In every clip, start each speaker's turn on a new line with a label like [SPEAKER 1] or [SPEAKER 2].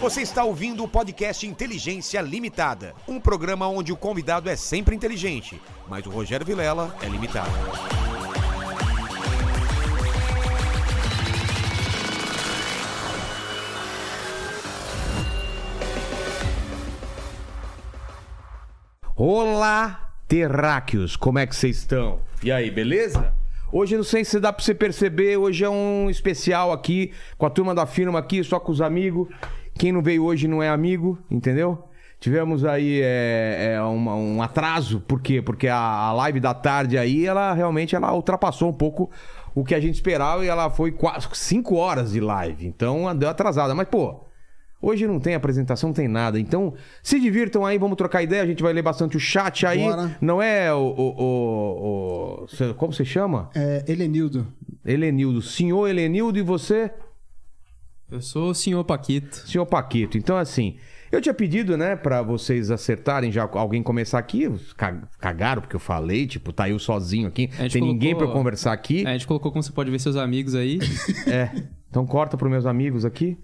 [SPEAKER 1] Você está ouvindo o podcast Inteligência Limitada, um programa onde o convidado é sempre inteligente, mas o Rogério Vilela é limitado. Olá, terráqueos, como é que vocês estão? E aí, beleza? Hoje não sei se dá pra você perceber, hoje é um especial aqui com a turma da firma aqui, só com os amigos. Quem não veio hoje não é amigo, entendeu? Tivemos aí é, é, uma- um atraso, por quê? Porque a, a live da tarde aí, ela realmente ela ultrapassou um pouco o que a gente esperava e ela foi quase 5 horas de live, então deu atrasada. Mas, pô, hoje não tem apresentação, não tem nada. Então, se divirtam aí, vamos trocar ideia, a gente vai ler bastante o chat aí.
[SPEAKER 2] Bora.
[SPEAKER 1] Não é o- o- o- o como você chama?
[SPEAKER 2] É, Helenildo.
[SPEAKER 1] Helenildo, senhor Helenildo e você,
[SPEAKER 3] Eu sou o senhor Paquito.
[SPEAKER 1] senhor Paquito. Então, assim, eu tinha pedido, né, pra vocês acertarem, já alguém começar aqui, os ca- cagaram porque eu falei, tipo, tá eu sozinho aqui,
[SPEAKER 3] A gente
[SPEAKER 1] tem ninguém pra
[SPEAKER 3] colocou-
[SPEAKER 1] eu conversar aqui.
[SPEAKER 3] É, a gente colocou como você pode ver seus amigos aí,
[SPEAKER 1] É. Então corta pros meus amigos aqui,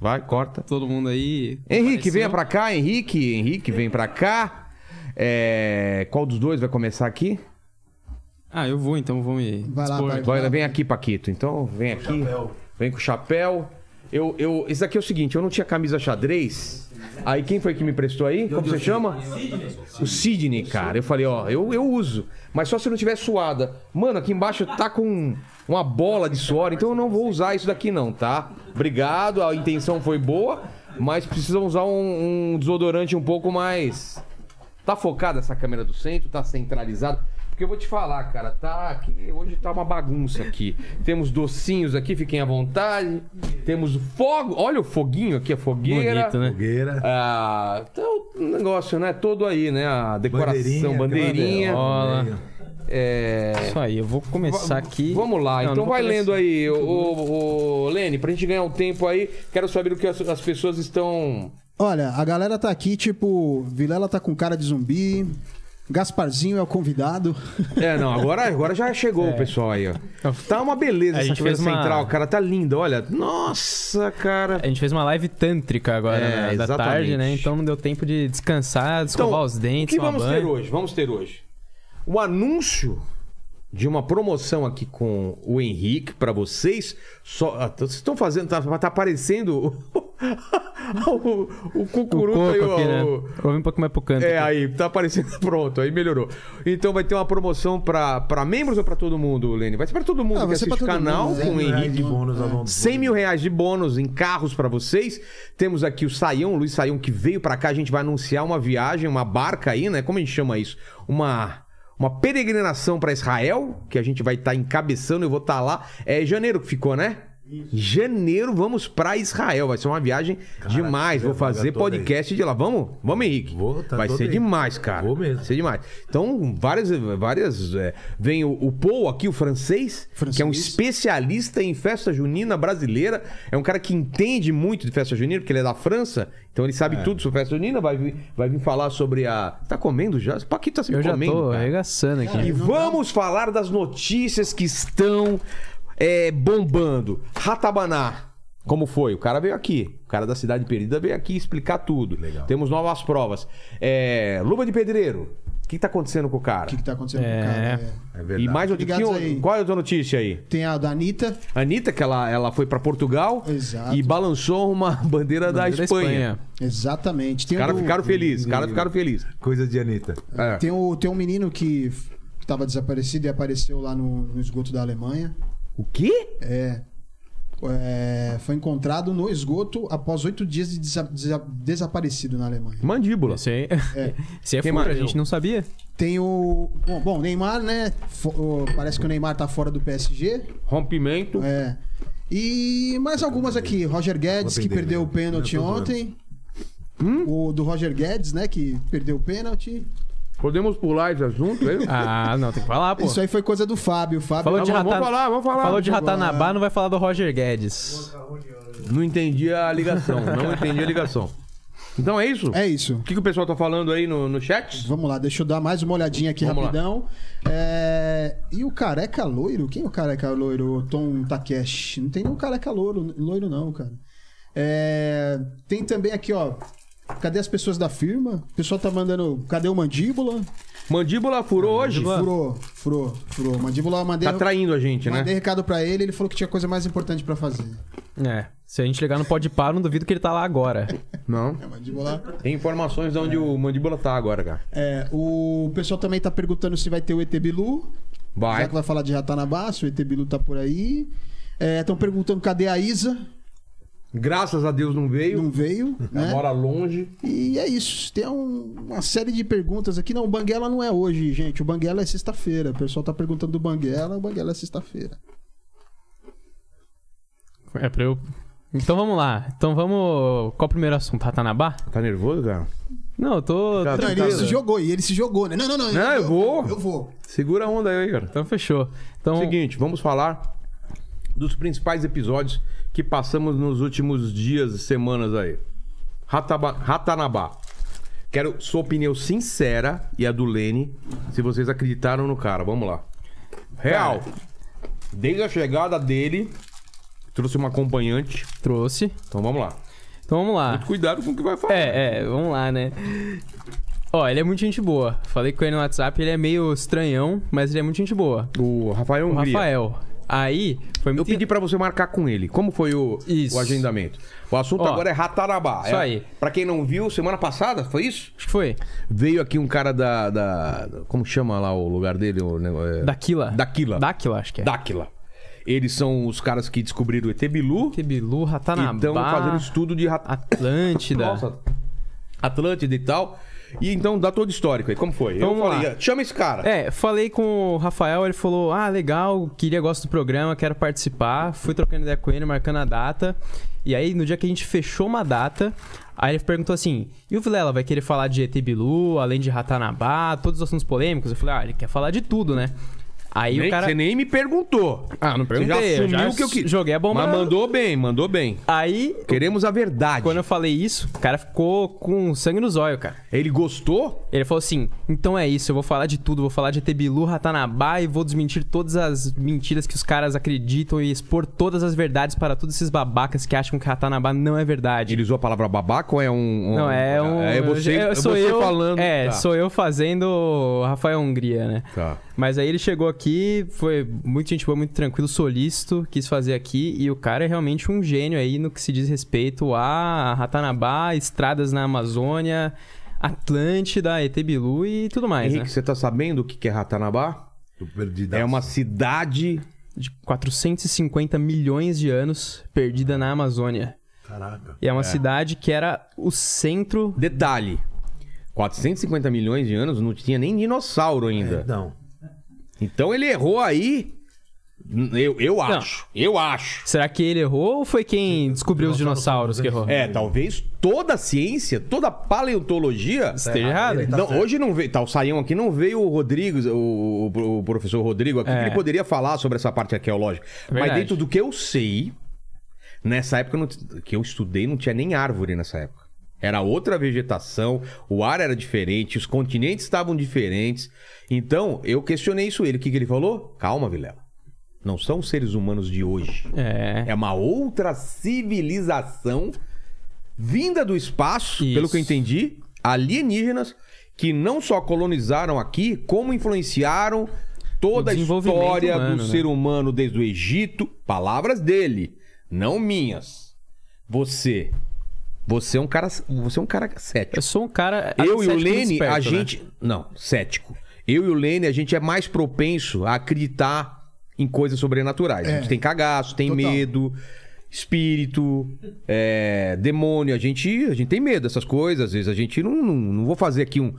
[SPEAKER 1] vai, corta.
[SPEAKER 3] todo mundo aí.
[SPEAKER 1] Henrique,
[SPEAKER 3] Apareceu.
[SPEAKER 1] venha pra cá, Henrique, Henrique, vem pra cá. É, Qual dos dois vai começar aqui?
[SPEAKER 3] Ah, eu vou então, vou me.
[SPEAKER 2] Vai lá,
[SPEAKER 3] expor.
[SPEAKER 2] vai.
[SPEAKER 1] Vai, vem aqui, Paquito. Então, vem aqui. Vem com o chapéu. Eu, eu, esse aqui é o seguinte, eu não tinha camisa xadrez. Aí quem foi que me prestou aí? Como você chama? O Sidney, cara. Eu falei, ó, eu, eu uso. Mas só se eu não tiver suada. Mano, aqui embaixo tá com uma bola de suor, então eu não vou usar isso daqui não, tá? Obrigado, a intenção foi boa, mas precisam usar um, um desodorante um pouco mais... Tá focada essa câmera do centro? Tá centralizada? Porque eu vou te falar, cara, tá aqui. Hoje tá uma bagunça aqui. Temos docinhos aqui, fiquem à vontade. Temos fogo. Olha o foguinho aqui, a fogueira.
[SPEAKER 3] Bonito, né?
[SPEAKER 4] Fogueira.
[SPEAKER 1] Ah, então o negócio, né? Todo aí, né? A decoração, bandeirinha.
[SPEAKER 4] Bandeirinha,
[SPEAKER 3] Olha.
[SPEAKER 1] É,
[SPEAKER 3] Isso aí, eu vou começar aqui.
[SPEAKER 1] Vamos lá,
[SPEAKER 3] Não,
[SPEAKER 1] então
[SPEAKER 3] não vou
[SPEAKER 1] vai
[SPEAKER 3] começar.
[SPEAKER 1] lendo aí, ô, ô, ô, Lene, pra gente ganhar um tempo aí. Quero saber o que as, as pessoas estão.
[SPEAKER 2] Olha, a galera tá aqui, tipo, Vilela tá com cara de zumbi. Gasparzinho é o convidado.
[SPEAKER 1] É, não, agora, agora já chegou o pessoal aí, ó. Tá uma beleza
[SPEAKER 3] É. Então, A
[SPEAKER 1] essa
[SPEAKER 3] gente
[SPEAKER 1] caveira
[SPEAKER 3] fez uma- É,
[SPEAKER 1] central, cara. Tá linda, olha. Nossa, cara.
[SPEAKER 3] A gente fez uma live tântrica agora,
[SPEAKER 1] É,
[SPEAKER 3] né, da
[SPEAKER 1] exatamente. Então,
[SPEAKER 3] tarde, né? Então não deu tempo de descansar, de escovar os dentes,
[SPEAKER 1] o que
[SPEAKER 3] tomar
[SPEAKER 1] vamos ter
[SPEAKER 3] banho.
[SPEAKER 1] hoje? Vamos ter hoje o anúncio de uma promoção aqui com o Henrique pra vocês. Só, ah, vocês estão fazendo, tá, tá aparecendo o, o
[SPEAKER 3] o
[SPEAKER 1] cucuruto aí,
[SPEAKER 3] coco
[SPEAKER 1] o-
[SPEAKER 3] aqui, né?
[SPEAKER 1] o-
[SPEAKER 3] Ouvi um pouco mais pro canto.
[SPEAKER 1] é,
[SPEAKER 3] aqui.
[SPEAKER 1] aí, tá aparecendo pronto, aí melhorou. Então vai ter uma promoção pra, pra membros ou pra todo mundo, Lene? Vai ser pra todo mundo
[SPEAKER 2] Ah,
[SPEAKER 1] que
[SPEAKER 2] vai ser pra
[SPEAKER 1] assiste o
[SPEAKER 2] todo
[SPEAKER 1] canal
[SPEAKER 2] mundo, né?
[SPEAKER 1] com o Henrique.
[SPEAKER 4] de bônus à vontade.
[SPEAKER 1] 100 mil reais de bônus em carros pra vocês. Temos aqui o Saião, o Luiz Saião, que veio pra cá. A gente vai anunciar uma viagem, uma barca aí, né? Como a gente chama isso? Uma. Uma peregrinação pra Israel, que a gente vai estar encabeçando, eu vou estar lá. É janeiro que ficou, né? Janeiro vamos pra Israel, vai ser uma viagem demais. Vou
[SPEAKER 4] eu vou
[SPEAKER 1] fazer
[SPEAKER 4] jogar toda aí.
[SPEAKER 1] podcast de lá. Vamos? Vamos, Henrique.
[SPEAKER 4] Vou, tá
[SPEAKER 1] vai
[SPEAKER 4] todo
[SPEAKER 1] ser
[SPEAKER 4] aí.
[SPEAKER 1] demais, cara.
[SPEAKER 4] Vou mesmo.
[SPEAKER 1] Vai ser demais. Então, várias. várias é, vem o, o Paul aqui, o francês,
[SPEAKER 2] Francês.
[SPEAKER 1] que é um especialista em festa junina brasileira. É um cara que entende muito de festa junina, porque ele é da França. Então ele
[SPEAKER 4] É.
[SPEAKER 1] sabe tudo sobre festa junina. Vai, vir- vai vir falar sobre a. Tá comendo já? O Paquito tá se
[SPEAKER 3] Eu já
[SPEAKER 1] comendo.
[SPEAKER 3] tô
[SPEAKER 1] cara.
[SPEAKER 3] arregaçando aqui.
[SPEAKER 1] E vamos falar das notícias que estão é, bombando. Ratabaná. Como foi? O cara veio aqui. O cara da Cidade Perdida veio aqui explicar tudo.
[SPEAKER 4] Legal.
[SPEAKER 1] Temos novas provas. É, Luva de Pedreiro. O que está acontecendo com o cara?
[SPEAKER 2] O que, que tá acontecendo
[SPEAKER 3] É.
[SPEAKER 2] com o cara? É.
[SPEAKER 4] É
[SPEAKER 1] E
[SPEAKER 4] verdade.
[SPEAKER 1] mais
[SPEAKER 2] Obrigado
[SPEAKER 1] notícia.
[SPEAKER 2] aí.
[SPEAKER 1] Qual é a tua notícia aí?
[SPEAKER 2] Tem a da Anitta.
[SPEAKER 1] Anitta, que ela, ela foi para Portugal
[SPEAKER 2] Exato.
[SPEAKER 1] e balançou uma bandeira, da,
[SPEAKER 3] Bandeira
[SPEAKER 1] Espanha.
[SPEAKER 2] Exatamente. Tem
[SPEAKER 1] Os
[SPEAKER 2] o
[SPEAKER 1] caras
[SPEAKER 2] do-
[SPEAKER 1] ficaram felizes. Os caras ficaram felizes.
[SPEAKER 4] Coisa de Anitta.
[SPEAKER 1] É.
[SPEAKER 2] Tem, o, tem um menino que f- que tava desaparecido e apareceu lá no, no esgoto da Alemanha.
[SPEAKER 1] O quê?
[SPEAKER 2] É. É, Foi encontrado no esgoto após oito dias de desa- desa- desaparecido na Alemanha.
[SPEAKER 1] Mandíbula.
[SPEAKER 3] Isso aí. Isso aí é
[SPEAKER 1] Quem
[SPEAKER 3] furo, a
[SPEAKER 1] mais?
[SPEAKER 3] gente não sabia.
[SPEAKER 2] Tem o. Bom, bom, Neymar, né? Fo- o- Parece que o Neymar tá fora do PSG.
[SPEAKER 1] Rompimento.
[SPEAKER 2] É. E mais algumas aqui. Roger Guedes,
[SPEAKER 4] Vou
[SPEAKER 2] que
[SPEAKER 4] aprender,
[SPEAKER 2] perdeu o
[SPEAKER 4] né?
[SPEAKER 2] pênalti
[SPEAKER 4] Eu tô zoando.
[SPEAKER 2] ontem. O do Roger Guedes, né? Que perdeu o pênalti.
[SPEAKER 1] Podemos pular esse assunto? hein?
[SPEAKER 3] Ah, não, tem que falar, pô.
[SPEAKER 2] Isso aí foi coisa do Fábio. O Fábio. tá
[SPEAKER 3] Falou de
[SPEAKER 1] Não, Tá vamos
[SPEAKER 3] Rata-
[SPEAKER 1] falar, vamos falar. Tá
[SPEAKER 3] Falou de
[SPEAKER 2] Vamos falar.
[SPEAKER 3] Ratanabá, não vai falar do Roger Guedes.
[SPEAKER 1] Não entendi a ligação, não entendi a ligação. Então é isso?
[SPEAKER 2] É isso.
[SPEAKER 1] O que, que o pessoal tá falando aí no, no chat?
[SPEAKER 2] Vamos lá, deixa eu dar mais uma olhadinha aqui
[SPEAKER 1] Vamos lá.
[SPEAKER 2] rapidão. É, E o careca loiro? Quem é o careca loiro? O Tom Takeshi? Não tem nenhum careca loiro, loiro não, cara. É, tem também aqui, ó. Cadê as pessoas da firma? O pessoal tá mandando. Cadê o mandíbula?
[SPEAKER 1] Mandíbula furou hoje?
[SPEAKER 2] Furou, furou, furou. Mandíbula, eu mandei,
[SPEAKER 1] Tá traindo a gente, né?
[SPEAKER 2] mandei recado pra ele, ele falou que tinha coisa mais importante pra fazer.
[SPEAKER 5] É. Se a gente ligar no Pode Par, não duvido que ele tá lá agora.
[SPEAKER 1] Não.
[SPEAKER 2] É, mandíbula.
[SPEAKER 1] Tem informações de onde o mandíbula tá agora, cara.
[SPEAKER 2] É, o pessoal também tá perguntando se vai ter o ET Bilu. Já
[SPEAKER 1] Vai.
[SPEAKER 2] que vai falar de Ratanabassa, o ET Bilu tá por aí. Estão perguntando cadê a Isa?
[SPEAKER 1] Graças a Deus não veio.
[SPEAKER 2] Não veio,
[SPEAKER 1] Ela
[SPEAKER 2] né?
[SPEAKER 1] Mora longe.
[SPEAKER 2] E é isso. Tem um- uma série de perguntas aqui. Não, o Banguela não é hoje, gente. O Banguela é sexta-feira. O pessoal tá perguntando do Banguela. O Banguela é sexta-feira.
[SPEAKER 5] É pra eu. Então vamos lá. Então vamos. Qual o primeiro assunto? Ratanabá?
[SPEAKER 1] Tá nervoso, cara?
[SPEAKER 5] Não, eu tô.
[SPEAKER 1] Tá,
[SPEAKER 2] Não,
[SPEAKER 5] tranquilo.
[SPEAKER 2] ele se jogou. E ele se jogou, né? Não, não, não.
[SPEAKER 1] Não, eu vou.
[SPEAKER 2] Eu vou.
[SPEAKER 1] Segura a onda aí, cara.
[SPEAKER 5] Então fechou. Então,
[SPEAKER 1] Seguinte, vamos falar dos principais episódios que passamos nos últimos dias e semanas aí. Rataba- Ratanabá. Quero sua opinião sincera e a do Lene, se vocês acreditaram no cara. Vamos lá. Real. Desde a chegada dele, trouxe uma acompanhante.
[SPEAKER 5] trouxe.
[SPEAKER 1] Então vamos lá.
[SPEAKER 5] Então vamos lá.
[SPEAKER 1] Muito cuidado com o que vai falar.
[SPEAKER 5] É, é, vamos lá, né? Ó, ele é muito gente boa. Falei com ele no WhatsApp, ele é meio estranhão, mas ele é muito gente boa.
[SPEAKER 1] O Rafael
[SPEAKER 5] O
[SPEAKER 1] Hungria.
[SPEAKER 5] Rafael. Aí, foi
[SPEAKER 1] Eu
[SPEAKER 5] muito.
[SPEAKER 1] pedi pra você marcar com ele. Como foi o,
[SPEAKER 5] Isso.
[SPEAKER 1] o agendamento? O assunto
[SPEAKER 5] Ó,
[SPEAKER 1] agora é Ratanabá.
[SPEAKER 5] isso
[SPEAKER 1] É-
[SPEAKER 5] aí.
[SPEAKER 1] Pra quem não viu, semana passada, foi isso?
[SPEAKER 5] Acho que foi.
[SPEAKER 1] Veio aqui um cara da. da- como chama lá o lugar dele? O, nego- é-
[SPEAKER 5] Daquila.
[SPEAKER 1] Daquila.
[SPEAKER 5] Daquila, acho que é.
[SPEAKER 1] Daquila. Eles são os caras que descobriram o ET Bilu
[SPEAKER 5] Kebilu,
[SPEAKER 1] e
[SPEAKER 5] Ratanabá.
[SPEAKER 1] estão Então, fazendo estudo de Rat...
[SPEAKER 5] Atlântida.
[SPEAKER 1] Nossa, Atlântida e tal. E então dá todo o histórico aí. Como foi?
[SPEAKER 5] Então,
[SPEAKER 1] Eu
[SPEAKER 5] vamos
[SPEAKER 1] falei,
[SPEAKER 5] lá.
[SPEAKER 1] chama esse cara.
[SPEAKER 5] É, falei com o Rafael, ele falou: Ah, legal, queria, gosto do programa, quero participar. Fui trocando ideia com ele, marcando a data. E aí, no dia que a gente fechou uma data, aí ele perguntou assim: E o Vilela vai querer falar de ET Bilu, além de Ratanabá, todos os assuntos polêmicos? Eu falei: Ah, ele quer falar de tudo, né? Aí
[SPEAKER 1] Nem-
[SPEAKER 5] o cara.
[SPEAKER 1] Você nem me perguntou.
[SPEAKER 5] Ah, não perguntei,
[SPEAKER 1] Você já
[SPEAKER 5] eu já
[SPEAKER 1] assumiu o que eu quis.
[SPEAKER 5] joguei a bomba
[SPEAKER 1] Mas
[SPEAKER 5] na-
[SPEAKER 1] mandou bem, mandou bem.
[SPEAKER 5] Aí,
[SPEAKER 1] Queremos a verdade.
[SPEAKER 5] quando eu falei isso, o cara ficou com sangue nos olhos, cara.
[SPEAKER 1] Ele gostou?
[SPEAKER 5] Ele falou assim: então é isso, eu vou falar de tudo, vou falar de Tebilu, Ratanabá e vou desmentir todas as mentiras que os caras acreditam e expor todas as verdades para todos esses babacas que acham que Ratanabá não é verdade.
[SPEAKER 1] Ele usou a palavra babaca ou é um. um-
[SPEAKER 5] Não, é um.
[SPEAKER 1] É você,
[SPEAKER 5] eu-
[SPEAKER 1] é
[SPEAKER 5] sou
[SPEAKER 1] você
[SPEAKER 5] eu
[SPEAKER 1] falando.
[SPEAKER 5] É,
[SPEAKER 1] Tá.
[SPEAKER 5] sou eu fazendo o Rafael Hungria, né?
[SPEAKER 1] Tá.
[SPEAKER 5] Mas aí ele chegou aqui, foi muito gente boa, muito tranquilo, solícito, quis fazer aqui. E o cara é realmente um gênio aí no que se diz respeito a Ratanabá, estradas na Amazônia, Atlântida, ET Bilu e tudo mais,
[SPEAKER 1] Henrique,
[SPEAKER 5] né?
[SPEAKER 1] você tá sabendo o que que é Ratanabá?
[SPEAKER 4] Tô perdidaço.
[SPEAKER 1] É uma cidade.
[SPEAKER 5] De 450 milhões de anos perdida na Amazônia.
[SPEAKER 4] Caraca.
[SPEAKER 5] E é uma cidade que era o centro...
[SPEAKER 1] Detalhe: 450 milhões de anos não tinha nem dinossauro ainda.
[SPEAKER 4] Não.
[SPEAKER 1] Então ele errou aí. Eu, eu acho. Eu acho.
[SPEAKER 5] Será que ele errou ou foi quem descobriu os dinossauros que errou?
[SPEAKER 1] É, talvez toda a ciência, toda a paleontologia.
[SPEAKER 5] Esteja errado.
[SPEAKER 4] Ele tá
[SPEAKER 1] Não,
[SPEAKER 4] certo.
[SPEAKER 1] hoje não veio. Tá, o Saião aqui não veio o Rodrigues, o, o- o professor Rodrigo aqui,
[SPEAKER 5] É.
[SPEAKER 1] que ele poderia falar sobre essa parte arqueológica. Mas
[SPEAKER 5] Verdade.
[SPEAKER 1] dentro do que eu sei, nessa época não t- que eu estudei, não tinha nem árvore nessa época. Era outra vegetação, o ar era diferente, os continentes estavam diferentes. Então, eu questionei isso ele. O que, que ele falou? Calma, Vilela. Não são os seres humanos de hoje.
[SPEAKER 5] É.
[SPEAKER 1] É uma outra civilização vinda do espaço,
[SPEAKER 5] Isso.
[SPEAKER 1] pelo que eu entendi, alienígenas que não só colonizaram aqui, como influenciaram toda a
[SPEAKER 5] O desenvolvimento
[SPEAKER 1] história do
[SPEAKER 5] humano, né?
[SPEAKER 1] ser humano desde o Egito. Palavras dele, não minhas. Você. Você é um cara, você é um cara cético.
[SPEAKER 5] Eu sou um cara...
[SPEAKER 1] Eu e o
[SPEAKER 5] cético muito
[SPEAKER 1] Lene,
[SPEAKER 5] esperto,
[SPEAKER 1] a
[SPEAKER 5] né?
[SPEAKER 1] gente. Não, cético. Eu e o Lene, a gente é mais propenso a acreditar em coisas sobrenaturais. A gente tem cagaço, tem
[SPEAKER 2] Total.
[SPEAKER 1] medo, espírito, é, demônio. A gente, a gente tem medo dessas coisas. Às vezes a gente não. Não, não vou fazer aqui um.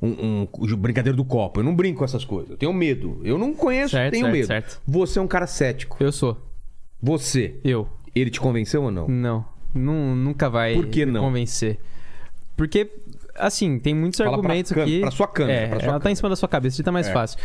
[SPEAKER 1] Um, um brincadeira do copo. Eu não brinco com essas coisas. Eu tenho medo. Eu não conheço,
[SPEAKER 5] Certo,
[SPEAKER 1] tenho
[SPEAKER 5] certo,
[SPEAKER 1] medo.
[SPEAKER 5] certo.
[SPEAKER 1] Você é um cara cético.
[SPEAKER 5] Eu sou.
[SPEAKER 1] Você,
[SPEAKER 5] Eu.
[SPEAKER 1] ele te convenceu ou não?
[SPEAKER 5] Não. Nu- nunca vai
[SPEAKER 1] Por que
[SPEAKER 5] me
[SPEAKER 1] não?
[SPEAKER 5] convencer. Porque, assim, tem muitos
[SPEAKER 1] Fala pra
[SPEAKER 5] argumentos
[SPEAKER 1] câmera,
[SPEAKER 5] aqui.
[SPEAKER 1] pra sua câmera, É.
[SPEAKER 5] É,
[SPEAKER 1] pra sua
[SPEAKER 5] ela tá em cima da sua cabeça, tá mais fácil.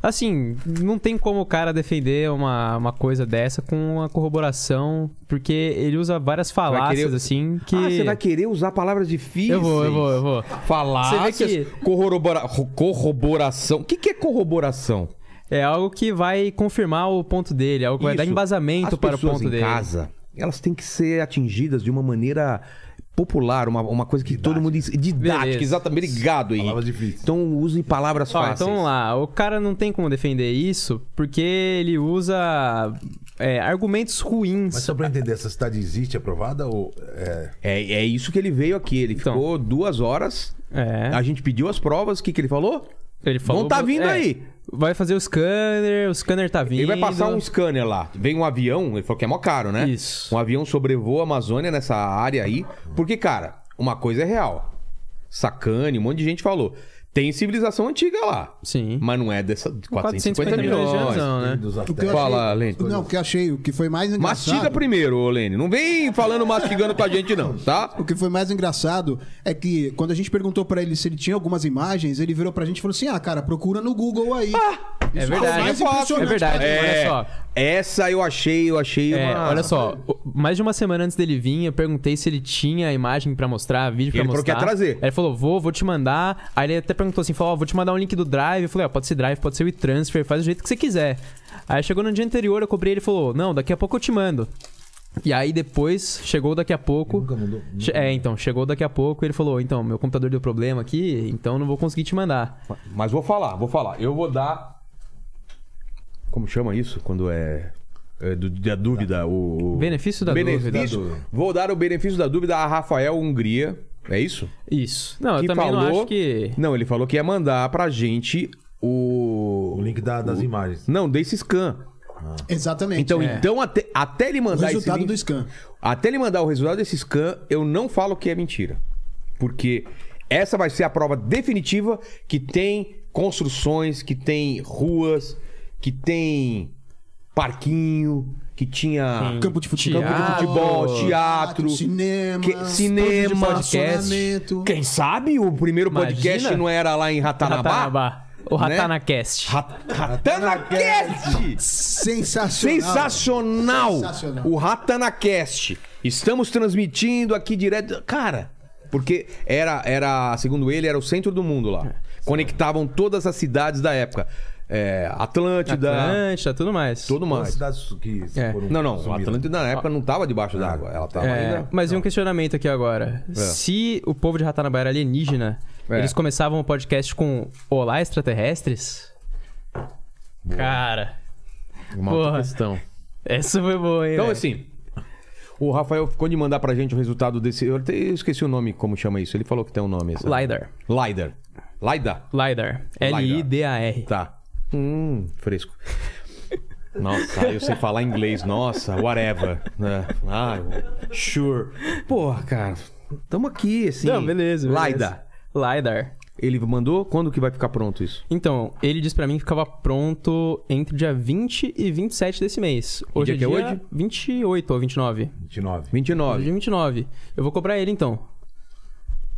[SPEAKER 5] Assim, não tem como o cara defender uma, uma coisa dessa com uma corroboração, porque ele usa várias falácias,
[SPEAKER 1] querer-
[SPEAKER 5] assim, que.
[SPEAKER 1] Ah, você vai querer usar palavras difíceis.
[SPEAKER 5] Eu vou, eu vou, eu vou. Você vê
[SPEAKER 1] Falácias,
[SPEAKER 5] que-
[SPEAKER 1] corrobora... corroboração. O que, que é corroboração?
[SPEAKER 5] É algo que vai confirmar o ponto dele, algo que vai dar
[SPEAKER 1] Isso. As
[SPEAKER 5] embasamento para o
[SPEAKER 1] pessoas
[SPEAKER 5] ponto
[SPEAKER 1] em
[SPEAKER 5] dele.
[SPEAKER 1] casa elas têm que ser atingidas de uma maneira popular, uma, uma coisa que todo mundo. Didática,
[SPEAKER 5] Beleza.
[SPEAKER 1] exatamente. Obrigado,
[SPEAKER 4] Palavras
[SPEAKER 1] Henrique.
[SPEAKER 4] difíceis.
[SPEAKER 1] Então use palavras
[SPEAKER 5] Ó,
[SPEAKER 1] fáceis.
[SPEAKER 5] então vamos lá. O cara não tem como defender isso porque ele usa é, argumentos ruins.
[SPEAKER 4] Mas só pra entender, essa cidade existe aprovada ou. É,
[SPEAKER 1] É, é isso que ele veio aqui. Ele
[SPEAKER 5] Então.
[SPEAKER 1] ficou duas horas.
[SPEAKER 5] É.
[SPEAKER 1] A gente pediu as provas. O que, que ele falou?
[SPEAKER 5] Ele falou. é,
[SPEAKER 1] Vão tá vindo aí.
[SPEAKER 5] Vai fazer o scanner, o scanner tá vindo.
[SPEAKER 1] Ele vai passar um scanner lá. Vem um avião, ele falou que é mó caro, né?
[SPEAKER 5] Isso.
[SPEAKER 1] Um avião sobrevoa a Amazônia nessa área aí. Porque, cara, uma coisa é real. Sacane, um monte de gente falou. Tem civilização antiga lá.
[SPEAKER 5] Sim.
[SPEAKER 1] Mas não é dessa 450
[SPEAKER 5] milhões de
[SPEAKER 1] milhões.
[SPEAKER 5] anos, não, né?
[SPEAKER 4] dos
[SPEAKER 2] O que eu
[SPEAKER 4] atletas.
[SPEAKER 2] achei-
[SPEAKER 1] Fala, Lente.
[SPEAKER 2] Não, o que eu achei, o que foi mais engraçado.
[SPEAKER 1] Mastiga primeiro, ô Lene. Não vem falando mastigando com a gente, não, tá?
[SPEAKER 2] O que foi mais engraçado é que quando a gente perguntou pra ele se ele tinha algumas imagens, ele virou pra gente e falou assim: "Ah, cara, procura no Google aí".
[SPEAKER 5] É
[SPEAKER 2] Isso foi
[SPEAKER 5] verdade.
[SPEAKER 2] mais
[SPEAKER 1] é fácil,
[SPEAKER 2] impressionante.
[SPEAKER 5] É verdade,
[SPEAKER 1] É,
[SPEAKER 5] olha só.
[SPEAKER 1] Essa eu achei, eu achei.
[SPEAKER 5] É,
[SPEAKER 1] uma-
[SPEAKER 5] olha só, o- mais de uma semana antes dele vir, eu perguntei se ele tinha imagem pra mostrar, vídeo pra
[SPEAKER 1] Ele falou
[SPEAKER 5] mostrar.
[SPEAKER 1] que ia trazer.
[SPEAKER 5] Aí ele falou, vou, vou te mandar. Aí ele até perguntou assim, falou, ó, vou te mandar um link do Drive. Eu falei, ó, pode ser Drive, pode ser o transfer faz do jeito que você quiser. Aí chegou no dia anterior, eu cobrei ele e falou, não, daqui a pouco eu te mando. E aí depois, chegou daqui a pouco...
[SPEAKER 4] Nunca mudou.
[SPEAKER 5] Che- É, então, chegou daqui a pouco ele falou, então, meu computador deu problema aqui, então não vou conseguir te mandar.
[SPEAKER 1] Mas vou falar, vou falar. Eu vou dar. Como chama isso? Quando é. é do- da dúvida, o. o-
[SPEAKER 5] Benefício da
[SPEAKER 1] benefício.
[SPEAKER 5] dúvida.
[SPEAKER 1] Vou dar o benefício da dúvida a Rafael Hungria. É isso?
[SPEAKER 5] Isso. Não,
[SPEAKER 1] Que
[SPEAKER 5] Ah, eu também não
[SPEAKER 1] falou-
[SPEAKER 5] acho que...
[SPEAKER 1] Não, ele falou que ia mandar pra gente o.
[SPEAKER 4] O link da- das imagens.
[SPEAKER 1] Não, desse scan.
[SPEAKER 2] Exatamente.
[SPEAKER 1] Então,
[SPEAKER 2] É.
[SPEAKER 1] então até, até ele
[SPEAKER 2] o
[SPEAKER 1] mandar esse
[SPEAKER 2] resultado
[SPEAKER 1] link-
[SPEAKER 2] do scan.
[SPEAKER 1] Até ele mandar o resultado desse scan, eu não falo que é mentira. Porque essa vai ser a prova definitiva que tem construções, que tem ruas, que tem parquinho, que tinha
[SPEAKER 2] Campo de futebol,
[SPEAKER 5] Teatro,
[SPEAKER 2] campo de
[SPEAKER 1] futebol,
[SPEAKER 5] teatro,
[SPEAKER 1] teatro,
[SPEAKER 2] Ah, cinema,
[SPEAKER 1] que- cinema,
[SPEAKER 2] estúdio de
[SPEAKER 1] podcast.
[SPEAKER 2] relacionamento.
[SPEAKER 1] Quem sabe o primeiro podcast
[SPEAKER 5] Imagina.
[SPEAKER 1] não era lá em Ratanabá?
[SPEAKER 5] Ratanabá. O
[SPEAKER 1] Né?
[SPEAKER 5] Ratanacast.
[SPEAKER 1] Rat- Ratanacast!
[SPEAKER 2] Sensacional.
[SPEAKER 1] Sensacional!
[SPEAKER 2] Sensacional.
[SPEAKER 1] O Ratanacast. Estamos transmitindo aqui direto. Cara, porque era, era, segundo ele, era o centro do mundo lá. Conectavam todas as cidades da época. É, Atlântida,
[SPEAKER 5] Atlântida, Tá tudo mais.
[SPEAKER 1] tudo
[SPEAKER 4] Uma
[SPEAKER 1] mais.
[SPEAKER 4] cidades que
[SPEAKER 5] É.
[SPEAKER 4] foram
[SPEAKER 1] Não, não,
[SPEAKER 4] sumidas.
[SPEAKER 1] a Atlântida na época não tava debaixo d'água. Ela
[SPEAKER 4] tá
[SPEAKER 1] tava
[SPEAKER 5] É,
[SPEAKER 1] ainda.
[SPEAKER 5] mas e um questionamento aqui agora. Se o povo de Ratanabá era alienígena,
[SPEAKER 1] É.
[SPEAKER 5] eles começavam o podcast com Olá, extraterrestres? Cara,
[SPEAKER 1] Uma
[SPEAKER 5] Porra. essa foi boa, hein?
[SPEAKER 1] Então,
[SPEAKER 5] velho?
[SPEAKER 1] assim. O Rafael ficou de mandar pra gente o resultado desse. Eu até esqueci o nome, como chama isso. Ele falou que tem um nome. sabe?
[SPEAKER 5] LiDAR.
[SPEAKER 1] LiDAR. LiDAR.
[SPEAKER 5] LiDAR. L-I-D-A-R.
[SPEAKER 1] Tá. Hum, fresco. Nossa, aí eu sei falar inglês. Nossa, whatever. Né? Ah, sure. Porra, cara. Tamo aqui, assim.
[SPEAKER 5] Não, beleza, beleza.
[SPEAKER 1] Laida.
[SPEAKER 5] LiDAR.
[SPEAKER 1] Ele mandou? Quando que vai ficar pronto isso?
[SPEAKER 5] Então, ele disse pra mim que ficava pronto entre dia 20 e 27 desse mês. Hoje
[SPEAKER 1] dia
[SPEAKER 5] é
[SPEAKER 1] que é
[SPEAKER 5] dia
[SPEAKER 1] hoje?
[SPEAKER 5] 28 ou 29.
[SPEAKER 4] 29.
[SPEAKER 1] 29.
[SPEAKER 5] Hoje é 29. Eu vou cobrar ele então.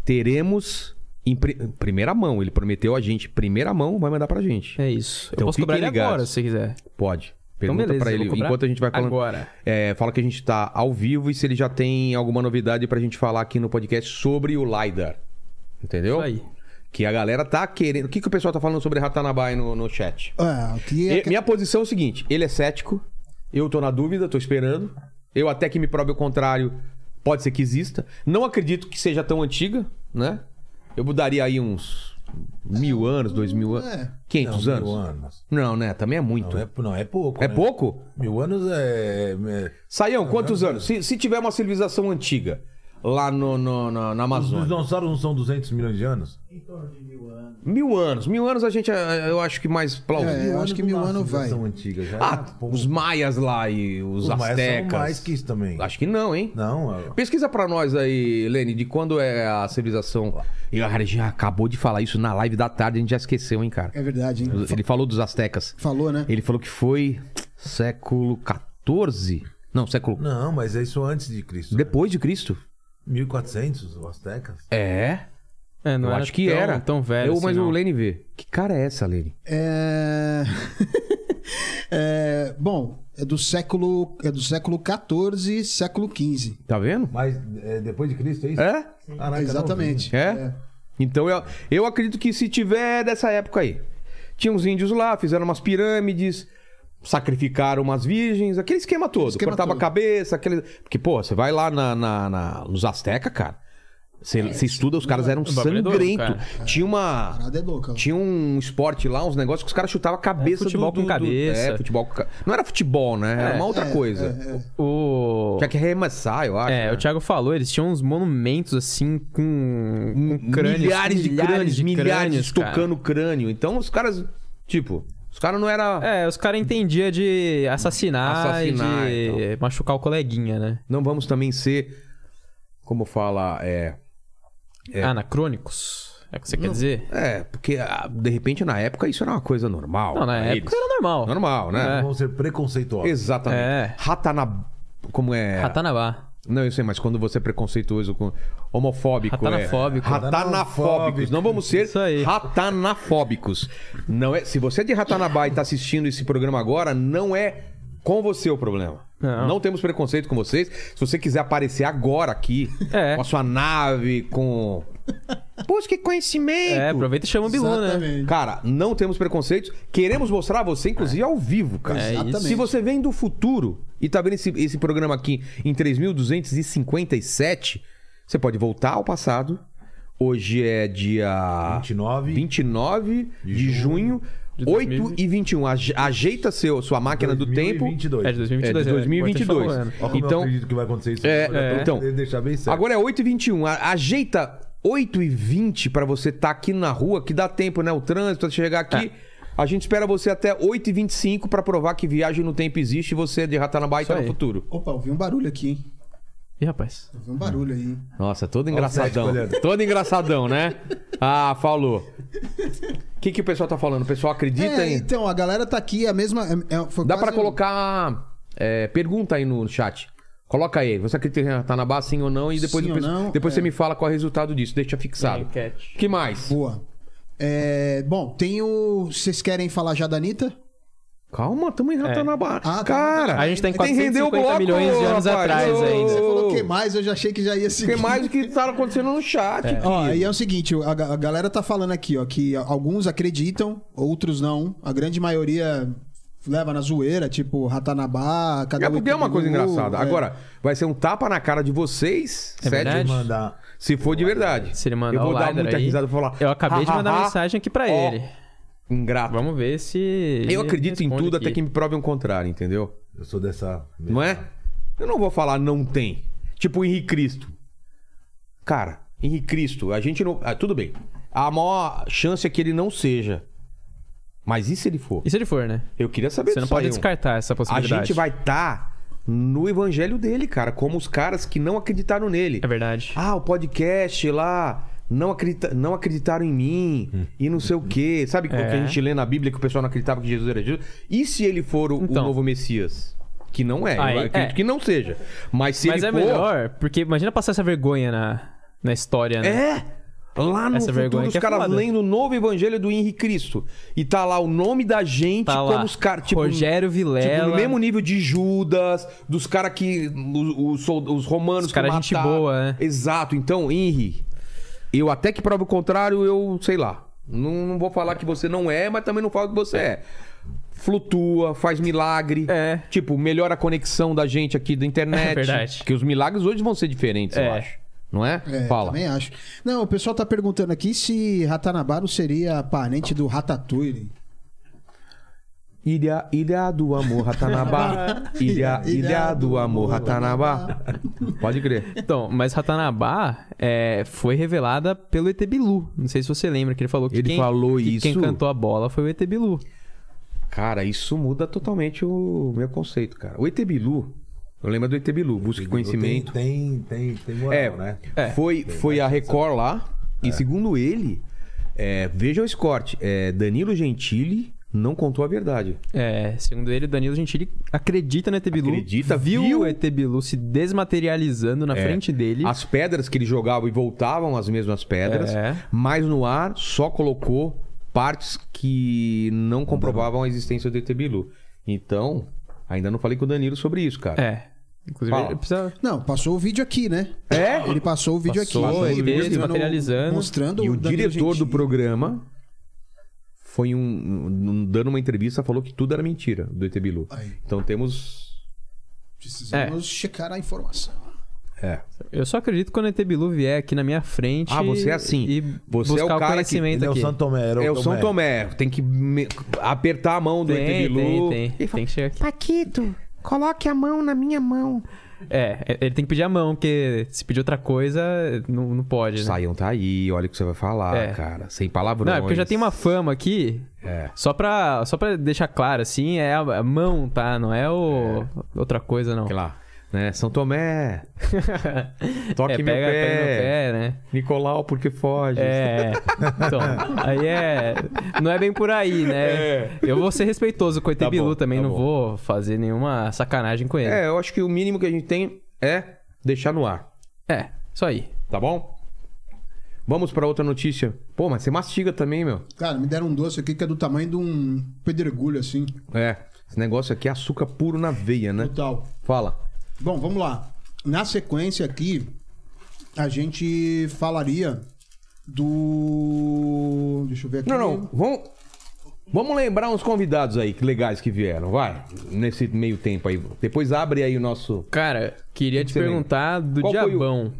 [SPEAKER 1] Teremos em pri- em primeira mão. Ele prometeu a gente. Primeira mão vai mandar pra gente.
[SPEAKER 5] É isso.
[SPEAKER 1] Então
[SPEAKER 5] eu posso cobrar ele
[SPEAKER 1] fiquem ligados.
[SPEAKER 5] agora, se você quiser.
[SPEAKER 1] Pode. Pergunta
[SPEAKER 5] Então, beleza,
[SPEAKER 1] pra
[SPEAKER 5] eu
[SPEAKER 1] ele.
[SPEAKER 5] vou cobrar
[SPEAKER 1] Enquanto a gente vai falando.
[SPEAKER 5] agora.
[SPEAKER 1] É, fala que a gente tá ao vivo e se ele já tem alguma novidade pra gente falar aqui no podcast sobre o LiDAR. Entendeu?
[SPEAKER 5] Isso aí.
[SPEAKER 1] Que a galera tá querendo. O que, que o pessoal tá falando sobre Ratanabai no, no chat?
[SPEAKER 2] Ah, o que é
[SPEAKER 1] E- minha posição é o seguinte: ele é cético, eu tô na dúvida, tô esperando. Eu até que me prove o contrário, pode ser que exista. Não acredito que seja tão antiga, né? Eu mudaria aí uns mil anos, dois mil anos.
[SPEAKER 2] É.
[SPEAKER 1] 500
[SPEAKER 4] Não,
[SPEAKER 1] anos?
[SPEAKER 4] mil anos.
[SPEAKER 1] Não, né? Também é muito.
[SPEAKER 4] Não
[SPEAKER 1] é...
[SPEAKER 4] é, não, é pouco. né?
[SPEAKER 1] pouco?
[SPEAKER 4] Mil anos é. é
[SPEAKER 1] Saião, quantos anos? Se, se tiver uma civilização antiga lá no, no- na, na
[SPEAKER 4] os
[SPEAKER 1] Amazônia.
[SPEAKER 4] dinossauros não são 200 milhões de anos?
[SPEAKER 1] Mil anos. Mil anos a gente, eh, eu acho que mais plausível.
[SPEAKER 2] É, eu acho que mil anos vai.
[SPEAKER 4] São antigas. Já
[SPEAKER 1] Ah,
[SPEAKER 4] é pouco.
[SPEAKER 1] os maias lá e os,
[SPEAKER 4] Os maias são
[SPEAKER 1] astecas.
[SPEAKER 4] mais que isso também.
[SPEAKER 1] Acho que não, hein?
[SPEAKER 4] Não, é-
[SPEAKER 1] Pesquisa pra nós aí, Lene, de quando é a civilização. E a já acabou de falar isso na live da tarde, a gente já esqueceu, hein, cara?
[SPEAKER 2] É verdade, hein?
[SPEAKER 1] Ele falou dos astecas.
[SPEAKER 2] Falou, né?
[SPEAKER 1] Ele falou que foi século 14? Não, século
[SPEAKER 4] não, mas é isso antes de Cristo. né?
[SPEAKER 1] depois de Cristo.
[SPEAKER 4] 1400, os astecas.
[SPEAKER 1] É,
[SPEAKER 5] É, não
[SPEAKER 1] eu
[SPEAKER 5] era
[SPEAKER 1] acho que
[SPEAKER 5] tão-
[SPEAKER 1] era.
[SPEAKER 5] Tão velho.
[SPEAKER 1] Eu,
[SPEAKER 5] assim,
[SPEAKER 1] mas
[SPEAKER 5] não.
[SPEAKER 1] o Lene vê. Que cara é essa, Lene?
[SPEAKER 2] É... É, Bom, é do século é do século 14, século 15.
[SPEAKER 1] Tá vendo?
[SPEAKER 4] Mas é, depois de Cristo é isso?
[SPEAKER 1] É?
[SPEAKER 4] Caraca,
[SPEAKER 2] Exatamente.
[SPEAKER 1] É? Então eu, eu acredito que se tiver dessa época aí. Tinha uns índios lá, fizeram umas pirâmides, sacrificaram umas virgens, aquele esquema todo.
[SPEAKER 2] esquema
[SPEAKER 1] Cortava
[SPEAKER 2] todo.
[SPEAKER 1] a cabeça, aquele. Porque, pô, você vai lá na, na- na- nos Azteca, cara. Você você estuda, os caras eram
[SPEAKER 5] bagulho é doido,
[SPEAKER 1] sangrentos. Tinha
[SPEAKER 2] A
[SPEAKER 1] uma.
[SPEAKER 2] parada é louca. lá.
[SPEAKER 1] Tinha um esporte lá, uns negócios que os caras chutavam a cabeça do-
[SPEAKER 5] É futebol
[SPEAKER 1] do,
[SPEAKER 5] com
[SPEAKER 1] do-
[SPEAKER 5] cabeça.
[SPEAKER 1] É, futebol com ca- Não era futebol, né? Era
[SPEAKER 5] É.
[SPEAKER 1] uma outra
[SPEAKER 2] É,
[SPEAKER 1] coisa.
[SPEAKER 2] é, é.
[SPEAKER 5] O.
[SPEAKER 1] Tinha que arremessar, eu acho.
[SPEAKER 5] É,
[SPEAKER 1] né?
[SPEAKER 5] o Thiago falou, eles tinham uns monumentos assim com, com crânios.
[SPEAKER 1] milhares de crânios, milhares
[SPEAKER 5] crânios, cara.
[SPEAKER 1] tocando crânio. Então os caras, tipo, os caras não era
[SPEAKER 5] É, os caras entendiam de assassinar,
[SPEAKER 1] Assassinar, então.
[SPEAKER 5] e de machucar o coleguinha, né?
[SPEAKER 1] Não vamos também ser como fala, é, É.
[SPEAKER 5] Ah, Anacrônicos. É o que você quer dizer?
[SPEAKER 1] é, porque ah, de repente na época isso era uma coisa normal.
[SPEAKER 5] Não, na
[SPEAKER 1] pra
[SPEAKER 5] época
[SPEAKER 1] É eles.
[SPEAKER 5] era normal.
[SPEAKER 1] normal, né?
[SPEAKER 5] É.
[SPEAKER 4] Vão ser preconceituosos.
[SPEAKER 1] Exatamente.
[SPEAKER 5] É.
[SPEAKER 1] Ratanab como é?
[SPEAKER 5] Ratanabá.
[SPEAKER 1] Não, eu sei, mas quando você é preconceituoso com homofóbico,
[SPEAKER 5] Ratanafóbico.
[SPEAKER 1] é ratanafóbicos. Não vamos ser
[SPEAKER 5] Isso aí.
[SPEAKER 1] ratanafóbicos. Não é, se você é de Ratanabá e tá assistindo esse programa agora, não é com você o problema.
[SPEAKER 5] Não.
[SPEAKER 1] temos preconceito com vocês. Se você quiser aparecer agora aqui
[SPEAKER 5] É.
[SPEAKER 1] com a sua nave, com Poxa, que conhecimento.
[SPEAKER 5] É, aproveita e chama o Bilu, né?
[SPEAKER 2] Exatamente.
[SPEAKER 1] Cara, não temos preconceitos. Queremos mostrar a você, inclusive, ao vivo, cara.
[SPEAKER 5] É
[SPEAKER 2] Exatamente.
[SPEAKER 1] Se você vem do futuro e tá vendo esse, esse programa aqui em 3257, você pode voltar ao passado. Hoje é dia
[SPEAKER 4] 29.
[SPEAKER 1] 29 de, junho,
[SPEAKER 5] de
[SPEAKER 1] 8 e 21. Aje- Ajeita seu, sua máquina do tempo.
[SPEAKER 4] 2022.
[SPEAKER 5] É de
[SPEAKER 1] É,
[SPEAKER 5] 2022.
[SPEAKER 1] de
[SPEAKER 5] é, igual eu
[SPEAKER 1] 2022.
[SPEAKER 5] tô te falando.
[SPEAKER 4] Olha como eu
[SPEAKER 1] Então,
[SPEAKER 4] acredito que vai acontecer isso.
[SPEAKER 1] É,
[SPEAKER 4] Olha,
[SPEAKER 1] é.
[SPEAKER 4] eu
[SPEAKER 1] então.
[SPEAKER 4] vou Deixar bem certo.
[SPEAKER 1] Agora é 8 e 21 A- Ajeita 8 e 20 pra você estar aqui na rua, que dá tempo, né? O trânsito, até chegar aqui. A gente espera você até 8 e 25 pra provar que viagem no tempo existe e você é de Ratanabá e
[SPEAKER 5] Isso
[SPEAKER 1] tá no
[SPEAKER 5] aí.
[SPEAKER 1] futuro.
[SPEAKER 2] Opa, ouvi um barulho aqui, hein?
[SPEAKER 5] Ih, rapaz.
[SPEAKER 2] Ouvi um barulho aí. hein?
[SPEAKER 1] Nossa, todo
[SPEAKER 4] engraçadão.
[SPEAKER 1] engraçadão. Todo engraçadão, né? Ah, falou. O que, que o pessoal tá falando? O pessoal acredita
[SPEAKER 2] É,
[SPEAKER 1] em.
[SPEAKER 2] então, a galera tá aqui, é a mesma. é- é- foi
[SPEAKER 1] Dá
[SPEAKER 2] quase
[SPEAKER 1] pra
[SPEAKER 2] um-
[SPEAKER 1] colocar é, pergunta aí no chat. Coloca aí. Você acredita em Ratanabá, sim ou não? E depois,
[SPEAKER 2] Sim ou
[SPEAKER 1] depois,
[SPEAKER 2] não,
[SPEAKER 1] depois
[SPEAKER 2] é.
[SPEAKER 1] você me fala qual é o resultado disso. Deixa fixado.
[SPEAKER 5] Enquete.
[SPEAKER 1] que mais?
[SPEAKER 2] Boa. É, bom, tem o. Vocês querem falar já da Anitta?
[SPEAKER 1] Calma, tamo em Ratanabá.
[SPEAKER 2] Ah, tá.
[SPEAKER 1] Cara,
[SPEAKER 5] É. A gente tá em
[SPEAKER 1] tem que render o
[SPEAKER 5] 450
[SPEAKER 1] bloco,
[SPEAKER 5] milhões de anos
[SPEAKER 1] é rapaz.
[SPEAKER 5] atrás
[SPEAKER 1] Ô,
[SPEAKER 5] ainda. Você
[SPEAKER 2] Você falou
[SPEAKER 1] ô,
[SPEAKER 2] que é mais, eu já achei que já ia seguir.
[SPEAKER 1] que mais o que tá acontecendo no chat. querido.
[SPEAKER 2] Ó, e é o seguinte, a, ga- a galera tá falando aqui, ó, que alguns acreditam, outros não. A grande maioria leva na zoeira, tipo Ratanabá, cada
[SPEAKER 1] É porque é uma coisa
[SPEAKER 2] Itaipu,
[SPEAKER 1] engraçada.
[SPEAKER 2] é.
[SPEAKER 1] Agora, vai ser um tapa na cara de vocês, sete,
[SPEAKER 5] É verdade?
[SPEAKER 4] Mandar.
[SPEAKER 1] se for de verdade.
[SPEAKER 5] Se ele mandar
[SPEAKER 1] eu vou
[SPEAKER 5] o
[SPEAKER 1] dar
[SPEAKER 5] Lider
[SPEAKER 1] muita
[SPEAKER 5] aí,
[SPEAKER 1] risada e vou falar.
[SPEAKER 5] Eu acabei de
[SPEAKER 1] "Ha, ha,
[SPEAKER 5] mandar
[SPEAKER 1] ha,
[SPEAKER 5] mensagem aqui pra
[SPEAKER 1] ó,
[SPEAKER 5] ele.
[SPEAKER 1] Ingrato.
[SPEAKER 5] Vamos ver se. ele
[SPEAKER 1] eu acredito em
[SPEAKER 5] responde
[SPEAKER 1] tudo
[SPEAKER 5] aqui.
[SPEAKER 1] até que me provem o contrário, entendeu?
[SPEAKER 4] Eu sou dessa.
[SPEAKER 1] Não é? Eu não vou falar não tem. Tipo o Henrique Cristo. Cara, Henrique Cristo, a gente não. ah, tudo bem. A maior chance é que ele não seja. Mas e se ele for?
[SPEAKER 5] E se ele for, né?
[SPEAKER 1] Eu queria saber
[SPEAKER 5] Você não
[SPEAKER 1] disso
[SPEAKER 5] pode
[SPEAKER 1] aí, um.
[SPEAKER 5] descartar essa
[SPEAKER 1] A
[SPEAKER 5] possibilidade.
[SPEAKER 1] gente vai estar no evangelho dele, cara, como os caras que não acreditaram nele.
[SPEAKER 5] É verdade.
[SPEAKER 1] Ah, o podcast lá. Não, acredita, não acreditaram em mim
[SPEAKER 5] Hum.
[SPEAKER 1] e não sei o quê. Sabe o que
[SPEAKER 5] É.
[SPEAKER 1] a gente lê na Bíblia que o pessoal não acreditava que Jesus era Jesus? E se ele for o, o
[SPEAKER 5] Então.
[SPEAKER 1] novo Messias? Que não é,
[SPEAKER 5] Aí,
[SPEAKER 1] eu acredito
[SPEAKER 5] é.
[SPEAKER 1] que não seja. Mas se
[SPEAKER 5] Mas
[SPEAKER 1] ele
[SPEAKER 5] é
[SPEAKER 1] for.
[SPEAKER 5] melhor, porque imagina passar essa vergonha na, na história, né?
[SPEAKER 1] É! Lá no
[SPEAKER 5] Essa
[SPEAKER 1] futuro,
[SPEAKER 5] vergonha
[SPEAKER 1] os
[SPEAKER 5] que é
[SPEAKER 1] caras
[SPEAKER 5] foda.
[SPEAKER 1] lendo o novo evangelho do Henrique Cristo. E tá lá o nome da gente,
[SPEAKER 5] Tá
[SPEAKER 1] como
[SPEAKER 5] lá.
[SPEAKER 1] os caras. Tipo,
[SPEAKER 5] Rogério Vilela.
[SPEAKER 1] Tipo, no mesmo nível de Judas, dos caras que. Os, os sold- os romanos
[SPEAKER 5] Os cara
[SPEAKER 1] que
[SPEAKER 5] gente
[SPEAKER 1] mataram.
[SPEAKER 5] boa, né?
[SPEAKER 1] Exato. Então, Henri, eu até que prove o contrário, eu sei lá. Não, não vou falar que você não é, mas também não falo que você é. Flutua, faz milagre.
[SPEAKER 5] É.
[SPEAKER 1] Tipo, melhora a conexão da gente aqui da internet.
[SPEAKER 5] É verdade.
[SPEAKER 1] Porque os milagres hoje vão ser diferentes, eu
[SPEAKER 5] É.
[SPEAKER 1] acho. Não é?
[SPEAKER 2] É,
[SPEAKER 1] Fala.
[SPEAKER 2] também acho. Não, o pessoal tá perguntando aqui se Ratanabá não seria parente do Ratatouille.
[SPEAKER 1] Ilha, ilha do amor, Ratanabá. Ilha, ilha do amor, Ratanabá. Pode crer.
[SPEAKER 5] Então, mas Ratanabá é, foi revelada pelo ET Bilu. Não sei se você lembra que ele falou que,
[SPEAKER 1] Ele
[SPEAKER 5] quem,
[SPEAKER 1] falou
[SPEAKER 5] que quem
[SPEAKER 1] isso?
[SPEAKER 5] cantou a bola foi o ET Bilu.
[SPEAKER 1] Cara, isso muda totalmente o meu conceito, cara. O ET Bilu, eu lembro do ET Bilu, busca e conhecimento.
[SPEAKER 4] Tem, tem, tem moral,
[SPEAKER 1] É,
[SPEAKER 4] né?
[SPEAKER 1] é, foi, foi a Record lá, e segundo ele, é, veja o Scott, é, Danilo Gentili não contou a verdade.
[SPEAKER 5] É, segundo ele, Danilo Gentili acredita no ET Bilu.
[SPEAKER 1] Acredita,
[SPEAKER 5] viu,
[SPEAKER 1] viu? É.
[SPEAKER 5] o ET Bilu se desmaterializando na frente dele.
[SPEAKER 1] As pedras que ele jogava e voltavam as mesmas pedras,
[SPEAKER 5] É.
[SPEAKER 1] mas no ar só colocou partes que não comprovavam a existência do ET Bilu. Então, ainda não falei com o Danilo sobre isso, cara.
[SPEAKER 5] É. Inclusive,
[SPEAKER 1] Fala.
[SPEAKER 5] ele precisa...
[SPEAKER 2] Não, passou o vídeo aqui, né?
[SPEAKER 1] É?
[SPEAKER 2] Ele passou o vídeo
[SPEAKER 5] Passou,
[SPEAKER 2] aqui.
[SPEAKER 5] ele
[SPEAKER 2] mostrando-
[SPEAKER 5] materializando.
[SPEAKER 2] Mostrando
[SPEAKER 1] E o
[SPEAKER 2] Danilo
[SPEAKER 1] diretor do
[SPEAKER 2] Gentili.
[SPEAKER 1] programa foi um, um- dando uma entrevista, falou que tudo era mentira do ET Bilu.
[SPEAKER 2] Aí.
[SPEAKER 1] Então temos.
[SPEAKER 2] Precisamos
[SPEAKER 1] É.
[SPEAKER 2] checar a informação.
[SPEAKER 4] É.
[SPEAKER 5] Eu só acredito quando o ET Bilu vier aqui na minha frente.
[SPEAKER 1] Ah, você é assim.
[SPEAKER 5] E
[SPEAKER 1] Você é
[SPEAKER 5] buscar
[SPEAKER 1] o cara que-
[SPEAKER 5] conhecimento
[SPEAKER 4] Ele é o
[SPEAKER 5] aqui.
[SPEAKER 4] Santo Tomé. era
[SPEAKER 1] é o São Tomé, tem que me- apertar a mão do ET
[SPEAKER 5] Tem,
[SPEAKER 1] Bilu.
[SPEAKER 5] tem, tem. Tem que chegar aqui.
[SPEAKER 1] Paquito, coloque a mão na minha mão.
[SPEAKER 5] É, ele tem que pedir a mão, porque se pedir outra coisa, não, não pode, né?
[SPEAKER 1] Saiam tá aí, olha o que você vai falar,
[SPEAKER 5] É.
[SPEAKER 1] cara. Sem palavrões.
[SPEAKER 5] Não, é porque já tem uma fama aqui.
[SPEAKER 1] É.
[SPEAKER 5] Só pra, só pra deixar claro, assim, é a a mão, tá? Não é o outra coisa, não.
[SPEAKER 1] Sei lá, né? São Tomé, toque
[SPEAKER 5] é,
[SPEAKER 1] meu,
[SPEAKER 5] pega,
[SPEAKER 1] pé.
[SPEAKER 5] pega meu pé, né?
[SPEAKER 1] Nicolau, porque foge?
[SPEAKER 5] É. Então, aí é. Não é bem por aí, né?
[SPEAKER 1] É.
[SPEAKER 5] Eu vou ser respeitoso com o ET
[SPEAKER 1] Tá
[SPEAKER 5] Bilu
[SPEAKER 1] bom,
[SPEAKER 5] também,
[SPEAKER 1] tá
[SPEAKER 5] não
[SPEAKER 1] bom.
[SPEAKER 5] vou fazer nenhuma sacanagem com ele.
[SPEAKER 1] É, eu acho que o mínimo que a gente tem é deixar no ar,
[SPEAKER 5] É, isso aí.
[SPEAKER 1] tá bom? Vamos pra outra notícia. Pô, mas você mastiga também, meu.
[SPEAKER 2] Cara, me deram um doce aqui que é do tamanho de um pedregulho, assim,
[SPEAKER 1] É, esse negócio aqui é açúcar puro na veia, né?
[SPEAKER 2] total.
[SPEAKER 1] Fala.
[SPEAKER 2] Bom, vamos lá. Na sequência aqui, a gente falaria do... Deixa eu ver aqui.
[SPEAKER 1] Não, não, vamos... Vamos lembrar uns convidados aí que legais que vieram, vai. Nesse meio tempo aí. Depois abre aí o nosso...
[SPEAKER 5] Cara, queria te
[SPEAKER 1] você lembra?
[SPEAKER 5] perguntar do
[SPEAKER 1] Qual foi o-
[SPEAKER 5] Diabão.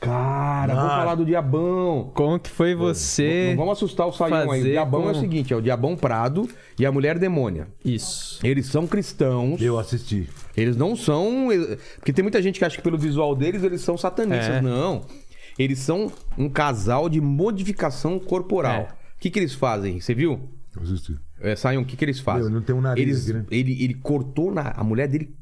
[SPEAKER 1] Cara, vamos
[SPEAKER 4] Ah.
[SPEAKER 1] falar do Diabão.
[SPEAKER 5] Como que foi você.
[SPEAKER 1] Não vamos assustar o saião aí. O
[SPEAKER 5] É. fazer
[SPEAKER 1] Diabão é o
[SPEAKER 5] com-
[SPEAKER 1] seguinte, é o Diabão Prado e a Mulher Demônia.
[SPEAKER 5] Isso.
[SPEAKER 1] Eles são cristãos.
[SPEAKER 4] Eu assisti.
[SPEAKER 1] Eles não são. Porque tem muita gente que acha que pelo visual deles eles são satanistas.
[SPEAKER 5] É.
[SPEAKER 1] Não. Eles são um casal de modificação corporal.
[SPEAKER 5] É.
[SPEAKER 1] O que, que eles fazem? Você viu?
[SPEAKER 4] Eu assisti.
[SPEAKER 1] É, Saiam, o que, que eles fazem?
[SPEAKER 4] Meu, não tem um nariz
[SPEAKER 1] Eles-
[SPEAKER 4] aqui, né?
[SPEAKER 1] ele, ele cortou na, a mulher dele.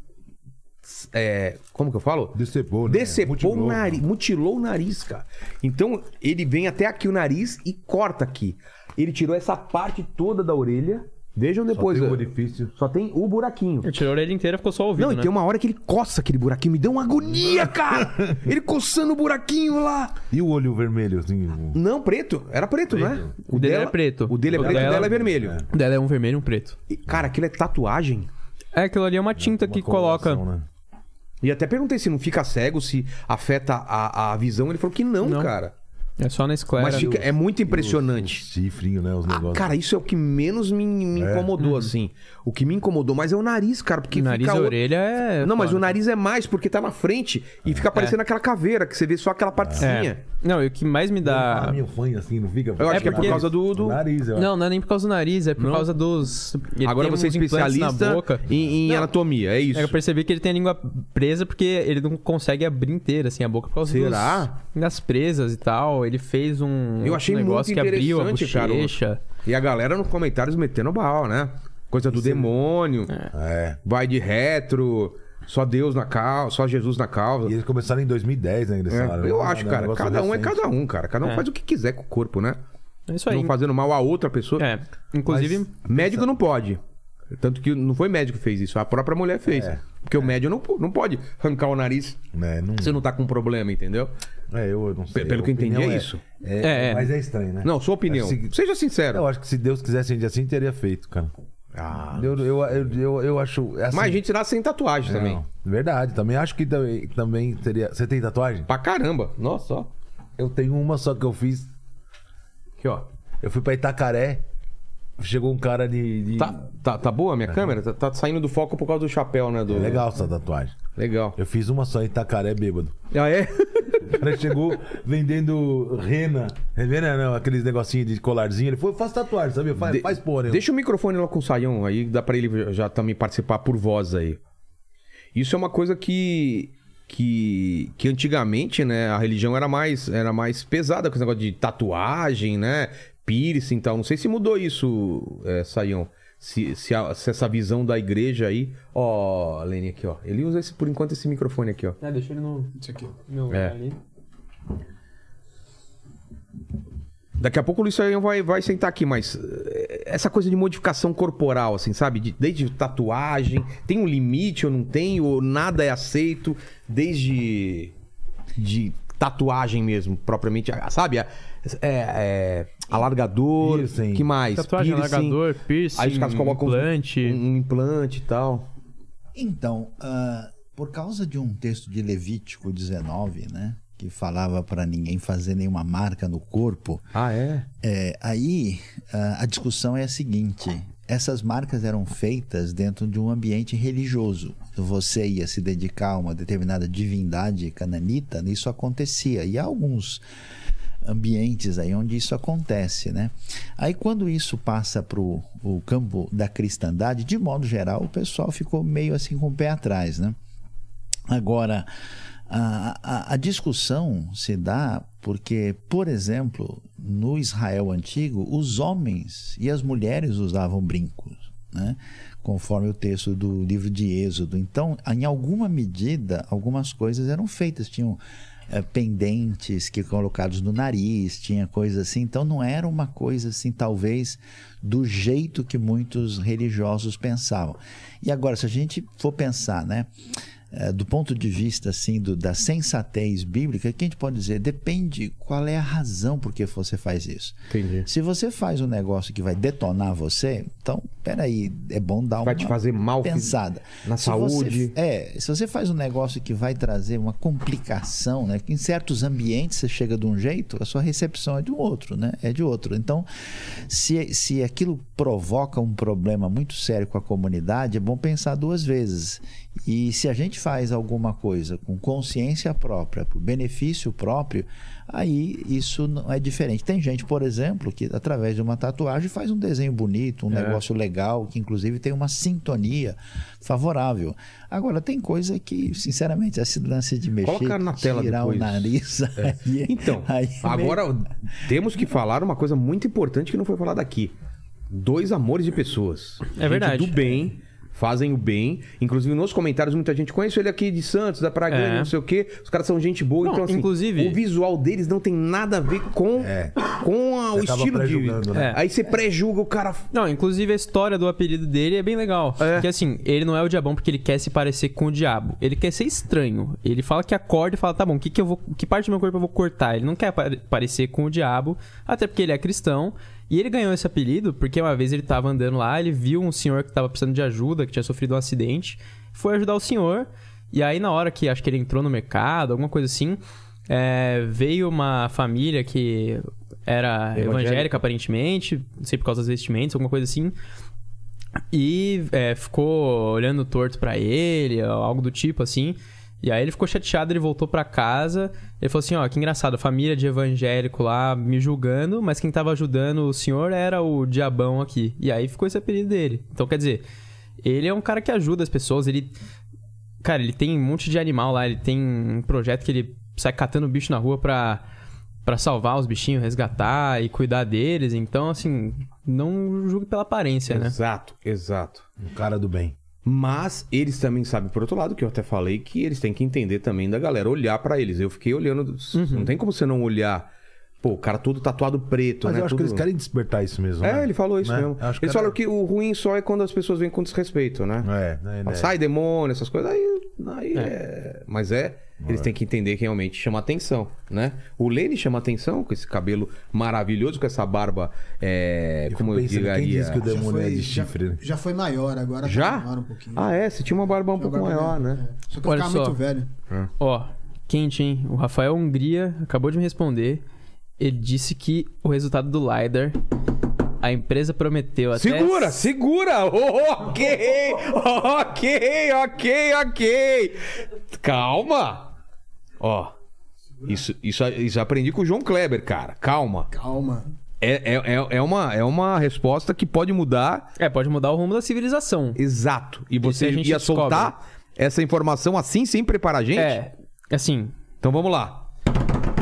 [SPEAKER 1] é, como que eu falo?
[SPEAKER 4] Decepou, né?
[SPEAKER 1] Decepou o
[SPEAKER 4] Mutilou.
[SPEAKER 1] nariz. Mutilou o nariz, cara. Então, ele vem até aqui o nariz e corta aqui. Ele tirou essa parte toda da orelha. Vejam depois.
[SPEAKER 4] tem o
[SPEAKER 1] ó.
[SPEAKER 4] orifício.
[SPEAKER 1] Só tem o buraquinho.
[SPEAKER 5] Eu tirei a orelha inteira, ficou só o ouvido,
[SPEAKER 1] Não, e
[SPEAKER 5] né?
[SPEAKER 1] tem uma hora que ele coça aquele buraquinho, me deu uma agonia, cara! ele coçando o buraquinho lá!
[SPEAKER 4] E o olho vermelho, assim? o-
[SPEAKER 1] Não, preto. Era preto, né?
[SPEAKER 5] O dele era preto.
[SPEAKER 1] O dele é
[SPEAKER 5] O
[SPEAKER 1] preto, o
[SPEAKER 5] dela-
[SPEAKER 1] dela é vermelho.
[SPEAKER 5] Dela é um vermelho e um preto.
[SPEAKER 1] E, cara, aquilo é tatuagem.
[SPEAKER 5] É, aquilo ali é uma tinta
[SPEAKER 4] uma
[SPEAKER 5] que
[SPEAKER 4] coloração,
[SPEAKER 5] coloca.
[SPEAKER 4] Né?
[SPEAKER 1] E até perguntei se não fica cego, se afeta a, a visão. Ele falou que não,
[SPEAKER 5] Não.
[SPEAKER 1] cara.
[SPEAKER 5] É só na esclera.
[SPEAKER 1] Mas fica- é muito
[SPEAKER 4] Os
[SPEAKER 1] impressionante.
[SPEAKER 4] Chifrinho, né? Os
[SPEAKER 1] Ah,
[SPEAKER 4] negócios.
[SPEAKER 1] cara, isso é o que menos me, me
[SPEAKER 4] É.
[SPEAKER 1] incomodou, assim. O que me incomodou mais é o nariz, cara. Porque
[SPEAKER 5] Uhum. O nariz
[SPEAKER 1] fica
[SPEAKER 5] e a
[SPEAKER 1] o-
[SPEAKER 5] orelha é.
[SPEAKER 1] Não, mas
[SPEAKER 5] foda.
[SPEAKER 1] o nariz é mais, porque tá na frente e fica parecendo aquela caveira, que você vê só aquela partezinha.
[SPEAKER 5] É. Não, e o que mais me dá.
[SPEAKER 4] Ah, meu fã, assim, não fica.
[SPEAKER 1] Eu acho que é por
[SPEAKER 5] porque-
[SPEAKER 1] causa do- do,
[SPEAKER 4] Nariz, eu
[SPEAKER 5] Não, não é nem por causa do nariz, é por causa dos. ele
[SPEAKER 1] Agora
[SPEAKER 5] tem
[SPEAKER 1] você é
[SPEAKER 5] uns implantes
[SPEAKER 1] especialista
[SPEAKER 5] Na boca.
[SPEAKER 1] em, em
[SPEAKER 5] Não.
[SPEAKER 1] anatomia, é isso.
[SPEAKER 5] Eu percebi que ele tem a língua presa porque ele não consegue abrir inteira, assim, a boca por causa dos-
[SPEAKER 1] Será?
[SPEAKER 5] das presas e tal. Ele fez um,
[SPEAKER 1] Eu achei
[SPEAKER 5] um negócio
[SPEAKER 1] muito
[SPEAKER 5] que abriu a
[SPEAKER 1] interessante, cara.
[SPEAKER 5] bochecha.
[SPEAKER 1] E a galera nos comentários metendo bala, né? Coisa do demônio,
[SPEAKER 4] É.
[SPEAKER 1] vai de retro, só Deus na causa, só Jesus na causa.
[SPEAKER 4] E eles começaram em 2010, né? Eles
[SPEAKER 1] É,
[SPEAKER 4] falaram,
[SPEAKER 1] eu
[SPEAKER 4] né,
[SPEAKER 1] acho,
[SPEAKER 4] né,
[SPEAKER 1] cara,
[SPEAKER 4] negócio
[SPEAKER 1] cada um é
[SPEAKER 4] recente.
[SPEAKER 1] cada um, cara. Cada um
[SPEAKER 5] É.
[SPEAKER 1] faz o que quiser com o corpo, né?
[SPEAKER 5] É isso aí.
[SPEAKER 1] Não fazendo mal a outra pessoa.
[SPEAKER 5] É. Inclusive,
[SPEAKER 1] Médico não pode. Tanto que não foi médico que fez isso, a própria mulher fez.
[SPEAKER 4] É.
[SPEAKER 1] Porque o médico não, po- não pode arrancar o nariz
[SPEAKER 4] Né, não...
[SPEAKER 1] se não tá com problema, entendeu?
[SPEAKER 4] É, eu eu não sei.
[SPEAKER 1] Pelo
[SPEAKER 4] A
[SPEAKER 1] que eu entendi,
[SPEAKER 4] opinião
[SPEAKER 1] é isso.
[SPEAKER 4] É,
[SPEAKER 5] É, é.
[SPEAKER 4] Mas é estranho, né?
[SPEAKER 1] Não, sua opinião.
[SPEAKER 4] É, se-
[SPEAKER 1] Seja sincero.
[SPEAKER 4] Eu acho que se Deus quisesse a gente assim, teria feito, cara.
[SPEAKER 1] Ah,
[SPEAKER 4] Eu, eu, eu, eu, eu acho. é Assim,
[SPEAKER 1] Mas a gente nasce sem tatuagem
[SPEAKER 4] É, não,
[SPEAKER 1] também.
[SPEAKER 4] Verdade, também acho que também, também teria. Você tem tatuagem?
[SPEAKER 1] Pra caramba. Nossa, ó.
[SPEAKER 4] Eu tenho uma só que eu fiz.
[SPEAKER 1] Aqui, ó.
[SPEAKER 4] Eu fui pra Itacaré. Chegou um cara de. de-
[SPEAKER 1] Tá, tá, tá boa a minha câmera? Tá, tá saindo do foco por causa do chapéu, né? Do...
[SPEAKER 4] É. Legal essa tatuagem.
[SPEAKER 1] Legal.
[SPEAKER 4] Eu fiz uma só em Itacaré bêbado.
[SPEAKER 1] Ah, é?
[SPEAKER 4] O cara chegou vendendo rena. É Rena não, aqueles negocinhos de colarzinho. Ele falou, faz tatuagem, sabia? Faz,
[SPEAKER 1] De-
[SPEAKER 4] faz porra. né?" eu-
[SPEAKER 1] Deixa o microfone lá com o Saião aí, dá pra ele já também participar por voz aí. Isso é uma coisa que. Que, que antigamente, né, a religião era mais, era mais pesada com esse negócio de tatuagem, né? Piercing e tal. Não sei se mudou isso, é, Saião. Se, se, a- se essa visão da igreja aí. Ó, Lene, aqui, ó. Ele usa esse, por enquanto esse microfone aqui, ó.
[SPEAKER 5] É, deixa ele no,
[SPEAKER 2] Isso aqui.
[SPEAKER 5] no
[SPEAKER 1] É.
[SPEAKER 5] ali.
[SPEAKER 1] Daqui a pouco o Luiz Saião vai, vai sentar aqui, mas eh, essa coisa de modificação corporal, assim, sabe? De- desde tatuagem, tem um limite ou não tem, ou nada é aceito, desde de tatuagem mesmo, propriamente, ah, sabe? É, é, alargador,
[SPEAKER 4] Piercing.
[SPEAKER 1] que mais?
[SPEAKER 5] Tatuagem,
[SPEAKER 1] Piercing.
[SPEAKER 5] alargador, piercing,
[SPEAKER 1] Aí os caras colocam
[SPEAKER 5] implante.
[SPEAKER 1] um, um implante e tal.
[SPEAKER 6] Então, ah, por causa de um texto de Levítico 19, né? Que que falava para ninguém fazer nenhuma marca no corpo.
[SPEAKER 1] Ah, é?
[SPEAKER 6] É, aí a, a discussão é a seguinte: essas marcas eram feitas dentro de um ambiente religioso. Você ia se dedicar a uma determinada divindade cananita, isso acontecia. E há alguns ambientes aí onde isso acontece, né? Aí quando isso passa para o campo da cristandade, de modo geral, o pessoal ficou meio assim com o pé atrás, né? Agora, a, a, a discussão se dá porque, por exemplo, no Israel antigo, os homens e as mulheres usavam brincos, né? conforme o texto do livro de Êxodo. Então, em alguma medida, algumas coisas eram feitas, tinham é, pendentes que colocados no nariz, tinha coisa assim. Então, não era uma coisa assim, talvez, do jeito que muitos religiosos pensavam. E agora, se a gente for pensar, né? do ponto de vista assim do, da sensatez bíblica, que a gente pode dizer depende qual é a razão por que você faz isso.
[SPEAKER 1] Entendi.
[SPEAKER 6] Se você faz um negócio que vai detonar você, então peraí, é bom dar uma
[SPEAKER 1] Vai te fazer mal
[SPEAKER 6] pensada
[SPEAKER 1] na
[SPEAKER 6] Se
[SPEAKER 1] saúde.
[SPEAKER 6] Você, é, se você faz um negócio que vai trazer uma complicação, né? Que em certos ambientes você chega de um jeito, a sua recepção é de um outro, né? É de outro. Então, se, se aquilo provoca um problema muito sério com a comunidade, é bom pensar duas vezes. E se a gente faz alguma coisa com consciência própria, por benefício próprio, aí isso não é diferente. Tem gente, por exemplo, que através de uma tatuagem faz um desenho bonito, um
[SPEAKER 1] É.
[SPEAKER 6] negócio legal, que inclusive tem uma sintonia favorável. Agora, tem coisa que, sinceramente, esse lance de mexer,
[SPEAKER 1] Coloca na tela
[SPEAKER 6] tirar
[SPEAKER 1] depois.
[SPEAKER 6] o nariz. aí-
[SPEAKER 1] Então,
[SPEAKER 6] É. aí é
[SPEAKER 1] agora temos que falar uma coisa muito importante que não foi falada aqui. Dois amores de pessoas.
[SPEAKER 5] É
[SPEAKER 1] Gente
[SPEAKER 5] verdade.
[SPEAKER 1] Do bem, fazem o bem. Inclusive nos comentários muita gente conhece ele aqui de Santos, da Pragana,
[SPEAKER 5] É.
[SPEAKER 1] não sei o quê. Os caras são gente boa,
[SPEAKER 5] Não,
[SPEAKER 1] então assim,
[SPEAKER 5] inclusive-
[SPEAKER 1] o visual deles não tem nada a ver com com a- o
[SPEAKER 4] Você acaba
[SPEAKER 1] estilo de
[SPEAKER 4] pré-julgando,
[SPEAKER 5] né? É.
[SPEAKER 1] Aí você pré-julga o cara
[SPEAKER 5] Não, inclusive a história do apelido dele é bem legal.
[SPEAKER 1] É.
[SPEAKER 5] Porque assim, ele não é o diabão porque ele quer se parecer com o diabo. Ele quer ser estranho. Ele fala que acorda e fala, tá bom, que, que, eu vou, que parte do meu corpo eu vou cortar? Ele não quer pare- parecer com o diabo, até porque ele é cristão. E ele ganhou esse apelido porque uma vez ele tava andando lá, ele viu um senhor que tava precisando de ajuda, que tinha sofrido um acidente, foi ajudar o senhor. E aí na hora que acho que ele entrou no mercado, alguma coisa assim, é, veio uma família que era
[SPEAKER 1] Evangélica.
[SPEAKER 5] evangélica aparentemente, não sei por causa dos vestimentos, alguma coisa assim. E é, ficou olhando torto pra ele, algo do tipo assim. E aí ele ficou chateado, ele voltou pra casa. Ele falou assim: ó, que engraçado, a família de evangélico lá me julgando, mas quem tava ajudando o senhor era o diabão aqui. E aí ficou esse apelido dele. Então quer dizer, ele é um cara que ajuda as pessoas, ele. Cara, ele tem um monte de animal lá, ele tem um projeto que ele sai catando bicho na rua pra, pra salvar os bichinhos, resgatar e cuidar deles. Então, assim, não julgue pela aparência, né?
[SPEAKER 1] Exato, exato.
[SPEAKER 4] Um cara do bem.
[SPEAKER 1] Mas eles também sabem, por outro lado, que eu até falei, que eles têm que entender também da galera, olhar pra eles. Eu fiquei olhando,
[SPEAKER 4] Uhum.
[SPEAKER 1] não tem como você não olhar. Pô, o cara todo tatuado preto,
[SPEAKER 4] Mas
[SPEAKER 1] né?
[SPEAKER 4] eu acho que
[SPEAKER 1] Tudo-
[SPEAKER 4] eles querem despertar isso mesmo.
[SPEAKER 1] É,
[SPEAKER 4] né?
[SPEAKER 1] ele falou isso
[SPEAKER 4] Né?
[SPEAKER 1] mesmo.
[SPEAKER 4] Eu acho que
[SPEAKER 1] Eles
[SPEAKER 4] era-
[SPEAKER 1] falam que o ruim só é quando as pessoas vêm com desrespeito, né?
[SPEAKER 4] É, né, né.
[SPEAKER 1] Fala, Sai demônio, essas coisas, aí, aí é. Mas é, eles têm que entender que realmente chama atenção, né? O Lene chama atenção com esse cabelo maravilhoso, com essa barba, é,
[SPEAKER 4] Eu
[SPEAKER 1] como eu
[SPEAKER 4] fico pensando,
[SPEAKER 1] diria...
[SPEAKER 4] quem disse que o demônio é de chifre, né?
[SPEAKER 2] já, já foi maior, agora tá
[SPEAKER 1] Já?
[SPEAKER 2] menor um pouquinho.
[SPEAKER 1] Ah, é, você tinha uma barba um pouco
[SPEAKER 2] Agora
[SPEAKER 1] maior,
[SPEAKER 2] mesmo,
[SPEAKER 1] né?
[SPEAKER 2] é. Só que eu
[SPEAKER 5] Olha
[SPEAKER 2] ficava
[SPEAKER 5] só.
[SPEAKER 2] muito velho.
[SPEAKER 1] é.
[SPEAKER 5] Ó, quente, hein? O Rafael Hungria acabou de me responder. Ele disse que o resultado do LiDAR, a empresa prometeu até.
[SPEAKER 1] Segura, segura! Ok! Ok, ok, ok! Calma! Ó, isso, isso, isso eu aprendi com o João Kleber, cara. Calma.
[SPEAKER 2] Calma.
[SPEAKER 1] É, é, é- é uma, é uma resposta que pode mudar.
[SPEAKER 5] É, pode mudar o rumo da civilização.
[SPEAKER 1] Exato. E você
[SPEAKER 5] a gente
[SPEAKER 1] ia soltar essa informação assim, sem preparar a gente?
[SPEAKER 5] É, assim.
[SPEAKER 1] Então vamos lá.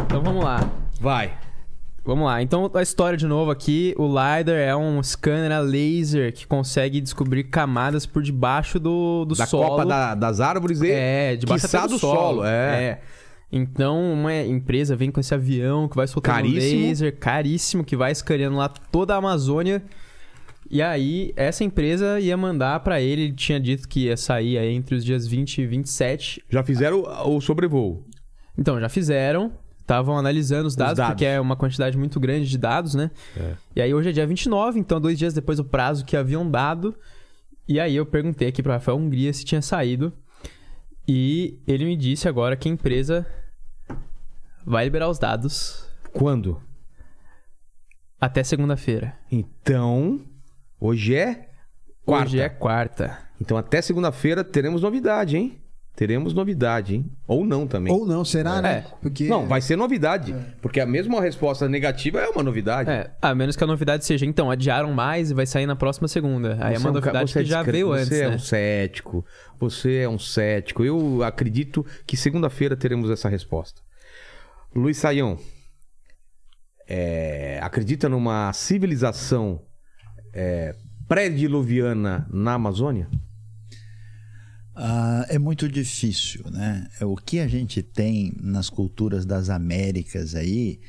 [SPEAKER 5] Então vamos lá.
[SPEAKER 1] Vai.
[SPEAKER 5] Vamos lá, então a história de novo aqui. O LiDAR é um scanner a laser que consegue descobrir camadas por debaixo do, do
[SPEAKER 1] da
[SPEAKER 5] solo.
[SPEAKER 1] copa da- das árvores e.
[SPEAKER 5] É, debaixo
[SPEAKER 1] quiçá
[SPEAKER 5] até do,
[SPEAKER 1] do
[SPEAKER 5] solo.
[SPEAKER 1] solo, é.
[SPEAKER 5] Então, uma empresa vem com esse avião que vai soltar um
[SPEAKER 1] Caríssimo.
[SPEAKER 5] laser caríssimo, que vai escaneando lá toda a Amazônia. E aí, essa empresa ia mandar pra ele, ele tinha dito que ia sair aí entre os dias 20 e 27.
[SPEAKER 1] Já fizeram o, o sobrevoo.
[SPEAKER 5] Então, já fizeram. Estavam analisando os dados,
[SPEAKER 1] dados.
[SPEAKER 5] porque é uma quantidade muito grande de dados, né? E aí hoje é dia 29, então dois dias depois do prazo que haviam dado. E aí eu perguntei aqui para Rafael Hungria se tinha saído. E ele me disse agora que a empresa vai liberar os dados
[SPEAKER 1] Quando?
[SPEAKER 5] até segunda-feira.
[SPEAKER 1] Então, hoje é quarta.
[SPEAKER 5] Hoje é quarta.
[SPEAKER 1] Então até segunda-feira teremos novidade, hein? Teremos novidade, hein? Ou não também.
[SPEAKER 2] Ou não, será, né?
[SPEAKER 5] É.
[SPEAKER 2] Porque
[SPEAKER 1] Não, vai ser novidade. Porque a mesma resposta negativa é uma novidade.
[SPEAKER 5] É, a menos que a novidade seja, então, adiaram mais e vai sair na próxima segunda. Aí é
[SPEAKER 1] Você
[SPEAKER 5] uma
[SPEAKER 1] um ca-
[SPEAKER 5] novidade
[SPEAKER 1] você é
[SPEAKER 5] que já
[SPEAKER 1] discre-
[SPEAKER 5] veio antes,
[SPEAKER 1] Você é
[SPEAKER 5] né?
[SPEAKER 1] um cético. Você é um cético. Eu acredito que segunda-feira teremos essa resposta. Luiz Saião, é, acredita numa civilização é, pré-diluviana na Amazônia?
[SPEAKER 6] Ah, é muito difícil, né? É, O que a gente tem nas culturas das Américas aí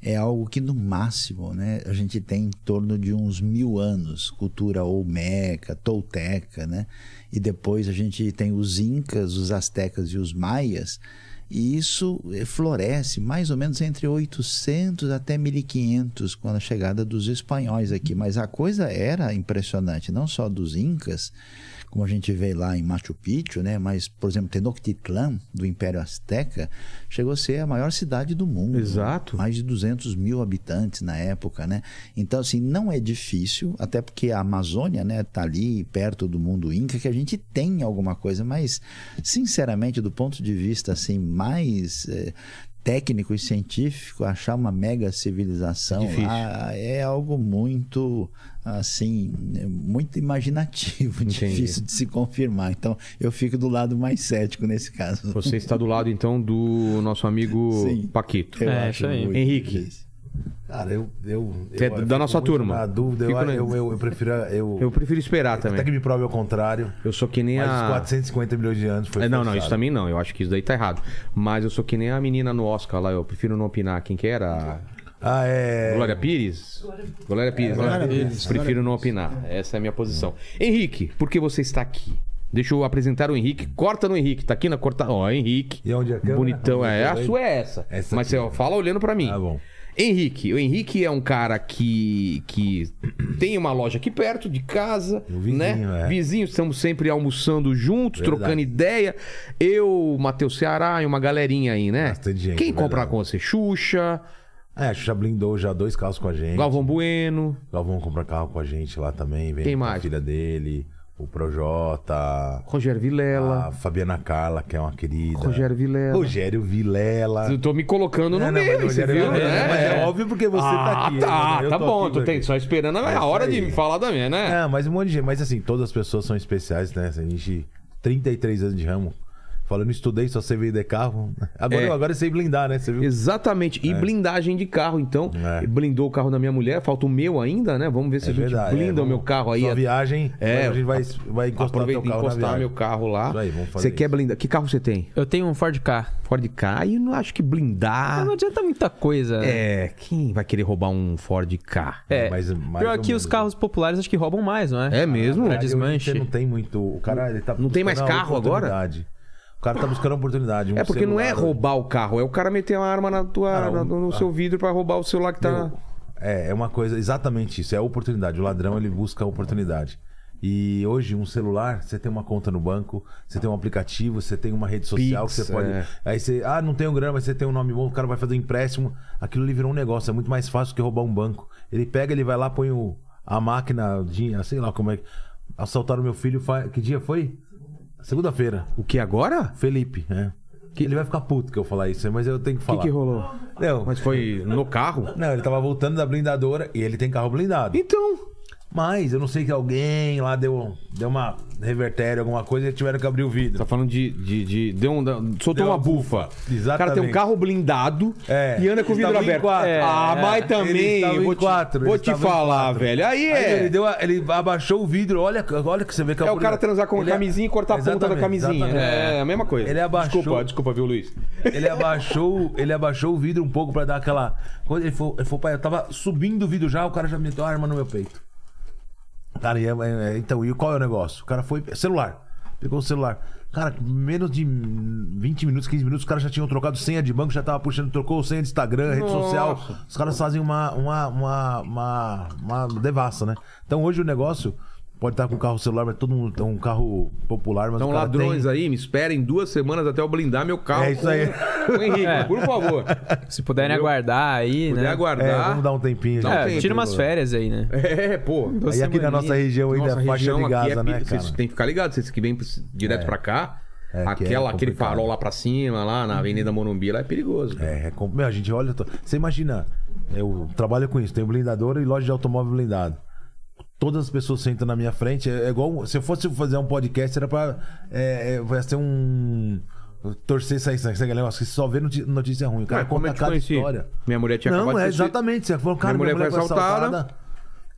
[SPEAKER 6] é algo que no máximo, né? A gente tem em torno de uns mil anos, cultura olmeca, tolteca, né? E depois a gente tem os incas, os astecas e os maias. E isso eh, floresce mais ou menos entre 800 até 1500, com a chegada dos espanhóis aqui. Mas a coisa era impressionante, não só dos incas, como a gente vê lá em Machu Picchu, né? Mas, por exemplo, Tenochtitlan, do Império Azteca, chegou a ser a maior cidade do mundo.
[SPEAKER 1] Exato.
[SPEAKER 6] Mais de 200 mil habitantes na época, né? Então, assim, não é difícil, até porque a Amazônia, né, tá ali perto do mundo Inca, que a gente tem alguma coisa, mas, sinceramente, do ponto de vista, assim, mais... eh, técnico e científico achar uma mega civilização
[SPEAKER 1] Difícil.
[SPEAKER 6] lá é algo muito assim é muito imaginativo
[SPEAKER 1] Entendi.
[SPEAKER 6] difícil de se confirmar então eu fico do lado mais cético nesse caso
[SPEAKER 1] Você está do lado, então, do nosso amigo
[SPEAKER 6] Sim.
[SPEAKER 1] Paquito.
[SPEAKER 6] Eu
[SPEAKER 5] É,
[SPEAKER 6] acho
[SPEAKER 5] isso aí.
[SPEAKER 6] muito
[SPEAKER 1] Henrique.
[SPEAKER 6] difícil.
[SPEAKER 4] Cara, eu. eu,
[SPEAKER 1] Você é
[SPEAKER 4] eu- eu
[SPEAKER 1] da
[SPEAKER 4] fico
[SPEAKER 1] nossa
[SPEAKER 4] muito
[SPEAKER 1] turma.
[SPEAKER 4] Na dúvida, eu,
[SPEAKER 1] Fico na-
[SPEAKER 4] eu, eu, eu prefiro. Eu,
[SPEAKER 1] Eu prefiro esperar
[SPEAKER 4] até que
[SPEAKER 1] também.
[SPEAKER 4] me prove ao contrário.
[SPEAKER 1] Eu sou que nem
[SPEAKER 4] Mas
[SPEAKER 1] a.
[SPEAKER 4] 450 milhões de anos foi.
[SPEAKER 1] É, não, não,
[SPEAKER 4] forçado.
[SPEAKER 1] isso também não. Eu acho que isso daí tá errado. Mas eu sou que nem a menina no Oscar lá. Eu prefiro não opinar. Quem que era?
[SPEAKER 4] Ah, é.
[SPEAKER 1] Glória Pires? Glória Pires. Glória Pires. Prefiro não opinar. Essa é a minha posição. Henrique, por que você está aqui? Deixa eu apresentar o Henrique. Corta no Henrique. Tá aqui na corta. Ó, Henrique.
[SPEAKER 4] E onde é a câmera?
[SPEAKER 1] Bonitão.
[SPEAKER 4] Onde
[SPEAKER 1] É,
[SPEAKER 4] é
[SPEAKER 1] a
[SPEAKER 4] que eu
[SPEAKER 1] sua é essa.
[SPEAKER 4] Essa
[SPEAKER 1] Mas
[SPEAKER 4] aqui.
[SPEAKER 1] você fala olhando pra mim.
[SPEAKER 4] Tá bom.
[SPEAKER 1] Henrique. O Henrique é um cara que, que tem uma loja aqui perto de casa,
[SPEAKER 4] O vizinho,
[SPEAKER 1] né?
[SPEAKER 4] é.
[SPEAKER 1] Vizinhos, estamos sempre almoçando juntos,
[SPEAKER 4] Verdade.
[SPEAKER 1] trocando ideia. Eu, Matheus Ceará e uma galerinha aí, né?
[SPEAKER 4] Bastante gente,
[SPEAKER 1] Quem comprar
[SPEAKER 4] verdade.
[SPEAKER 1] com você? Xuxa,
[SPEAKER 4] É, a Xuxa blindou já dois carros com a gente.
[SPEAKER 1] Galvão Bueno.
[SPEAKER 4] Galvão compra carro com a gente lá também. Vem
[SPEAKER 1] Quem
[SPEAKER 4] com a
[SPEAKER 1] mais?
[SPEAKER 4] filha dele, o Projota,
[SPEAKER 1] Rogério Vilela.
[SPEAKER 4] a Fabiana Carla, que é uma querida.
[SPEAKER 1] Rogério Vilela.
[SPEAKER 4] Ah, Rogério Vilela. É,
[SPEAKER 1] Eu tô me colocando no
[SPEAKER 4] Não, não,
[SPEAKER 1] meio,
[SPEAKER 4] mas
[SPEAKER 1] você
[SPEAKER 4] Rogério
[SPEAKER 1] viu,
[SPEAKER 4] Vilela,
[SPEAKER 1] né?
[SPEAKER 4] mas é óbvio porque você tá
[SPEAKER 1] Ah,
[SPEAKER 4] aqui, né?
[SPEAKER 1] tá,
[SPEAKER 4] Eu
[SPEAKER 1] tá
[SPEAKER 4] tô
[SPEAKER 1] bom.
[SPEAKER 4] aqui,
[SPEAKER 1] Tu
[SPEAKER 4] tô
[SPEAKER 1] tem
[SPEAKER 4] aqui.
[SPEAKER 1] só esperando
[SPEAKER 4] É
[SPEAKER 1] a
[SPEAKER 4] isso
[SPEAKER 1] hora de
[SPEAKER 4] aí.
[SPEAKER 1] me falar da minha, né?
[SPEAKER 4] É, mas um monte de gente. Mas assim, todas as pessoas são especiais, né? A gente. 33 anos de ramo. Falando, estudei, só sei vender carro. Agora,
[SPEAKER 1] É.
[SPEAKER 4] eu, agora eu sei blindar, né? Você viu?
[SPEAKER 1] Exatamente. E blindagem de carro, então.
[SPEAKER 4] É.
[SPEAKER 1] Blindou o carro da minha mulher, falta o meu ainda, né? Vamos ver se
[SPEAKER 4] É
[SPEAKER 1] a gente
[SPEAKER 4] verdade,
[SPEAKER 1] blinda
[SPEAKER 4] é,
[SPEAKER 1] o meu
[SPEAKER 4] vamos-
[SPEAKER 1] carro aí.
[SPEAKER 4] Sua viagem,
[SPEAKER 1] É,
[SPEAKER 4] a gente vai, vai encostar teu
[SPEAKER 1] Aproveita e
[SPEAKER 4] carro na
[SPEAKER 1] encostar
[SPEAKER 4] viagem.
[SPEAKER 1] meu carro lá.
[SPEAKER 4] Isso aí, vamos fazer
[SPEAKER 1] Você quer
[SPEAKER 4] isso.
[SPEAKER 1] blindar? Que carro você tem?
[SPEAKER 5] Eu tenho um Ford K.
[SPEAKER 1] Ford K? E não acho que
[SPEAKER 5] Ah,
[SPEAKER 1] blindar.
[SPEAKER 5] Não adianta muita coisa. né?
[SPEAKER 1] um É, quem vai querer roubar um Ford K?
[SPEAKER 5] É.
[SPEAKER 4] Mas mais
[SPEAKER 5] Pior
[SPEAKER 4] ou
[SPEAKER 5] que os
[SPEAKER 4] menos.
[SPEAKER 5] carros populares acho que roubam mais, não é?
[SPEAKER 1] É mesmo?
[SPEAKER 5] Pra
[SPEAKER 4] Hoje
[SPEAKER 5] desmanche.
[SPEAKER 4] Você não tem muito. O cara, ele tá
[SPEAKER 1] Não tem mais
[SPEAKER 4] buscando a
[SPEAKER 1] carro agora?
[SPEAKER 4] oportunidade. O cara tá buscando a oportunidade. um
[SPEAKER 1] É porque não é
[SPEAKER 4] celular.
[SPEAKER 1] roubar o carro, é o cara meter uma arma na tua,
[SPEAKER 4] Ah,
[SPEAKER 1] na-
[SPEAKER 4] o-
[SPEAKER 1] no
[SPEAKER 4] ah.
[SPEAKER 1] seu vidro pra roubar o celular que tá.
[SPEAKER 4] Meu, é, é uma coisa, exatamente isso. É a oportunidade. O ladrão, ele busca a oportunidade. E hoje, um celular, você tem uma conta no banco, você tem um aplicativo, você tem uma rede social
[SPEAKER 1] Pix,
[SPEAKER 4] que você pode.
[SPEAKER 1] é.
[SPEAKER 4] Aí você, ah, não tenho grana, mas você tem um nome bom, o cara vai fazer um empréstimo. Aquilo ele virou um negócio, é muito mais fácil que roubar um banco. Ele pega, ele vai lá, põe o, a máquina, de- sei lá como é. que- Assaltaram meu filho, fa- que dia foi? Segunda-feira.
[SPEAKER 1] O que agora?
[SPEAKER 4] Felipe, né? Ele vai ficar puto que eu falar isso, mas eu tenho que
[SPEAKER 1] O
[SPEAKER 4] falar.
[SPEAKER 1] que, que rolou?
[SPEAKER 4] Não,
[SPEAKER 1] Mas foi no carro?
[SPEAKER 4] não, ele tava voltando da blindadora e ele tem carro blindado.
[SPEAKER 1] Então.
[SPEAKER 4] Mas eu não sei que alguém lá deu, deu uma revertéria, alguma coisa, e eles tiveram que abrir o vidro.
[SPEAKER 1] Tá falando de. de, de- deu um, da- soltou
[SPEAKER 4] Deu
[SPEAKER 1] uma
[SPEAKER 4] uma
[SPEAKER 1] bufa. O
[SPEAKER 4] Exatamente.
[SPEAKER 1] cara tem um carro blindado
[SPEAKER 4] É.
[SPEAKER 1] e anda com o
[SPEAKER 4] Eles
[SPEAKER 1] vidro
[SPEAKER 4] estavam em
[SPEAKER 1] aberto.
[SPEAKER 4] quatro.
[SPEAKER 1] Ah,
[SPEAKER 4] É.
[SPEAKER 1] mas
[SPEAKER 4] Eles
[SPEAKER 1] também.
[SPEAKER 4] estavam em
[SPEAKER 1] vou te,
[SPEAKER 4] quatro,
[SPEAKER 1] vou
[SPEAKER 4] eles
[SPEAKER 1] te
[SPEAKER 4] estavam em
[SPEAKER 1] falar,
[SPEAKER 4] quatro.
[SPEAKER 1] velho. Aí é.
[SPEAKER 4] ele, deu a- ele abaixou o vidro, olha, olha que você vê que
[SPEAKER 1] É o
[SPEAKER 4] oportunidade.
[SPEAKER 1] cara transar com a
[SPEAKER 4] Ele a-
[SPEAKER 1] camisinha e cortar a ponta da
[SPEAKER 4] Exatamente,
[SPEAKER 1] camisinha.
[SPEAKER 4] exatamente.
[SPEAKER 1] É a mesma coisa.
[SPEAKER 4] Ele abaixou-
[SPEAKER 1] Desculpa, desculpa, viu, Luiz?
[SPEAKER 4] Ele abaixou, ele abaixou o vidro um pouco pra dar aquela. Quando ele falou, ele falou, pai, eu tava subindo o vidro já, o cara já meteu a arma no meu peito. Cara, e é- é- é- então, e qual é o negócio? O cara foi. Celular. Pegou o celular. Cara, menos de 20 minutos, 15 minutos, os caras já tinham trocado senha de banco, já tava puxando, trocou senha de Instagram, rede social. Os caras fazem uma, uma, uma, uma, uma devassa, né? Então hoje o negócio. Pode estar com um carro celular, mas todo mundo tem um carro popular, mas
[SPEAKER 1] Então,
[SPEAKER 4] o cara
[SPEAKER 1] ladrões
[SPEAKER 4] tem...
[SPEAKER 1] aí, me esperem duas semanas até eu blindar meu carro.
[SPEAKER 4] É isso aí.
[SPEAKER 1] com- com o Henrique,
[SPEAKER 3] É.
[SPEAKER 1] por favor.
[SPEAKER 3] Se puderem
[SPEAKER 1] Entendeu?
[SPEAKER 3] aguardar aí,
[SPEAKER 1] Puder
[SPEAKER 3] né?
[SPEAKER 1] aguardar.
[SPEAKER 4] É, vamos dar um tempinho.
[SPEAKER 1] Dá um
[SPEAKER 4] gente.
[SPEAKER 3] É,
[SPEAKER 1] tempo,
[SPEAKER 3] tira umas férias aí, né?
[SPEAKER 1] É, pô.
[SPEAKER 3] Duas
[SPEAKER 4] Aí aqui na
[SPEAKER 3] semaninhas.
[SPEAKER 4] nossa região ainda
[SPEAKER 1] Nossa
[SPEAKER 4] é faixa
[SPEAKER 1] região
[SPEAKER 4] de
[SPEAKER 1] aqui
[SPEAKER 4] Gaza,
[SPEAKER 1] é
[SPEAKER 4] né,
[SPEAKER 1] pi-
[SPEAKER 4] cara?
[SPEAKER 1] Vocês têm que ficar ligados, vocês que vêm pro- direto pra cá.
[SPEAKER 4] É, aqui é
[SPEAKER 1] aquela, aquele
[SPEAKER 4] complicado.
[SPEAKER 1] farol lá pra cima, lá na Avenida Morumbi, lá é perigoso. cara.
[SPEAKER 4] É, é com- meu, a gente olha. to- Você imagina, eu trabalho com isso, tenho blindador e loja de automóvel blindado. Todas as pessoas sentam na minha frente. É, é igual. Se eu fosse fazer um podcast, era pra. É, é, vai ser um. Torcer sair sangue, sabe aquele negócio que você só vê noti- notícia ruim. O cara
[SPEAKER 1] Ué, Ah, como
[SPEAKER 4] conta
[SPEAKER 1] eu te
[SPEAKER 4] cada
[SPEAKER 1] conheci?
[SPEAKER 4] história.
[SPEAKER 1] Minha mulher tinha
[SPEAKER 4] Não,
[SPEAKER 1] acabado de
[SPEAKER 4] é
[SPEAKER 1] ter sido-
[SPEAKER 4] exatamente. Você falou, cara,
[SPEAKER 1] Minha mulher foi assaltada.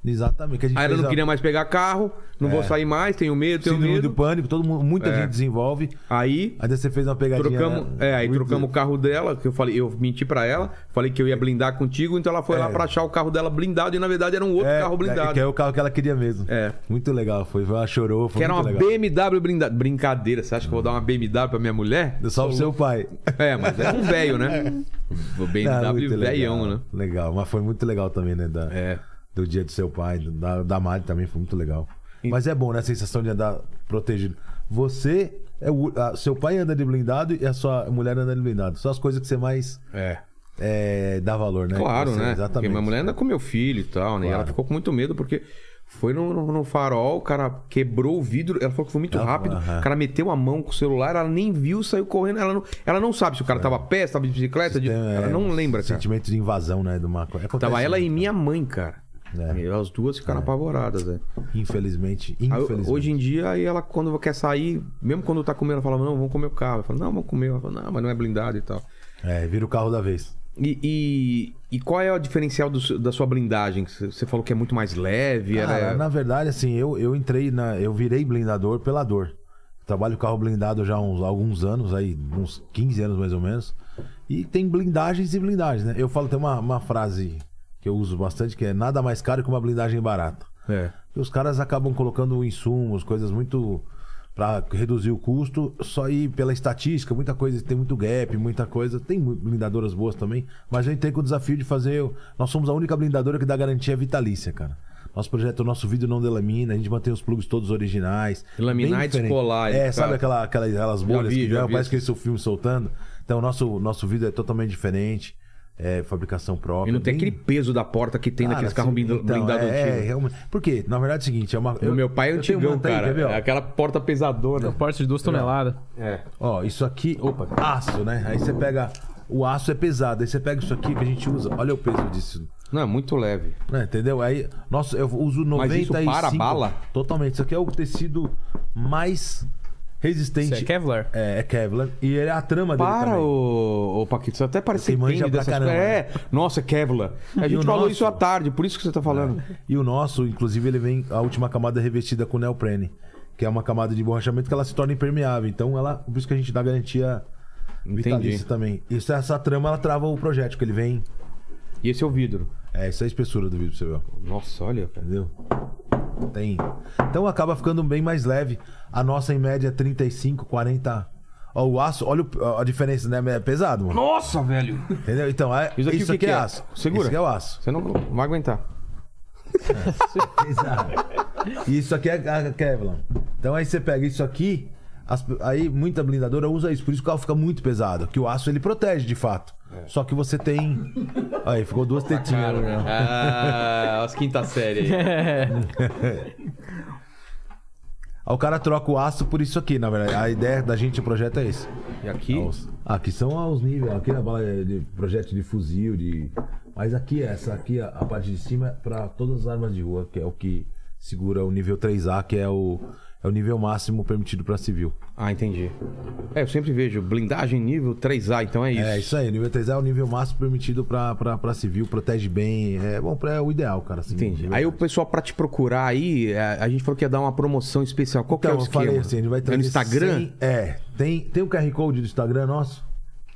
[SPEAKER 4] Exatamente. Que a gente
[SPEAKER 1] Aí ela
[SPEAKER 4] fez
[SPEAKER 1] não
[SPEAKER 4] a-
[SPEAKER 1] queria mais pegar carro, não vou sair mais, tenho medo, tenho
[SPEAKER 4] É. Síndrome do
[SPEAKER 1] medo.
[SPEAKER 4] pânico, todo mundo, muita
[SPEAKER 1] É.
[SPEAKER 4] gente desenvolve.
[SPEAKER 1] Aí
[SPEAKER 4] Aí você fez uma pegadinha.
[SPEAKER 1] trocamos,
[SPEAKER 4] né?
[SPEAKER 1] é, aí
[SPEAKER 4] Muito-
[SPEAKER 1] trocamos o carro dela, que eu falei, eu menti pra ela, falei que eu ia blindar contigo, então ela foi lá pra achar o carro dela blindado e na verdade era um outro
[SPEAKER 4] É,
[SPEAKER 1] carro blindado.
[SPEAKER 4] Que é o carro que ela queria mesmo.
[SPEAKER 1] É.
[SPEAKER 4] Muito legal, foi. Ela chorou, foi
[SPEAKER 1] Que era uma
[SPEAKER 4] muito legal.
[SPEAKER 1] BMW blindada. Brincadeira, você acha que eu vou dar uma BMW pra minha mulher?
[SPEAKER 4] Só pro seu pai.
[SPEAKER 1] É, mas é um velho, né? O
[SPEAKER 4] Ah,
[SPEAKER 1] BMW
[SPEAKER 4] muito
[SPEAKER 1] velhão,
[SPEAKER 4] legal.
[SPEAKER 1] né?
[SPEAKER 4] Legal, mas foi muito legal também, né? Da,
[SPEAKER 1] É.
[SPEAKER 4] Do dia do seu pai, do- da, da Mari também, foi muito legal. Mas é bom, né? A sensação de andar protegido. Você, é o, a- seu pai anda de blindado e a sua mulher anda de blindado. São as coisas que você mais
[SPEAKER 1] É.
[SPEAKER 4] é, dá valor, né?
[SPEAKER 1] Claro,
[SPEAKER 4] Você-
[SPEAKER 1] né? Porque
[SPEAKER 4] Exatamente.
[SPEAKER 1] minha mulher anda com meu filho e tal, né? E Ela
[SPEAKER 4] Claro.
[SPEAKER 1] ficou com muito medo porque foi no, no- no farol, o cara quebrou o vidro. Ela falou que foi muito rápido.
[SPEAKER 4] aham.
[SPEAKER 1] O cara meteu a mão com o celular, ela nem viu, saiu correndo. Ela não, ela não sabe se o cara tava a pé, se tava de bicicleta. de-
[SPEAKER 4] Tem, é,
[SPEAKER 1] ela não
[SPEAKER 4] um
[SPEAKER 1] lembra, cara.
[SPEAKER 4] Sentimento de invasão, né? De uma... coisa.
[SPEAKER 1] Tava ela e minha mãe, cara.
[SPEAKER 4] É.
[SPEAKER 1] E as duas ficaram apavoradas, velho.
[SPEAKER 4] Infelizmente,
[SPEAKER 1] Aí,
[SPEAKER 4] infelizmente.
[SPEAKER 1] Ah, hoje em dia, aí ela, quando quer sair, mesmo quando tá comendo, ela fala: Não, vamos comer o carro. Eu falo: Não, vamos comer. Ela fala: Não, mas não é blindado e tal.
[SPEAKER 4] É, vira o carro da vez.
[SPEAKER 1] E, e- e qual é o diferencial do seu- da sua blindagem? Você você falou que é muito mais leve. ela
[SPEAKER 4] Cara,
[SPEAKER 1] é...
[SPEAKER 4] na verdade, assim, eu, eu entrei na. Eu virei blindador pela dor. Trabalho com carro blindado já há uns, alguns anos, aí, uns 15 anos mais ou menos. E tem blindagens e blindagens, né? Eu falo, tem uma, uma frase que eu uso bastante que é nada mais caro que uma blindagem barata.
[SPEAKER 1] É.
[SPEAKER 4] E os caras acabam colocando insumos, coisas muito. Pra reduzir o custo, só ir pela estatística, muita coisa, tem muito gap, muita coisa. Tem mu- blindadoras boas também, mas a gente tem com o desafio de fazer. o- Nós somos a única blindadora que dá garantia vitalícia, cara. Nosso projeto, nosso vídeo não delamina, a gente mantém os plugs todos originais.
[SPEAKER 1] Laminar
[SPEAKER 4] Bem
[SPEAKER 1] e
[SPEAKER 4] diferente.
[SPEAKER 1] descolar,
[SPEAKER 4] É,
[SPEAKER 1] cara.
[SPEAKER 4] sabe aquela, aquela- aquelas bolhas
[SPEAKER 1] vi,
[SPEAKER 4] que
[SPEAKER 1] já
[SPEAKER 4] vieram,
[SPEAKER 1] vi
[SPEAKER 4] parece
[SPEAKER 1] isso.
[SPEAKER 4] que esse é o filme soltando. Então, nosso, nosso vídeo é totalmente diferente, é fabricação própria.
[SPEAKER 1] E não tem
[SPEAKER 4] bem-
[SPEAKER 1] aquele peso da porta que tem
[SPEAKER 4] Cara,
[SPEAKER 1] naqueles
[SPEAKER 4] se-
[SPEAKER 1] carros blind-
[SPEAKER 4] então,
[SPEAKER 1] blindados
[SPEAKER 4] é, É,
[SPEAKER 1] antigos.
[SPEAKER 4] realmente. Porque, na verdade, é o seguinte, é uma.
[SPEAKER 1] o meu pai é
[SPEAKER 4] eu tenho uma-
[SPEAKER 1] antigão,
[SPEAKER 4] tem,
[SPEAKER 1] cara.
[SPEAKER 4] quer ver, ó?
[SPEAKER 1] É aquela porta pesadona.
[SPEAKER 3] Porte É, de duas toneladas.
[SPEAKER 1] É.
[SPEAKER 4] Ó, isso aqui. Opa, aço, né? Aí você pega. O aço é pesado. Aí você pega isso aqui que a gente usa. Olha o peso disso.
[SPEAKER 1] Não, é muito leve.
[SPEAKER 4] né? Entendeu? Aí, nossa, eu uso 95.
[SPEAKER 1] Mas isso para a bala?
[SPEAKER 4] Totalmente. Isso aqui é o tecido mais resistente.
[SPEAKER 3] Isso é Kevlar?
[SPEAKER 4] É, é Kevlar. E ele é a trama dele.
[SPEAKER 1] Para,
[SPEAKER 4] também.
[SPEAKER 1] ô, ô Paquito, você até parece que
[SPEAKER 4] Você manja
[SPEAKER 1] entende
[SPEAKER 4] pra
[SPEAKER 1] dessas
[SPEAKER 4] caramba,
[SPEAKER 1] coisas. É, nossa, Kevlar. A gente
[SPEAKER 4] o
[SPEAKER 1] falou
[SPEAKER 4] nosso? É.
[SPEAKER 1] isso à tarde, por isso que você tá falando.
[SPEAKER 4] E o nosso, inclusive, ele vem a última camada é revestida com neoprene, que é uma camada de borrachamento que ela se torna impermeável. Então, ela, por isso que a gente dá garantia vitalícia também. Isso, essa trama ela trava o projeto, que ele vem.
[SPEAKER 1] E esse é o vidro.
[SPEAKER 4] É, isso é a espessura do vídeo, pra você ver, ó.
[SPEAKER 1] Nossa, olha, cara.
[SPEAKER 4] entendeu? Tem. Então acaba ficando bem mais leve. A nossa em média é 35, 40. Ó, o aço, olha o- ó, a diferença, né? É pesado, mano.
[SPEAKER 1] Nossa, velho.
[SPEAKER 4] Entendeu? Então, é,
[SPEAKER 1] Isso
[SPEAKER 4] isso
[SPEAKER 1] aqui
[SPEAKER 4] aqui,
[SPEAKER 1] o que que
[SPEAKER 4] é,
[SPEAKER 1] é?
[SPEAKER 4] aço.
[SPEAKER 1] Segura.
[SPEAKER 4] Isso aqui é o aço.
[SPEAKER 1] Você não vai aguentar.
[SPEAKER 4] E isso aqui é a Kevlar. Então aí você pega isso aqui, as- aí muita blindadora usa isso, por isso que o carro fica muito pesado. Que o aço ele protege de fato. Só que você tem. Aí ficou duas tetinhas. né?
[SPEAKER 1] Ah, as quinta série aí.
[SPEAKER 4] Aí o cara troca o aço por isso aqui, na verdade. A ideia da gente, o projeto é esse.
[SPEAKER 1] E aqui?
[SPEAKER 4] Os- Aqui são os níveis, aqui na bala é de projeto de fuzil, de. Mas aqui, é essa aqui, a, a parte de cima é pra todas as armas de rua, que é o que segura o nível 3A, que é o, é o nível máximo permitido pra civil.
[SPEAKER 1] Ah, entendi. É, eu sempre vejo blindagem nível 3A, então é isso.
[SPEAKER 4] É isso aí, nível 3 é o nível máximo permitido pra, pra, pra civil, protege bem. É bom, é o ideal, cara. Assim,
[SPEAKER 1] Entendi.
[SPEAKER 4] de
[SPEAKER 1] Aí o
[SPEAKER 4] verdade.
[SPEAKER 1] pessoal, pra te procurar aí, é, a gente falou que ia dar uma promoção especial. Qual que é o
[SPEAKER 4] então, eu
[SPEAKER 1] esquema?
[SPEAKER 4] falei assim, ele vai
[SPEAKER 1] é
[SPEAKER 4] trazer.
[SPEAKER 1] no Instagram?
[SPEAKER 4] 100 é, tem, tem o QR Code do Instagram nosso?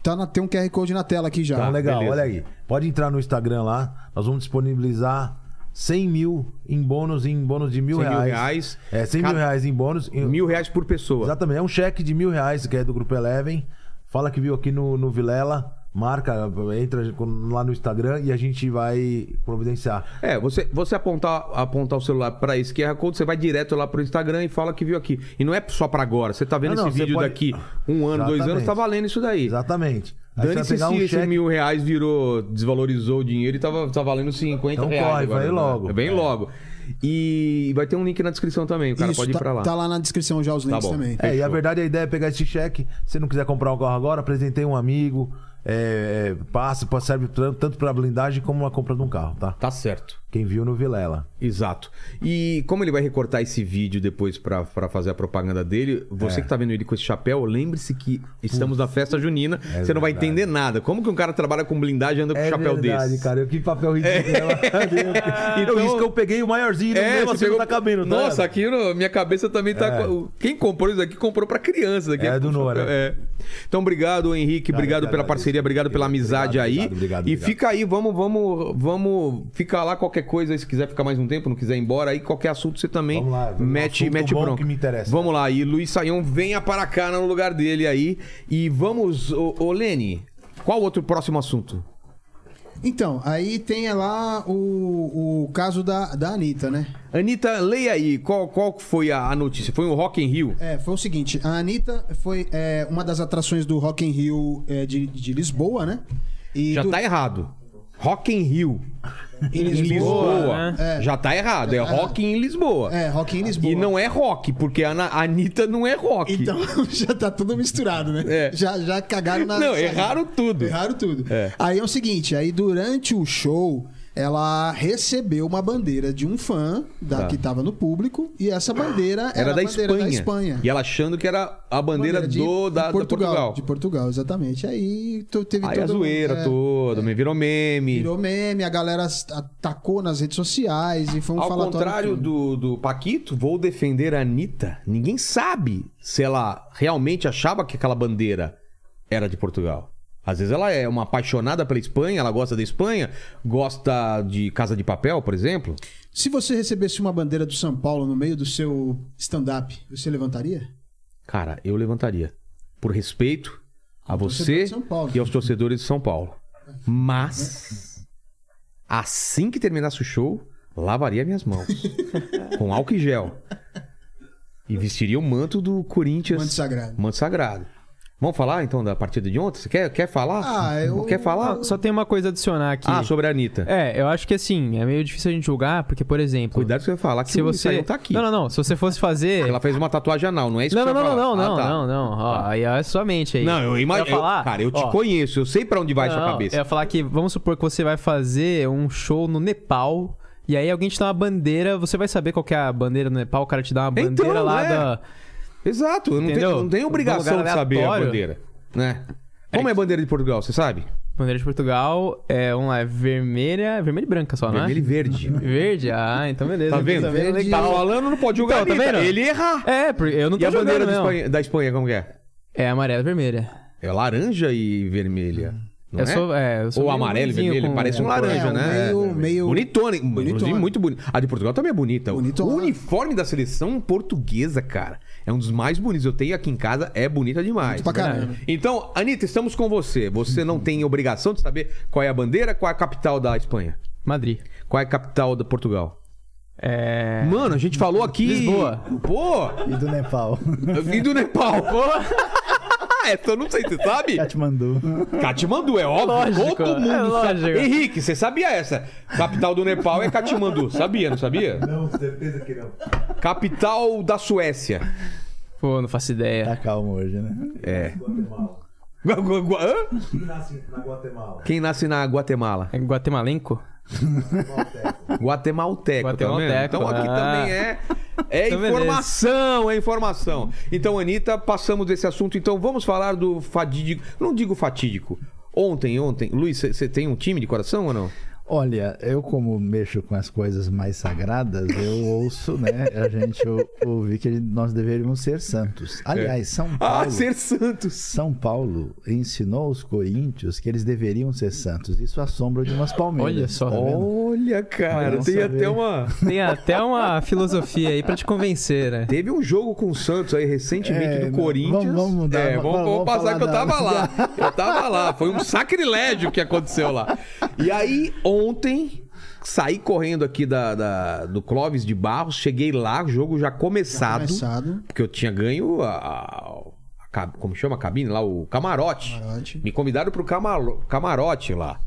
[SPEAKER 2] Tá na- tem um QR Code na tela aqui já.
[SPEAKER 4] Então, legal,
[SPEAKER 1] Tá, beleza.
[SPEAKER 4] olha aí. Pode entrar no Instagram lá, nós vamos disponibilizar 100 mil em bônus, em bônus de mil
[SPEAKER 1] 100 mil
[SPEAKER 4] reais.
[SPEAKER 1] reais.
[SPEAKER 4] É, 100
[SPEAKER 1] Cada-
[SPEAKER 4] mil reais em bônus. Em-
[SPEAKER 1] Mil reais por pessoa.
[SPEAKER 4] Exatamente, é um cheque de mil reais que é do Grupo Eleven. Fala que viu aqui no, no Vilela. Marca, entra lá no Instagram e a gente vai providenciar.
[SPEAKER 1] É, você, você apontar, apontar o celular pra esse QR Code, você vai direto lá pro Instagram e fala que viu aqui. E não é só pra agora. Você tá vendo
[SPEAKER 4] Não, não,
[SPEAKER 1] esse
[SPEAKER 4] você
[SPEAKER 1] vídeo
[SPEAKER 4] pode-
[SPEAKER 1] daqui um ano, dois
[SPEAKER 4] Exatamente.
[SPEAKER 1] anos, tá valendo isso daí.
[SPEAKER 4] Exatamente. Aí você vai
[SPEAKER 1] Dane-se
[SPEAKER 4] pegar
[SPEAKER 1] se
[SPEAKER 4] um
[SPEAKER 1] esse
[SPEAKER 4] cheque-
[SPEAKER 1] mil reais virou, desvalorizou o dinheiro e tava, tá valendo 50
[SPEAKER 4] Então
[SPEAKER 1] reais.
[SPEAKER 4] corre,
[SPEAKER 1] agora,
[SPEAKER 4] vai
[SPEAKER 1] né?
[SPEAKER 4] logo.
[SPEAKER 1] É bem
[SPEAKER 4] É.
[SPEAKER 1] logo. E vai ter um link na descrição também, o cara
[SPEAKER 2] Isso,
[SPEAKER 1] pode
[SPEAKER 2] tá,
[SPEAKER 1] ir pra lá.
[SPEAKER 2] tá lá na descrição já os links
[SPEAKER 1] bom.
[SPEAKER 2] também.
[SPEAKER 4] É, e a
[SPEAKER 1] Fechou.
[SPEAKER 4] verdade a ideia é pegar esse cheque. Se não quiser comprar um carro agora, apresentei um amigo. É, é, passa, pô, serve tran- tanto pra blindagem como a compra de um carro, tá?
[SPEAKER 1] Tá certo.
[SPEAKER 4] Quem viu no Vilela.
[SPEAKER 1] Exato. E como ele vai recortar esse vídeo depois pra pra fazer a propaganda dele,
[SPEAKER 4] É.
[SPEAKER 1] você que tá vendo ele com esse chapéu, lembre-se que estamos na festa junina, você não vai
[SPEAKER 4] É verdade. É
[SPEAKER 1] entender nada. Como que um cara trabalha com blindagem e anda com um chapéu desse?
[SPEAKER 4] cara. Eu, que papel ridículo. né? É.
[SPEAKER 1] Então-
[SPEAKER 4] isso que eu peguei o maiorzinho no
[SPEAKER 1] É,
[SPEAKER 4] meu,
[SPEAKER 1] você
[SPEAKER 4] assim,
[SPEAKER 1] pegou...
[SPEAKER 4] não tá cabendo, tá?
[SPEAKER 1] Nossa, aqui no- minha cabeça também tá.
[SPEAKER 4] É.
[SPEAKER 1] co- Quem comprou isso aqui comprou pra criança. isso Daqui
[SPEAKER 4] É do Nora.
[SPEAKER 1] É. Então, obrigado, Henrique.
[SPEAKER 4] Cara,
[SPEAKER 1] obrigado
[SPEAKER 4] eu que
[SPEAKER 1] pela
[SPEAKER 4] agradeço.
[SPEAKER 1] parceria, obrigado pela
[SPEAKER 4] Obrigado,
[SPEAKER 1] amizade aí.
[SPEAKER 4] obrigado, obrigado,
[SPEAKER 1] e
[SPEAKER 4] obrigado.
[SPEAKER 1] fica aí, vamos, vamos, vamos ficar lá qualquer coisa. Se quiser ficar mais um tempo, não quiser ir embora, aí qualquer assunto você também
[SPEAKER 4] Vamos lá, um
[SPEAKER 1] mete,
[SPEAKER 4] assunto
[SPEAKER 1] mete
[SPEAKER 4] bom
[SPEAKER 1] bronca.
[SPEAKER 4] que me interessa.
[SPEAKER 1] Vamos lá, e Luiz Saião, venha para cá no lugar dele aí. E vamos, ô, ô Lene, qual outro próximo assunto?
[SPEAKER 2] Então, aí tem lá o, o caso da, da Anitta, né?
[SPEAKER 1] Anitta, leia aí, qual, qual que foi a, a notícia? Foi um Rock in Rio?
[SPEAKER 2] É, foi o seguinte, a Anitta foi é, uma das atrações do Rock in Rio é, de, de Lisboa, né? E
[SPEAKER 1] Já
[SPEAKER 2] du-
[SPEAKER 1] tá errado. Rock in Rio.
[SPEAKER 2] em
[SPEAKER 1] Em Lisboa.
[SPEAKER 3] né?
[SPEAKER 2] É.
[SPEAKER 1] Já tá errado. É rock em Lisboa.
[SPEAKER 2] É, Rock in Lisboa.
[SPEAKER 1] E não é rock, porque a Ana- a Anitta não é rock.
[SPEAKER 2] Então, já tá tudo misturado, né?
[SPEAKER 1] É.
[SPEAKER 2] Já, já cagaram na...
[SPEAKER 1] Não, erraram tudo.
[SPEAKER 2] Erraram tudo.
[SPEAKER 1] É.
[SPEAKER 2] Aí é o seguinte, aí durante o show, ela recebeu uma bandeira de um fã da,
[SPEAKER 1] Tá.
[SPEAKER 2] que tava no público, e essa bandeira
[SPEAKER 1] Era
[SPEAKER 2] é a
[SPEAKER 1] da
[SPEAKER 2] bandeira
[SPEAKER 1] Espanha.
[SPEAKER 2] da Espanha.
[SPEAKER 1] E ela achando que era a bandeira,
[SPEAKER 2] de-
[SPEAKER 1] do, da, da
[SPEAKER 2] de
[SPEAKER 1] Portugal.
[SPEAKER 2] De Portugal, exatamente. Aí tu- teve
[SPEAKER 1] Aí
[SPEAKER 2] toda
[SPEAKER 1] a zoeira
[SPEAKER 2] é,
[SPEAKER 1] toda, me virou meme.
[SPEAKER 2] Virou meme, a galera as- atacou nas redes sociais e foi um
[SPEAKER 1] Ao
[SPEAKER 2] falatório.
[SPEAKER 1] contrário do, do Paquito, vou defender a Anitta. Ninguém sabe se ela realmente achava que aquela bandeira era de Portugal. Às vezes ela é uma apaixonada pela Espanha, ela gosta da Espanha, gosta de Casa de Papel, por exemplo.
[SPEAKER 2] Se você recebesse uma bandeira do São Paulo no meio do seu stand-up, você levantaria?
[SPEAKER 1] Cara, eu levantaria. Por respeito a
[SPEAKER 2] Ao torcedor
[SPEAKER 1] você
[SPEAKER 2] de São Paulo.
[SPEAKER 1] e aos torcedores de São Paulo.
[SPEAKER 3] Né?
[SPEAKER 1] Mas, assim que terminasse o show, lavaria minhas mãos com álcool e gel. E vestiria o manto do Corinthians.
[SPEAKER 2] Manto sagrado.
[SPEAKER 1] Manto sagrado. Vamos falar então da partida de ontem? Você quer, quer falar?
[SPEAKER 2] Ah, eu-
[SPEAKER 1] Quer falar?
[SPEAKER 3] Só- Só tem uma coisa a adicionar aqui.
[SPEAKER 1] Ah, sobre a Anitta.
[SPEAKER 3] É, eu acho que assim, é meio difícil a gente julgar, porque, por exemplo.
[SPEAKER 1] Cuidado que você vai falar que
[SPEAKER 3] se
[SPEAKER 1] o
[SPEAKER 3] você.
[SPEAKER 1] Israel tá aqui.
[SPEAKER 3] Não, não, não. Se você fosse fazer.
[SPEAKER 1] Ela fez uma tatuagem anal, não é isso
[SPEAKER 3] Não,
[SPEAKER 1] que
[SPEAKER 3] não,
[SPEAKER 1] você
[SPEAKER 3] não,
[SPEAKER 1] vai
[SPEAKER 3] não,
[SPEAKER 1] falar?
[SPEAKER 3] não, não,
[SPEAKER 1] Ah, tá.
[SPEAKER 3] não, não. Ó, aí é sua mente aí.
[SPEAKER 1] Não, eu
[SPEAKER 3] ia
[SPEAKER 1] imagino.
[SPEAKER 3] falar-
[SPEAKER 1] Cara, eu te
[SPEAKER 3] ó,
[SPEAKER 1] conheço, eu sei pra onde vai
[SPEAKER 3] não, é
[SPEAKER 1] sua
[SPEAKER 3] não,
[SPEAKER 1] cabeça.
[SPEAKER 3] Eu ia falar que, vamos supor que você vai fazer um show no Nepal. E aí alguém te dá uma bandeira, você vai saber qual que é a bandeira no Nepal, o cara te dá uma
[SPEAKER 1] Então,
[SPEAKER 3] bandeira lá
[SPEAKER 1] é.
[SPEAKER 3] da.
[SPEAKER 1] Exato, eu não
[SPEAKER 3] Entendeu?
[SPEAKER 1] tenho, não tenho
[SPEAKER 3] Um
[SPEAKER 1] obrigação
[SPEAKER 3] lugar
[SPEAKER 1] de saber a
[SPEAKER 3] aleatório.
[SPEAKER 1] bandeira. Né? Como é a bandeira de Portugal, você sabe?
[SPEAKER 3] Bandeira de Portugal, é, vamos lá, é vermelha. Vermelha e branca só,
[SPEAKER 1] Vermelho e
[SPEAKER 3] não
[SPEAKER 1] verde.
[SPEAKER 3] é? Verde? Ah, então beleza.
[SPEAKER 1] Tá vendo?
[SPEAKER 2] verde.
[SPEAKER 1] Tá falando, não pode jogar
[SPEAKER 3] Então, tá
[SPEAKER 1] Anitta,
[SPEAKER 3] vendo?
[SPEAKER 1] Ele errar.
[SPEAKER 3] É, porque eu não tô
[SPEAKER 1] E a
[SPEAKER 3] jogando,
[SPEAKER 1] bandeira da
[SPEAKER 3] não.
[SPEAKER 1] Espanha, da Espanha, como que é?
[SPEAKER 3] É amarela e vermelha.
[SPEAKER 1] É laranja e vermelha. Não
[SPEAKER 3] eu
[SPEAKER 1] é?
[SPEAKER 3] sou, é, eu sou
[SPEAKER 1] Ou
[SPEAKER 3] meio
[SPEAKER 1] amarelo e
[SPEAKER 3] ruinzinho
[SPEAKER 1] vermelho,
[SPEAKER 3] com-
[SPEAKER 1] parece um
[SPEAKER 3] com-
[SPEAKER 1] laranja,
[SPEAKER 2] é, um
[SPEAKER 1] né?
[SPEAKER 2] meio-
[SPEAKER 1] É.
[SPEAKER 2] meio-
[SPEAKER 1] Bonitona, hein?
[SPEAKER 2] bonitona.
[SPEAKER 1] inclusive muito bonita. A de Portugal também é bonita.
[SPEAKER 2] Bonitona.
[SPEAKER 1] O uniforme da seleção portuguesa, cara, é um dos mais bonitos. Eu tenho aqui em casa, é bonita demais.
[SPEAKER 2] Pra caramba.
[SPEAKER 1] Então, Anitta, estamos com você. Você não tem obrigação de saber qual é a bandeira, qual é a capital da Espanha,
[SPEAKER 3] Madrid.
[SPEAKER 1] qual é a capital de Portugal.
[SPEAKER 3] É.
[SPEAKER 1] Mano, a gente falou aqui.
[SPEAKER 3] Lisboa.
[SPEAKER 1] Pô,
[SPEAKER 7] E do Nepal.
[SPEAKER 1] eu vim do Nepal. Essa eu não sei, você sabe?
[SPEAKER 7] Já te mandou.
[SPEAKER 1] Katmandu, é óbvio.
[SPEAKER 3] Lógico,
[SPEAKER 1] todo mundo
[SPEAKER 3] é
[SPEAKER 1] sabe.
[SPEAKER 3] lógico.
[SPEAKER 1] Henrique, você sabia essa? Capital do Nepal é Katmandu. Sabia, não sabia?
[SPEAKER 4] Não, certeza que não.
[SPEAKER 1] Capital da Suécia.
[SPEAKER 3] Pô, não faço ideia.
[SPEAKER 7] Tá calmo hoje, né?
[SPEAKER 1] É.
[SPEAKER 4] Guatemala.
[SPEAKER 1] Gua- gua- gua- hã?
[SPEAKER 4] Quem nasce na Guatemala?
[SPEAKER 1] Quem nasce na Guatemala?
[SPEAKER 3] É guatemalenco?
[SPEAKER 4] Tá
[SPEAKER 1] Guatemalteco, tá vendo?
[SPEAKER 3] Guatemalteco,
[SPEAKER 1] Então aqui
[SPEAKER 3] ah.
[SPEAKER 1] também é, é
[SPEAKER 3] Então,
[SPEAKER 1] informação, é informação. Então, Anitta, passamos desse assunto. Então, vamos falar do fatídico. Não digo fatídico. Ontem, ontem. Luiz, você tem um time de coração ou não?
[SPEAKER 7] Olha, eu como mexo com as coisas mais sagradas, eu ouço, né? A gente ou- ouvir que nós deveríamos ser santos. Aliás, São Paulo.
[SPEAKER 1] É. Ah, ser Santos.
[SPEAKER 7] São Paulo ensinou os coríntios que eles deveriam ser santos. Isso assombra de umas palmeiras.
[SPEAKER 3] Olha só.
[SPEAKER 7] tá vendo?
[SPEAKER 1] Olha,
[SPEAKER 7] Mas
[SPEAKER 1] cara,
[SPEAKER 7] não
[SPEAKER 1] tem
[SPEAKER 7] saber.
[SPEAKER 1] até uma.
[SPEAKER 3] Tem até uma filosofia aí pra te convencer,
[SPEAKER 5] É.
[SPEAKER 3] né?
[SPEAKER 1] Teve um jogo com o Santos aí recentemente
[SPEAKER 7] É,
[SPEAKER 1] do
[SPEAKER 7] vamos-
[SPEAKER 1] Corinthians.
[SPEAKER 7] vamos mudar,
[SPEAKER 1] É, vamos,
[SPEAKER 7] vamos-
[SPEAKER 1] vamos
[SPEAKER 7] vamos
[SPEAKER 1] passar
[SPEAKER 7] falar
[SPEAKER 1] que eu
[SPEAKER 7] da-
[SPEAKER 1] tava lá. Eu tava lá. Foi um sacrilégio que aconteceu lá. E aí, ontem, saí correndo aqui da, da- do Clóvis de Barros, cheguei lá, jogo já começado.
[SPEAKER 2] Começado.
[SPEAKER 1] Porque eu tinha ganho a. a- a cab- como chama a cabine lá? O camarote.
[SPEAKER 2] Camarote.
[SPEAKER 1] Me convidaram pro camalo- camarote lá.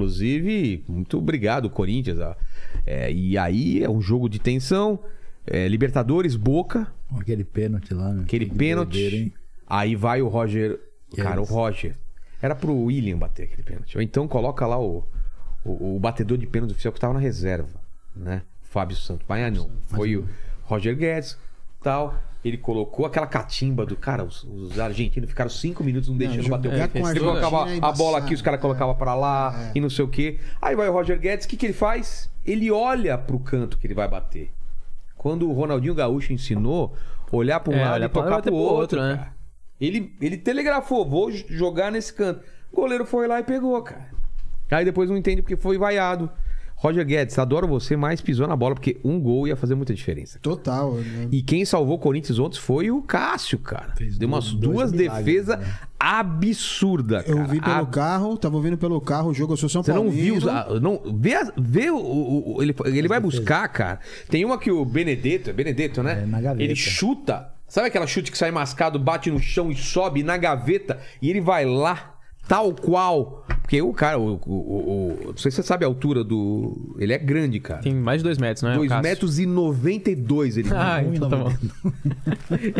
[SPEAKER 1] Inclusive, muito obrigado, Corinthians. ó. É, e aí é um jogo de tensão. É, Libertadores, Boca,
[SPEAKER 7] Aquele pênalti lá, né?
[SPEAKER 1] aquele
[SPEAKER 7] Que doideira,
[SPEAKER 1] pênalti.
[SPEAKER 7] hein?
[SPEAKER 1] Aí vai o Roger.
[SPEAKER 7] Que
[SPEAKER 1] cara, o
[SPEAKER 7] isso.
[SPEAKER 1] Roger. Era pro William bater aquele pênalti. Ou então coloca lá o, o, o batedor de pênalti oficial que tava na reserva, né? Fábio Santos. Mas ah, não. Foi o Roger Guedes, tal. Ele colocou aquela catimba do cara. Os, os argentinos ficaram cinco minutos não deixando
[SPEAKER 2] jogar
[SPEAKER 1] bater o
[SPEAKER 2] com a
[SPEAKER 1] pênalti. Ele
[SPEAKER 2] Argentina
[SPEAKER 1] colocava
[SPEAKER 2] é
[SPEAKER 1] a bola aqui,
[SPEAKER 2] embaçado,
[SPEAKER 1] os caras
[SPEAKER 2] é.
[SPEAKER 1] colocavam pra lá e não sei o quê. Aí vai o Roger Guedes. O que, que ele faz? Ele olha pro canto que ele vai bater. Quando o Ronaldinho Gaúcho ensinou olhar para um
[SPEAKER 3] É,
[SPEAKER 1] lado
[SPEAKER 3] olhar
[SPEAKER 1] e
[SPEAKER 3] pra um
[SPEAKER 1] tocar
[SPEAKER 3] lado e
[SPEAKER 1] para o
[SPEAKER 3] pro
[SPEAKER 1] outro,
[SPEAKER 3] outro, né?
[SPEAKER 1] cara. Ele, ele telegrafou, vou j- jogar nesse canto. O goleiro foi lá e pegou, cara. Aí depois não entende porque foi vaiado. Roger Guedes, adoro você, mas pisou na bola porque um gol ia fazer muita diferença.
[SPEAKER 2] Total. né?
[SPEAKER 1] E quem salvou o Corinthians ontem foi o Cássio, cara.
[SPEAKER 7] Fez
[SPEAKER 1] Deu umas
[SPEAKER 7] dois-
[SPEAKER 1] duas
[SPEAKER 7] dois milagres,
[SPEAKER 1] defesas
[SPEAKER 7] né?
[SPEAKER 1] absurdas, cara.
[SPEAKER 2] Eu vi pelo
[SPEAKER 1] Ab-
[SPEAKER 2] carro, tava ouvindo pelo carro o jogo. Eu sou São
[SPEAKER 1] você
[SPEAKER 2] Paulo.
[SPEAKER 1] não viu. os- ah, Não, vê as- vê o, o- o- ele, ele vai buscar, cara. Tem uma que o Benedetto, é Benedetto, né?
[SPEAKER 7] É, na gaveta.
[SPEAKER 1] Ele chuta. Sabe aquela chute que sai mascado, bate no chão e sobe na gaveta? E ele vai lá, tal qual. Porque o cara, o. o- o- o- não sei se você sabe a altura do. Ele é grande, cara.
[SPEAKER 3] Tem mais de dois metros, não é?
[SPEAKER 1] 2
[SPEAKER 3] Cássio?
[SPEAKER 1] metros e 92 ele
[SPEAKER 3] Ah, então tá bom.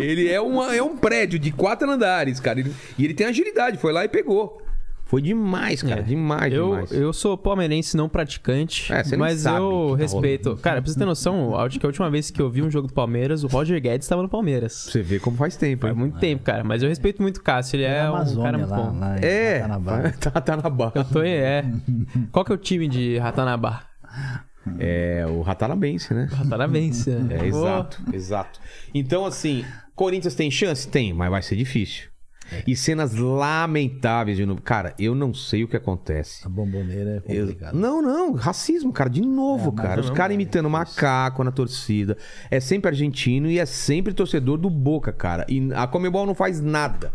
[SPEAKER 1] ele é, uma, é um prédio de quatro andares, cara. Ele- e ele tem agilidade, foi lá e pegou. Foi demais, cara.
[SPEAKER 3] É.
[SPEAKER 1] Demais,
[SPEAKER 3] Eu,
[SPEAKER 1] demais.
[SPEAKER 3] eu sou palmeirense não praticante,
[SPEAKER 1] É, você não
[SPEAKER 3] mas
[SPEAKER 1] sabe
[SPEAKER 3] eu
[SPEAKER 1] o que tá
[SPEAKER 3] respeito. Cara, pra você ter noção, acho que a última vez que eu vi um jogo do Palmeiras, o Roger Guedes tava no Palmeiras.
[SPEAKER 1] Você vê como faz tempo, né?
[SPEAKER 3] Faz
[SPEAKER 1] hein?
[SPEAKER 7] Ah,
[SPEAKER 3] muito tempo, cara. Mas eu respeito muito o Cássio, ele
[SPEAKER 7] Na
[SPEAKER 3] é um
[SPEAKER 7] é. Amazônia,
[SPEAKER 3] cara muito
[SPEAKER 7] lá,
[SPEAKER 3] bom.
[SPEAKER 7] lá em
[SPEAKER 1] É,
[SPEAKER 7] Ratanabá.
[SPEAKER 1] tá, tá na barra.
[SPEAKER 3] Eu tô em- é. Qual que é o time de Ratanabá?
[SPEAKER 1] É, o Ratanabense, né?
[SPEAKER 3] Ratanabens.
[SPEAKER 1] É, exato, exato. Então, assim, Corinthians tem chance? Tem, mas vai ser difícil. E cenas lamentáveis de novo. Cara, eu não sei o que acontece.
[SPEAKER 7] A bomboneira é
[SPEAKER 1] Eu-
[SPEAKER 7] complicada.
[SPEAKER 1] Não, não, racismo, cara, de novo, cara. Os caras imitando macaco na torcida. É sempre argentino e é sempre torcedor do Boca, cara. E a Comebol não faz nada.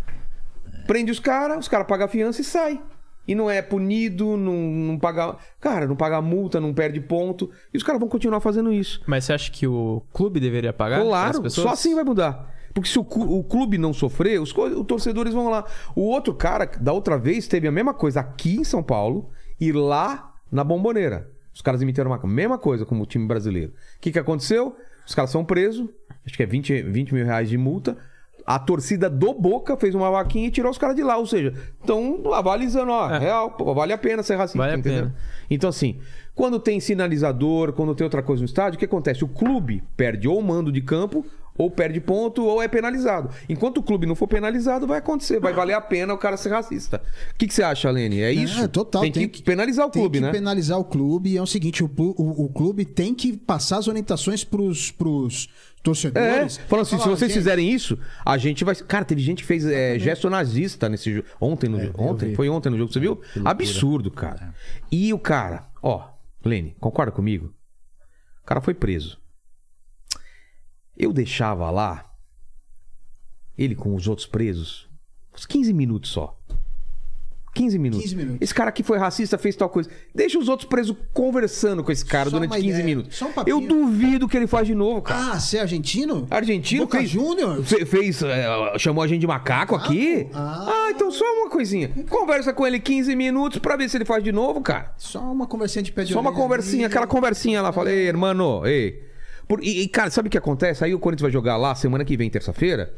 [SPEAKER 1] Prende os caras, os caras pagam a fiança e sai. E não é punido, não, não paga. Cara, não paga multa, não perde ponto. E os caras vão continuar fazendo isso.
[SPEAKER 3] Mas você acha que o clube deveria pagar? as
[SPEAKER 1] claro,
[SPEAKER 3] pessoas?
[SPEAKER 1] só assim vai mudar. Porque se o, cu- o clube não sofrer, os co- os torcedores vão lá. O outro cara, da outra vez, teve a mesma coisa aqui em São Paulo e lá na Bomboneira. Os caras imitaram uma mesma coisa como o time brasileiro. O que, que aconteceu? Os caras são presos, acho que é 20, 20 mil reais de multa. A torcida do Boca fez uma vaquinha e tirou os caras de lá. Ou seja, estão avalizando, ó, real, pô, vale a pena ser racista,
[SPEAKER 3] É. Vale a
[SPEAKER 1] entendeu?
[SPEAKER 3] pena.
[SPEAKER 1] Então, assim, quando tem sinalizador, quando tem outra coisa no estádio, o que acontece? O clube perde ou o mando de campo, ou perde ponto, ou é penalizado. Enquanto o clube não for penalizado, vai acontecer, vai valer a pena o cara ser racista. O que, que você acha, Lene? É isso?
[SPEAKER 2] É, total.
[SPEAKER 1] Tem, que, penalizar o
[SPEAKER 2] tem
[SPEAKER 1] clube,
[SPEAKER 2] que
[SPEAKER 1] né?
[SPEAKER 2] penalizar o clube. E é o seguinte: o, plu- o- o clube tem que passar as orientações pros, pros
[SPEAKER 1] É,
[SPEAKER 2] torcedores.
[SPEAKER 1] falando assim, se
[SPEAKER 2] Falar,
[SPEAKER 1] vocês
[SPEAKER 2] gente,
[SPEAKER 1] fizerem isso, a gente vai. Cara, teve gente que fez é, gesto nazista nesse jogo. Ontem
[SPEAKER 2] É,
[SPEAKER 1] no jogo. Ontem? Foi ontem no jogo, você viu? Absurdo, cara. E o cara, ó, Lene, concorda comigo? O cara foi preso. Eu deixava lá, ele com os outros presos, uns 15 minutos só. 15 minutos.
[SPEAKER 2] 15 minutos.
[SPEAKER 1] Esse cara aqui foi racista, fez tal coisa. Deixa os outros presos conversando com esse cara
[SPEAKER 2] Só
[SPEAKER 1] durante
[SPEAKER 2] uma
[SPEAKER 1] 15
[SPEAKER 2] ideia,
[SPEAKER 1] minutos.
[SPEAKER 2] só um papinho.
[SPEAKER 1] Eu duvido que ele faz de novo, cara.
[SPEAKER 2] Ah, você é argentino?
[SPEAKER 1] Argentino
[SPEAKER 2] Boca
[SPEAKER 1] fez-
[SPEAKER 2] Júnior?
[SPEAKER 1] Fe- fez, eh, chamou a gente de macaco aqui?
[SPEAKER 2] Ah.
[SPEAKER 1] Ah, então só uma coisinha. Conversa com ele 15 minutos pra ver se ele faz de novo, cara.
[SPEAKER 2] Só uma conversinha de pé de
[SPEAKER 1] Só uma
[SPEAKER 2] orelha
[SPEAKER 1] conversinha,
[SPEAKER 2] ali.
[SPEAKER 1] aquela conversinha lá. Falei, irmão, ei. Por- e, e, cara, sabe o que acontece? Aí o Corinthians vai jogar lá semana que vem, terça-feira.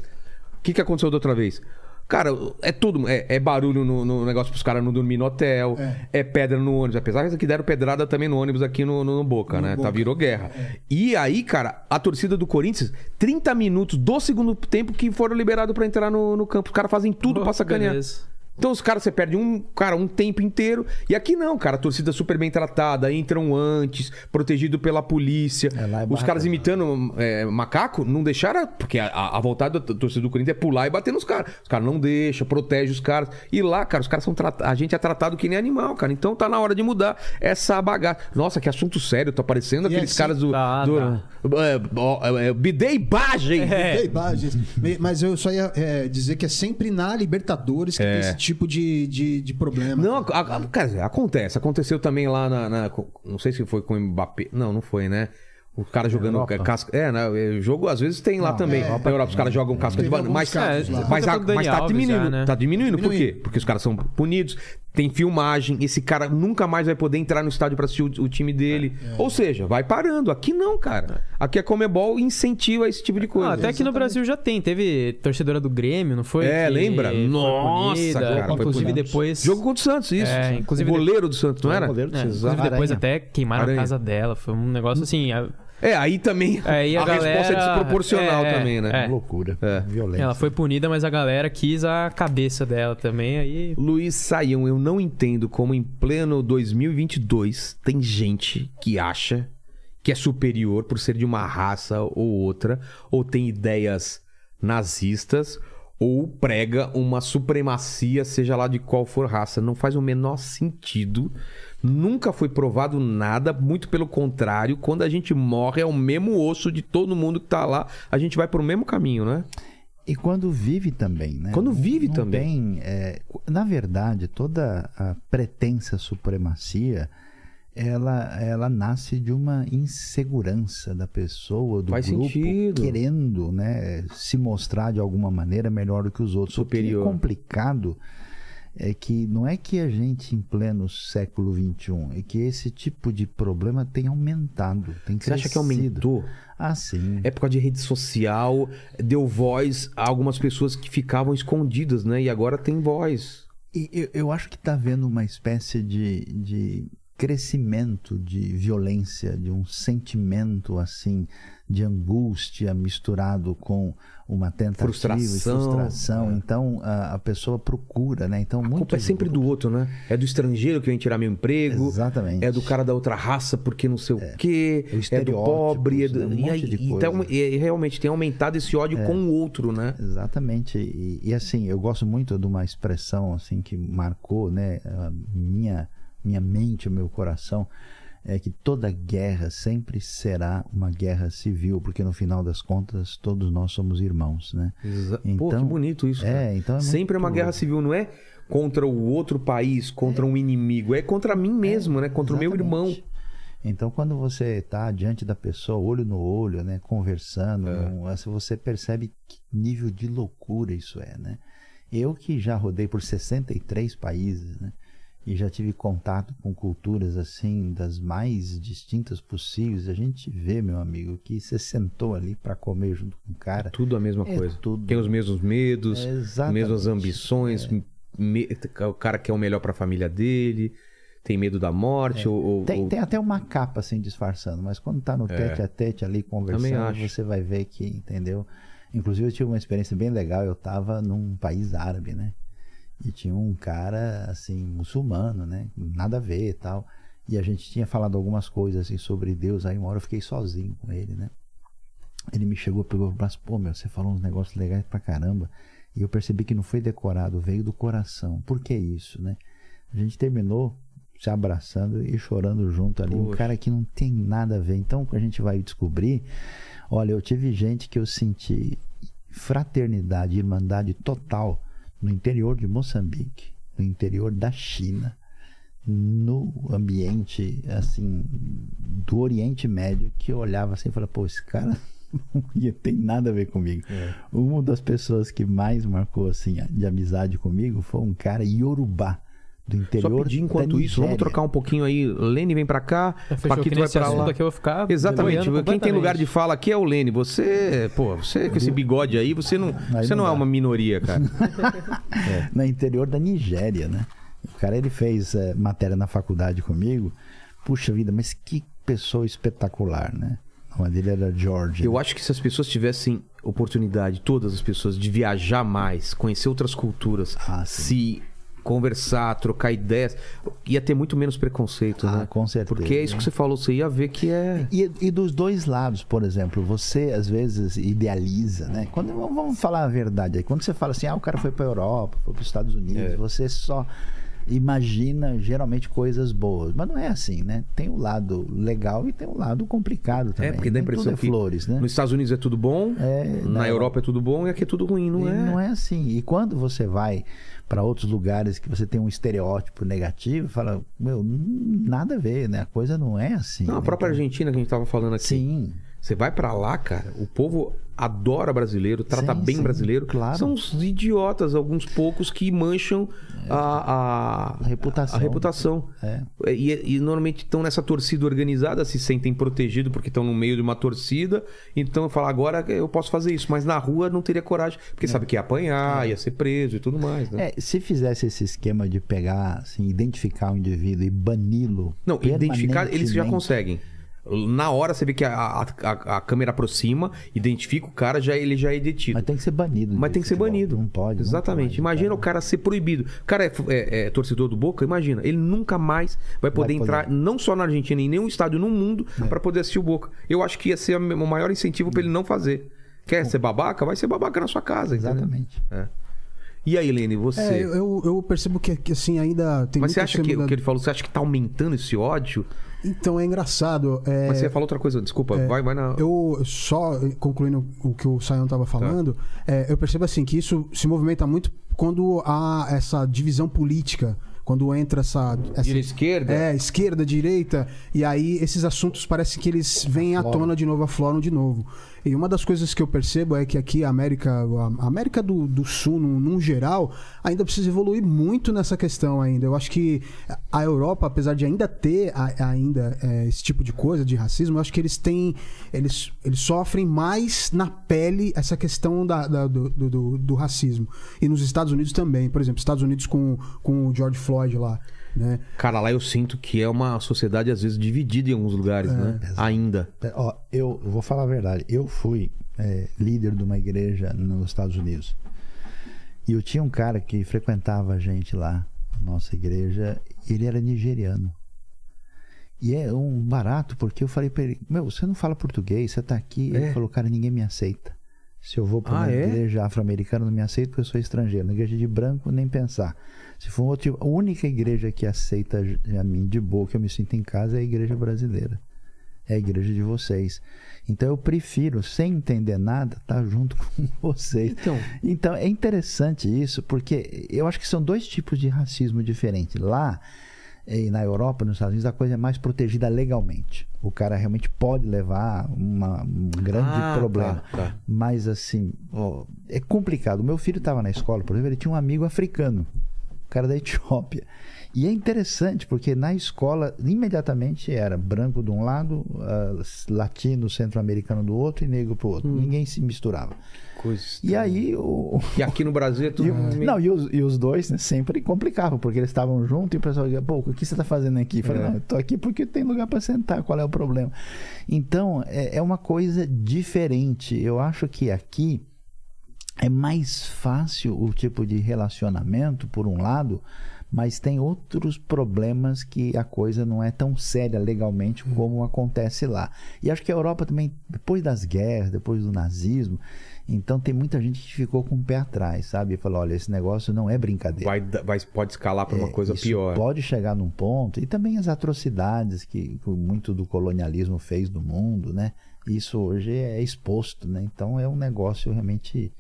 [SPEAKER 1] O que, que aconteceu da outra vez? Cara, é tudo. É, é barulho no, no negócio pros caras não dormir no hotel. É. pedra no ônibus. Apesar que deram pedrada também no ônibus aqui no, no- no Boca, né? Tá, virou guerra. E aí, cara, a torcida do Corinthians, 30 minutos do segundo tempo que foram liberados pra entrar no, no campo. Os caras fazem tudo
[SPEAKER 3] Oh,
[SPEAKER 1] pra sacanear.
[SPEAKER 3] beleza.
[SPEAKER 1] Então os caras, você perde um, cara, um tempo inteiro. E aqui não, cara, a torcida super bem tratada, entram antes, protegido pela polícia.
[SPEAKER 6] É, lá é
[SPEAKER 1] os
[SPEAKER 6] barra
[SPEAKER 1] caras
[SPEAKER 6] pesada.
[SPEAKER 1] imitando é, macaco, não deixaram. Porque a, a- a vontade da t- torcida do Corinthians é pular e bater nos caras. Os caras não deixam, protege os caras. E lá, cara, os caras são tratados. A gente é tratado que nem animal, cara. Então tá na hora de mudar essa bagaça. Nossa, que assunto sério, tá parecendo
[SPEAKER 6] é
[SPEAKER 1] aqueles
[SPEAKER 2] assim-
[SPEAKER 1] caras do.
[SPEAKER 5] Tá,
[SPEAKER 1] do
[SPEAKER 5] tá.
[SPEAKER 1] é, ó, é, é, Bidei Bagem!
[SPEAKER 2] É. Ei, bah, gente, me- Mas eu só ia é, dizer que é sempre na Libertadores que
[SPEAKER 1] É.
[SPEAKER 2] tem esse tipo de, de, de problema.
[SPEAKER 1] Não, a- a- cara, acontece. Aconteceu também lá na, na- co- Não sei se foi com o Mbappé. Não, não foi, né? O cara jogando
[SPEAKER 8] Europa.
[SPEAKER 1] ca- casca. É, né? O jogo às vezes tem lá também. Na Europa os caras jogam casca de
[SPEAKER 2] Teve
[SPEAKER 1] banana.
[SPEAKER 2] alguns
[SPEAKER 1] Mas,
[SPEAKER 2] casos lá.
[SPEAKER 1] mas, mas, a-
[SPEAKER 5] Tá todo
[SPEAKER 1] mas tá
[SPEAKER 5] Daniel Alves
[SPEAKER 1] diminuindo.
[SPEAKER 5] já, né?
[SPEAKER 1] Tá diminuindo. Por quê?
[SPEAKER 2] Diminuindo.
[SPEAKER 1] Porque os caras são punidos, tem filmagem. Esse cara nunca mais vai poder entrar no estádio pra assistir o, o time dele. Ou seja, vai parando. Aqui não, cara. Aqui a Comebol incentiva esse tipo de coisa.
[SPEAKER 5] Ah, até aqui no Brasil já tem. Teve torcedora do Grêmio, não foi?
[SPEAKER 1] É,
[SPEAKER 5] Que
[SPEAKER 1] lembra?
[SPEAKER 5] foi
[SPEAKER 1] Nossa,
[SPEAKER 5] punida.
[SPEAKER 1] cara, foi
[SPEAKER 5] Inclusive
[SPEAKER 1] punida.
[SPEAKER 5] depois.
[SPEAKER 1] Jogo contra o Santos, isso.
[SPEAKER 5] É,
[SPEAKER 1] inclusive
[SPEAKER 5] inclusive-
[SPEAKER 1] o goleiro do Santos, não era?
[SPEAKER 6] goleiro do
[SPEAKER 5] É,
[SPEAKER 6] Santos.
[SPEAKER 5] inclusive depois
[SPEAKER 6] Aranha.
[SPEAKER 5] até queimaram
[SPEAKER 1] Aranha.
[SPEAKER 5] a casa dela. Foi um negócio assim. a-
[SPEAKER 1] É, aí também
[SPEAKER 5] Aí
[SPEAKER 1] a,
[SPEAKER 5] a
[SPEAKER 1] resposta é
[SPEAKER 5] galera-
[SPEAKER 1] desproporcional
[SPEAKER 5] é,
[SPEAKER 1] também, né?
[SPEAKER 5] é.
[SPEAKER 6] Loucura.
[SPEAKER 1] É.
[SPEAKER 6] Violência.
[SPEAKER 5] Ela foi punida, mas a galera quis a cabeça dela também. Aí.
[SPEAKER 1] Luiz Saião, eu não entendo como em pleno 2022 tem gente que acha que é superior por ser de uma raça ou outra, ou tem ideias nazistas, ou prega uma supremacia, seja lá de qual for raça. Não faz o menor sentido. Nunca foi provado nada, muito pelo contrário, quando a gente morre é o mesmo osso de todo mundo que tá lá, a gente vai pro mesmo caminho, né?
[SPEAKER 6] E quando vive também, né?
[SPEAKER 1] Quando vive
[SPEAKER 6] Não
[SPEAKER 1] também.
[SPEAKER 6] tem, é, na verdade, toda a pretensa supremacia, ela, ela nasce de uma insegurança da pessoa, do
[SPEAKER 1] Faz
[SPEAKER 6] grupo,
[SPEAKER 1] sentido.
[SPEAKER 6] querendo né, se mostrar de alguma maneira melhor do que os outros.
[SPEAKER 1] Superior.
[SPEAKER 6] O que é complicado é que não é que a gente em pleno século XXI, é que esse tipo de problema tem aumentado, tem
[SPEAKER 1] Você acha que
[SPEAKER 6] crescido.
[SPEAKER 1] aumentou?
[SPEAKER 6] Ah, sim.
[SPEAKER 1] É por causa de rede social, deu voz a algumas pessoas que ficavam escondidas, né? E agora tem voz.
[SPEAKER 6] E eu, eu acho que está havendo uma espécie de, de crescimento de violência, de um sentimento assim de angústia misturado com uma tentativa
[SPEAKER 1] Frustração. é.
[SPEAKER 6] e frustração. Então a, a pessoa procura, né? Então
[SPEAKER 1] A
[SPEAKER 6] muito
[SPEAKER 1] culpa é sempre do outro, né? É do estrangeiro que vem tirar meu emprego.
[SPEAKER 6] Exatamente.
[SPEAKER 1] É do cara da outra raça porque não sei o quê.
[SPEAKER 6] É o
[SPEAKER 1] É do
[SPEAKER 6] estereótipo,
[SPEAKER 1] pobre. É do...
[SPEAKER 6] né? Um
[SPEAKER 1] e aí,
[SPEAKER 6] monte de coisa. É.
[SPEAKER 1] então, e- e realmente tem aumentado esse ódio com o outro, né?
[SPEAKER 6] Exatamente. E, e, assim, eu gosto muito de uma expressão assim que marcou, né, a minha minha mente, o meu coração, é que toda guerra sempre será uma guerra civil, porque no final das contas todos nós somos irmãos, né?
[SPEAKER 1] Exa- Pô, que bonito isso.
[SPEAKER 6] é,
[SPEAKER 1] cara.
[SPEAKER 6] então é
[SPEAKER 1] Sempre é uma
[SPEAKER 6] muito-
[SPEAKER 1] guerra civil, não é contra o outro país, contra um inimigo. É contra mim mesmo, né? Contra o meu irmão.
[SPEAKER 6] Exatamente. Então, quando você está diante da pessoa, olho no olho, né, conversando,
[SPEAKER 1] É.
[SPEAKER 6] não- assim, você percebe que nível de loucura isso é, né? Eu que já rodei por 63 países, né? E já tive contato com culturas assim das mais distintas possíveis. A gente vê, meu amigo, que você sentou ali para comer junto com o cara.
[SPEAKER 1] Tudo a mesma
[SPEAKER 6] É
[SPEAKER 1] coisa.
[SPEAKER 6] tudo.
[SPEAKER 1] Tem os mesmos medos,
[SPEAKER 6] Exatamente. É.
[SPEAKER 1] mesmas ambições. me- o cara quer o melhor pra família dele, tem medo da morte. Ou, ou-
[SPEAKER 6] É. Tem,
[SPEAKER 1] ou-
[SPEAKER 6] tem até uma capa assim disfarçando, mas quando tá no tete a tete ali
[SPEAKER 1] É. Também
[SPEAKER 6] conversando,
[SPEAKER 1] acho.
[SPEAKER 6] você vai ver que, entendeu? Inclusive eu tive uma experiência bem legal, eu tava num país árabe, né? E tinha um cara assim, muçulmano, né? Nada a ver e tal. E a gente tinha falado algumas coisas assim sobre Deus, aí uma hora eu fiquei sozinho com ele, né? Ele me chegou, pegou o braço, pô, meu, você falou uns negócios legais pra caramba. E eu percebi que não foi decorado, veio do coração. Por que isso, né? A gente terminou se abraçando e chorando junto ali. Um
[SPEAKER 1] Poxa.
[SPEAKER 6] cara que não tem nada a ver. Então a gente vai descobrir. Olha, eu tive gente que eu senti fraternidade, irmandade total no interior de Moçambique, no interior da China, no ambiente assim do Oriente Médio que eu olhava assim e falava, pô, esse cara não ia- tem nada a ver comigo.
[SPEAKER 1] É.
[SPEAKER 6] Uma das pessoas que mais marcou assim de amizade comigo foi um cara Yorubá do
[SPEAKER 1] Só
[SPEAKER 6] interior
[SPEAKER 1] pedir
[SPEAKER 6] da
[SPEAKER 1] enquanto isso, vamos
[SPEAKER 6] Nigéria.
[SPEAKER 1] trocar um pouquinho aí. Lene vem pra cá,
[SPEAKER 5] Fechou que
[SPEAKER 1] Paquito vai
[SPEAKER 5] nesse
[SPEAKER 1] pra
[SPEAKER 5] assunto
[SPEAKER 1] lá.
[SPEAKER 5] aqui eu vou ficar.
[SPEAKER 1] Exatamente.
[SPEAKER 5] boiando
[SPEAKER 1] Quem tem lugar de
[SPEAKER 5] completamente.
[SPEAKER 1] fala aqui é o Lene. Você, pô, você com esse bigode aí, você não,
[SPEAKER 6] Aí
[SPEAKER 1] você não
[SPEAKER 6] não
[SPEAKER 1] é
[SPEAKER 6] dá.
[SPEAKER 1] uma minoria, cara. um-
[SPEAKER 6] É. no interior da Nigéria, né? O cara ele fez eh, matéria na faculdade comigo. Puxa vida, mas que pessoa espetacular, né? O nome dele era George.
[SPEAKER 1] Eu acho que se as pessoas tivessem oportunidade, todas as pessoas, de viajar mais, conhecer outras culturas,
[SPEAKER 6] Ah,
[SPEAKER 1] se conversar, trocar ideias, ia ter muito menos preconceito,
[SPEAKER 6] Ah,
[SPEAKER 1] né?
[SPEAKER 6] com certeza.
[SPEAKER 1] Porque é isso que você falou, você ia ver que é.
[SPEAKER 6] E, e dos dois lados, por exemplo, você às vezes idealiza, né? Quando, vamos- vamos falar a verdade aí. Quando você fala assim, ah, o cara foi para Europa, foi para os Estados
[SPEAKER 1] É.
[SPEAKER 6] Unidos, você só imagina geralmente coisas boas. Mas não é assim, né? Tem um lado legal e tem um lado complicado também.
[SPEAKER 1] É, porque dá a
[SPEAKER 6] Nem
[SPEAKER 1] impressão
[SPEAKER 6] tudo é
[SPEAKER 1] que
[SPEAKER 6] flores, né?
[SPEAKER 1] nos Estados Unidos é tudo bom,
[SPEAKER 6] É,
[SPEAKER 1] na,
[SPEAKER 6] na
[SPEAKER 1] Europa é tudo bom e aqui é tudo ruim, não
[SPEAKER 6] E
[SPEAKER 1] é?
[SPEAKER 6] não é assim. E quando você vai para outros lugares que você tem um estereótipo negativo, fala, meu, n- nada a ver, né? A coisa não é assim.
[SPEAKER 1] Não, a
[SPEAKER 6] né,
[SPEAKER 1] própria
[SPEAKER 6] cara?
[SPEAKER 1] Argentina que a gente tava falando aqui.
[SPEAKER 6] Sim.
[SPEAKER 1] Você vai pra lá, cara, o povo adora brasileiro, trata
[SPEAKER 6] Sim,
[SPEAKER 1] bem
[SPEAKER 6] sim,
[SPEAKER 1] brasileiro.
[SPEAKER 6] claro.
[SPEAKER 1] São uns idiotas, alguns poucos que mancham a, a,
[SPEAKER 6] A reputação.
[SPEAKER 1] a reputação.
[SPEAKER 6] É.
[SPEAKER 1] E, e normalmente estão nessa torcida organizada, se sentem protegidos porque estão no meio de uma torcida. Então eu falo, agora eu posso fazer isso, mas na rua não teria coragem, porque sabe que ia apanhar, ia ser preso e tudo mais, né?
[SPEAKER 6] É, se fizesse esse esquema de pegar, assim, identificar o indivíduo e bani-lo.
[SPEAKER 1] Não, identificar eles já
[SPEAKER 6] permanentemente,
[SPEAKER 1] conseguem. Na hora você vê que a, a, a- a câmera aproxima, identifica o cara, já ele já é detido.
[SPEAKER 6] Mas tem que ser banido.
[SPEAKER 1] Mas
[SPEAKER 6] de
[SPEAKER 1] tem que ser
[SPEAKER 6] futebol.
[SPEAKER 1] banido.
[SPEAKER 6] Não pode. não
[SPEAKER 1] Exatamente.
[SPEAKER 6] pode,
[SPEAKER 1] imagina
[SPEAKER 6] cara.
[SPEAKER 1] o cara ser proibido. O cara é, f- é- é torcedor do Boca, imagina. Ele nunca mais vai poder
[SPEAKER 6] poder. É.
[SPEAKER 1] entrar, não só na Argentina, em nenhum estádio no mundo, pra poder assistir o Boca. Eu acho que ia ser a me- o maior incentivo pra ele não fazer. Quer ser babaca? Vai ser babaca na sua casa. entendeu?
[SPEAKER 6] Exatamente.
[SPEAKER 1] É. E aí, Helene, você.
[SPEAKER 2] É, eu, eu- eu percebo que, que, assim, ainda tem
[SPEAKER 1] Mas
[SPEAKER 2] muito
[SPEAKER 1] você acha que
[SPEAKER 2] esquema
[SPEAKER 1] o
[SPEAKER 2] da-
[SPEAKER 1] que ele falou, você acha que tá aumentando esse ódio?
[SPEAKER 2] Então é engraçado. é,
[SPEAKER 1] Mas você falou outra coisa, desculpa, vai, vai na.
[SPEAKER 2] Eu só concluindo o que o Sayão
[SPEAKER 1] Tá.
[SPEAKER 2] estava falando, é, eu percebo assim que isso se movimenta muito quando há essa divisão política, quando entra essa, essa
[SPEAKER 1] Direita e esquerda?
[SPEAKER 2] é esquerda, direita, e aí esses assuntos parece que eles vêm à tona de novo, afloram de novo. E uma das coisas que eu percebo é que aqui a América, a América do, do Sul, num, num geral, ainda precisa evoluir muito nessa questão ainda. Eu acho que a Europa, apesar de ainda ter a- ainda é, esse tipo de coisa de racismo, eu acho que eles têm, eles, eles sofrem mais na pele essa questão da- da- do, do- do- do racismo. E nos Estados Unidos também, por exemplo, Estados Unidos com, com o George Floyd lá, né?
[SPEAKER 1] Cara, lá eu sinto que é uma sociedade, às vezes, dividida em alguns lugares,
[SPEAKER 2] É.
[SPEAKER 1] né? Ainda.
[SPEAKER 6] Ó, eu vou falar a verdade. Eu fui é, líder de uma igreja nos Estados Unidos. E eu tinha um cara que frequentava a gente lá, nossa igreja. Ele era nigeriano. E é um barato, porque eu falei pra ele: Meu, você não fala português, você tá aqui. Ele falou: Cara, ninguém me aceita. Se eu vou pra
[SPEAKER 1] É? Ah,
[SPEAKER 6] uma
[SPEAKER 1] é?
[SPEAKER 6] igreja afro-americana, não me aceita porque eu sou estrangeiro. Na igreja de branco, nem pensar. Se for outro, tipo, a única igreja que aceita a mim de boa, que eu me sinto em casa, é a igreja brasileira é a igreja de vocês. Então eu prefiro, sem entender nada, estar junto com vocês. Então, é interessante isso, porque eu acho que são dois tipos de racismo diferentes. Lá eh, na Europa, nos Estados Unidos, a coisa é mais protegida legalmente. O cara realmente pode levar uma- um grande
[SPEAKER 1] Ah,
[SPEAKER 6] problema.
[SPEAKER 1] tá, tá.
[SPEAKER 6] Mas assim, ó, é complicado. O meu filho estava na escola, por exemplo, ele tinha um amigo africano, um cara da Etiópia. E é interessante, porque na escola, imediatamente era branco de um lado, ah, latino, centro-americano do outro e negro pro outro. Ninguém se misturava.
[SPEAKER 1] Coisa.
[SPEAKER 6] E aí o.
[SPEAKER 1] E aqui no Brasil é
[SPEAKER 6] e
[SPEAKER 1] tudo.
[SPEAKER 6] o-
[SPEAKER 1] meio-
[SPEAKER 6] não, e os, e os dois né, sempre complicavam, porque eles estavam juntos e o pessoal dizia, pô, o que você tá fazendo aqui? Eu falei, não, eu tô aqui porque tem lugar para sentar, qual é o problema? Então, é, é uma coisa diferente. Eu acho que aqui é mais fácil o tipo de relacionamento, por um lado, mas tem outros problemas que a coisa não é tão séria legalmente
[SPEAKER 1] Hum.
[SPEAKER 6] como acontece lá. E acho que a Europa também, depois das guerras, depois do nazismo, então tem muita gente que ficou com o pé atrás, sabe? E Falou, olha, esse negócio não é brincadeira.
[SPEAKER 1] Vai, da- vai, pode escalar pra uma
[SPEAKER 6] É,
[SPEAKER 1] coisa
[SPEAKER 6] isso
[SPEAKER 1] pior.
[SPEAKER 6] Pode chegar num ponto, e também as atrocidades que, que muito do colonialismo fez no mundo, né? Isso hoje é exposto, né? Então é um negócio realmente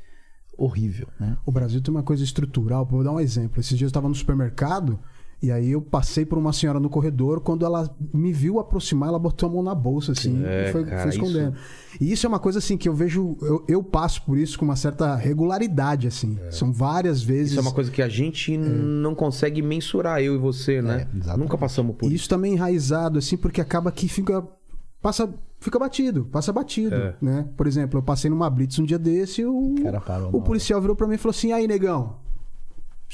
[SPEAKER 6] horrível, né?
[SPEAKER 2] O Brasil tem uma coisa estrutural, vou dar um exemplo. Esses dias eu estava no supermercado e aí eu passei por uma senhora no corredor, quando ela me viu aproximar, ela botou a mão na bolsa, assim,
[SPEAKER 1] É,
[SPEAKER 2] e foi,
[SPEAKER 1] cara,
[SPEAKER 2] foi escondendo. E isso é uma coisa assim que eu vejo, eu, eu passo por isso com uma certa regularidade, assim. São várias vezes.
[SPEAKER 1] Isso é uma coisa que a gente não consegue mensurar, eu e você, né?
[SPEAKER 6] É, exatamente.
[SPEAKER 1] Nunca passamos por
[SPEAKER 2] E
[SPEAKER 1] isso.
[SPEAKER 2] isso também enraizado, assim, porque acaba que fica. Passa, fica batido, passa batido,
[SPEAKER 1] É.
[SPEAKER 2] né? Por exemplo, eu passei numa blitz um dia desse e o,
[SPEAKER 6] cara parou na
[SPEAKER 2] o
[SPEAKER 6] hora.
[SPEAKER 2] policial virou pra mim e falou assim, aí, negão,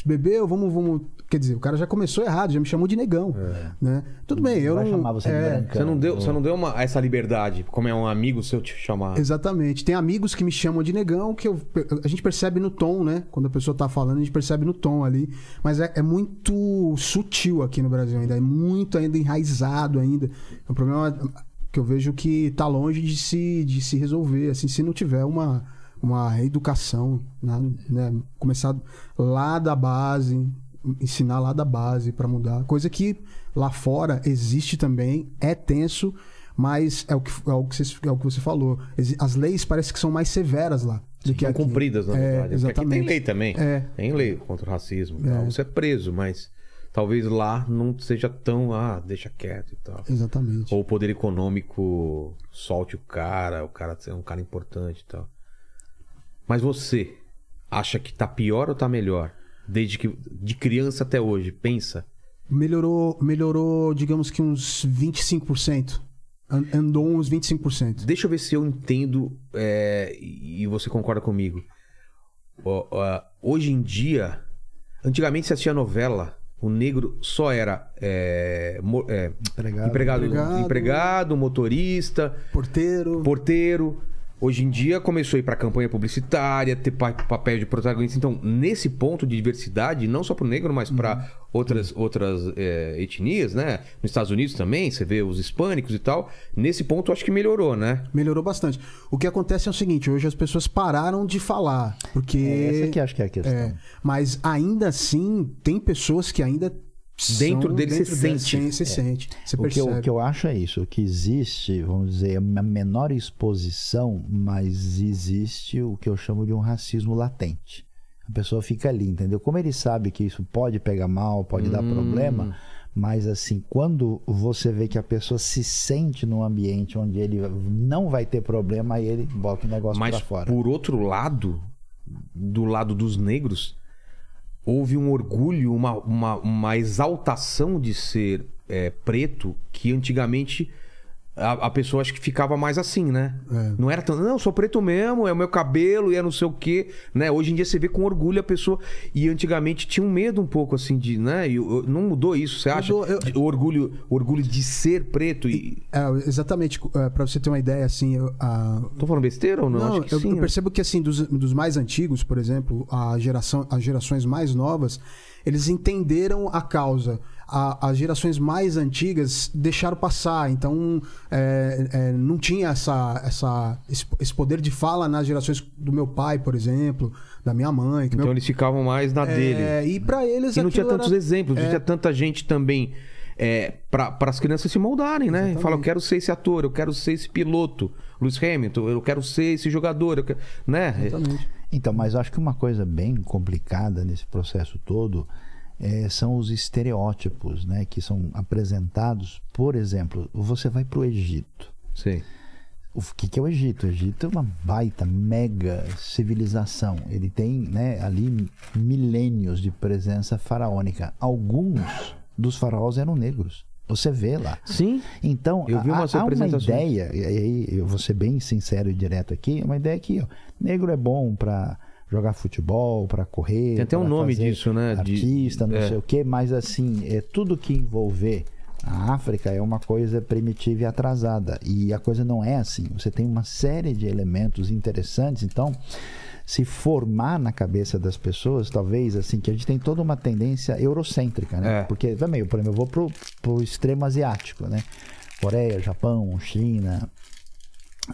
[SPEAKER 2] Bebeu, vamos, vamos. Quer dizer, o cara já começou errado, já me chamou de negão. Né? Tudo bem, eu
[SPEAKER 6] É. vai
[SPEAKER 2] não.
[SPEAKER 6] chamar você de
[SPEAKER 2] é,
[SPEAKER 6] brancão.
[SPEAKER 1] Você não deu, você não deu uma, essa liberdade, como é um amigo seu te chamar.
[SPEAKER 2] Exatamente. Tem amigos que me chamam de negão, que eu- a gente percebe no tom, né? Quando a pessoa tá falando, a gente percebe no tom ali. Mas é, é muito sutil aqui no Brasil ainda. É muito ainda enraizado ainda. É um problema que eu vejo que tá longe de se, de se resolver, assim, se não tiver uma, uma reeducação, né? né? Começar lá da base, ensinar lá da base pra mudar. Coisa que lá fora existe também, é tenso, mas é o que, é o que, vocês- é o que você falou. Exi- As leis parecem que são mais severas lá do que
[SPEAKER 1] São
[SPEAKER 2] aqui.
[SPEAKER 1] cumpridas, na
[SPEAKER 2] É,
[SPEAKER 1] verdade. Porque Aqui tem
[SPEAKER 2] exatamente.
[SPEAKER 1] lei também.
[SPEAKER 2] É.
[SPEAKER 1] Tem lei contra o racismo. e tal. Você é preso, mas talvez lá não seja tão, ah, deixa quieto e tal.
[SPEAKER 2] Exatamente.
[SPEAKER 1] Ou o poder econômico solte o cara, o cara é um cara importante e tal. Mas você acha que tá pior ou tá melhor? Desde que de criança até hoje, pensa.
[SPEAKER 2] Melhorou, melhorou, digamos que uns 25%. An- Andou uns 25%.
[SPEAKER 1] Deixa eu ver se eu entendo é, e e você concorda comigo. Ó, ó, hoje em dia, antigamente se assistia novela, o negro só era é, mo- é,
[SPEAKER 6] Empregado.
[SPEAKER 1] empregado,
[SPEAKER 2] Empregado.
[SPEAKER 1] empregado, motorista,
[SPEAKER 2] Porteiro.
[SPEAKER 1] porteiro. Hoje em dia começou a ir para campanha publicitária, ter pa- papel de protagonista. Então, nesse ponto de diversidade, não só para o negro, mas para outras, outras é, etnias, né? Nos Estados Unidos também, você vê os hispânicos e tal. Nesse ponto, eu acho que melhorou, né?
[SPEAKER 2] Melhorou bastante. O que acontece é o seguinte: hoje as pessoas pararam de falar. Porque.
[SPEAKER 6] Essa aqui acho que é a questão.
[SPEAKER 2] É, mas ainda assim, tem pessoas que ainda. são-
[SPEAKER 1] Dentro dele você
[SPEAKER 2] dela-
[SPEAKER 1] sente. É.
[SPEAKER 2] Sim, Você sente. Você
[SPEAKER 6] O que, eu,
[SPEAKER 2] percebe.
[SPEAKER 6] o que eu acho é isso, que existe, vamos dizer, uma menor exposição, mas existe o que eu chamo de um racismo latente. A pessoa fica ali, entendeu? Como ele sabe que isso pode pegar mal, pode dar problema, mas assim, quando você vê que a pessoa se sente num ambiente onde ele não vai ter problema, aí ele bota o negócio
[SPEAKER 1] Mas
[SPEAKER 6] pra fora.
[SPEAKER 1] por outro lado, do lado dos negros, houve um orgulho, uma, uma, uma exaltação de ser é, preto que antigamente a, a pessoa acho que ficava mais assim, né?
[SPEAKER 2] É.
[SPEAKER 1] Não era tão, não, eu sou preto mesmo, é o meu cabelo e é não sei o quê, né? Hoje em dia você vê com orgulho a pessoa e antigamente tinha um medo um pouco assim de, né? E, eu- não mudou isso, você acha?
[SPEAKER 2] Mudou, eu-
[SPEAKER 1] De- O orgulho, o orgulho de ser preto e
[SPEAKER 2] É, exatamente, é, para você ter uma ideia, assim, eu, a-
[SPEAKER 1] Tô falando besteira ou não?
[SPEAKER 2] Não,
[SPEAKER 1] acho que
[SPEAKER 2] eu,
[SPEAKER 1] sim.
[SPEAKER 2] eu
[SPEAKER 1] né?
[SPEAKER 2] percebo que assim, dos, dos mais antigos, por exemplo, a geração, as gerações mais novas, eles entenderam a causa. A- as gerações mais antigas deixaram passar, então é, é, não tinha essa, essa, esse esse poder de fala nas gerações do meu pai, por exemplo, da minha mãe. Que
[SPEAKER 1] Então
[SPEAKER 2] meu,
[SPEAKER 1] eles ficavam mais na dele.
[SPEAKER 2] É, e para eles
[SPEAKER 1] E não
[SPEAKER 2] aquilo
[SPEAKER 1] tinha tantos
[SPEAKER 2] era-
[SPEAKER 1] exemplos,
[SPEAKER 6] É.
[SPEAKER 1] não tinha tanta gente também é, para as crianças se moldarem, né? Fala, eu quero ser esse ator, eu quero ser esse piloto, Lewis Hamilton, eu quero ser esse jogador, eu quero... né?
[SPEAKER 6] Então, mas eu acho que uma coisa bem complicada nesse processo todo eh, são os estereótipos, né, que são apresentados. Por exemplo, você vai para o Egito.
[SPEAKER 1] Sim.
[SPEAKER 6] O que, que é o Egito? O Egito é uma baita, mega civilização. Ele tem né, ali milênios de presença faraônica. Alguns dos faraós eram negros. Você vê lá.
[SPEAKER 1] Sim.
[SPEAKER 6] Então,
[SPEAKER 1] Eu vi
[SPEAKER 6] há-
[SPEAKER 1] umas
[SPEAKER 6] há uma
[SPEAKER 1] representações.
[SPEAKER 6] ideia, e aí eu vou ser bem sincero e direto aqui, uma ideia que ó, negro é bom pra jogar futebol, pra correr,
[SPEAKER 1] Tem até um
[SPEAKER 6] pra
[SPEAKER 1] nome
[SPEAKER 6] fazer
[SPEAKER 1] disso, né? De-
[SPEAKER 6] Artista, não
[SPEAKER 1] é.
[SPEAKER 6] sei o quê, mas assim, é tudo que envolver a África é uma coisa primitiva e atrasada, e a coisa não é assim. Você tem uma série de elementos interessantes, então se formar na cabeça das pessoas, talvez assim, que a gente tem toda uma tendência eurocêntrica, né?
[SPEAKER 1] É.
[SPEAKER 6] Porque também, por exemplo, eu vou pro, pro extremo asiático, né? Coreia, Japão, China,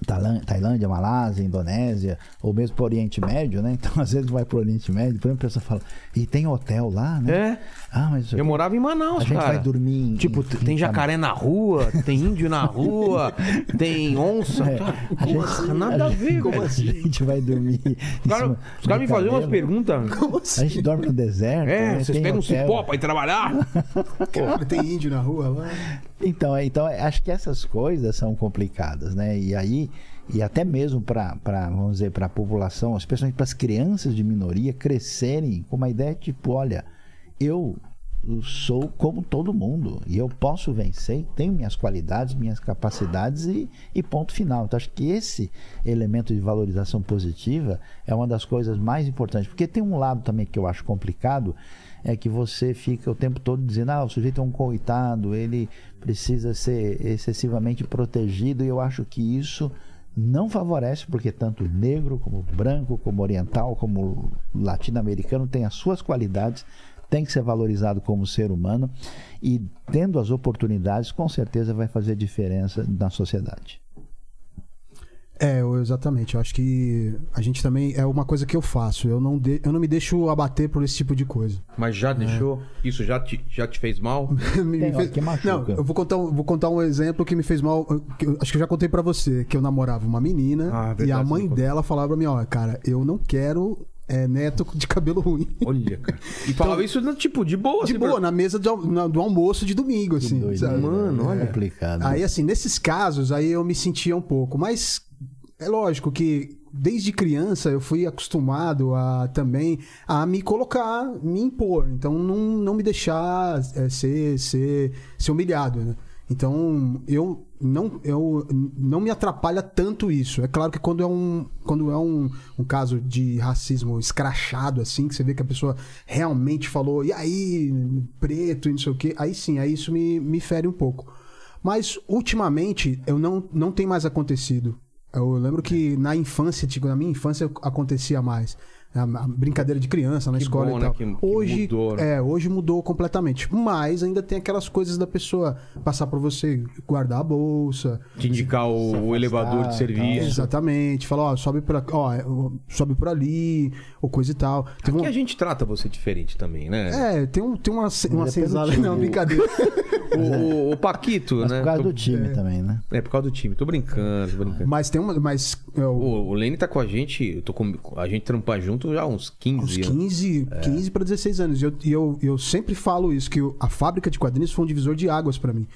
[SPEAKER 6] Tailã- Tailândia, Malásia, Indonésia, ou mesmo pro Oriente Médio, né? Então, às vezes vai pro Oriente Médio, por exemplo, a pessoa fala, e tem hotel lá, né?
[SPEAKER 1] É.
[SPEAKER 6] Ah, mas
[SPEAKER 1] Eu morava em Manaus,
[SPEAKER 6] A gente
[SPEAKER 1] cara.
[SPEAKER 6] vai dormir em-
[SPEAKER 1] Tipo,
[SPEAKER 6] em-
[SPEAKER 1] tem
[SPEAKER 6] em-
[SPEAKER 1] jacaré na rua, tem índio na rua, tem onça.
[SPEAKER 6] É, a gente-
[SPEAKER 1] tá? Porra, nada a ver,
[SPEAKER 6] como
[SPEAKER 1] velho.
[SPEAKER 6] assim? A gente vai dormir. em
[SPEAKER 1] Os caras
[SPEAKER 6] cima
[SPEAKER 1] os caras
[SPEAKER 6] do
[SPEAKER 1] me faziam umas
[SPEAKER 6] cabelo.
[SPEAKER 1] perguntas.
[SPEAKER 6] A gente dorme no deserto.
[SPEAKER 1] É,
[SPEAKER 6] né?
[SPEAKER 1] vocês
[SPEAKER 6] Tem
[SPEAKER 1] pegam um
[SPEAKER 6] hotel.
[SPEAKER 1] cipó pra ir trabalhar?
[SPEAKER 2] Cara, tem índio na rua lá.
[SPEAKER 6] Então, é- então é, acho que essas coisas são complicadas, né? E aí, e até mesmo para, vamos dizer, para a população, especialmente para as crianças de minoria crescerem com uma ideia tipo, olha, eu sou como todo mundo. E eu posso vencer, tenho minhas qualidades, minhas capacidades e, e ponto final. Então, acho que esse elemento de valorização positiva é uma das coisas mais importantes. Porque tem um lado também que eu acho complicado, é que você fica o tempo todo dizendo, ah, o sujeito é um coitado, ele precisa ser excessivamente protegido, e eu acho que isso não favorece, porque tanto negro como branco, como oriental, como latino-americano tem as suas qualidades, tem que ser valorizado como ser humano e tendo as oportunidades, com certeza vai fazer diferença na sociedade.
[SPEAKER 2] É, eu- exatamente. Eu acho que a gente também. É uma coisa que eu faço. Eu não, de- eu não me deixo abater por esse tipo de coisa.
[SPEAKER 1] Mas já deixou? Isso já te, já te fez mal?
[SPEAKER 2] Me-
[SPEAKER 6] Tem
[SPEAKER 2] me
[SPEAKER 6] hora que machuca.
[SPEAKER 2] Não, eu vou contar, um- vou contar um exemplo que me fez mal. que eu- acho que eu já contei pra você que eu namorava uma menina
[SPEAKER 1] Ah, verdade,
[SPEAKER 2] e a
[SPEAKER 1] você me
[SPEAKER 2] mãe
[SPEAKER 1] contou.
[SPEAKER 2] dela falava pra mim: Ó, cara, eu não quero é, neto de cabelo ruim.
[SPEAKER 1] Olha, cara. E falava isso, no- tipo, de boa.
[SPEAKER 2] Então, De
[SPEAKER 1] assim,
[SPEAKER 2] boa,
[SPEAKER 1] pra-
[SPEAKER 2] na mesa do, al- na- do almoço de domingo, assim. sabe?
[SPEAKER 1] Mano,
[SPEAKER 2] É
[SPEAKER 1] olha.
[SPEAKER 6] complicado.
[SPEAKER 2] Aí, assim, nesses casos, aí eu me sentia um pouco. Mas é lógico que desde criança eu fui acostumado a também a me colocar, me impor. Então, não, não me deixar é, ser, ser, ser humilhado, né? Então, eu não, eu não me atrapalha tanto isso. É claro que quando é, um, quando é um, um caso de racismo escrachado, assim, que você vê que a pessoa realmente falou, e aí, preto e não sei o quê, aí sim, aí isso me, me fere um pouco. Mas ultimamente eu não, não tem mais acontecido. Eu lembro que na infância, tipo, na minha infância acontecia mais. A a brincadeira de criança na
[SPEAKER 1] Que
[SPEAKER 2] escola
[SPEAKER 1] bom,
[SPEAKER 2] e
[SPEAKER 1] né,
[SPEAKER 2] tal.
[SPEAKER 1] que- que
[SPEAKER 2] hoje,
[SPEAKER 1] mudou, né?
[SPEAKER 2] é, hoje mudou completamente. Mas ainda tem aquelas coisas da pessoa passar por você, guardar a bolsa.
[SPEAKER 1] Te indicar o, o
[SPEAKER 2] ah,
[SPEAKER 1] elevador de
[SPEAKER 2] tá.
[SPEAKER 1] serviço.
[SPEAKER 2] Exatamente. Falar, ó, sobe por, aqui, ó, é, sobe por ali, ou coisa e tal. Teve
[SPEAKER 1] Aqui
[SPEAKER 2] um-
[SPEAKER 1] a gente trata você diferente também, né?
[SPEAKER 2] É, tem, um, tem uma, ce- uma
[SPEAKER 6] Depende do
[SPEAKER 2] senzala.
[SPEAKER 6] time.
[SPEAKER 2] Não, brincadeira.
[SPEAKER 1] O, o- o Paquito,
[SPEAKER 6] Mas
[SPEAKER 1] né?
[SPEAKER 6] por causa
[SPEAKER 1] Tô-
[SPEAKER 6] do time também, né?
[SPEAKER 1] É, por causa do time. Tô brincando, tô brincando.
[SPEAKER 2] mas tem uma. Mas, é, o-
[SPEAKER 1] O, o Lene tá com a gente, eu tô com, a gente trampa junto já há uns 15
[SPEAKER 2] Uns
[SPEAKER 1] anos.
[SPEAKER 2] 15,
[SPEAKER 1] É.
[SPEAKER 2] 15 para 16 anos. E eu, e eu, eu sempre falo isso, que eu- a fábrica de quadrinhos foi um divisor de águas para mim.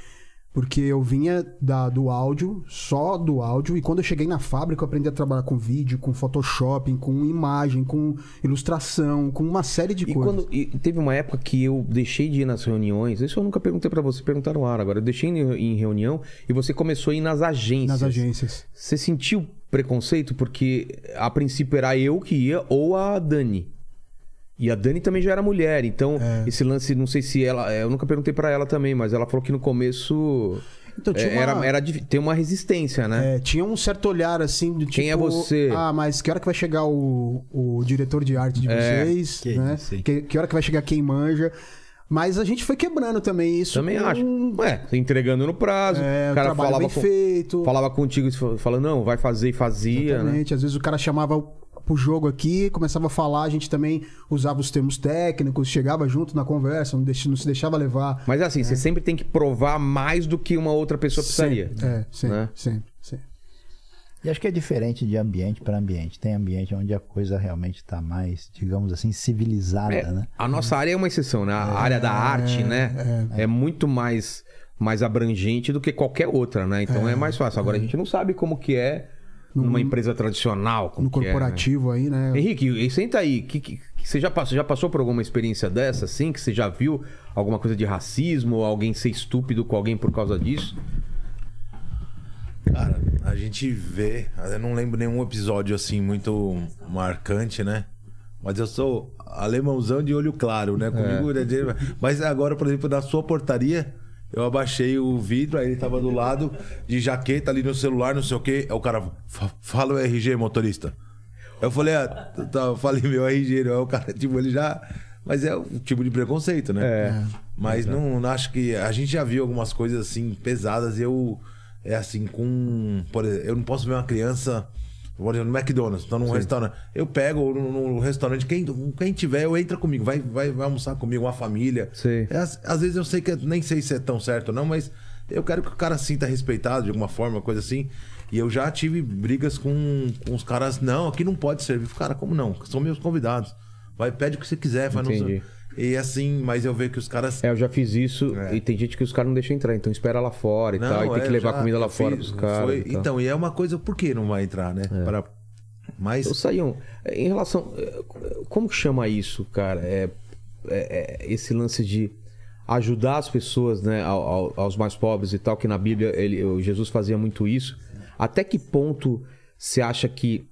[SPEAKER 2] Porque eu vinha da, do áudio, só do áudio, e quando eu cheguei na fábrica eu aprendi a trabalhar com vídeo, com Photoshop, com imagem, com ilustração, com uma série de
[SPEAKER 1] E,
[SPEAKER 2] coisas.
[SPEAKER 1] quando, e teve uma época que eu deixei de ir nas reuniões. Isso eu nunca perguntei pra você, perguntaram no ar agora. Eu deixei em em reunião e você começou a ir nas agências.
[SPEAKER 2] Nas agências.
[SPEAKER 1] Você sentiu preconceito? Porque a princípio era eu que ia ou a Dani. E a Dani também já era mulher, então
[SPEAKER 2] É.
[SPEAKER 1] esse lance, não sei se ela. é, Eu nunca perguntei pra ela também, mas ela falou que no começo.
[SPEAKER 2] Então, tinha
[SPEAKER 1] é,
[SPEAKER 2] uma-
[SPEAKER 1] era, era dif- tem uma resistência, né?
[SPEAKER 2] É, tinha um certo olhar assim do tipo.
[SPEAKER 1] Quem é você?
[SPEAKER 2] Ah, mas que hora que vai chegar o, o diretor de arte de
[SPEAKER 1] É,
[SPEAKER 2] vocês?
[SPEAKER 6] que
[SPEAKER 2] né?
[SPEAKER 6] isso, hein?
[SPEAKER 2] que, que hora que vai chegar quem manja? Mas a gente foi quebrando também isso.
[SPEAKER 1] Também
[SPEAKER 2] com-
[SPEAKER 1] acho. Ué, entregando no prazo.
[SPEAKER 2] um É,
[SPEAKER 1] o cara
[SPEAKER 2] trabalho
[SPEAKER 1] falava,
[SPEAKER 2] bem
[SPEAKER 1] com, né?
[SPEAKER 2] feito.
[SPEAKER 1] falava contigo e fa- falando, não, vai fazer e fazia. Né?
[SPEAKER 2] Exatamente. Às vezes o cara chamava o- pro jogo aqui, começava a falar, a gente também usava os termos técnicos, chegava junto na conversa, não, deixa- não se deixava levar.
[SPEAKER 1] Mas assim, você sempre tem que provar mais do que uma outra pessoa precisaria.
[SPEAKER 2] Sempre, é, sempre,
[SPEAKER 1] Né?
[SPEAKER 2] sempre, sempre.
[SPEAKER 6] E acho que é diferente de ambiente para ambiente. Tem ambiente onde a coisa realmente está mais, digamos assim, civilizada,
[SPEAKER 1] É,
[SPEAKER 6] né?
[SPEAKER 1] A nossa área é uma exceção, né? A área da arte, né? É, muito mais, mais abrangente do que qualquer outra, né? Então é, mais fácil. Agora a gente não sabe como que é numa empresa tradicional. Como
[SPEAKER 2] No
[SPEAKER 1] que é, né?
[SPEAKER 2] corporativo aí, né?
[SPEAKER 1] Henrique, e senta aí. Que, que- que você já passou, já passou por alguma experiência dessa, assim? Que você já viu alguma coisa de racismo, ou alguém ser estúpido com alguém por causa disso?
[SPEAKER 4] Cara, a gente vê. Eu não lembro nenhum episódio assim muito marcante, né? Mas eu sou alemãozão de olho claro, né? Comigo. né, de- Mas agora, por exemplo, na sua portaria, eu abaixei o vidro, aí ele tava do lado, de jaqueta ali no celular, não sei o quê. Aí o cara "Fa- fala o RG, motorista. Eu falei, ah, tá, tá, eu falei meu RG, não. Aí o cara, tipo, ele já. Mas é um tipo de preconceito, né? É. Mas não, não acho que. A gente já viu algumas coisas assim pesadas e eu. É assim, com. Por exemplo, eu não posso ver uma criança. por exemplo, No McDonald's, tô num restaurante. Eu pego no, no restaurante, quem, quem tiver, eu entra comigo, vai, vai, vai almoçar comigo, uma família.
[SPEAKER 1] Sei.
[SPEAKER 4] É, às, às vezes eu sei que eu nem sei se é tão certo ou não, mas eu quero que o cara sinta respeitado de alguma forma, coisa assim. E eu já tive brigas com, com os caras, não, aqui não pode servir. Cara, como não? São meus convidados. Vai, pede o que você quiser, faz
[SPEAKER 1] Entendi.
[SPEAKER 4] não E assim, mas eu vejo que os caras.
[SPEAKER 1] É, eu já fiz isso
[SPEAKER 4] É.
[SPEAKER 1] e tem gente que os caras não deixam entrar, então espera lá fora e tal, e tem
[SPEAKER 4] é,
[SPEAKER 1] que levar
[SPEAKER 4] já-
[SPEAKER 1] comida lá
[SPEAKER 4] eu
[SPEAKER 1] fora
[SPEAKER 4] fiz,
[SPEAKER 1] pros caras. É.
[SPEAKER 4] foi-
[SPEAKER 1] e tal.
[SPEAKER 4] Então, e é uma coisa, por que não vai entrar, né? Para, mas.
[SPEAKER 1] Ô, Sayão, um, em relação. eh, Como que chama isso, cara? É, é- é esse lance de ajudar as pessoas, né, ao- ao- aos mais pobres e tal, que na Bíblia ele, o Jesus fazia muito isso. Até que ponto você acha que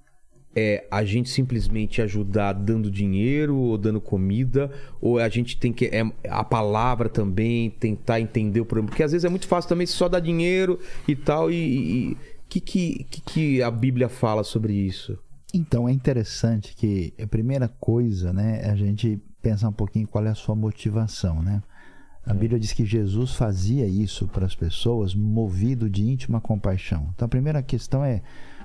[SPEAKER 1] é a gente simplesmente ajudar dando dinheiro ou dando comida, ou a gente tem que é, a palavra também tentar entender o problema, porque às vezes é muito fácil também só dar dinheiro e tal e, e- e- que, que que que a Bíblia fala sobre isso?
[SPEAKER 6] Então é interessante que a primeira coisa, né, é a gente pensar um pouquinho qual é a sua motivação, né?
[SPEAKER 1] Hum.
[SPEAKER 6] A Bíblia diz que Jesus fazia isso para as pessoas movido de íntima compaixão. Então a primeira questão é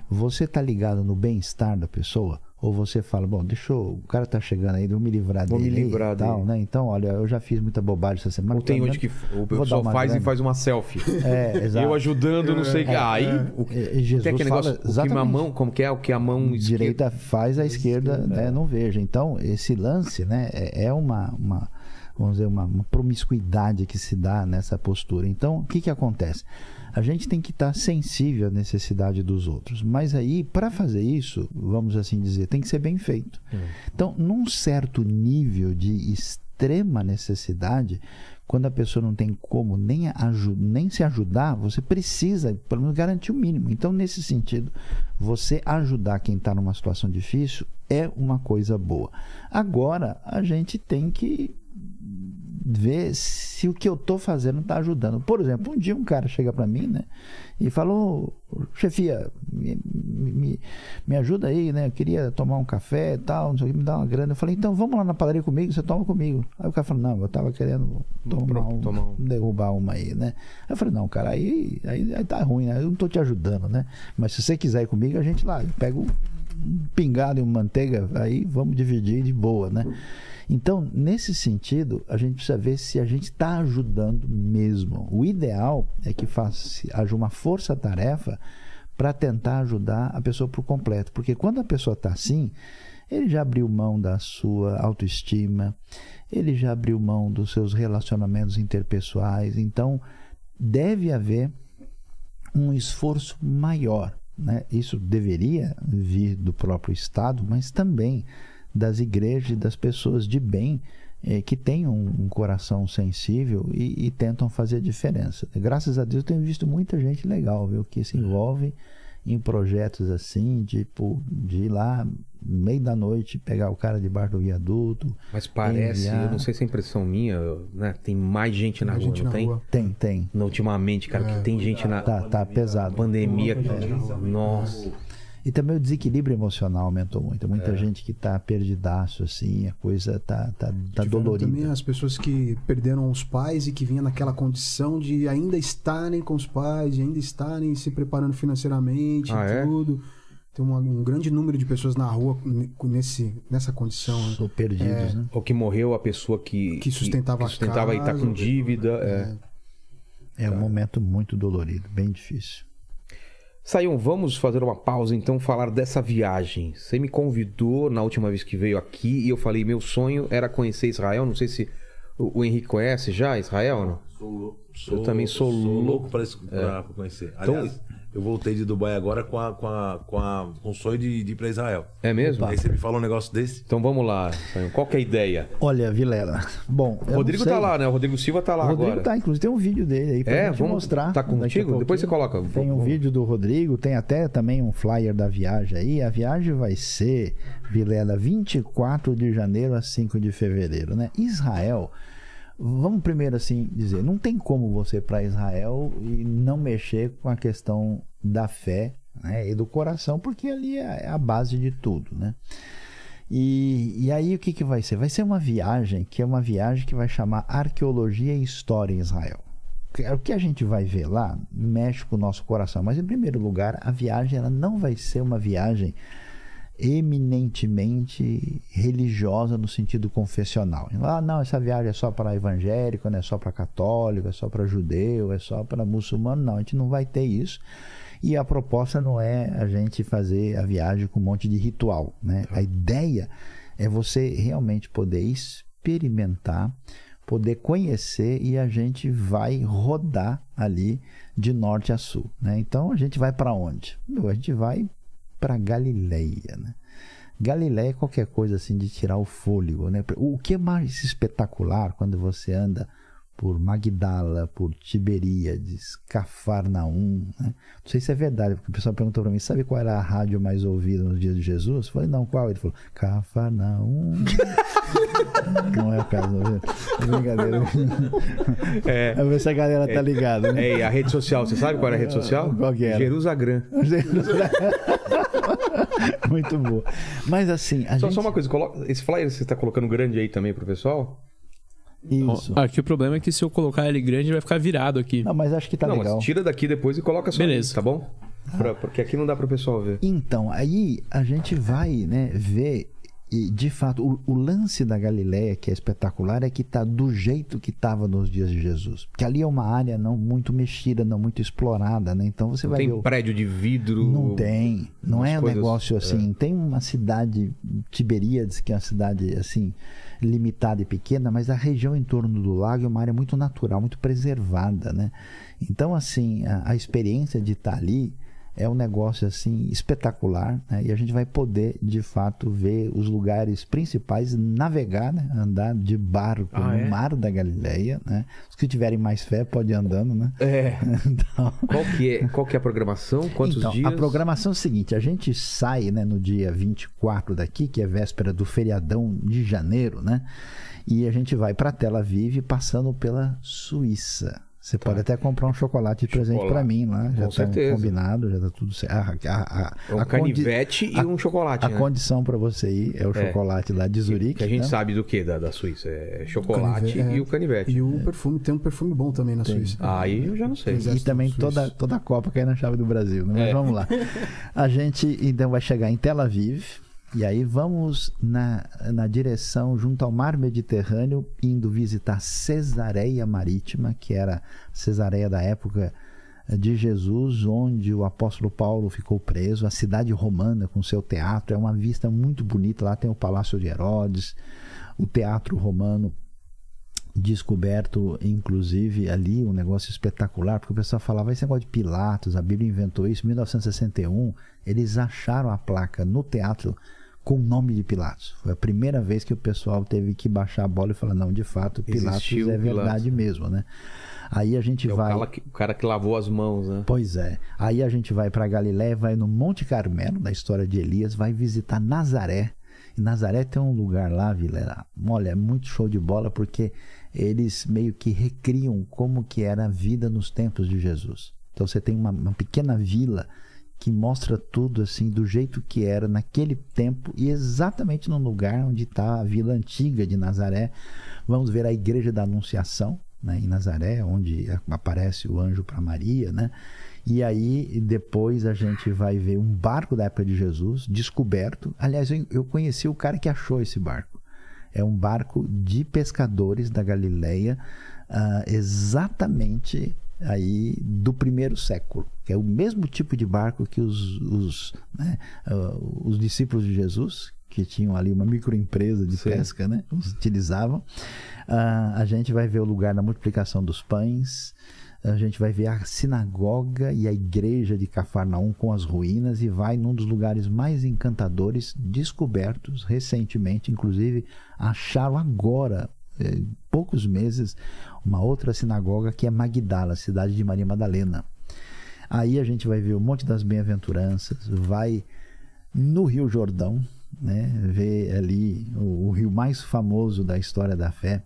[SPEAKER 6] você tá ligado no bem-estar da pessoa ou você fala, bom, deixa eu, o cara tá chegando aí, vou me livrar
[SPEAKER 1] Vou me
[SPEAKER 6] dele, aí e
[SPEAKER 1] livrar
[SPEAKER 6] tal,
[SPEAKER 1] dele.
[SPEAKER 6] né? Então, olha, eu já fiz muita bobagem essa semana.
[SPEAKER 1] Ou tem
[SPEAKER 6] pelo
[SPEAKER 1] hoje que
[SPEAKER 6] menos
[SPEAKER 1] f- o
[SPEAKER 6] tá vou dar
[SPEAKER 1] pessoal
[SPEAKER 6] uma
[SPEAKER 1] faz e
[SPEAKER 6] grana.
[SPEAKER 1] faz uma selfie.
[SPEAKER 6] É, exato.
[SPEAKER 1] Eu ajudando, não sei o que. Aí, o que-
[SPEAKER 6] É, Jesus
[SPEAKER 1] tem aquele negócio,
[SPEAKER 6] fala
[SPEAKER 1] o que
[SPEAKER 6] exatamente.
[SPEAKER 1] uma mão, como que é? O que a mão esquerda. é.
[SPEAKER 6] direita faz, a esquerda né, não veja. Então, esse lance né, é é uma, uma, vamos dizer, uma, uma promiscuidade que se dá nessa postura. Então, o que, que acontece? A gente tem que estar sensível à necessidade dos outros. Mas aí, para fazer isso, vamos assim dizer, tem que ser bem feito.
[SPEAKER 1] Hum.
[SPEAKER 6] Então, num certo nível de extrema necessidade, quando a pessoa não tem como nem, aju- nem se ajudar, você precisa, pelo menos, garantir o mínimo. Então, nesse sentido, você ajudar quem está numa situação difícil é uma coisa boa. Agora, a gente tem que ver se o que eu tô fazendo tá ajudando. Por exemplo, um dia um cara chega para mim, né, e falou, chefia, me, me, me ajuda aí, né, eu queria tomar um café e tal, não sei o que, me dá uma grana. Eu falei, então vamos lá na padaria comigo, você toma comigo. Aí o cara falou, não, eu tava querendo tomar,
[SPEAKER 1] Pronto,
[SPEAKER 6] um,
[SPEAKER 1] tomar um.
[SPEAKER 6] derrubar uma aí, né. Aí eu falei, não, cara, aí, aí, aí tá ruim, né, eu não tô te ajudando, né, mas se você quiser ir comigo, a gente lá, eu pego um pingado e uma manteiga, aí vamos dividir de boa, né? Então, nesse sentido, a gente precisa ver se a gente está ajudando mesmo. O ideal é que faça, haja uma força-tarefa para tentar ajudar a pessoa por completo. Porque quando a pessoa está assim, ele já abriu mão da sua autoestima, ele já abriu mão dos seus relacionamentos interpessoais. Então, deve haver um esforço maior. Né? Isso deveria vir do próprio Estado, mas também das igrejas e das pessoas de bem eh, que têm um, um coração sensível e, e tentam fazer a diferença. Graças a Deus, eu tenho visto muita gente legal viu, que se envolve em projetos assim, tipo de ir lá no meio da noite pegar o cara debaixo do viaduto.
[SPEAKER 1] Mas parece,
[SPEAKER 6] enviar.
[SPEAKER 1] eu não sei se é impressão minha, eu- né? Tem mais gente na
[SPEAKER 2] A
[SPEAKER 1] rua,
[SPEAKER 2] gente
[SPEAKER 1] não
[SPEAKER 2] na
[SPEAKER 1] tem?
[SPEAKER 2] rua. É,
[SPEAKER 6] Tem, tem.
[SPEAKER 1] Não, ultimamente, cara, que tem gente na
[SPEAKER 6] Tá, tá pesado.
[SPEAKER 1] pandemia. Nossa.
[SPEAKER 6] E também o desequilíbrio emocional aumentou muito. Muita gente que tá perdidaço, assim, a coisa tá, tá, tá
[SPEAKER 2] Tiveram Também
[SPEAKER 6] dolorida.
[SPEAKER 2] as pessoas que perderam os pais e que vinham naquela condição de ainda estarem com os pais, de ainda estarem se preparando financeiramente
[SPEAKER 1] Ah,
[SPEAKER 2] e
[SPEAKER 1] é?
[SPEAKER 2] tudo. Tem uma- um grande número de pessoas na rua com- nesse, nessa condição. né?
[SPEAKER 6] Sou perdidos, né?
[SPEAKER 1] O que morreu, a pessoa que.
[SPEAKER 2] Que sustentava
[SPEAKER 1] que sustentava
[SPEAKER 2] a
[SPEAKER 1] e tá
[SPEAKER 2] casa.
[SPEAKER 1] com dívida. é.
[SPEAKER 6] É um momento muito dolorido, bem difícil.
[SPEAKER 1] Saiam, vamos fazer uma pausa então, falar dessa viagem. Você me convidou na última vez que veio aqui e eu falei: meu sonho era conhecer Israel. Não sei se o, o Henrique conhece já Israel ou não?
[SPEAKER 4] Sou louco.
[SPEAKER 1] Eu também sou louco. É. Então,
[SPEAKER 4] louco pra, es- pra- pra conhecer. Aliás, eu voltei de Dubai agora com, a, com, a, com, a, com o sonho de, de ir pra Israel.
[SPEAKER 1] É mesmo?
[SPEAKER 4] Aí você me fala um negócio desse.
[SPEAKER 1] Então vamos lá, Saiam. Qual que é a ideia?
[SPEAKER 6] Olha, Vilela. Bom, eu
[SPEAKER 1] O
[SPEAKER 6] não
[SPEAKER 1] Rodrigo tá
[SPEAKER 6] sei.
[SPEAKER 1] lá, né? O Rodrigo Silva tá lá
[SPEAKER 6] O Rodrigo
[SPEAKER 1] agora.
[SPEAKER 6] tá, inclusive tem um vídeo dele aí pra
[SPEAKER 1] É,
[SPEAKER 6] gente
[SPEAKER 1] vamos-
[SPEAKER 6] mostrar.
[SPEAKER 1] tá
[SPEAKER 6] daqui a
[SPEAKER 1] contigo?
[SPEAKER 6] pouquinho.
[SPEAKER 1] Depois você coloca.
[SPEAKER 6] Tem um
[SPEAKER 1] Vamos-
[SPEAKER 6] vídeo do Rodrigo, tem até também um flyer da viagem aí. A viagem vai ser, Vilela, 24 de janeiro a 5 de fevereiro, né? Israel. Vamos primeiro assim dizer, não tem como você ir para Israel e não mexer com a questão da fé né, e do coração, porque ali é a base de tudo, né? E, e aí o que, que vai ser? Vai ser uma viagem que é uma viagem que vai chamar Arqueologia e História em Israel. Que- é O que a gente vai ver lá mexe com o nosso coração, mas em primeiro lugar, a viagem ela não vai ser uma viagem eminentemente religiosa no sentido confessional. Ah, não, essa viagem é só para evangélico, não é só para católico, é só para judeu, é só para muçulmano. Não, a gente não vai ter isso. E a proposta não é a gente fazer a viagem com um monte de ritual. Né? A ideia é você realmente poder experimentar, poder conhecer e a gente vai rodar ali de norte a sul. Né? Então a gente vai para onde? Meu, A gente vai para Galileia, né? Galileia é qualquer coisa assim de tirar o fôlego, né? O que é mais espetacular quando você anda por Magdala, por Tiberíades, Cafarnaum. Né? Não sei se é verdade, porque o pessoal perguntou para mim, sabe qual era a rádio mais ouvida nos dias de Jesus? Eu falei, não, qual? Ele falou, Cafarnaum. não é o caso, não é? É brincadeira.
[SPEAKER 1] É.
[SPEAKER 6] Vamos ver se a galera tá ligada, né?
[SPEAKER 1] É, e a rede social, você sabe qual era a rede social?
[SPEAKER 6] Qual que é? era?
[SPEAKER 1] Jerusagram.
[SPEAKER 6] Muito boa. Mas assim, a
[SPEAKER 1] Só,
[SPEAKER 6] gente...
[SPEAKER 1] só uma coisa, coloca, esse flyer você tá colocando grande aí também pro pessoal?
[SPEAKER 6] Isso.
[SPEAKER 5] Ó, Aqui o problema é que se eu colocar ele grande, vai ficar virado aqui.
[SPEAKER 6] Não, mas acho que tá
[SPEAKER 1] não,
[SPEAKER 6] legal. Ah.
[SPEAKER 1] mas tira daqui depois e coloca só
[SPEAKER 5] Beleza.
[SPEAKER 1] aí, tá bom? Pra- porque aqui não dá pro pessoal ver.
[SPEAKER 6] Então, aí a gente vai né, ver, e de fato, o, o lance da Galileia, que é espetacular, é que está do jeito que estava nos dias de Jesus. Porque ali é uma área não muito mexida, não muito explorada, né? Então você
[SPEAKER 1] Não
[SPEAKER 6] vai
[SPEAKER 1] tem
[SPEAKER 6] ver. o-
[SPEAKER 1] prédio de vidro.
[SPEAKER 6] Não tem. Não
[SPEAKER 1] umas
[SPEAKER 6] é um
[SPEAKER 1] coisas-
[SPEAKER 6] negócio assim. Tem uma cidade, Tiberíades, que é uma cidade assim, limitada e pequena, mas a região em torno do lago é uma área muito natural, muito preservada, né? Então, assim, a, a experiência de estar ali é um negócio assim espetacular né? e a gente vai poder de fato ver os lugares principais navegar né? andar de barco
[SPEAKER 1] Ah,
[SPEAKER 6] no
[SPEAKER 1] é?
[SPEAKER 6] mar da Galileia né? os que tiverem mais fé pode ir andando né
[SPEAKER 1] É.
[SPEAKER 6] então,
[SPEAKER 1] Qual que é, qual que é a programação? Quantos
[SPEAKER 6] então,
[SPEAKER 1] dias?
[SPEAKER 6] A programação é o seguinte: a gente sai né, no dia 24 daqui, que é véspera do feriadão de janeiro, né? E a gente vai para Tel Aviv passando pela Suíça. Você pode até comprar um chocolate de presente
[SPEAKER 1] Tá.
[SPEAKER 6] para
[SPEAKER 1] Chocolate.
[SPEAKER 6] mim lá. Já
[SPEAKER 1] Com
[SPEAKER 6] tá
[SPEAKER 1] certeza.
[SPEAKER 6] combinado, já tá tudo certo. A, a, a,
[SPEAKER 1] É um
[SPEAKER 6] ah, a condi-
[SPEAKER 1] canivete e
[SPEAKER 6] a-
[SPEAKER 1] um chocolate,
[SPEAKER 6] a
[SPEAKER 1] né?
[SPEAKER 6] condição para você ir é o
[SPEAKER 1] É.
[SPEAKER 6] chocolate lá de Zurique.
[SPEAKER 1] Que a gente
[SPEAKER 6] né?
[SPEAKER 1] sabe do que da, da Suíça? É chocolate
[SPEAKER 9] Canivete, é.
[SPEAKER 1] e o canivete. Ah,
[SPEAKER 9] E o perfume, tem um perfume bom também na Suíça.
[SPEAKER 1] Aí eu já não sei.
[SPEAKER 9] Pois
[SPEAKER 6] E
[SPEAKER 9] Exército
[SPEAKER 6] também
[SPEAKER 9] Suíço.
[SPEAKER 6] toda, toda a Copa cai na chave do Brasil, né? Mas vamos lá. A gente então vai chegar em Tel Aviv e aí vamos na, na direção junto ao mar Mediterrâneo, indo visitar Cesareia Marítima, que era Cesareia da época de Jesus, onde o apóstolo Paulo ficou preso, a cidade romana com seu teatro, é uma vista muito bonita, lá tem o Palácio de Herodes, o teatro romano descoberto, inclusive, ali um negócio espetacular, porque o pessoal falava esse negócio de Pilatos, a Bíblia inventou isso, em 1961, eles acharam a placa no teatro com o nome de Pilatos. Foi a primeira vez que o pessoal teve que baixar a bola e falar, não, de fato, Pilatos
[SPEAKER 1] Existiu
[SPEAKER 6] é verdade mesmo, né? Aí a gente
[SPEAKER 1] É o,
[SPEAKER 6] vai...
[SPEAKER 1] cara que, o cara que lavou as mãos, né?
[SPEAKER 6] Pois é. Aí a gente vai para Galiléia, vai no Monte Carmelo, na história de Elias, vai visitar Nazaré. E Nazaré tem um lugar lá, Vilela. Olha, é muito show de bola porque eles meio que recriam como que era a vida nos tempos de Jesus. Então você tem uma, uma pequena vila que mostra tudo assim do jeito que era naquele tempo e exatamente no lugar onde está a vila antiga de Nazaré. Vamos ver a igreja da Anunciação, né, em Nazaré, onde a- aparece o anjo para Maria, né? E aí depois a gente vai ver um barco da época de Jesus descoberto. Aliás, eu, eu conheci o cara que achou esse barco. É um barco de pescadores da Galileia, ah, exatamente aí do primeiro século. que É o mesmo tipo de barco que os, os, né, ah, os discípulos de Jesus, que tinham ali uma microempresa de pesca, né, utilizavam. Ah, a gente vai ver o lugar da multiplicação dos pães. A gente vai ver a sinagoga e a igreja de Cafarnaum com as ruínas e vai num dos lugares mais encantadores descobertos recentemente, inclusive acharam agora, eh, poucos meses, uma outra sinagoga que é Magdala, cidade de Maria Madalena. Aí a gente vai ver o Monte das Bem-aventuranças, vai no Rio Jordão, né? Ver ali o, o rio mais famoso da história da fé.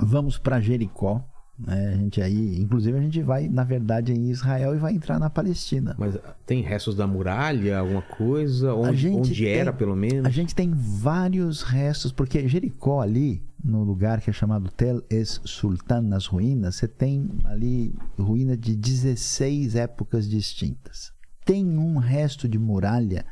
[SPEAKER 6] Vamos para Jericó, né? A gente aí, inclusive a gente vai, na verdade, em Israel e vai entrar na Palestina.
[SPEAKER 1] Mas tem restos da muralha, alguma coisa? Onde,
[SPEAKER 6] gente
[SPEAKER 1] onde
[SPEAKER 6] tem-
[SPEAKER 1] era, pelo
[SPEAKER 6] A
[SPEAKER 1] menos?
[SPEAKER 6] gente tem vários restos, porque Jericó ali, no lugar que é chamado Tel Es Sultan, nas ruínas, você tem ali ruína de 16 épocas distintas. Tem um resto de muralha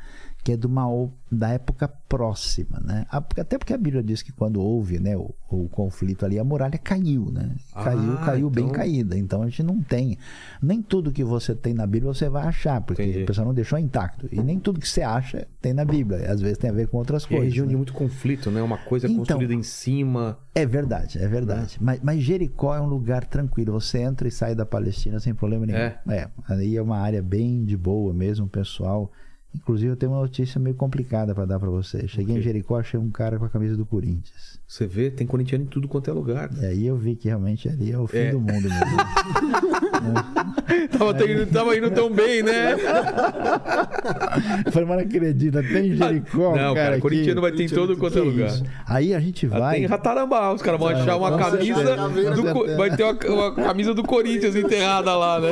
[SPEAKER 6] que é de uma, ou- da época próxima, né? A- Até porque a Bíblia diz que quando houve né, o, o conflito ali, a muralha caiu, né? Caiu,
[SPEAKER 1] Ah,
[SPEAKER 6] caiu bem
[SPEAKER 1] então-
[SPEAKER 6] caída. Então a gente não tem. Nem tudo que você tem na Bíblia você vai achar, porque
[SPEAKER 1] Entendi.
[SPEAKER 6] o pessoal não deixou intacto. E nem tudo que você acha tem na Bíblia. Às vezes tem a ver com outras
[SPEAKER 1] É
[SPEAKER 6] coisas.
[SPEAKER 1] região
[SPEAKER 6] né?
[SPEAKER 1] de muito conflito, né? Uma coisa
[SPEAKER 6] Então.
[SPEAKER 1] construída em cima.
[SPEAKER 6] É verdade, é
[SPEAKER 1] Né?
[SPEAKER 6] verdade. Mas, mas Jericó é um lugar tranquilo. Você entra e sai da Palestina sem problema nenhum.
[SPEAKER 1] É?
[SPEAKER 6] Aí é uma área bem de boa mesmo, o pessoal. Inclusive, eu tenho uma notícia meio complicada pra dar pra vocês. Cheguei em Jericó, achei um cara com a camisa do Corinthians.
[SPEAKER 1] Você vê, tem corintiano em tudo quanto é lugar.
[SPEAKER 6] E aí eu vi que realmente ali é o fim
[SPEAKER 1] É.
[SPEAKER 6] do mundo mesmo.
[SPEAKER 1] Tava, tendo- tava indo tão bem, né?
[SPEAKER 6] Eu Falei, mas não acredita, tem em Jericó,
[SPEAKER 1] Ah, Não, cara,
[SPEAKER 6] aqui.
[SPEAKER 1] corintiano vai ter em todo quanto é
[SPEAKER 6] Que
[SPEAKER 1] lugar.
[SPEAKER 6] isso? Aí a gente
[SPEAKER 1] Ah, Tem
[SPEAKER 6] vai.
[SPEAKER 1] em Ratarambá, os caras vão achar uma
[SPEAKER 6] com
[SPEAKER 1] camisa.
[SPEAKER 6] certeza.
[SPEAKER 1] do
[SPEAKER 6] Com
[SPEAKER 1] Co-
[SPEAKER 6] certeza.
[SPEAKER 1] vai ter uma, uma camisa do Corinthians enterrada lá, né?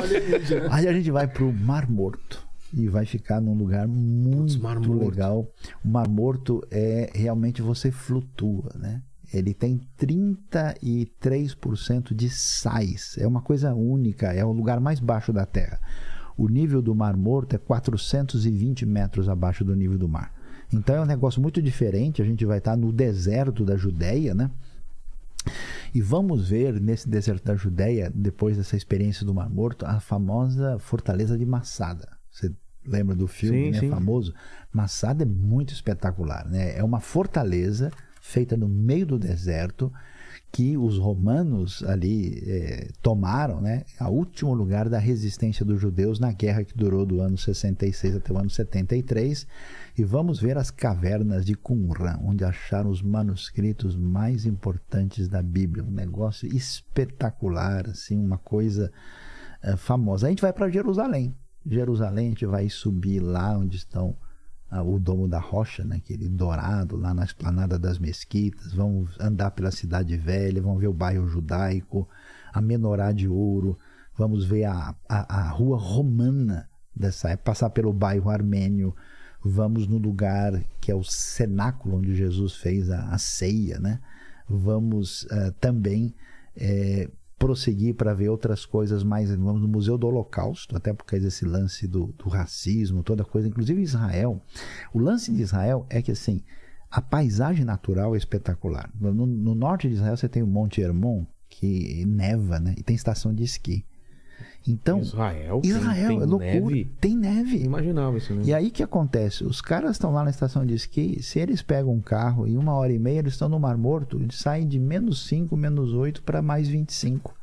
[SPEAKER 6] Aí a gente vai pro Mar Morto e vai ficar num lugar muito
[SPEAKER 1] Mar Morto.
[SPEAKER 6] legal. O Mar Morto é realmente você flutua, né? Ele tem 33% de sais. É uma coisa única, é o lugar mais baixo da Terra. O nível do Mar Morto é 420 metros abaixo do nível do mar. Então é um negócio muito diferente. A gente vai estar no deserto da Judéia, né? E vamos ver nesse deserto da Judéia, depois dessa experiência do Mar Morto, a famosa fortaleza de Massada. Você lembra do filme,
[SPEAKER 1] Sim,
[SPEAKER 6] né?
[SPEAKER 1] sim.
[SPEAKER 6] Famoso. Massada é muito espetacular, né? É uma fortaleza feita no meio do deserto que os romanos ali eh, tomaram, né? A último lugar da resistência dos judeus na guerra que durou do ano 66 até o ano 73. E vamos ver as cavernas de Qumran, onde acharam os manuscritos mais importantes da Bíblia. Um negócio espetacular, assim, uma coisa eh, famosa. A gente vai para Jerusalém. Jerusalém, a gente vai subir lá onde estão ah, o Domo da Rocha, né? aquele dourado lá na esplanada das mesquitas, vão andar pela cidade velha, vão ver o bairro judaico, a menorá de ouro, vamos ver a, a, a rua romana dessa época, passar pelo bairro armênio, vamos no lugar que é o cenáculo onde Jesus fez a, a ceia, né? Vamos ah, também eh, prosseguir para ver outras coisas mais. Vamos no Museu do Holocausto, até por causa desse lance do, do racismo, toda coisa, inclusive Israel. O lance de Israel é que assim. A paisagem natural é espetacular. No, no norte de Israel você tem o Monte Hermon, que neva, né? E tem estação de esqui. Então,
[SPEAKER 1] Israel.
[SPEAKER 6] Israel é loucura. Tem neve.
[SPEAKER 1] Imaginava isso, né?
[SPEAKER 6] E aí o que acontece? Os caras estão lá na estação de esqui, se eles pegam um carro e uma hora e meia eles estão no Mar Morto, eles saem de menos 5, menos 8 para mais 25.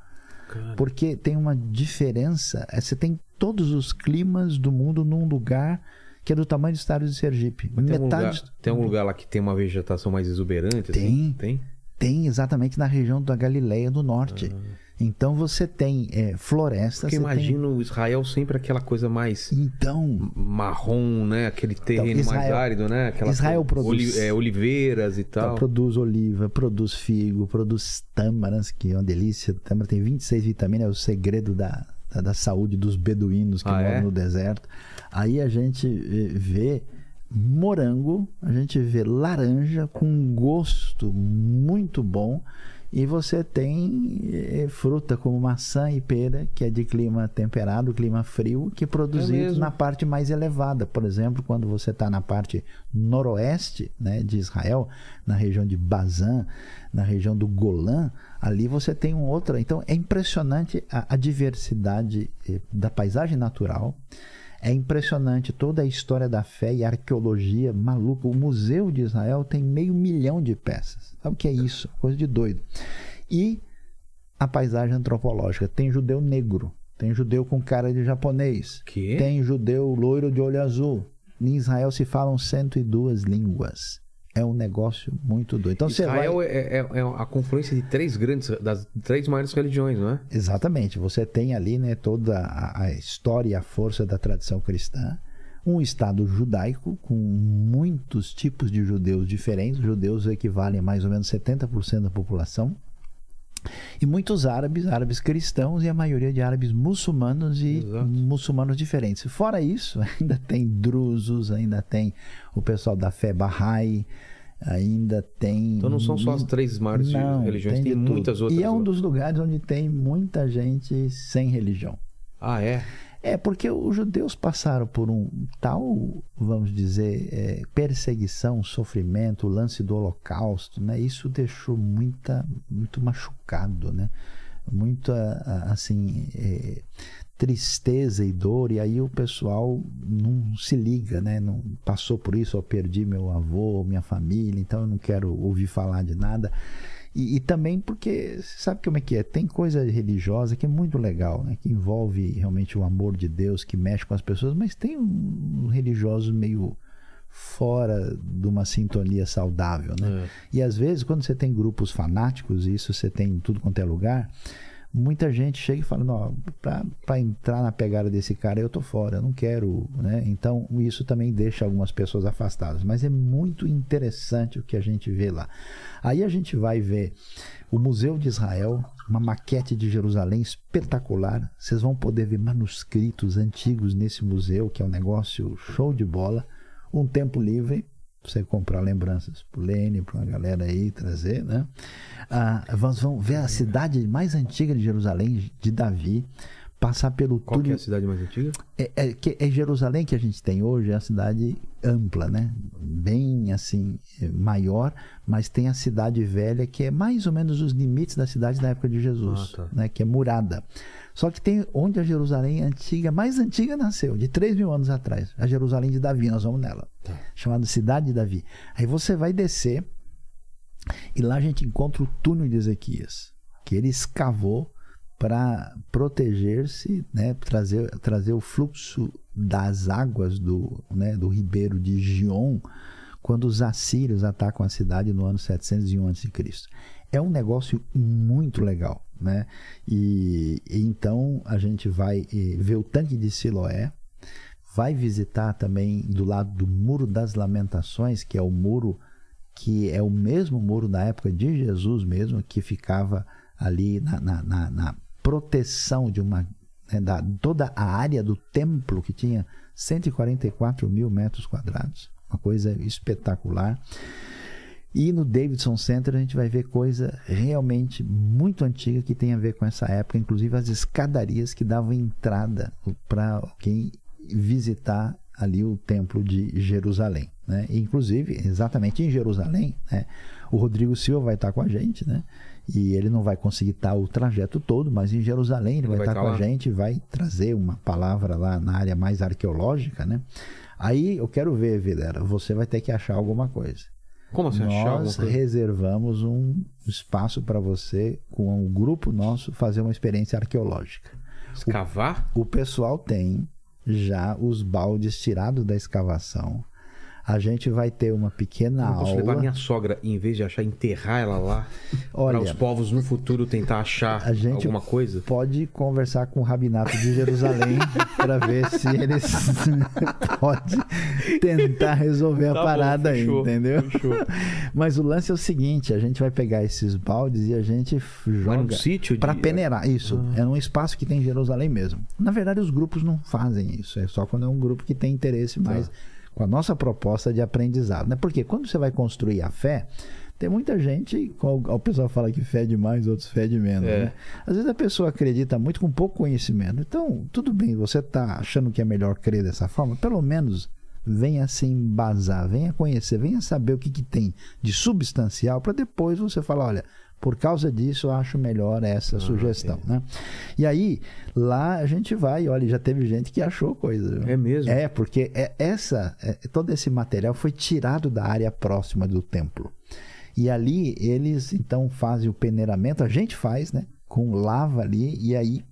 [SPEAKER 6] Porque tem uma diferença. é, Você tem todos os climas do mundo num lugar que é do tamanho do estado de Sergipe.
[SPEAKER 1] Mas tem, algum
[SPEAKER 6] Metade
[SPEAKER 1] lugar, tem algum lugar lá que tem uma vegetação mais exuberante? assim? Tem?
[SPEAKER 6] tem exatamente na região da Galileia do Norte. Então você tem é, floresta,
[SPEAKER 1] Ah. Porque
[SPEAKER 6] você tem...
[SPEAKER 1] imagino Israel sempre aquela coisa mais
[SPEAKER 6] Então,
[SPEAKER 1] marrom, né? Aquele terreno mais
[SPEAKER 6] Israel-
[SPEAKER 1] árido, né? Aquela
[SPEAKER 6] Israel produz.
[SPEAKER 1] Oli- é, oliveiras e
[SPEAKER 6] Então,
[SPEAKER 1] tal.
[SPEAKER 6] produz oliva, produz figo, produz tâmaras, que é uma delícia. Tâmara tem 26 vitaminas, é o segredo da, da, da saúde dos beduínos que
[SPEAKER 1] Ah,
[SPEAKER 6] moram
[SPEAKER 1] é?
[SPEAKER 6] no deserto. Aí a gente eh, vê morango, a gente vê laranja com um gosto muito bom. E você tem eh, fruta como maçã e pera, que é de clima temperado, clima frio, que é produzido
[SPEAKER 1] mesmo.
[SPEAKER 6] na parte mais elevada. Por exemplo, quando você está na parte noroeste né, de Israel, na região de Bazan, na região do Golã, ali você tem um outro. Então é impressionante a, a diversidade eh, da paisagem natural. É impressionante toda a história da fé e a arqueologia maluca. O Museu de Israel tem meio milhão de peças. Sabe o que é isso? Coisa de doido. E a paisagem antropológica. Tem judeu negro, tem judeu com cara de japonês,
[SPEAKER 1] Que?
[SPEAKER 6] tem judeu loiro de olho azul. Em Israel se falam 102 línguas. É um negócio muito doido. Então você vai...
[SPEAKER 1] Israel é, é- é a confluência de três grandes, das três maiores religiões, não é?
[SPEAKER 6] Exatamente. Você tem ali né, toda a, a história e a força da tradição cristã. Um Estado judaico com muitos tipos de judeus diferentes. Judeus equivalem a mais ou menos 70% da população. E muitos árabes, árabes cristãos e a maioria de árabes muçulmanos e
[SPEAKER 1] Exato.
[SPEAKER 6] muçulmanos diferentes. Fora isso, ainda tem drusos, ainda tem o pessoal da fé Bahá'í, ainda tem...
[SPEAKER 1] Então não são só as três maiores
[SPEAKER 6] Não,
[SPEAKER 1] religiões, tem,
[SPEAKER 6] tem de tudo.
[SPEAKER 1] muitas outras.
[SPEAKER 6] E é um dos lugares onde tem muita gente sem religião.
[SPEAKER 1] Ah, é?
[SPEAKER 6] É porque os judeus passaram por um tal, vamos dizer, é, perseguição, sofrimento, o lance do holocausto, né? Isso deixou muita, muito machucado, né? Muita, a- assim, é, tristeza e dor. E aí o pessoal não se liga, né? Não passou por isso, eu perdi meu avô, minha família, então eu não quero ouvir falar de nada. E, e também porque, você sabe como é que é? Tem coisa religiosa que é muito legal, né? Que envolve realmente o amor de Deus, que mexe com as pessoas, mas tem um, um religioso meio fora de uma sintonia saudável, né? E às vezes, quando você tem grupos fanáticos, e isso você tem em tudo quanto é lugar, muita gente chega e fala, não, pra, pra entrar na pegada desse cara eu tô fora, eu não quero, né? Então, isso também deixa algumas pessoas afastadas, mas é muito interessante o que a gente vê lá. Aí a gente vai ver o Museu de Israel, uma maquete de Jerusalém espetacular, vocês vão poder ver manuscritos antigos nesse museu, que é um negócio show de bola, um tempo livre, pra você comprar lembranças pro Lene, pra uma galera aí trazer, né? Ah, nós vamos ver a cidade mais antiga de Jerusalém, de Davi, passar pelo
[SPEAKER 1] Qual que é
[SPEAKER 6] túnel.
[SPEAKER 1] a cidade mais antiga?
[SPEAKER 6] É, é que é Jerusalém que a gente tem hoje é a cidade ampla, né? Bem assim é, maior, mas tem a cidade velha que é mais ou menos os limites da cidade da época de Jesus,
[SPEAKER 1] Ah, tá.
[SPEAKER 6] né? Que é murada. Só que tem onde a Jerusalém antiga, mais antiga nasceu, de 3 mil anos atrás, a Jerusalém de Davi, nós vamos nela,
[SPEAKER 1] Tá.
[SPEAKER 6] chamada cidade de Davi. Aí você vai descer e lá a gente encontra o túnel de Ezequias, que ele escavou para proteger-se, né, trazer, trazer o fluxo das águas do, né, do ribeiro de Gion quando os assírios atacam a cidade no ano 701 a.C. É um negócio muito legal, né? E, e então a gente vai eh, ver o tanque de Siloé, vai visitar também do lado do Muro das Lamentações, que é o muro que é o mesmo muro da época de Jesus mesmo, que ficava ali na, na- na- na proteção de uma né, da, toda a área do templo que tinha 144 mil metros quadrados, uma coisa espetacular. E no Davidson Center a gente vai ver coisa realmente muito antiga que tem a ver com essa época, inclusive as escadarias que davam entrada para quem visitar ali o templo de Jerusalém, né? E, Inclusive, exatamente em Jerusalém, né? O Rodrigo Silva vai estar com a gente, né? E ele não vai conseguir estar o trajeto todo, mas em Jerusalém ele vai,
[SPEAKER 1] vai
[SPEAKER 6] estar
[SPEAKER 1] tá
[SPEAKER 6] com
[SPEAKER 1] lá?
[SPEAKER 6] a gente, vai trazer uma palavra lá na área mais arqueológica, né? Aí eu quero ver, Vilera, você vai ter que achar alguma coisa.
[SPEAKER 1] Como assim? achar alguma
[SPEAKER 6] Nós
[SPEAKER 1] coisa?
[SPEAKER 6] reservamos um espaço para você, com um grupo nosso, fazer uma experiência arqueológica.
[SPEAKER 1] Escavar?
[SPEAKER 6] O pessoal tem já os baldes tirados da escavação. A gente vai ter uma pequena
[SPEAKER 1] Eu não posso
[SPEAKER 6] aula.
[SPEAKER 1] levar minha sogra, em vez de achar, enterrar ela lá. Pra os
[SPEAKER 6] Olha,
[SPEAKER 1] povos no futuro tentar achar
[SPEAKER 6] A gente-
[SPEAKER 1] alguma coisa.
[SPEAKER 6] pode conversar com o Rabinato de Jerusalém para ver se eles pode tentar resolver a
[SPEAKER 5] Tá bom,
[SPEAKER 6] parada aí,
[SPEAKER 5] fechou,
[SPEAKER 6] entendeu?
[SPEAKER 5] fechou.
[SPEAKER 6] Mas o lance é o seguinte, a gente vai pegar esses baldes e a gente f-
[SPEAKER 1] Mas num
[SPEAKER 6] joga
[SPEAKER 1] sítio de...
[SPEAKER 6] Pra peneirar, isso. É um espaço que tem em Jerusalém mesmo. Na verdade, os grupos não fazem isso. É só quando é um grupo que tem interesse mais com a nossa proposta de aprendizado. Né? Porque quando você vai construir a fé, tem muita gente. qual- O pessoal fala que fé é demais, outros fé de menos.
[SPEAKER 1] É.
[SPEAKER 6] Né? Às vezes a pessoa acredita muito com pouco conhecimento. Então, tudo bem, você tá achando que é melhor crer dessa forma, pelo menos. Venha se embasar, venha conhecer, venha saber o que, que tem de substancial para depois você falar: olha, por causa disso, eu acho melhor essa
[SPEAKER 1] Ah,
[SPEAKER 6] sugestão, né? E aí, lá a gente vai, olha, já teve gente que achou coisa. viu?
[SPEAKER 1] É mesmo?
[SPEAKER 6] É, porque é- essa, é- todo esse material foi tirado da área próxima do templo. E ali eles então fazem o peneiramento, a gente faz, né? Com lava ali, e aí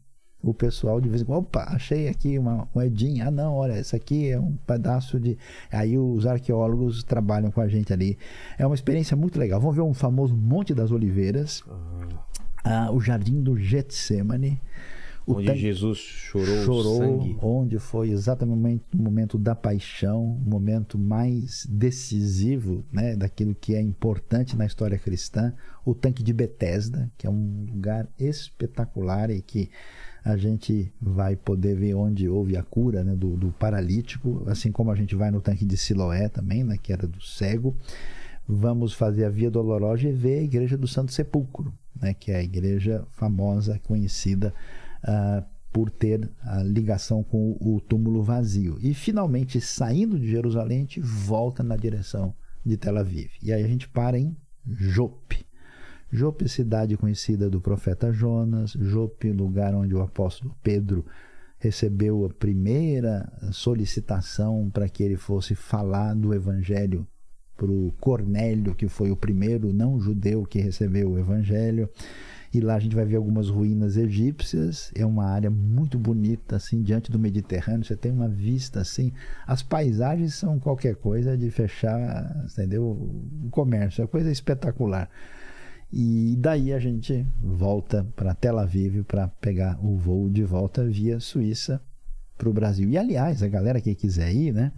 [SPEAKER 6] o pessoal de vez em quando, opa, achei aqui uma moedinha. Ah, não, olha, isso aqui é um pedaço de. Aí os arqueólogos trabalham com a gente ali. É uma experiência muito legal. Vamos ver um famoso Monte das Oliveiras, ah, o Jardim do Getsemane. O
[SPEAKER 1] Onde
[SPEAKER 6] tanque-
[SPEAKER 1] Jesus chorou,
[SPEAKER 6] chorou,
[SPEAKER 1] sangue.
[SPEAKER 6] onde foi exatamente o momento da paixão, o momento mais decisivo, né, daquilo que é importante na história cristã, o tanque de Betesda, que é um lugar espetacular e que a gente vai poder ver onde houve a cura né, do, do paralítico, assim como a gente vai no tanque de Siloé também, né, que era do cego. Vamos fazer a Via Dolorosa e ver a Igreja do Santo Sepulcro, né, que é a igreja famosa, conhecida ah, por ter a ligação com o, o túmulo vazio. E finalmente, saindo de Jerusalém, a gente volta na direção de Tel Aviv. E aí a gente para em Jope. Jope, cidade conhecida do profeta Jonas, Jope, lugar onde o apóstolo Pedro recebeu a primeira solicitação para que ele fosse falar do evangelho pro Cornélio, que foi o primeiro não judeu que recebeu o evangelho. E lá a gente vai ver algumas ruínas egípcias. É uma área muito bonita, assim, diante do Mediterrâneo. Você tem uma vista, assim. As paisagens são qualquer coisa de fechar, entendeu? O comércio. É coisa espetacular. E daí a gente volta para Tel Aviv para pegar o voo de volta via Suíça para o Brasil. E aliás, a galera que quiser ir, né?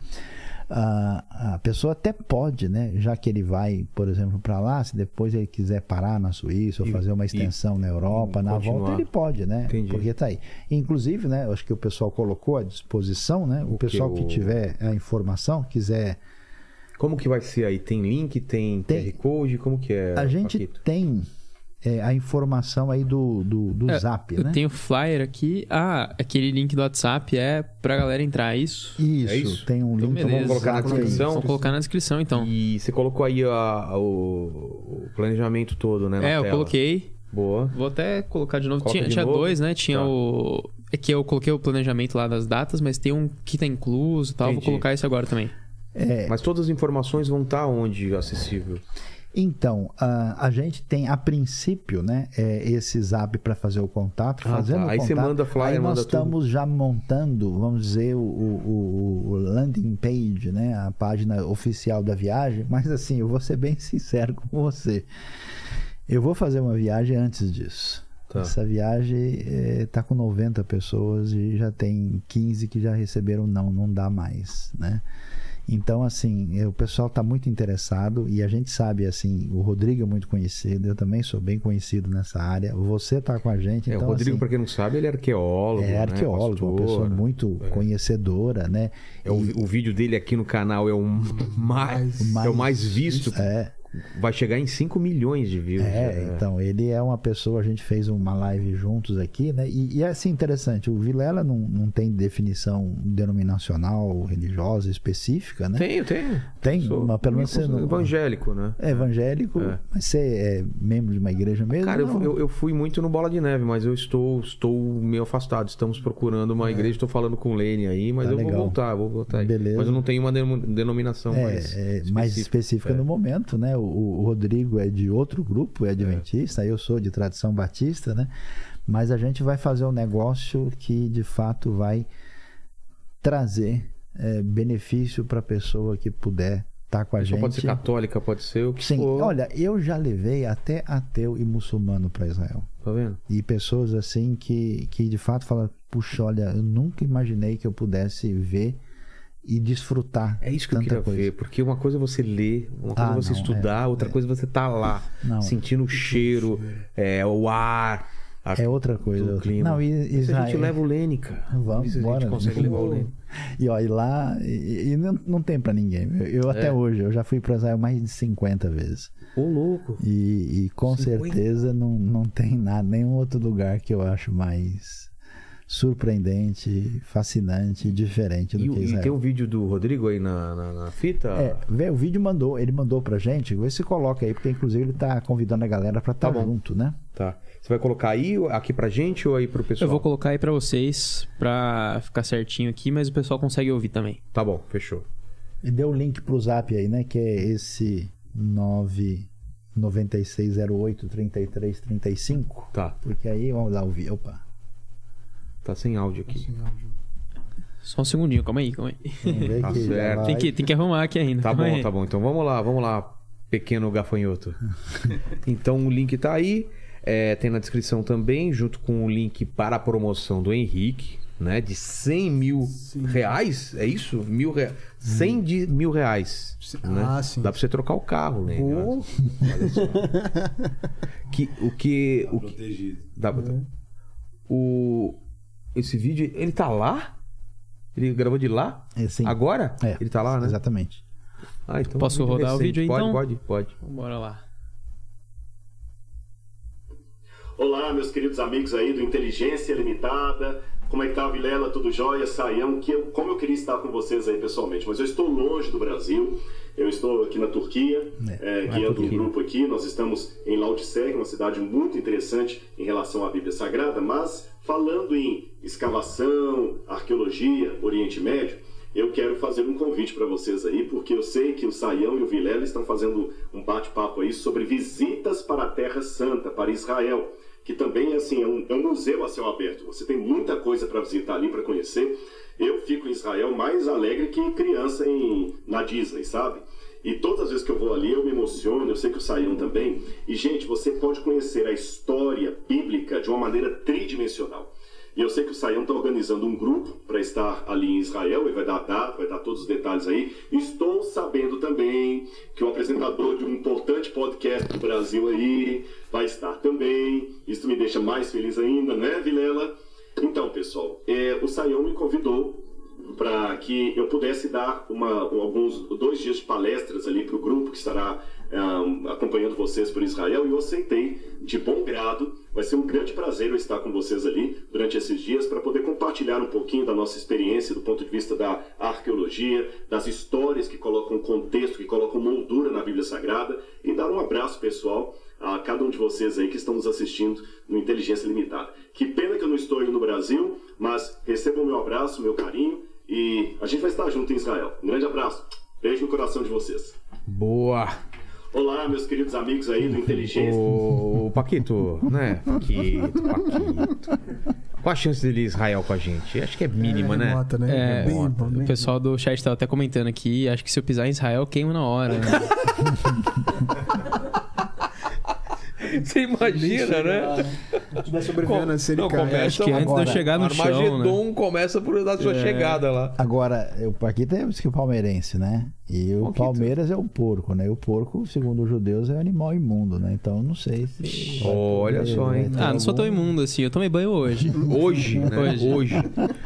[SPEAKER 6] a, a pessoa até pode, né? Já que ele vai, por exemplo, para lá, se depois ele quiser parar na Suíça ou
[SPEAKER 1] E-
[SPEAKER 6] fazer uma
[SPEAKER 1] e-
[SPEAKER 6] extensão na Europa, na
[SPEAKER 1] continuar.
[SPEAKER 6] volta, ele pode, né?
[SPEAKER 1] Entendi.
[SPEAKER 6] Porque tá aí. Inclusive, né? eu Acho que o pessoal colocou à disposição, né? O,
[SPEAKER 1] O que
[SPEAKER 6] pessoal que
[SPEAKER 1] o-
[SPEAKER 6] tiver a informação, quiser
[SPEAKER 1] Como que vai ser aí? Tem link? Tem,
[SPEAKER 6] Tem.
[SPEAKER 1] QR Code? Como que é?
[SPEAKER 6] A gente
[SPEAKER 1] Paquito?
[SPEAKER 6] tem é, a informação aí do, do, do
[SPEAKER 5] É,
[SPEAKER 6] Zap,
[SPEAKER 5] Eu
[SPEAKER 6] né?
[SPEAKER 5] tenho flyer aqui. Ah, aquele link do WhatsApp é pra galera entrar, é isso?
[SPEAKER 6] Isso,
[SPEAKER 1] É isso?
[SPEAKER 6] tem um
[SPEAKER 5] Então,
[SPEAKER 6] link.
[SPEAKER 5] beleza.
[SPEAKER 1] Vamos
[SPEAKER 6] do
[SPEAKER 1] colocar na
[SPEAKER 6] Zap aí.
[SPEAKER 1] descrição.
[SPEAKER 5] Vou colocar na descrição, então.
[SPEAKER 1] E você colocou aí a- a- o, o planejamento todo, né? na
[SPEAKER 5] É, eu
[SPEAKER 1] tela.
[SPEAKER 5] coloquei.
[SPEAKER 1] Boa.
[SPEAKER 5] Vou até colocar de novo.
[SPEAKER 1] Coloca
[SPEAKER 5] Tinha,
[SPEAKER 1] de
[SPEAKER 5] tinha
[SPEAKER 1] novo.
[SPEAKER 5] dois, né? Tinha
[SPEAKER 1] Tá.
[SPEAKER 5] o. É que eu coloquei o planejamento lá das datas, mas tem um que tá incluso e tal.
[SPEAKER 1] Entendi.
[SPEAKER 5] Vou colocar isso agora também.
[SPEAKER 6] É.
[SPEAKER 1] Mas todas as informações vão estar onde acessível?
[SPEAKER 6] Então, a, a gente tem a princípio, né, é, esse Zap para fazer o contato,
[SPEAKER 1] Ah,
[SPEAKER 6] fazendo
[SPEAKER 1] tá.
[SPEAKER 6] o
[SPEAKER 1] Aí você
[SPEAKER 6] contato.
[SPEAKER 1] manda flyer,
[SPEAKER 6] aí nós
[SPEAKER 1] manda tudo.
[SPEAKER 6] estamos já montando, vamos dizer, o, o- o- o landing page, né, a página oficial da viagem. Mas assim, eu vou ser bem sincero com você. Eu vou fazer uma viagem antes disso.
[SPEAKER 1] Tá.
[SPEAKER 6] Essa viagem eh, tá com 90 pessoas e já tem 15 que já receberam não, não dá mais, né? Então, assim, eh, o pessoal tá muito interessado e a gente sabe, assim, o Rodrigo é muito conhecido, eu também sou bem conhecido nessa área, você tá com a gente,
[SPEAKER 1] É,
[SPEAKER 6] então,
[SPEAKER 1] o Rodrigo,
[SPEAKER 6] assim,
[SPEAKER 1] pra quem não sabe, ele é arqueólogo.
[SPEAKER 6] é arqueólogo,
[SPEAKER 1] né?
[SPEAKER 6] uma
[SPEAKER 1] Pastor.
[SPEAKER 6] pessoa muito conhecedora, né?
[SPEAKER 1] É, o, vi- o vídeo dele aqui no canal é o mais,
[SPEAKER 6] Mais-
[SPEAKER 1] é o mais visto.
[SPEAKER 6] É,
[SPEAKER 1] Vai chegar em 5 milhões de views.
[SPEAKER 6] É,
[SPEAKER 1] né?
[SPEAKER 6] então, ele é uma pessoa, a gente fez uma live juntos aqui, né? E, e é assim, interessante, o Vilela não, não tem definição denominacional, religiosa, específica, né?
[SPEAKER 1] Tenho, tenho.
[SPEAKER 6] Tem,
[SPEAKER 1] Sou-
[SPEAKER 6] mas pelo menos
[SPEAKER 1] me
[SPEAKER 6] você
[SPEAKER 1] considero
[SPEAKER 6] não...
[SPEAKER 1] evangélico, né?
[SPEAKER 6] É evangélico,
[SPEAKER 1] É.
[SPEAKER 6] mas você é membro de uma igreja mesmo?
[SPEAKER 1] Cara, eu,
[SPEAKER 6] É, Não.
[SPEAKER 1] fu- eu, eu fui muito no Bola de Neve, mas eu estou, estou meio afastado. Estamos procurando uma igreja, estou falando com o Lene aí, mas
[SPEAKER 6] É. Tá
[SPEAKER 1] eu
[SPEAKER 6] legal.
[SPEAKER 1] vou voltar, vou voltar aí.
[SPEAKER 6] Beleza.
[SPEAKER 1] Mas eu não tenho uma deno- denominação
[SPEAKER 6] É,
[SPEAKER 1] mais,
[SPEAKER 6] é, mais específica
[SPEAKER 1] é.
[SPEAKER 6] no momento, né? O, o Rodrigo é de outro grupo, é adventista, eu sou de tradição batista, né? Mas a gente vai fazer um negócio que de fato vai trazer é, benefício para a pessoa que puder estar com a
[SPEAKER 1] Só
[SPEAKER 6] gente.
[SPEAKER 1] pode ser católica, pode ser o que
[SPEAKER 6] Sim,
[SPEAKER 1] for.
[SPEAKER 6] olha, eu já levei até ateu e muçulmano para Israel.
[SPEAKER 1] Tá vendo?
[SPEAKER 6] E pessoas assim que, que de fato falam: puxa, olha, eu nunca imaginei que eu pudesse ver e desfrutar.
[SPEAKER 1] É isso que eu
[SPEAKER 6] tanta
[SPEAKER 1] queria
[SPEAKER 6] coisa.
[SPEAKER 1] ver, porque uma coisa é você ler, uma coisa é
[SPEAKER 6] Ah,
[SPEAKER 1] você
[SPEAKER 6] não,
[SPEAKER 1] estudar, outra coisa é você tá lá,
[SPEAKER 6] Não.
[SPEAKER 1] sentindo o cheiro, é, o ar, a-
[SPEAKER 6] É outra coisa.
[SPEAKER 1] do
[SPEAKER 6] outra-
[SPEAKER 1] clima.
[SPEAKER 6] Não, e
[SPEAKER 1] Se a
[SPEAKER 6] Israel.
[SPEAKER 1] gente leva o Lene, cara.
[SPEAKER 6] Vamos,
[SPEAKER 1] Se a gente
[SPEAKER 6] bora.
[SPEAKER 1] consegue levar o Lene.
[SPEAKER 6] E ó, e lá e, e não, não tem pra ninguém. Eu, eu
[SPEAKER 1] É.
[SPEAKER 6] até hoje, eu já fui pra Israel mais de 50 vezes.
[SPEAKER 1] Ô, louco.
[SPEAKER 6] E, e com certeza não, não tem nada, nenhum outro lugar que eu acho mais surpreendente, fascinante e diferente do
[SPEAKER 1] E, o-
[SPEAKER 6] que
[SPEAKER 1] e
[SPEAKER 6] Israel.
[SPEAKER 1] tem um vídeo do Rodrigo aí na, na- na fita?
[SPEAKER 6] É, vê, o vídeo mandou, ele mandou pra gente, vê se coloca aí, porque inclusive ele tá convidando a galera pra
[SPEAKER 1] Tá
[SPEAKER 6] estar
[SPEAKER 1] bom.
[SPEAKER 6] junto, né?
[SPEAKER 1] Tá. Você vai colocar aí, aqui pra gente ou aí pro pessoal?
[SPEAKER 5] Eu vou colocar aí pra vocês, pra ficar certinho aqui, mas o pessoal consegue ouvir também.
[SPEAKER 1] Tá bom, fechou.
[SPEAKER 6] E deu o link pro zap aí, né? Que é esse 996083335.
[SPEAKER 1] Tá.
[SPEAKER 6] Porque aí, vamos lá ouvir. Opa.
[SPEAKER 1] Tá sem áudio aqui.
[SPEAKER 5] Só um segundinho, calma aí, calma aí.
[SPEAKER 6] Vamos ver
[SPEAKER 1] Tá
[SPEAKER 6] que já
[SPEAKER 1] certo.
[SPEAKER 6] vai.
[SPEAKER 5] Tem que, tem que arrumar aqui ainda.
[SPEAKER 1] Tá
[SPEAKER 5] calma
[SPEAKER 1] bom,
[SPEAKER 5] aí.
[SPEAKER 1] tá bom. Então vamos lá, vamos lá, pequeno gafanhoto. então o link tá aí, é, tem na descrição também, junto com o link para a promoção do Henrique, né? De 100 mil reais, é isso? Mil rea... 100 de mil reais. né?
[SPEAKER 2] Ah, sim.
[SPEAKER 1] Dá pra você trocar o carro, né?
[SPEAKER 2] Ou-
[SPEAKER 1] Que, o que... O que...
[SPEAKER 10] Protegido.
[SPEAKER 1] Dá pra... O... Esse vídeo, ele tá lá? Ele gravou de lá?
[SPEAKER 6] É, sim.
[SPEAKER 1] Agora?
[SPEAKER 6] É,
[SPEAKER 1] Ele tá lá, né?
[SPEAKER 6] Exatamente.
[SPEAKER 1] Ah, então
[SPEAKER 5] Posso
[SPEAKER 1] muito
[SPEAKER 5] rodar o vídeo aí,
[SPEAKER 1] pode,
[SPEAKER 5] então?
[SPEAKER 1] Pode, pode.
[SPEAKER 5] Bora lá.
[SPEAKER 10] Olá, meus queridos amigos aí do Inteligência Limitada. Como é que tá, Vilela? Tudo jóia? Saião? Que eu- como eu queria estar com vocês aí pessoalmente, mas eu estou longe do Brasil. Eu estou aqui na Turquia, é, guiando um grupo aqui. Nós estamos em Laodicea, que é uma cidade muito interessante em relação à Bíblia Sagrada, mas falando em escavação, arqueologia, Oriente Médio, eu quero fazer um convite para vocês aí, porque eu sei que o Saião e o Vilela estão fazendo um bate-papo aí sobre visitas para a Terra Santa, para Israel, que também assim, é, um, é um museu a céu aberto. Você tem muita coisa para visitar ali, para conhecer. Eu fico em Israel mais alegre que criança em, na Disney, sabe? E todas as vezes que eu vou ali, eu me emociono, eu sei que o Saião também. E, gente, você pode conhecer a história bíblica de uma maneira tridimensional. E eu sei que o Saião está organizando um grupo para estar ali em Israel, e vai dar data, vai dar todos os detalhes aí. Estou sabendo também que o apresentador de um importante podcast do Brasil aí vai estar também. Isso me deixa mais feliz ainda, né, Vilela? Então, pessoal, é, o Saião me convidou para que eu pudesse dar uma, alguns dois dias de palestras ali para o grupo que estará um, acompanhando vocês por Israel e eu aceitei de bom grado. Vai ser um grande prazer eu estar com vocês ali durante esses dias para poder compartilhar um pouquinho da nossa experiência do ponto de vista da arqueologia, das histórias que colocam contexto, que colocam moldura na Bíblia Sagrada e dar um abraço pessoal a cada um de vocês aí que estão nos assistindo no Inteligência Limitada. Que pena que eu não estou aí no Brasil, mas recebam meu abraço, meu carinho e a gente vai estar junto em Israel. Um grande abraço. Beijo no coração de vocês.
[SPEAKER 1] Boa.
[SPEAKER 10] Olá, meus queridos amigos aí do Inteligência.
[SPEAKER 1] Ô, ô, Paquito, né? Paquito, Paquito. Qual a chance dele ir a Israel com a gente? Acho que é mínima, né?
[SPEAKER 9] remota, né?
[SPEAKER 5] É,
[SPEAKER 9] Bem
[SPEAKER 5] o-
[SPEAKER 9] remota,
[SPEAKER 5] o
[SPEAKER 9] bem
[SPEAKER 5] pessoal do chat tava até comentando aqui, acho que se eu pisar em Israel, queimo na hora. né?
[SPEAKER 1] Você imagina, né?
[SPEAKER 9] Se tiver é sobrevivendo, se ele
[SPEAKER 1] Não,
[SPEAKER 9] cai.
[SPEAKER 1] começa-
[SPEAKER 5] acho que antes de eu
[SPEAKER 6] agora,
[SPEAKER 5] chegar no chão, né?
[SPEAKER 1] Armagedon começa por da sua
[SPEAKER 5] É.
[SPEAKER 1] chegada lá.
[SPEAKER 6] Agora, eu, aqui temos que o palmeirense, né? E o
[SPEAKER 1] Pouquinho.
[SPEAKER 6] Palmeiras é o porco, né? E o porco, segundo os judeus, é um animal imundo, né? Então eu não sei se. né?
[SPEAKER 1] Olha só, hein?
[SPEAKER 5] Ah, não sou tão imundo assim, eu tomei banho hoje.
[SPEAKER 1] Hoje, né?
[SPEAKER 5] Hoje.
[SPEAKER 1] Hoje.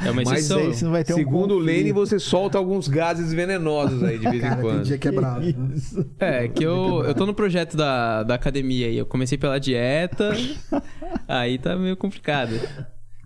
[SPEAKER 5] É uma
[SPEAKER 1] Mas
[SPEAKER 5] exceção.
[SPEAKER 1] aí
[SPEAKER 6] Esse não vai ter um
[SPEAKER 1] Segundo o
[SPEAKER 6] conflito.
[SPEAKER 1] Lene, você solta alguns gases venenosos aí de vez em
[SPEAKER 9] Cara, tem
[SPEAKER 1] quando.
[SPEAKER 9] dia que é brabo. né?
[SPEAKER 5] É, que eu, eu tô no projeto da, da academia aí. Eu comecei pela dieta, aí tá meio complicado.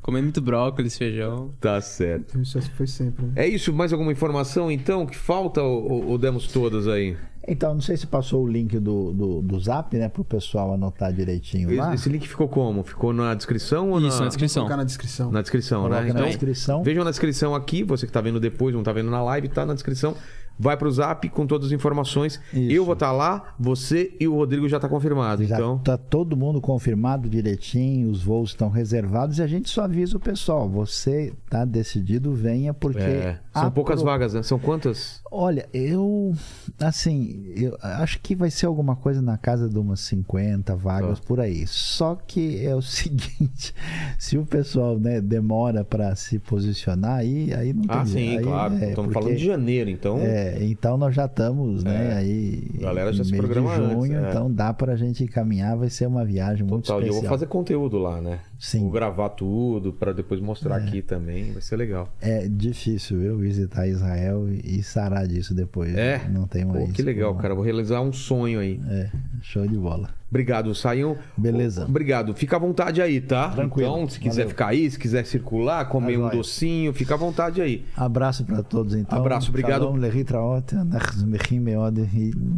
[SPEAKER 5] Comer muito brócolis, feijão.
[SPEAKER 1] Tá certo.
[SPEAKER 9] Isso foi sempre. né?
[SPEAKER 1] É isso? Mais alguma informação, então, que falta ou, ou- ou demos todas aí?
[SPEAKER 6] Então, não sei se passou o link do, do, do zap, né? Pro pessoal anotar direitinho lá.
[SPEAKER 1] Esse, esse link ficou como? Ficou na descrição ou
[SPEAKER 5] Isso,
[SPEAKER 1] na...
[SPEAKER 5] na descrição.
[SPEAKER 9] Colocar na descrição.
[SPEAKER 1] Na descrição,
[SPEAKER 6] Coloca
[SPEAKER 1] né?
[SPEAKER 6] na descrição.
[SPEAKER 1] Vejam na descrição aqui, você que tá vendo depois, não tá vendo na live, tá na descrição. Vai pro zap com todas as informações.
[SPEAKER 6] Isso.
[SPEAKER 1] Eu vou estar lá, você e o Rodrigo já tá confirmado.
[SPEAKER 6] Já
[SPEAKER 1] Então,
[SPEAKER 6] tá todo mundo confirmado direitinho, os voos estão reservados e a gente só avisa o pessoal. Você tá decidido, venha, porque.
[SPEAKER 1] é, são
[SPEAKER 6] a
[SPEAKER 1] poucas
[SPEAKER 6] pro-
[SPEAKER 1] vagas, né? São quantas?
[SPEAKER 6] Olha, eu. Assim, eu acho que vai ser alguma coisa na casa de umas 50
[SPEAKER 1] Tá.
[SPEAKER 6] vagas por aí. Só que é o seguinte: se o pessoal né, demora para se posicionar, aí, aí não tem
[SPEAKER 1] Ah, sim,
[SPEAKER 6] jeito. Aí,
[SPEAKER 1] claro.
[SPEAKER 6] é,
[SPEAKER 1] Estamos
[SPEAKER 6] porque-
[SPEAKER 1] falando de janeiro, então. É.
[SPEAKER 6] é, então nós já estamos, né? Aí.
[SPEAKER 1] Galera já se
[SPEAKER 6] meio
[SPEAKER 1] programa
[SPEAKER 6] de
[SPEAKER 1] antes,
[SPEAKER 6] junho,
[SPEAKER 1] é.
[SPEAKER 6] então dá pra gente encaminhar, vai ser uma viagem muito
[SPEAKER 1] Total, e eu
[SPEAKER 6] especial.
[SPEAKER 1] vou fazer conteúdo lá, né?
[SPEAKER 6] Sim.
[SPEAKER 1] Vou gravar tudo pra depois mostrar aqui também, vai ser legal.
[SPEAKER 6] É difícil eu visitar Israel e sarar disso depois.
[SPEAKER 1] É?
[SPEAKER 6] Não tem
[SPEAKER 1] Pô,
[SPEAKER 6] mais.
[SPEAKER 1] que legal,
[SPEAKER 6] como-
[SPEAKER 1] cara, vou realizar um sonho aí.
[SPEAKER 6] É, show de bola.
[SPEAKER 1] Obrigado, Saião.
[SPEAKER 6] Beleza.
[SPEAKER 1] Obrigado. Fica à vontade aí, tá?
[SPEAKER 6] Tranquilo.
[SPEAKER 1] Então, se quiser
[SPEAKER 6] Valeu.
[SPEAKER 1] ficar aí, se quiser circular, comer
[SPEAKER 6] Tá
[SPEAKER 1] um
[SPEAKER 6] jóia.
[SPEAKER 1] docinho, fica à vontade aí.
[SPEAKER 6] Abraço pra todos então.
[SPEAKER 1] Abraço, obrigado.
[SPEAKER 6] Shalom, lehitraot, אנחנו שמחים מאוד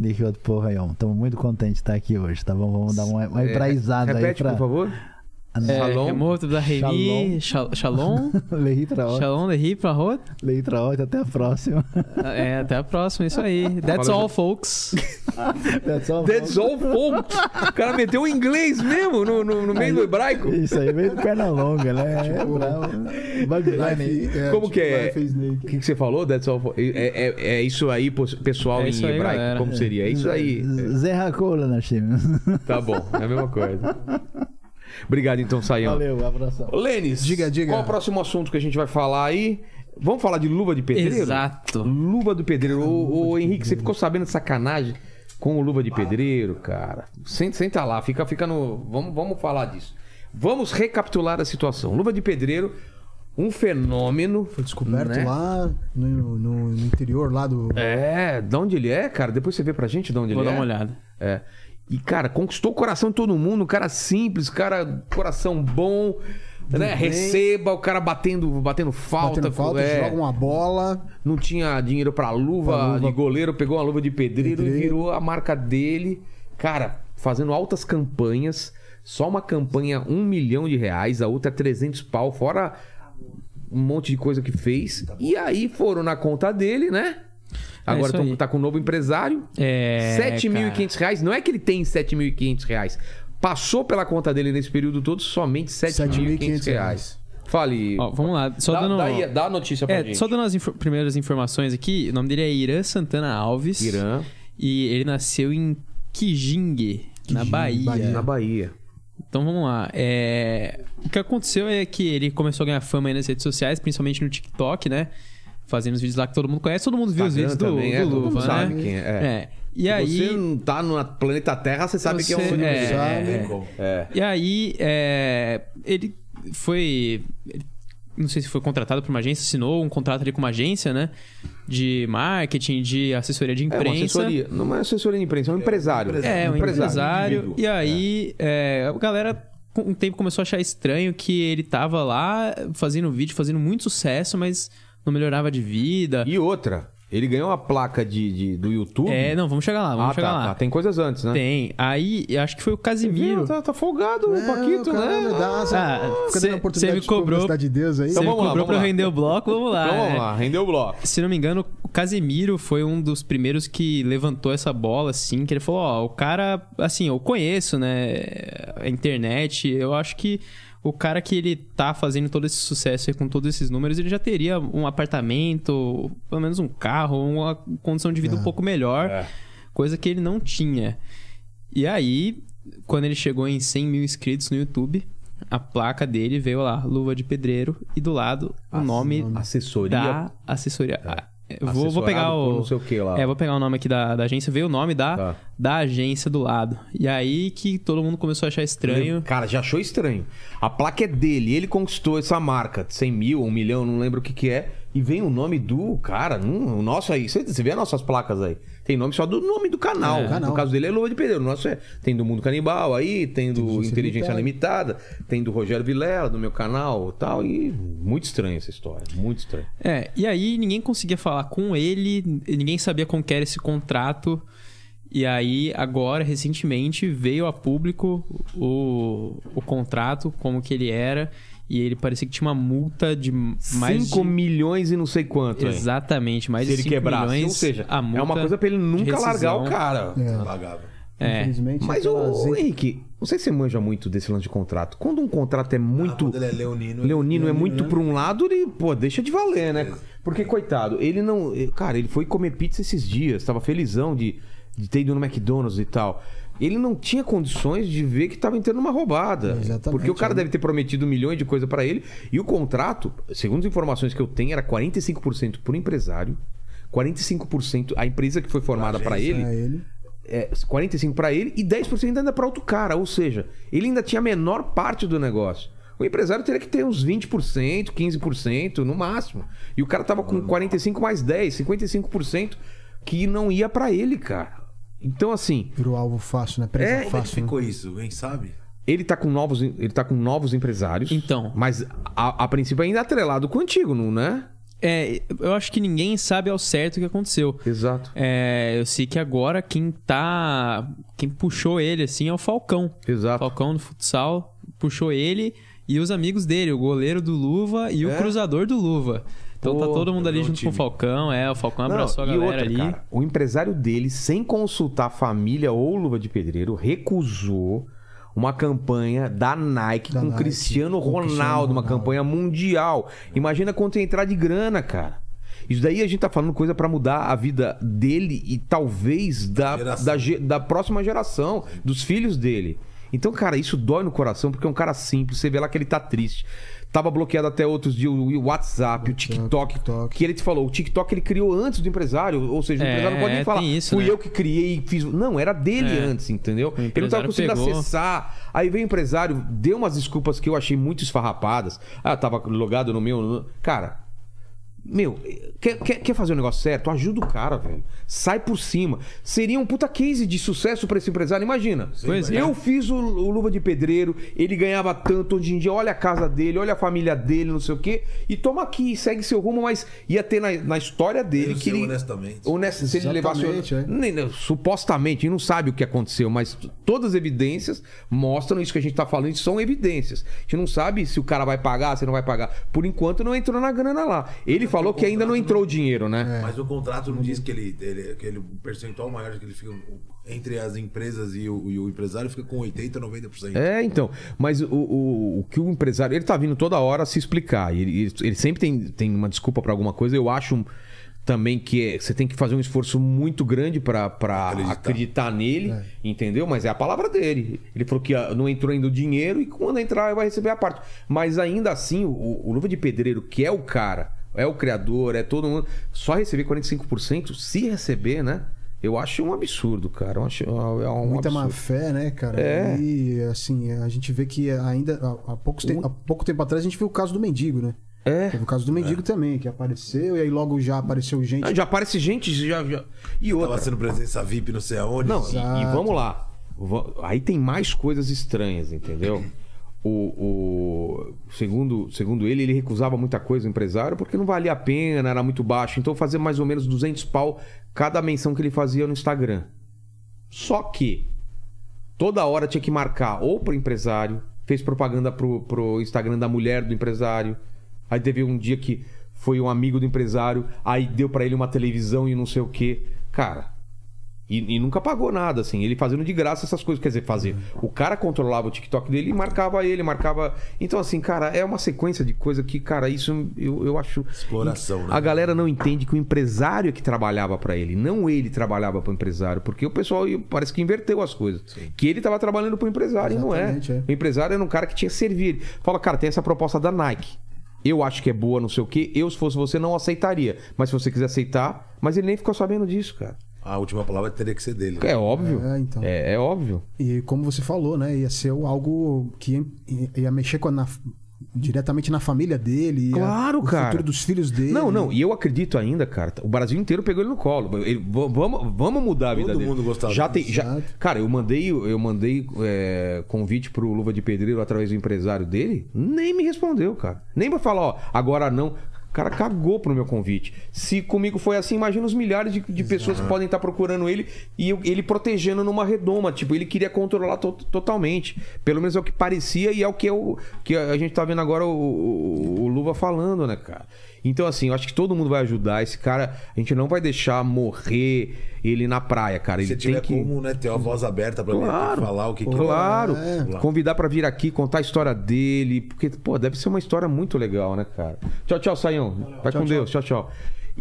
[SPEAKER 6] לחיות פה היום. Estamos muito contentes de estar aqui hoje, tá bom? Vamos dar uma, uma
[SPEAKER 1] É,
[SPEAKER 6] hebraizada aí
[SPEAKER 1] Repete,
[SPEAKER 6] pra.
[SPEAKER 1] por favor.
[SPEAKER 5] É,
[SPEAKER 1] Shalom.
[SPEAKER 5] é morto da Reni, Shal- Shalom,
[SPEAKER 6] Lehitraot,
[SPEAKER 5] Shalom da Hip, Arroz.
[SPEAKER 6] lehitraot, até a próxima.
[SPEAKER 5] É, até a próxima, isso aí. That's
[SPEAKER 1] Fala,
[SPEAKER 5] all, folks.
[SPEAKER 6] That's all,
[SPEAKER 1] That's all folks. O cara meteu o inglês mesmo no, no- no meio do hebraico.
[SPEAKER 6] Isso aí veio de perna longa, né? É bravo. Vai, vai,
[SPEAKER 9] Life-
[SPEAKER 1] Como
[SPEAKER 9] tipo,
[SPEAKER 1] que é?
[SPEAKER 9] Life is
[SPEAKER 1] O
[SPEAKER 9] Naked.
[SPEAKER 1] que, que você falou? That's all fo- é, é- é isso aí, pô- pessoal,
[SPEAKER 5] É
[SPEAKER 1] em
[SPEAKER 5] isso aí,
[SPEAKER 1] hebraico.
[SPEAKER 5] galera.
[SPEAKER 1] Como seria? É isso aí.
[SPEAKER 6] Zé Racola, né, Nashim.
[SPEAKER 1] Tá bom, é a mesma coisa. Obrigado, então, Saião.
[SPEAKER 6] Valeu, abração.
[SPEAKER 1] Lênis,
[SPEAKER 9] Diga, diga.
[SPEAKER 1] qual o próximo assunto que a gente vai falar aí? Vamos falar de luva de pedreiro?
[SPEAKER 5] Exato.
[SPEAKER 1] Luva do pedreiro. Ô, ô, Henrique, você ficou sabendo de sacanagem com o luva de pedreiro, cara? Senta, senta lá, fica, fica no. Vamos, vamos falar disso. Vamos recapitular a situação. Luva de pedreiro, um fenômeno.
[SPEAKER 9] Foi descoberto
[SPEAKER 1] né?
[SPEAKER 9] lá no, no- no interior lá do.
[SPEAKER 1] É, de onde ele é, cara? Depois você vê pra gente de onde
[SPEAKER 5] Vou
[SPEAKER 1] ele
[SPEAKER 5] dar
[SPEAKER 1] é.
[SPEAKER 5] uma olhada.
[SPEAKER 1] É. E, cara, conquistou o coração de todo mundo. Um cara simples, cara, coração bom. Né? Receba, o cara batendo, batendo falta.
[SPEAKER 9] Batendo falta,
[SPEAKER 1] é.
[SPEAKER 9] joga uma bola.
[SPEAKER 1] Não tinha dinheiro pra luva, de goleiro, pegou uma luva de pedreiro, e
[SPEAKER 9] Pedreiro.
[SPEAKER 1] virou a marca dele. Cara, fazendo altas campanhas. Só uma campanha, um milhão de reais, a outra 300 pau, fora um monte de coisa que fez. E aí foram na conta dele, né? Agora
[SPEAKER 5] É isso
[SPEAKER 1] tão-
[SPEAKER 5] aí.
[SPEAKER 1] tá com um novo empresário.
[SPEAKER 5] É,
[SPEAKER 1] 7.500 reais. Não é que ele tem 7.500 reais. Passou pela conta dele nesse período todo somente 7.500 reais. Fale.
[SPEAKER 5] Ó, vamos lá. Só
[SPEAKER 1] dá,
[SPEAKER 5] dando...
[SPEAKER 1] dá aí- dá a notícia pra
[SPEAKER 5] É,
[SPEAKER 1] gente.
[SPEAKER 5] só dando as infor- primeiras informações aqui, o nome dele é Irã Santana Alves.
[SPEAKER 1] Irã,
[SPEAKER 5] E ele nasceu em Kijingue, na Bahia.
[SPEAKER 1] na Bahia.
[SPEAKER 5] Então vamos lá. É, O que aconteceu é que ele começou a ganhar fama aí nas redes sociais, principalmente no TikTok, né? Fazendo os vídeos lá que todo mundo conhece, todo mundo viu os
[SPEAKER 1] Instagram
[SPEAKER 5] vídeos do,
[SPEAKER 1] também,
[SPEAKER 5] do
[SPEAKER 1] é, todo
[SPEAKER 5] Luva,
[SPEAKER 1] mundo
[SPEAKER 5] né?
[SPEAKER 1] sabe quem é, é.
[SPEAKER 5] É. E
[SPEAKER 1] Se
[SPEAKER 5] aí.
[SPEAKER 1] você não tá no planeta Terra, você sabe que é
[SPEAKER 5] Você-
[SPEAKER 1] um
[SPEAKER 5] é,
[SPEAKER 1] sabe?
[SPEAKER 5] é.
[SPEAKER 1] É.
[SPEAKER 5] E aí, é, ele foi. ele- Não sei se foi contratado por uma agência, assinou um contrato ali com uma agência, né? De marketing, de assessoria de
[SPEAKER 1] É
[SPEAKER 5] imprensa.
[SPEAKER 1] uma assessoria. Não é assessoria de imprensa, é um empresário.
[SPEAKER 5] É, um empresário. E aí, é, a galera com o tempo começou a achar estranho que ele tava lá fazendo vídeo, fazendo muito sucesso, mas não melhorava de vida.
[SPEAKER 1] E outra, ele ganhou uma placa de, de- do YouTube.
[SPEAKER 5] É, não, vamos chegar lá, vamos
[SPEAKER 1] ah,
[SPEAKER 5] chegar
[SPEAKER 1] tá,
[SPEAKER 5] lá.
[SPEAKER 1] tá. Tem coisas antes, né?
[SPEAKER 5] Tem. Aí, eu acho que foi o
[SPEAKER 1] Viu?
[SPEAKER 5] Casimiro.
[SPEAKER 1] Tá, tá folgado
[SPEAKER 5] É,
[SPEAKER 1] o Paquito, né?
[SPEAKER 2] Dá,
[SPEAKER 5] Ah,
[SPEAKER 2] fica
[SPEAKER 5] cê-
[SPEAKER 2] dando
[SPEAKER 5] cê
[SPEAKER 2] oportunidade
[SPEAKER 5] me
[SPEAKER 2] de
[SPEAKER 5] cobrou.
[SPEAKER 2] publicidade de Deus aí.
[SPEAKER 1] Então
[SPEAKER 5] Você
[SPEAKER 1] vamos lá, vamos
[SPEAKER 5] cobrou pra
[SPEAKER 1] lá.
[SPEAKER 5] eu render o bloco, vamos lá.
[SPEAKER 1] Então
[SPEAKER 5] né?
[SPEAKER 1] vamos lá, rendeu o bloco.
[SPEAKER 5] Se não me engano, o Casemiro foi um dos primeiros que levantou essa bola, assim, que ele falou, ó, o cara, assim, eu conheço, né, a internet, eu acho que o cara que ele tá fazendo todo esse sucesso aí com todos esses números, ele já teria um apartamento, pelo menos um carro, uma condição de vida um pouco melhor, coisa que ele não tinha. E aí, quando ele chegou em 100 mil inscritos no YouTube, a placa dele veio lá, Luva de Pedreiro, e do lado o nome
[SPEAKER 1] Assessoria.
[SPEAKER 5] da assessoria. Ah, eu vou, vou
[SPEAKER 1] É. Assessorado
[SPEAKER 5] pegar
[SPEAKER 1] por
[SPEAKER 5] o.
[SPEAKER 1] não sei o que lá.
[SPEAKER 5] É, vou pegar o nome aqui da, da agência, veio o nome da,
[SPEAKER 1] Tá.
[SPEAKER 5] da agência do lado. E aí que todo mundo começou a achar estranho.
[SPEAKER 1] Cara, já achou estranho. A placa é dele, ele conquistou essa marca, de 100 mil, 1 milhão, não lembro o que que é. E vem o nome do cara, não- o nosso aí. Você, você vê as nossas placas aí. Tem nome só do nome do canal. No caso dele é Lua de Pedreiro. O nosso é. Tem do Mundo Canibal aí, tem do Inteligência Limitada. tem do Rogério Vilela, do meu canal e tal. E muito estranho essa história, muito estranho.
[SPEAKER 5] É, e aí ninguém conseguia falar com ele, ninguém sabia como que era esse contrato. E aí, agora, recentemente, veio a público o, o contrato, como que ele era. E ele parecia que tinha uma multa de mais
[SPEAKER 1] 5
[SPEAKER 5] de...
[SPEAKER 1] milhões e não sei quanto. hein?
[SPEAKER 5] Exatamente, mais
[SPEAKER 1] Se
[SPEAKER 5] de
[SPEAKER 1] ele
[SPEAKER 5] 5
[SPEAKER 1] quebrasse.
[SPEAKER 5] milhões.
[SPEAKER 1] Ou seja,
[SPEAKER 5] a multa
[SPEAKER 1] é uma coisa pra ele
[SPEAKER 5] de
[SPEAKER 1] nunca largar o
[SPEAKER 5] rescisão.
[SPEAKER 1] cara.
[SPEAKER 5] É.
[SPEAKER 2] Infelizmente,
[SPEAKER 1] Mas,
[SPEAKER 2] aquela
[SPEAKER 1] ô,
[SPEAKER 2] zeta-
[SPEAKER 1] Henrique, não sei se você manja muito desse lance de contrato. Quando um contrato é muito.
[SPEAKER 4] quando ele é leonino, ele-
[SPEAKER 1] Leonino é
[SPEAKER 4] leonino,
[SPEAKER 1] muito
[SPEAKER 4] né?
[SPEAKER 1] pra um lado, ele, pô, deixa de valer, né? Porque, coitado, ele não. eh, Cara, ele foi comer pizza esses dias, tava felizão de, de ter ido no McDonald's e tal. Ele não tinha condições de ver que tava entrando numa roubada.
[SPEAKER 2] Exatamente,
[SPEAKER 1] Porque o cara
[SPEAKER 2] é.
[SPEAKER 1] deve ter prometido milhões de coisa pra ele. E o contrato, segundo as informações que eu tenho, era 45% pro empresário, 45% a empresa que foi formada pra ele
[SPEAKER 2] É ele.
[SPEAKER 1] é, 45 para ele e 10% ainda para outro cara, ou seja, ele ainda tinha a menor parte do negócio. O empresário teria que ter uns 20%, 15% no máximo. E o cara tava com 45 mais 10, 55% que não ia para ele, cara. Então assim,
[SPEAKER 9] Virou alvo fácil, né? Presa
[SPEAKER 1] É,
[SPEAKER 9] fácil. né?
[SPEAKER 4] Ficou isso, quem sabe?
[SPEAKER 1] ele tá com novos, ele tá com novos empresários.
[SPEAKER 5] Então.
[SPEAKER 1] mas a, a princípio é ainda atrelado com o antigo, não né?
[SPEAKER 5] É, eu acho que ninguém sabe ao certo o que aconteceu.
[SPEAKER 1] Exato.
[SPEAKER 5] É, eu sei que agora quem tá. Quem puxou ele, assim, é o Falcão. O
[SPEAKER 1] Exato.
[SPEAKER 5] Falcão do futsal puxou ele e os amigos dele, o goleiro do Luva e o cruzador do Luva. Então tá
[SPEAKER 1] É? Pô,
[SPEAKER 5] todo mundo ali
[SPEAKER 4] meu
[SPEAKER 5] junto com o
[SPEAKER 4] time.
[SPEAKER 5] Falcão, é, o Falcão
[SPEAKER 1] Não,
[SPEAKER 5] abraçou a
[SPEAKER 1] e
[SPEAKER 5] galera
[SPEAKER 1] outra,
[SPEAKER 5] ali.
[SPEAKER 1] cara, o empresário dele, sem consultar a família ou luva de pedreiro, recusou uma campanha da Nike com
[SPEAKER 9] Nike,
[SPEAKER 1] Cristiano
[SPEAKER 9] com
[SPEAKER 1] Ronaldo,
[SPEAKER 9] Cristiano
[SPEAKER 1] uma
[SPEAKER 9] Ronaldo.
[SPEAKER 1] campanha mundial. Imagina quanto ia entrar de grana, cara. Isso daí a gente tá falando coisa pra mudar a vida dele e talvez da,
[SPEAKER 4] Geração.
[SPEAKER 1] da, ge- da próxima geração, dos filhos dele. Então, cara, isso dói no coração porque é um cara simples. Você vê lá que ele tá triste. Tava bloqueado até outros dias o WhatsApp, o TikTok,
[SPEAKER 9] TikTok.
[SPEAKER 1] que ele te falou, o TikTok ele criou antes do empresário, ou seja, o
[SPEAKER 5] É,
[SPEAKER 1] empresário não pode nem
[SPEAKER 5] tem
[SPEAKER 1] falar,
[SPEAKER 5] isso,
[SPEAKER 1] fui
[SPEAKER 5] né?
[SPEAKER 1] eu que criei e fiz. Não, era dele
[SPEAKER 5] É.
[SPEAKER 1] antes, entendeu? Ele não tava
[SPEAKER 5] empresário
[SPEAKER 1] conseguindo
[SPEAKER 5] pegou.
[SPEAKER 1] acessar. Aí veio o empresário, deu umas desculpas que eu achei muito esfarrapadas. Ah, tava logado no meu. Cara, Meu, quer, quer, quer fazer o negócio certo? Ajuda o cara, velho. Sai por cima. Seria um puta case de sucesso pra esse empresário, imagina.
[SPEAKER 5] Pois é.
[SPEAKER 1] Eu fiz o, o Luva de Pedreiro, ele ganhava tanto hoje em dia. Olha a casa dele, olha a família dele, não sei o quê. E toma aqui, segue seu rumo, mas ia ter na, na história dele
[SPEAKER 4] Eu
[SPEAKER 1] que
[SPEAKER 4] sei,
[SPEAKER 1] ele.
[SPEAKER 4] honestamente.
[SPEAKER 1] Honesto, se ele levasse.
[SPEAKER 2] Exatamente, é.
[SPEAKER 1] Nem- não, supostamente, a gente não sabe o que aconteceu, mas t- todas as evidências mostram isso que a gente tá falando, são evidências. A gente não sabe se o cara vai pagar, se não vai pagar. Por enquanto não entrou na grana lá. Ele falou que ainda não entrou o dinheiro, né?
[SPEAKER 4] Mas o contrato não diz que ele, ele, que ele um percentual maior que ele fica entre as empresas e o, e o empresário fica com 80, 90%.
[SPEAKER 1] É, então. Mas o, o, o que o empresário. Ele tá vindo toda hora se explicar. e Ele, ele, ele sempre tem, tem uma desculpa pra alguma coisa. Eu acho também que é- você tem que fazer um esforço muito grande pra pra
[SPEAKER 4] Acreditar.
[SPEAKER 1] acreditar nele, entendeu? Mas é a palavra dele. Ele falou que ah, não entrou ainda o dinheiro e quando entrar vai receber a parte. Mas ainda assim, o, o Luva de Pedreiro, que é o cara, é o criador, é todo mundo, só receber 45%, se receber, né? Eu acho um absurdo, cara. Eu acho, é um
[SPEAKER 2] Muita má
[SPEAKER 1] absurdo.
[SPEAKER 2] fé, né, cara?
[SPEAKER 1] É.
[SPEAKER 2] E assim, a gente vê que ainda. Há, há poucos te- há pouco tempo atrás a gente viu o caso do mendigo, né?
[SPEAKER 1] É.
[SPEAKER 2] Teve o caso do mendigo também, que apareceu, e aí logo já apareceu gente.
[SPEAKER 1] Ah, Já aparece gente, já. já- E outra.
[SPEAKER 4] Tava sendo presença VIP, não sei aonde.
[SPEAKER 1] Não, e,
[SPEAKER 2] Exato.
[SPEAKER 1] e vamos lá. Va- Aí tem mais coisas estranhas, entendeu? O, o- segundo, segundo ele, ele recusava muita coisa o empresário porque não valia a pena, era muito baixo. Então fazia mais ou menos 200 pau cada menção que ele fazia no Instagram. Só que toda hora tinha que marcar ou pro empresário, fez propaganda pro, pro Instagram da mulher do empresário. Aí teve um dia que foi um amigo do empresário, aí deu pra ele uma televisão e não sei o quê. Cara, e, e nunca pagou nada, assim. Ele fazendo de graça essas coisas. Quer dizer, fazer. O cara controlava o TikTok dele e marcava ele, marcava. Então, assim, cara, é uma sequência de coisa que, cara, isso eu, eu acho.
[SPEAKER 4] Exploração, né?
[SPEAKER 1] A galera não entende que o empresário é que trabalhava pra ele, não ele trabalhava pro empresário. Porque o pessoal parece que inverteu as coisas. Que ele tava trabalhando pro empresário e
[SPEAKER 2] Exatamente,
[SPEAKER 1] não é.
[SPEAKER 2] é.
[SPEAKER 1] O empresário era um cara que tinha que servir. ele. Fala, cara, tem essa proposta da Nike. Eu acho que é boa, não sei o quê. Eu, se fosse você, não aceitaria. Mas se você quiser aceitar. Mas ele nem ficou sabendo disso, cara.
[SPEAKER 4] A última palavra teria que ser dele. né?
[SPEAKER 1] É óbvio.
[SPEAKER 2] É, então.
[SPEAKER 1] É, é óbvio.
[SPEAKER 2] E como você falou, né? Ia ser algo que ia, ia mexer com a- na- diretamente na família dele. ia-
[SPEAKER 1] Claro,
[SPEAKER 2] o
[SPEAKER 1] cara.
[SPEAKER 2] futuro dos filhos dele.
[SPEAKER 1] Não, não, e eu acredito ainda, cara. O Brasil inteiro pegou ele no colo. Ele- v- vamos, vamos mudar a vida
[SPEAKER 4] Todo
[SPEAKER 1] dele.
[SPEAKER 4] mundo gostava
[SPEAKER 1] já tem,
[SPEAKER 4] dele.
[SPEAKER 1] já, Cara, eu mandei, eu mandei é, convite pro Luva de Pedreiro através do empresário dele. Nem me respondeu, cara. Nem pra falar, ó, agora não. O cara cagou pro meu convite. Se comigo foi assim, imagina os milhares de, de pessoas que podem estar procurando ele e eu- ele protegendo numa redoma. Tipo, ele queria controlar to- totalmente. Pelo menos é o que parecia e é o que, eu, que a gente tá vendo agora o, o- o Luva falando, né, cara? Então, assim, eu acho que todo mundo vai ajudar. Esse cara, a gente não vai deixar morrer ele na praia, cara. Ele
[SPEAKER 4] Se
[SPEAKER 1] tem
[SPEAKER 4] tiver
[SPEAKER 1] que.
[SPEAKER 4] como, né, ter a voz aberta pra ele
[SPEAKER 1] Claro.
[SPEAKER 4] ter que falar o que
[SPEAKER 1] Claro.
[SPEAKER 4] que é.
[SPEAKER 1] Convidar pra vir aqui, contar a história dele. Porque, pô, deve ser uma história muito legal, né, cara? Tchau, tchau, Saião. Vai com Deus. Tchau, tchau.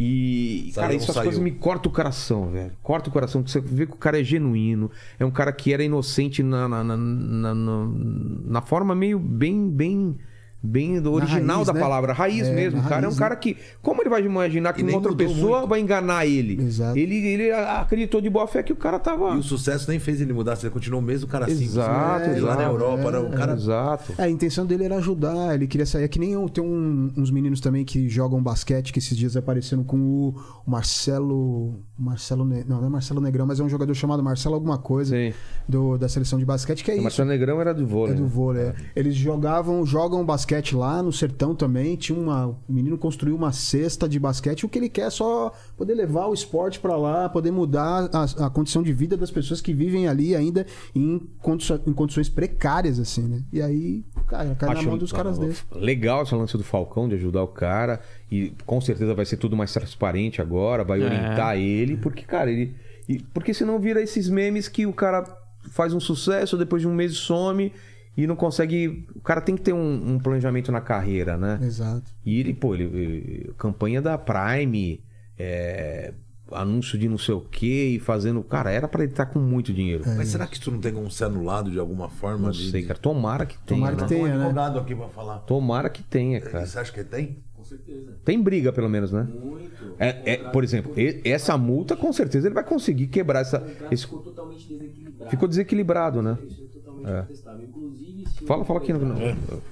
[SPEAKER 1] E,
[SPEAKER 4] Saião
[SPEAKER 1] cara, isso as
[SPEAKER 4] saiu.
[SPEAKER 1] coisas me corta o coração, velho. Corta o coração, porque você vê que o cara é genuíno. É um cara que era inocente na, na, na, na- na- na forma meio bem, bem. Bem do original
[SPEAKER 2] raiz,
[SPEAKER 1] da
[SPEAKER 2] né?
[SPEAKER 1] palavra, raiz
[SPEAKER 2] É,
[SPEAKER 1] mesmo,
[SPEAKER 2] na
[SPEAKER 1] cara. é um
[SPEAKER 2] raiz,
[SPEAKER 1] cara que. Como ele vai imaginar que
[SPEAKER 4] E nem
[SPEAKER 1] outra
[SPEAKER 4] mudou
[SPEAKER 1] pessoa
[SPEAKER 4] muito.
[SPEAKER 1] vai enganar ele?
[SPEAKER 2] Exato.
[SPEAKER 1] Ele, ele acreditou de boa fé que o cara tava.
[SPEAKER 4] E o sucesso nem fez ele mudar, você continuou o mesmo cara simples.
[SPEAKER 1] Exato,
[SPEAKER 4] né? Ele lá na
[SPEAKER 1] exato.
[SPEAKER 4] Europa, era um cara
[SPEAKER 1] Exato.
[SPEAKER 2] É, a intenção dele era ajudar, ele queria sair. É que nem eu- tem um- uns meninos também que jogam basquete, que esses dias apareceram com o Marcelo. Marcelo. Ne- Não, não é Marcelo Negrão, mas é um jogador chamado Marcelo alguma coisa
[SPEAKER 1] Sim.
[SPEAKER 2] do, da seleção de basquete, que é
[SPEAKER 1] O
[SPEAKER 2] isso.
[SPEAKER 1] Marcelo Negrão era do vôlei.
[SPEAKER 2] É do
[SPEAKER 1] né?
[SPEAKER 2] vôlei. é. Eles jogavam, jogam basquete lá no sertão também. Tinha uma, o menino construiu uma cesta de basquete. O que ele quer é só poder levar o esporte pra lá, poder mudar a, a condição de vida das pessoas que vivem ali ainda em, condiço- em condições precárias, assim, né? E aí, cara, cai na mão dos caras desses.
[SPEAKER 1] Legal esse lance do Falcão de ajudar o cara. E com certeza vai ser tudo mais transparente agora. Vai orientar ele. Porque, cara, ele. e- porque senão vira esses memes que o cara faz um sucesso, depois de um mês some e não consegue. O cara tem que ter um, um planejamento na carreira, né?
[SPEAKER 2] Exato.
[SPEAKER 1] E ele, pô, ele, ele- campanha da Prime, é, anúncio de não sei o que, e fazendo. Cara, era pra ele estar com muito dinheiro.
[SPEAKER 4] Mas será que isso não tem como ser anulado de alguma forma?
[SPEAKER 1] Não
[SPEAKER 4] de-
[SPEAKER 1] sei, cara. Tomara que tenha.
[SPEAKER 2] Tomara
[SPEAKER 1] né? É.
[SPEAKER 2] que
[SPEAKER 4] Tem um
[SPEAKER 2] tenha, né?
[SPEAKER 4] advogado aqui pra falar.
[SPEAKER 1] Tomara que tenha, cara.
[SPEAKER 4] Você acha que tem?
[SPEAKER 1] Tem briga, pelo menos, né? Muito. É, é, por exemplo, e- essa multa, com certeza, ele vai conseguir quebrar essa. esse-
[SPEAKER 11] Ficou totalmente desequilibrado.
[SPEAKER 1] Ficou desequilibrado, né?
[SPEAKER 11] Isso é totalmente contestável. Inclusive, se o
[SPEAKER 1] Fala, fala
[SPEAKER 12] É.
[SPEAKER 1] aqui no.
[SPEAKER 11] empresário-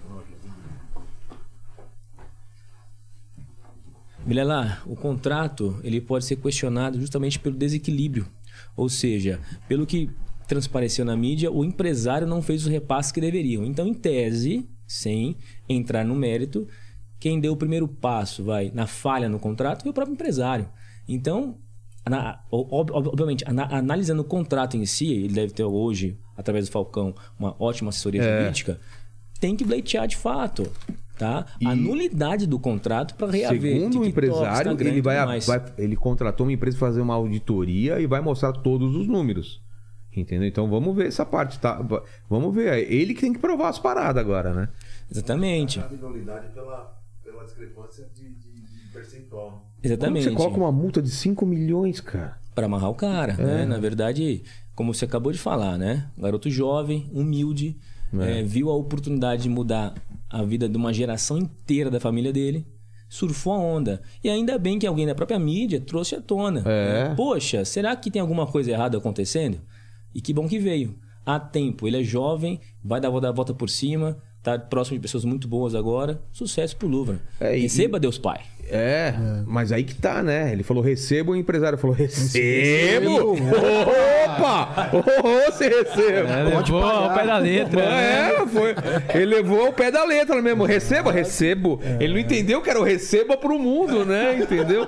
[SPEAKER 12] Vilela, o contrato ele pode ser questionado justamente pelo desequilíbrio, ou seja, pelo que transpareceu na mídia, o empresário não fez os repasses que deveriam. Então, em tese, sem entrar no mérito, quem deu o primeiro passo vai na falha no contrato foi o próprio empresário. Então, ana- ob- ob- obviamente, ana- analisando o contrato em si, ele deve ter hoje, através do Falcão, uma ótima assessoria jurídica, tem que pleitear de fato. Tá? A nulidade do contrato para reaver. tá
[SPEAKER 1] Segundo o
[SPEAKER 12] TikTok,
[SPEAKER 1] empresário,
[SPEAKER 12] Instagram e
[SPEAKER 1] ele,
[SPEAKER 12] tudo
[SPEAKER 1] vai,
[SPEAKER 12] mais.
[SPEAKER 1] vai- ele contratou uma empresa para fazer uma auditoria e vai mostrar todos os números. Entendeu? Então vamos ver essa parte, tá? Va- Vamos ver. É Ele que tem que provar as paradas agora, né? Tipo-
[SPEAKER 12] Exatamente.
[SPEAKER 4] Habilidade pela, pela discrepância de, de- de percentual.
[SPEAKER 1] Como
[SPEAKER 12] Exatamente.
[SPEAKER 1] você coloca um- uma multa de 5 milhões, cara.
[SPEAKER 12] Pra amarrar o cara,
[SPEAKER 1] É.
[SPEAKER 12] né? Na verdade, como você acabou de falar, né? Um Garoto jovem, humilde,
[SPEAKER 1] É.
[SPEAKER 12] eh, viu a oportunidade de mudar a vida de uma geração inteira da família dele, surfou a onda. E ainda bem que alguém da própria mídia trouxe à tona. né?
[SPEAKER 1] É.
[SPEAKER 12] Poxa, será que tem alguma coisa errada acontecendo? E que bom que veio. Há tempo, ele é jovem, vai dar dar a volta por cima, tá próximo de pessoas muito boas agora. Sucesso pro Louvre.
[SPEAKER 1] É, e-
[SPEAKER 12] Receba, Deus Pai.
[SPEAKER 1] É, mas aí que tá, né? Ele falou recebo, o empresário falou recebo. Opa! Oh, você recebo.
[SPEAKER 5] É, levou ao pé da letra. né?
[SPEAKER 1] É, foi. Ele levou o pé da letra mesmo. Receba, recebo. Ele não entendeu que era o receba pro mundo, né? Entendeu?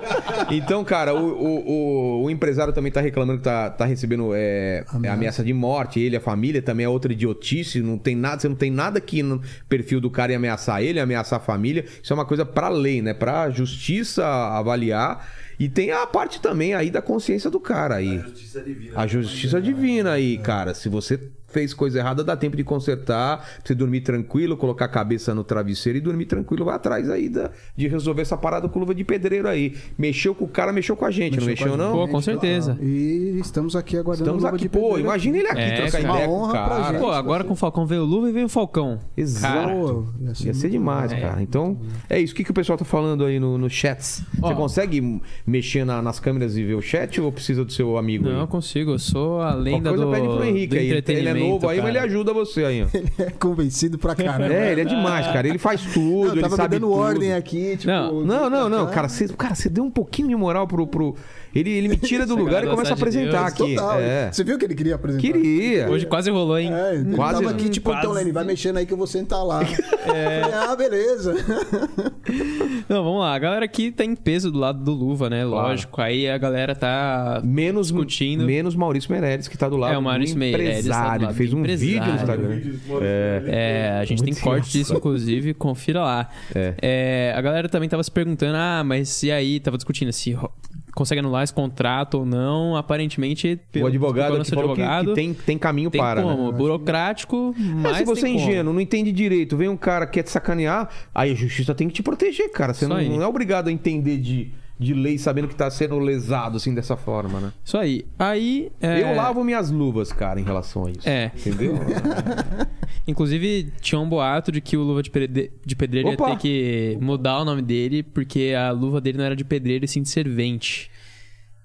[SPEAKER 1] Então, cara, o, o, o- o empresário também tá reclamando que tá, tá recebendo é, é, ameaça. de morte. Ele, a família, também é outra idiotice. Não tem nada, você não tem nada que no perfil do cara ia ameaçar ele, ameaçar a família. Isso é uma coisa pra lei, né? Pra justiça avaliar. E tem a parte também aí da consciência do cara aí.
[SPEAKER 4] Justiça divina. É.
[SPEAKER 1] A justiça divina aí, cara. Se você fez coisa errada, dá tempo de consertar. Pra você dormir tranquilo, colocar a cabeça no travesseiro e dormir tranquilo. Vai atrás aí da, de resolver essa parada com luva de pedreiro aí. Mexeu com o cara, mexeu com a gente, não mexeu, não?
[SPEAKER 5] Pô, com certeza.
[SPEAKER 2] E estamos aqui aguardando
[SPEAKER 1] Estamos
[SPEAKER 2] a luva
[SPEAKER 1] aqui,
[SPEAKER 2] de
[SPEAKER 1] pô.
[SPEAKER 2] pedreiro.
[SPEAKER 1] Imagina ele aqui
[SPEAKER 5] É,
[SPEAKER 1] trocar
[SPEAKER 5] cara.
[SPEAKER 1] ideia com o
[SPEAKER 2] Uma honra pra
[SPEAKER 1] cara.
[SPEAKER 2] gente.
[SPEAKER 5] Pô, agora com o Falcão veio o Luva e veio o Falcão.
[SPEAKER 1] Exato.
[SPEAKER 2] Pô, ia ser
[SPEAKER 1] Ia ser demais, cara. Então, é isso. O que, que o pessoal tá falando aí no, no chat? Você
[SPEAKER 5] Ó.
[SPEAKER 1] consegue mexer na- nas câmeras e ver o chat ou precisa do seu amigo?
[SPEAKER 5] Não,
[SPEAKER 1] aí?
[SPEAKER 5] eu consigo. Eu sou a
[SPEAKER 1] Qualquer
[SPEAKER 5] lenda
[SPEAKER 1] coisa
[SPEAKER 5] do,
[SPEAKER 1] pede pro Henrique
[SPEAKER 5] do
[SPEAKER 1] aí. Ele é
[SPEAKER 5] entretenimento.
[SPEAKER 1] novo aí, mas ele
[SPEAKER 5] cara.
[SPEAKER 1] ajuda você aí, ó.
[SPEAKER 2] É convencido pra caramba.
[SPEAKER 1] É, ele é demais, cara. Ele faz tudo,
[SPEAKER 2] Não, eu
[SPEAKER 1] ele
[SPEAKER 2] tava me
[SPEAKER 1] sabe
[SPEAKER 2] dando
[SPEAKER 1] tudo.
[SPEAKER 2] ordem aqui, tipo.
[SPEAKER 5] Não,
[SPEAKER 1] Não, não,
[SPEAKER 5] Tá.
[SPEAKER 1] não, cara, você, cara, você deu um pouquinho de moral pro. pro... Ele, ele me tira do lugar e
[SPEAKER 5] cara
[SPEAKER 1] começa a
[SPEAKER 5] gostar de
[SPEAKER 1] apresentar
[SPEAKER 5] Deus,
[SPEAKER 1] aqui.
[SPEAKER 2] Total.
[SPEAKER 1] É.
[SPEAKER 2] Você viu que ele queria apresentar?
[SPEAKER 1] Queria.
[SPEAKER 5] Hoje quase rolou, hein?
[SPEAKER 2] É, ele
[SPEAKER 1] Quase- É.
[SPEAKER 2] tava aqui, tipo, então, Lenny, vai mexendo aí que eu vou sentar lá. Falei, ah, beleza.
[SPEAKER 5] Não, vamos lá. A galera aqui tá em peso do lado do Luva, né? Lógico. Aí a galera tá.
[SPEAKER 1] Menos,
[SPEAKER 5] discutindo.
[SPEAKER 1] menos Maurício Meirelles, que tá do lado
[SPEAKER 5] É, o Maurício
[SPEAKER 1] do
[SPEAKER 5] Meirelles
[SPEAKER 1] empresário.
[SPEAKER 5] tá do lado
[SPEAKER 1] ele fez
[SPEAKER 5] do
[SPEAKER 1] um vídeo no
[SPEAKER 5] empresário.
[SPEAKER 1] Instagram.
[SPEAKER 5] É, a gente tem corte disso, inclusive, confira lá.
[SPEAKER 1] É.
[SPEAKER 5] É, a galera também tava se perguntando, ah, mas e aí? Tava discutindo se ro- consegue anular esse contrato ou não. Aparentemente,
[SPEAKER 1] O
[SPEAKER 5] pelo- pelo
[SPEAKER 1] advogado
[SPEAKER 5] nosso
[SPEAKER 1] que falou que- que,
[SPEAKER 5] advogado,
[SPEAKER 1] tem, tem caminho
[SPEAKER 5] tem
[SPEAKER 1] para. né?
[SPEAKER 5] como? Burocrático,
[SPEAKER 1] Mas
[SPEAKER 5] mas.
[SPEAKER 1] se você é
[SPEAKER 5] tem como.
[SPEAKER 1] ingênuo, não entende direito, vem um cara que quer te sacanear, aí a justiça tem que te proteger, cara. Você
[SPEAKER 5] Isso
[SPEAKER 1] não,
[SPEAKER 5] aí.
[SPEAKER 1] não é obrigado a entender de, de lei sabendo que tá sendo lesado assim dessa forma, né?
[SPEAKER 5] Isso aí. Aí. é,
[SPEAKER 1] Eu lavo minhas luvas, cara, em relação a isso.
[SPEAKER 5] É.
[SPEAKER 1] Entendeu?
[SPEAKER 5] Inclusive, tinha um boato de que o Luva de, Pedre- de Pedreiro
[SPEAKER 1] Opa!
[SPEAKER 5] ia ter que mudar o nome dele, porque a luva dele não era de pedreiro e sim de servente.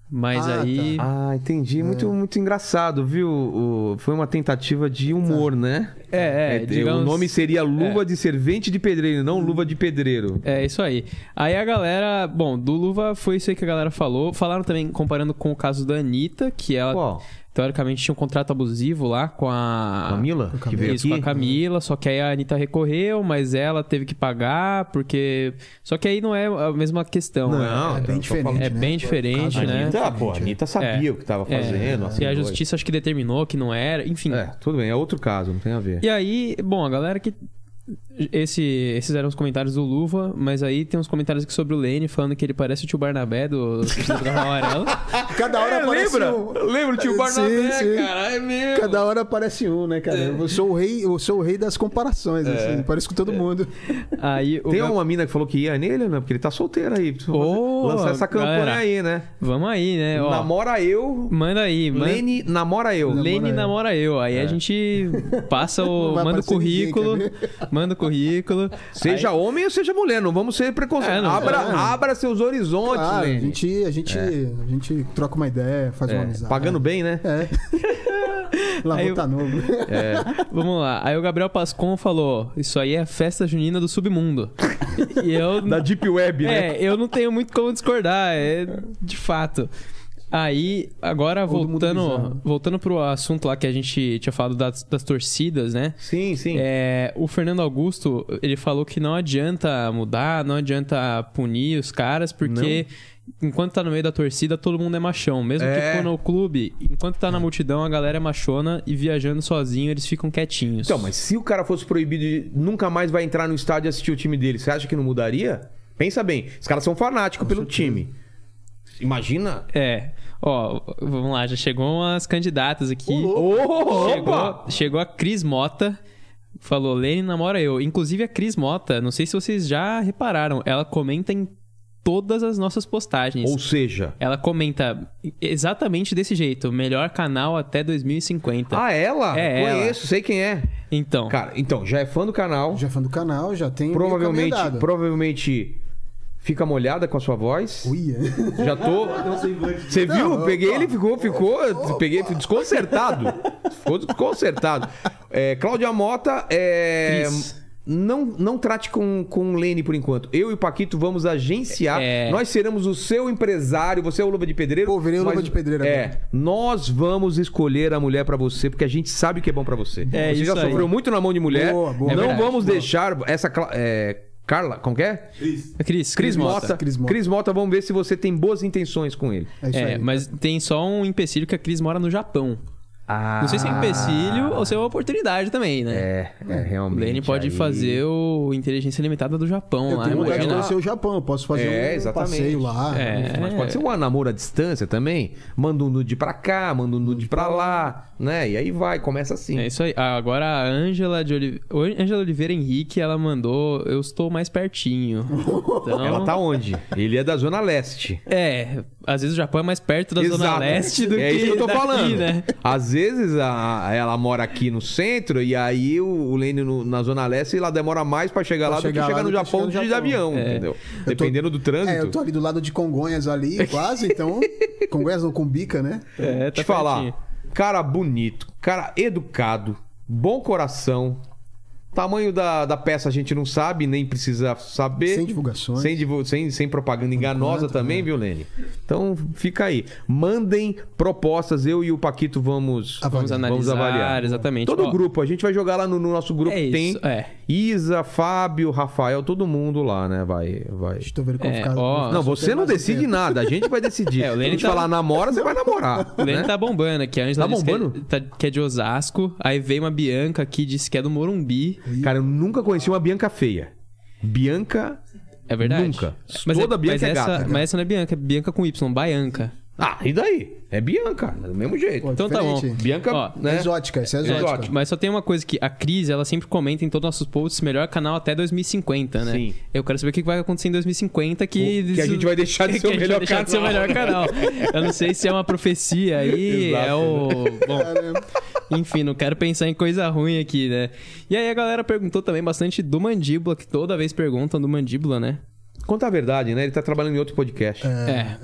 [SPEAKER 5] Mas
[SPEAKER 2] Ah,
[SPEAKER 5] aí.
[SPEAKER 1] ah, entendi. Muito, muito engraçado, viu? O- foi uma tentativa de humor, né?
[SPEAKER 5] É, é, digamos-
[SPEAKER 1] O nome seria Luva de Servente de Pedreiro, não Luva de Pedreiro.
[SPEAKER 5] É, isso aí. Aí a galera. Bom, do Luva foi isso aí que a galera falou. Falaram também, comparando com o caso da Anitta, que ela,
[SPEAKER 1] Qual?
[SPEAKER 5] teoricamente, tinha um contrato abusivo lá com a.
[SPEAKER 1] Camila? Que veio
[SPEAKER 5] Isso,
[SPEAKER 1] aqui?
[SPEAKER 5] com a Camila, só que aí a Anitta recorreu, mas ela teve que pagar, porque. Só que aí não é a mesma questão. né?
[SPEAKER 1] Não,
[SPEAKER 2] É bem diferente, né?
[SPEAKER 5] É bem diferente, né?
[SPEAKER 1] Anitta, pô, a Anitta sabia
[SPEAKER 5] É.
[SPEAKER 1] o que tava
[SPEAKER 5] É,
[SPEAKER 1] fazendo.
[SPEAKER 5] e a
[SPEAKER 1] assinou.
[SPEAKER 5] justiça acho que determinou que não era, enfim.
[SPEAKER 1] É, tudo bem, é outro caso, não tem a ver.
[SPEAKER 5] E aí, bom, a galera que. Esse, esses eram os comentários do Luva, mas aí tem uns comentários aqui sobre o Lene falando que ele parece o tio Barnabé do do Garra Amarela.
[SPEAKER 2] Cada hora aparece
[SPEAKER 1] É, lembra?
[SPEAKER 2] um.
[SPEAKER 1] Lembra o tio
[SPEAKER 2] Sim,
[SPEAKER 1] Barnabé, É.
[SPEAKER 2] sim.
[SPEAKER 1] cara? É mesmo.
[SPEAKER 2] Cada hora aparece um, né, cara? Eu sou o rei, eu sou o rei das comparações,
[SPEAKER 1] É.
[SPEAKER 2] assim. Parece com todo mundo.
[SPEAKER 5] Aí o
[SPEAKER 1] Tem um
[SPEAKER 5] Ga-
[SPEAKER 1] uma mina que falou que ia nele, né? Porque ele tá solteiro aí. Precisa
[SPEAKER 5] Ô,
[SPEAKER 1] lançar essa campanha
[SPEAKER 5] galera.
[SPEAKER 1] aí, né?
[SPEAKER 5] Vamos aí, né? Ó,
[SPEAKER 1] Namora eu.
[SPEAKER 5] Manda aí, manda. Lene...
[SPEAKER 1] Lene namora eu.
[SPEAKER 5] namora eu. Aí a gente passa
[SPEAKER 2] Não
[SPEAKER 5] o.
[SPEAKER 2] vai
[SPEAKER 5] Manda o
[SPEAKER 2] aparecer ninguém,
[SPEAKER 5] currículo.
[SPEAKER 2] quer
[SPEAKER 5] manda o currículo.
[SPEAKER 1] Seja homem ou seja mulher, não vamos ser preconceituosos.
[SPEAKER 5] É, não.
[SPEAKER 1] abra,
[SPEAKER 2] É.
[SPEAKER 1] abra seus horizontes,
[SPEAKER 2] Ah, a
[SPEAKER 1] Lene.
[SPEAKER 2] gente, a gente, a gente troca uma ideia, faz uma
[SPEAKER 1] É,
[SPEAKER 2] amizade. É.
[SPEAKER 1] pagando bem, né?
[SPEAKER 2] Lá
[SPEAKER 5] Aí eu-
[SPEAKER 2] tá novo.
[SPEAKER 5] é Vamos lá. Aí o Gabriel Pascon falou: Isso aí é festa junina do submundo. E eu,
[SPEAKER 1] Da Deep Web, né?
[SPEAKER 5] é, eu não tenho muito como discordar, é de fato. Aí, agora voltando, voltando pro assunto lá que a gente tinha falado das, das torcidas, né?
[SPEAKER 1] Sim, sim.
[SPEAKER 5] É, o Fernando Augusto, ele falou que não adianta mudar, não adianta punir os caras, porque enquanto tá no meio da torcida, todo mundo é machão. Mesmo
[SPEAKER 1] É.
[SPEAKER 5] que for no clube, enquanto tá na multidão, a galera é machona e viajando sozinho, eles ficam quietinhos.
[SPEAKER 1] Então, mas se o cara fosse proibido de nunca mais vai entrar no estádio e assistir o time dele, você acha que não mudaria? Pensa bem, os caras são fanáticos pelo time. Imagina.
[SPEAKER 5] É. Ó, vamos lá, já chegou umas candidatas aqui.
[SPEAKER 1] Ô,
[SPEAKER 5] Chegou,
[SPEAKER 1] opa!
[SPEAKER 5] chegou a Cris Mota. Falou, Lene namora eu. Inclusive a Cris Mota, não sei se vocês já repararam, ela comenta em todas as nossas postagens.
[SPEAKER 1] Ou seja.
[SPEAKER 5] Ela comenta exatamente desse jeito: melhor canal até 2050.
[SPEAKER 1] Ah, ela?
[SPEAKER 5] É ela.
[SPEAKER 1] Conheço, sei quem é.
[SPEAKER 5] Então,
[SPEAKER 1] Cara, então, já é fã do canal.
[SPEAKER 9] Já é fã do canal, já tem. meio
[SPEAKER 1] provavelmente,
[SPEAKER 9] caminho andado.
[SPEAKER 1] provavelmente fica molhada com a sua voz.
[SPEAKER 9] Uia.
[SPEAKER 1] Já tô. Você viu? Peguei ele, ficou, ficou. Peguei, fui desconcertado. Ficou desconcertado. É, Cláudia Mota, é,
[SPEAKER 5] Cris.
[SPEAKER 1] Não, não trate com, com o Lene por enquanto. Eu e o Paquito vamos agenciar.
[SPEAKER 5] É.
[SPEAKER 1] Nós seremos o seu empresário. Você é o Luva de Pedreiro.
[SPEAKER 9] Pô, virei o
[SPEAKER 1] mas-
[SPEAKER 9] Luva de Pedreiro
[SPEAKER 1] É.
[SPEAKER 9] agora.
[SPEAKER 1] Nós vamos escolher a mulher pra você, porque a gente sabe o que é bom pra você.
[SPEAKER 5] É
[SPEAKER 1] você já
[SPEAKER 5] isso aí.
[SPEAKER 1] sofreu muito na mão de mulher.
[SPEAKER 9] Boa, boa. É
[SPEAKER 1] não
[SPEAKER 9] verdade,
[SPEAKER 1] vamos deixar essa. Cla- é, Carla, como que é?
[SPEAKER 5] a Cris, Cris,
[SPEAKER 1] Cris
[SPEAKER 5] Mota.
[SPEAKER 1] Mota.
[SPEAKER 9] Cris Mota.
[SPEAKER 1] Cris Mota, vamos ver se você tem boas intenções com ele.
[SPEAKER 9] É isso
[SPEAKER 5] é,
[SPEAKER 9] aí.
[SPEAKER 5] mas tem só um empecilho que a Cris mora no Japão. Não sei se é
[SPEAKER 9] Ah.
[SPEAKER 5] um empecilho ou se é uma oportunidade também, né?
[SPEAKER 1] É, é
[SPEAKER 5] o
[SPEAKER 1] realmente.
[SPEAKER 5] Lene pode
[SPEAKER 1] aí-
[SPEAKER 5] fazer o Inteligência Limitada do Japão
[SPEAKER 9] Eu
[SPEAKER 5] lá.
[SPEAKER 2] um
[SPEAKER 9] tenho
[SPEAKER 5] né?
[SPEAKER 9] vontade de
[SPEAKER 5] Ela-
[SPEAKER 9] conhecer o Japão, eu posso fazer
[SPEAKER 1] É,
[SPEAKER 9] um
[SPEAKER 1] exatamente.
[SPEAKER 9] passeio lá.
[SPEAKER 5] É.
[SPEAKER 1] Mas pode ser um namoro à distância também. Manda um nude pra cá, manda um nude pra lá, né? E aí vai, começa assim.
[SPEAKER 5] É isso aí. Ah, Agora a Ângela de Oli- Oi- Ângela Oliveira Henrique, ela mandou Eu estou mais pertinho. Então,
[SPEAKER 1] Ela tá onde? Ele é da Zona Leste.
[SPEAKER 5] É, às vezes o Japão é mais perto da Zona
[SPEAKER 1] Exato.
[SPEAKER 5] Leste do
[SPEAKER 1] é
[SPEAKER 5] que
[SPEAKER 1] isso que eu tô
[SPEAKER 5] daqui,
[SPEAKER 1] falando.
[SPEAKER 5] né?
[SPEAKER 1] Às vezes a- ela mora aqui no centro e aí o, o Lênin no- na Zona Leste ela demora mais pra chegar lá
[SPEAKER 9] chegar
[SPEAKER 1] do que chegar
[SPEAKER 9] lá
[SPEAKER 1] no
[SPEAKER 9] do que
[SPEAKER 1] Japão
[SPEAKER 9] chegar no
[SPEAKER 1] de
[SPEAKER 9] Japão.
[SPEAKER 1] avião,
[SPEAKER 5] É.
[SPEAKER 1] entendeu? Dependendo do
[SPEAKER 9] É, eu
[SPEAKER 1] trânsito.
[SPEAKER 9] tô ali do lado de Congonhas ali, quase, então. Congonhas não, Cumbica, né?
[SPEAKER 5] É,
[SPEAKER 1] te
[SPEAKER 5] tá
[SPEAKER 1] falar,
[SPEAKER 5] pertinho.
[SPEAKER 1] cara bonito, cara educado, bom coração. Tamanho da, da peça a gente não sabe, nem precisa saber.
[SPEAKER 9] Sem divulgações. né?
[SPEAKER 1] Sem, divu- sem, sem propaganda enganosa também, viu, Lene? Então fica aí. Mandem propostas, eu e o Paquito vamos,
[SPEAKER 5] Vamos analisar, exatamente.
[SPEAKER 1] Todo
[SPEAKER 5] Ó,
[SPEAKER 1] grupo, a gente vai jogar lá no, no nosso grupo.
[SPEAKER 5] É
[SPEAKER 1] que tem
[SPEAKER 5] isso, é.
[SPEAKER 1] Isa, Fábio, Rafael, todo mundo lá, né? Vai. vai.
[SPEAKER 2] tá
[SPEAKER 9] Estou vendo como
[SPEAKER 5] É,
[SPEAKER 9] ficar.
[SPEAKER 5] ó,
[SPEAKER 1] Não, você
[SPEAKER 9] um
[SPEAKER 1] não decide nada, a gente vai decidir.
[SPEAKER 5] É, o
[SPEAKER 1] Se
[SPEAKER 5] Lene
[SPEAKER 1] a gente
[SPEAKER 5] tá-
[SPEAKER 1] falar namora, você vai namorar.
[SPEAKER 5] O Lênin
[SPEAKER 1] né?
[SPEAKER 5] tá bombando aqui. A Ângela
[SPEAKER 1] Tá
[SPEAKER 5] disse que é-
[SPEAKER 1] bombando?
[SPEAKER 5] tá- Que, é, de Osasco. Aí veio uma Bianca aqui, disse que é do Morumbi.
[SPEAKER 1] Cara, eu nunca conheci uma Bianca feia. Bianca.
[SPEAKER 5] É verdade?
[SPEAKER 1] Nunca.
[SPEAKER 5] Mas
[SPEAKER 1] Toda
[SPEAKER 5] é,
[SPEAKER 1] Bianca
[SPEAKER 5] mas
[SPEAKER 1] é
[SPEAKER 5] essa,
[SPEAKER 1] gata, cara.
[SPEAKER 5] Mas essa não é Bianca, é Bianca com Y, Baianca.
[SPEAKER 1] Ah, e daí? É Bianca, do mesmo jeito.
[SPEAKER 5] Então tá bom.
[SPEAKER 9] Diferente.
[SPEAKER 1] Bianca,
[SPEAKER 5] Ó,
[SPEAKER 1] né?
[SPEAKER 9] Exótica, isso é
[SPEAKER 1] Exótica.
[SPEAKER 9] exótica.
[SPEAKER 5] Mas só tem uma coisa que a Cris, ela sempre comenta em todos os nossos posts, melhor canal até 2050, né?
[SPEAKER 1] Sim.
[SPEAKER 5] Eu quero saber o que vai acontecer em 2050 que...
[SPEAKER 1] O- que a gente vai deixar de ser
[SPEAKER 5] que
[SPEAKER 1] o
[SPEAKER 5] a gente
[SPEAKER 1] melhor
[SPEAKER 5] vai deixar de ser o
[SPEAKER 1] canal.
[SPEAKER 5] melhor canal. Eu não sei se é uma profecia aí,
[SPEAKER 1] Exato,
[SPEAKER 5] é o... Bom, enfim, não quero pensar em coisa ruim aqui, né? E aí a galera perguntou também bastante do Mandíbula, que toda vez perguntam do Mandíbula, né?
[SPEAKER 1] Conta a verdade, né? Ele tá trabalhando em outro podcast.
[SPEAKER 5] É.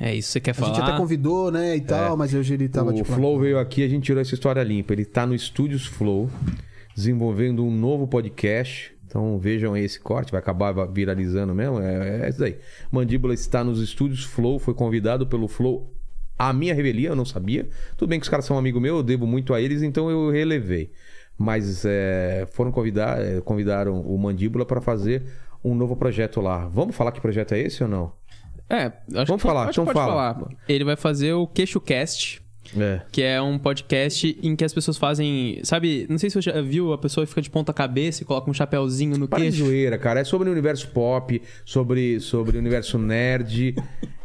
[SPEAKER 5] É, isso, você quer
[SPEAKER 9] A
[SPEAKER 5] falar?
[SPEAKER 9] gente até convidou, né, e tal, mas hoje ele tava
[SPEAKER 1] É. o
[SPEAKER 9] tipo.
[SPEAKER 1] Flow veio aqui, a gente tirou essa história limpa. Ele tá no Estúdios Flow, desenvolvendo um novo podcast. Então vejam aí esse corte, vai acabar viralizando mesmo. É, é isso aí. Mandíbula está nos Estúdios Flow, foi convidado pelo Flow. A minha revelia, eu não sabia. Tudo bem que os caras são amigo meu, eu devo muito a eles, então eu relevei. Mas é, foram convidar, é, convidaram o Mandíbula para fazer um novo projeto lá. Vamos falar que projeto é esse ou não?
[SPEAKER 5] É, acho
[SPEAKER 1] Vamos
[SPEAKER 5] que
[SPEAKER 1] falar,
[SPEAKER 5] acho que
[SPEAKER 1] então
[SPEAKER 5] pode
[SPEAKER 1] fala.
[SPEAKER 5] falar. Ele vai fazer o Queixo Cast,
[SPEAKER 1] É.
[SPEAKER 5] que é um podcast em que as pessoas fazem, sabe, não sei se você já viu, a pessoa fica de ponta cabeça e coloca um chapéuzinho no
[SPEAKER 1] Para de
[SPEAKER 5] queixo.
[SPEAKER 1] zoeira, cara. É sobre o universo pop, sobre, sobre o universo nerd.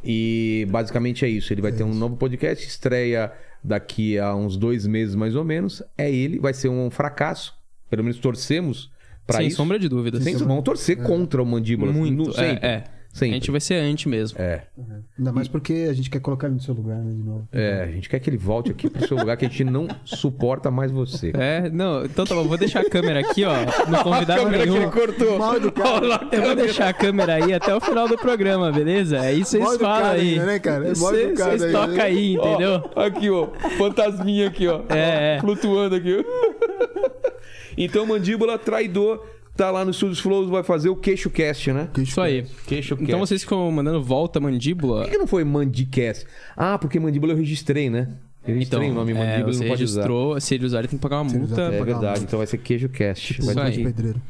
[SPEAKER 1] e basicamente é isso. Ele vai ter um novo podcast, estreia daqui a uns dois meses mais ou menos. É ele, vai ser um fracasso. Pelo menos torcemos pra
[SPEAKER 5] Sem
[SPEAKER 1] isso.
[SPEAKER 5] sombra de dúvida.
[SPEAKER 1] Sem- Vão torcer contra o mandíbula. assim,
[SPEAKER 5] Muito,
[SPEAKER 1] No-
[SPEAKER 5] é,
[SPEAKER 1] sempre.
[SPEAKER 5] é. A
[SPEAKER 1] Sempre.
[SPEAKER 5] gente vai ser anti mesmo.
[SPEAKER 1] É,
[SPEAKER 9] Ainda mais porque a gente quer colocar ele no seu lugar, né, de novo.
[SPEAKER 1] é, a gente quer que ele volte aqui pro seu lugar, que a gente não suporta mais você.
[SPEAKER 5] É, não, então tá bom, vou deixar a câmera aqui, ó, não
[SPEAKER 1] A
[SPEAKER 5] convidado
[SPEAKER 1] câmera que
[SPEAKER 5] nenhum.
[SPEAKER 1] ele cortou.
[SPEAKER 9] Mal do cara.
[SPEAKER 5] Eu vou deixar a câmera aí até o final do programa, beleza? Aí vocês
[SPEAKER 9] Mó educado
[SPEAKER 5] falam aí.
[SPEAKER 9] ainda, né, cara? É mó
[SPEAKER 5] Vocês
[SPEAKER 9] educado
[SPEAKER 5] vocês
[SPEAKER 9] ainda,
[SPEAKER 5] tocam
[SPEAKER 9] né?
[SPEAKER 5] aí, entendeu?
[SPEAKER 1] Ó, aqui, ó. Fantasminha aqui, ó.
[SPEAKER 5] É, é.
[SPEAKER 1] Flutuando aqui. então, mandíbula traidor. tá lá no Studios Flows, vai fazer o queixo cast, né?
[SPEAKER 5] Isso aí.
[SPEAKER 1] Queixo cast.
[SPEAKER 5] Então vocês ficam mandando volta
[SPEAKER 1] Por
[SPEAKER 5] mandíbula.
[SPEAKER 1] que, que não foi Mandicast? Ah, porque mandíbula eu registrei, né? Eu
[SPEAKER 5] Então,
[SPEAKER 1] registrei o nome
[SPEAKER 5] é,
[SPEAKER 1] mandíbula,
[SPEAKER 5] você
[SPEAKER 1] não pode usar.
[SPEAKER 5] registrou, se ele usar, ele tem que pagar uma multa.
[SPEAKER 1] É verdade, então vai ser queijo cast. Vai
[SPEAKER 5] Isso
[SPEAKER 1] ter-
[SPEAKER 5] aí.
[SPEAKER 2] pedreiro.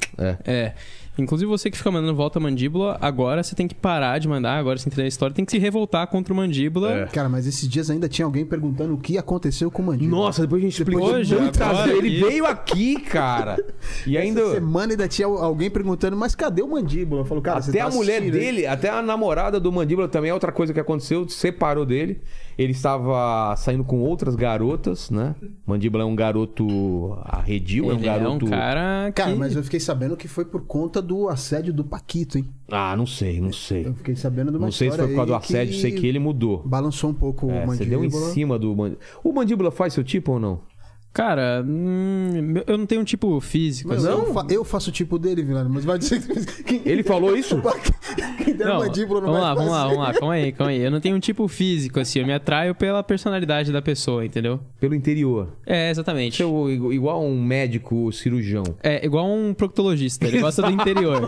[SPEAKER 5] É. Inclusive você que fica mandando volta mandíbula, agora você tem que parar de mandar, agora você entendeu a história, tem que se revoltar contra o mandíbula.
[SPEAKER 1] É.
[SPEAKER 2] Cara, mas esses dias ainda tinha alguém perguntando o que aconteceu com o Mandíbula.
[SPEAKER 1] Nossa, depois a gente explicou.
[SPEAKER 5] Hoje,
[SPEAKER 1] muitas
[SPEAKER 5] agora,
[SPEAKER 1] vezes. ele
[SPEAKER 5] aqui.
[SPEAKER 1] veio aqui, cara. E ainda.
[SPEAKER 2] Essa semana ainda tinha alguém perguntando, mas cadê o Mandíbula? Eu falo, cara, você
[SPEAKER 1] Até
[SPEAKER 2] tá
[SPEAKER 1] a mulher
[SPEAKER 2] assistindo, hein?
[SPEAKER 1] dele, até a namorada do Mandíbula também é outra coisa que aconteceu, separou dele. Ele estava saindo com outras garotas, né? Mandíbula é um garoto arredio, é um
[SPEAKER 5] Ele é um
[SPEAKER 1] garoto.
[SPEAKER 5] cara que...
[SPEAKER 2] Cara, mas eu fiquei sabendo que foi por conta do assédio do Paquito, hein?
[SPEAKER 1] Ah, não sei, não sei.
[SPEAKER 2] Eu fiquei sabendo de uma
[SPEAKER 1] Não sei se
[SPEAKER 2] história
[SPEAKER 1] foi por causa do
[SPEAKER 2] aí
[SPEAKER 1] assédio, sei que ele mudou.
[SPEAKER 2] Balançou um pouco
[SPEAKER 1] É,
[SPEAKER 2] o
[SPEAKER 1] você deu
[SPEAKER 2] mandíbula.
[SPEAKER 1] em cima do mandíbula. O mandíbula faz seu tipo ou não?
[SPEAKER 5] Cara, hum, eu não tenho um tipo físico.
[SPEAKER 2] Mas
[SPEAKER 5] assim.
[SPEAKER 2] Eu, fa- eu faço o tipo dele, Vilano, mas vai dizer que quem,
[SPEAKER 1] Ele falou isso?
[SPEAKER 2] quem der
[SPEAKER 5] Não,
[SPEAKER 2] mandíbula não
[SPEAKER 5] vamos
[SPEAKER 2] vai
[SPEAKER 5] lá, vamos lá,
[SPEAKER 2] fazer.
[SPEAKER 5] vamos lá, calma aí, calma aí. Eu não tenho um tipo físico, assim, eu me atraio pela personalidade da pessoa, entendeu?
[SPEAKER 1] Pelo interior.
[SPEAKER 5] É, exatamente.
[SPEAKER 1] Você é o- igual um médico cirurgião.
[SPEAKER 5] É igual um proctologista, ele gosta do interior.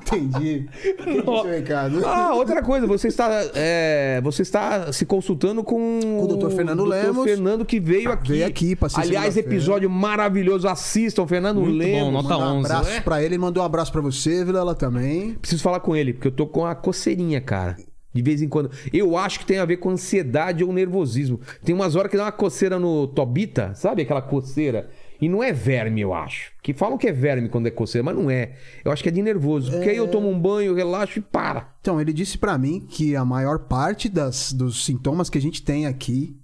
[SPEAKER 2] Entendi. Entendi seu recado.
[SPEAKER 1] Ah, outra coisa, você está, é, você está se consultando com,
[SPEAKER 2] o Dr. Fernando
[SPEAKER 1] Dr.
[SPEAKER 2] Lemos.
[SPEAKER 1] Fernando que veio aqui.
[SPEAKER 2] Veio aqui, passei
[SPEAKER 1] Aliás,
[SPEAKER 2] segunda-feira.
[SPEAKER 1] episódio maravilhoso. Assistam, Fernando
[SPEAKER 5] Muito bom,
[SPEAKER 1] Lemos.
[SPEAKER 5] nota
[SPEAKER 2] Mandar um
[SPEAKER 5] 11.
[SPEAKER 2] abraço pra ele, ele mandou um abraço pra você, Vilela também.
[SPEAKER 1] Preciso falar com ele, porque eu tô com a coceirinha, cara. De vez em quando. Eu acho que tem a ver com ansiedade ou nervosismo. Tem umas horas que dá uma coceira no Tobita, sabe? Aquela coceira. E não é verme, eu acho. Que falam que é verme quando é coceira, mas não é. Eu acho que é de nervoso. Porque aí eu tomo um banho, relaxo e para.
[SPEAKER 2] Então, ele disse pra mim que a maior parte das, dos sintomas que a gente tem aqui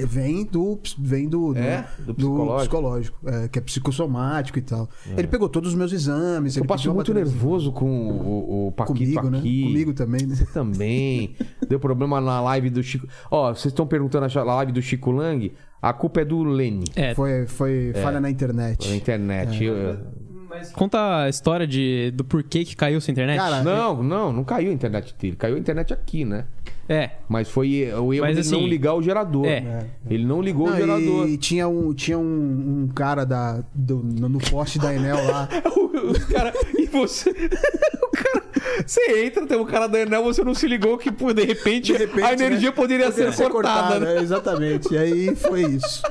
[SPEAKER 2] vem do vem do, do-
[SPEAKER 1] É? Do psicológico? É.
[SPEAKER 2] psicológico, é, que é psicossomático e tal. Ele pegou todos os meus exames,
[SPEAKER 1] Eu
[SPEAKER 2] ele
[SPEAKER 1] passo
[SPEAKER 2] pediu uma
[SPEAKER 1] muito
[SPEAKER 2] bateria-
[SPEAKER 1] nervoso com o, o, o Paquito
[SPEAKER 2] comigo, né?
[SPEAKER 1] aqui.
[SPEAKER 2] Comigo também, né?
[SPEAKER 1] Você também. Deu problema na live do Chico. Ó, vocês estão perguntando na live do Chico Lang. A culpa é do Lene.
[SPEAKER 5] É,
[SPEAKER 2] Foi, foi falha na
[SPEAKER 1] Na
[SPEAKER 2] internet.
[SPEAKER 1] internet.
[SPEAKER 2] É.
[SPEAKER 1] Eu-
[SPEAKER 5] conta a história de, do porquê que caiu sua internet.
[SPEAKER 2] Cara,
[SPEAKER 1] Não, não, não caiu a internet dele. Caiu a internet aqui, né?
[SPEAKER 5] É,
[SPEAKER 1] Mas foi eh, o erro
[SPEAKER 5] Mas,
[SPEAKER 1] de
[SPEAKER 5] assim,
[SPEAKER 1] não ligar o gerador.
[SPEAKER 5] é.
[SPEAKER 1] Ele não ligou
[SPEAKER 2] Não,
[SPEAKER 1] o gerador.
[SPEAKER 2] e, e tinha um, tinha um, um cara da, do- no, no poste da Enel lá.
[SPEAKER 1] Os cara, e você. O cara. Você entra, tem um cara da Enel, você não se ligou que, pô, de repente,
[SPEAKER 2] repente,
[SPEAKER 1] a energia
[SPEAKER 2] né?
[SPEAKER 1] poderia, ser,
[SPEAKER 2] Ser
[SPEAKER 1] cortada.
[SPEAKER 2] cortado,
[SPEAKER 1] né?
[SPEAKER 2] né? Exatamente. E aí foi isso.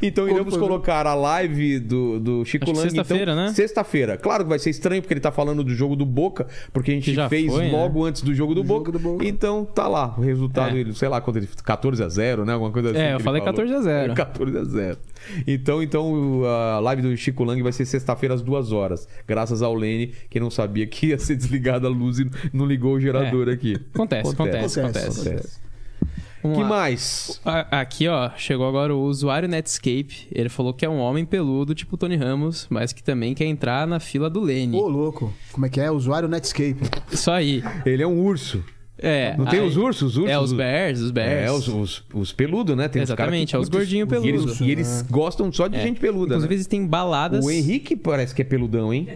[SPEAKER 1] Então iremos
[SPEAKER 2] né?
[SPEAKER 1] colocar a live do, do Chico
[SPEAKER 5] Acho que
[SPEAKER 1] Lang.
[SPEAKER 5] sexta-feira,
[SPEAKER 1] então,
[SPEAKER 5] né?
[SPEAKER 1] Sexta-feira. Claro que vai ser estranho, porque ele tá falando do jogo do Boca, porque a gente
[SPEAKER 5] Que já
[SPEAKER 1] fez
[SPEAKER 5] foi, né?
[SPEAKER 1] logo antes do jogo do,
[SPEAKER 2] jogo
[SPEAKER 1] Boca,
[SPEAKER 2] do Boca.
[SPEAKER 1] Então tá lá. O resultado,
[SPEAKER 5] É.
[SPEAKER 1] ele, sei lá, quanto ele 14 a 0 né? Alguma coisa assim.
[SPEAKER 5] É,
[SPEAKER 1] que
[SPEAKER 5] eu
[SPEAKER 1] ele
[SPEAKER 5] falei
[SPEAKER 1] falou.
[SPEAKER 5] 14 a 0.
[SPEAKER 1] 14 a 0. Então, então o- a live do Chico Lang vai ser sexta-feira às duas horas. Graças ao Lene, que não sabia que ia ser desligada a luz e não ligou o gerador
[SPEAKER 5] É.
[SPEAKER 1] aqui.
[SPEAKER 5] Acontece, acontece, É acontece. Vamos
[SPEAKER 1] que
[SPEAKER 5] lá.
[SPEAKER 1] mais?
[SPEAKER 5] A- Aqui, ó, chegou agora o usuário Netscape. Ele falou que é um homem peludo, tipo Tony Ramos, mas que também quer entrar na fila do Lenny.
[SPEAKER 2] Ô, louco. Como é que é? Usuário Netscape.
[SPEAKER 5] Isso aí.
[SPEAKER 1] Ele é um urso.
[SPEAKER 5] É.
[SPEAKER 1] Não tem
[SPEAKER 5] aí-
[SPEAKER 1] os ursos? Os ursos
[SPEAKER 5] É, os bears, os bears.
[SPEAKER 1] É, os, os, os peludos, né? Tem uns cara
[SPEAKER 5] Exatamente,
[SPEAKER 1] que
[SPEAKER 5] é os
[SPEAKER 1] curtem-
[SPEAKER 5] gordinho
[SPEAKER 1] e eles-
[SPEAKER 5] peludo. É.
[SPEAKER 1] E eles, gostam só de gente peluda.
[SPEAKER 5] Inclusive,
[SPEAKER 1] Né?
[SPEAKER 5] eles têm baladas.
[SPEAKER 1] O Henrique parece que é peludão, hein?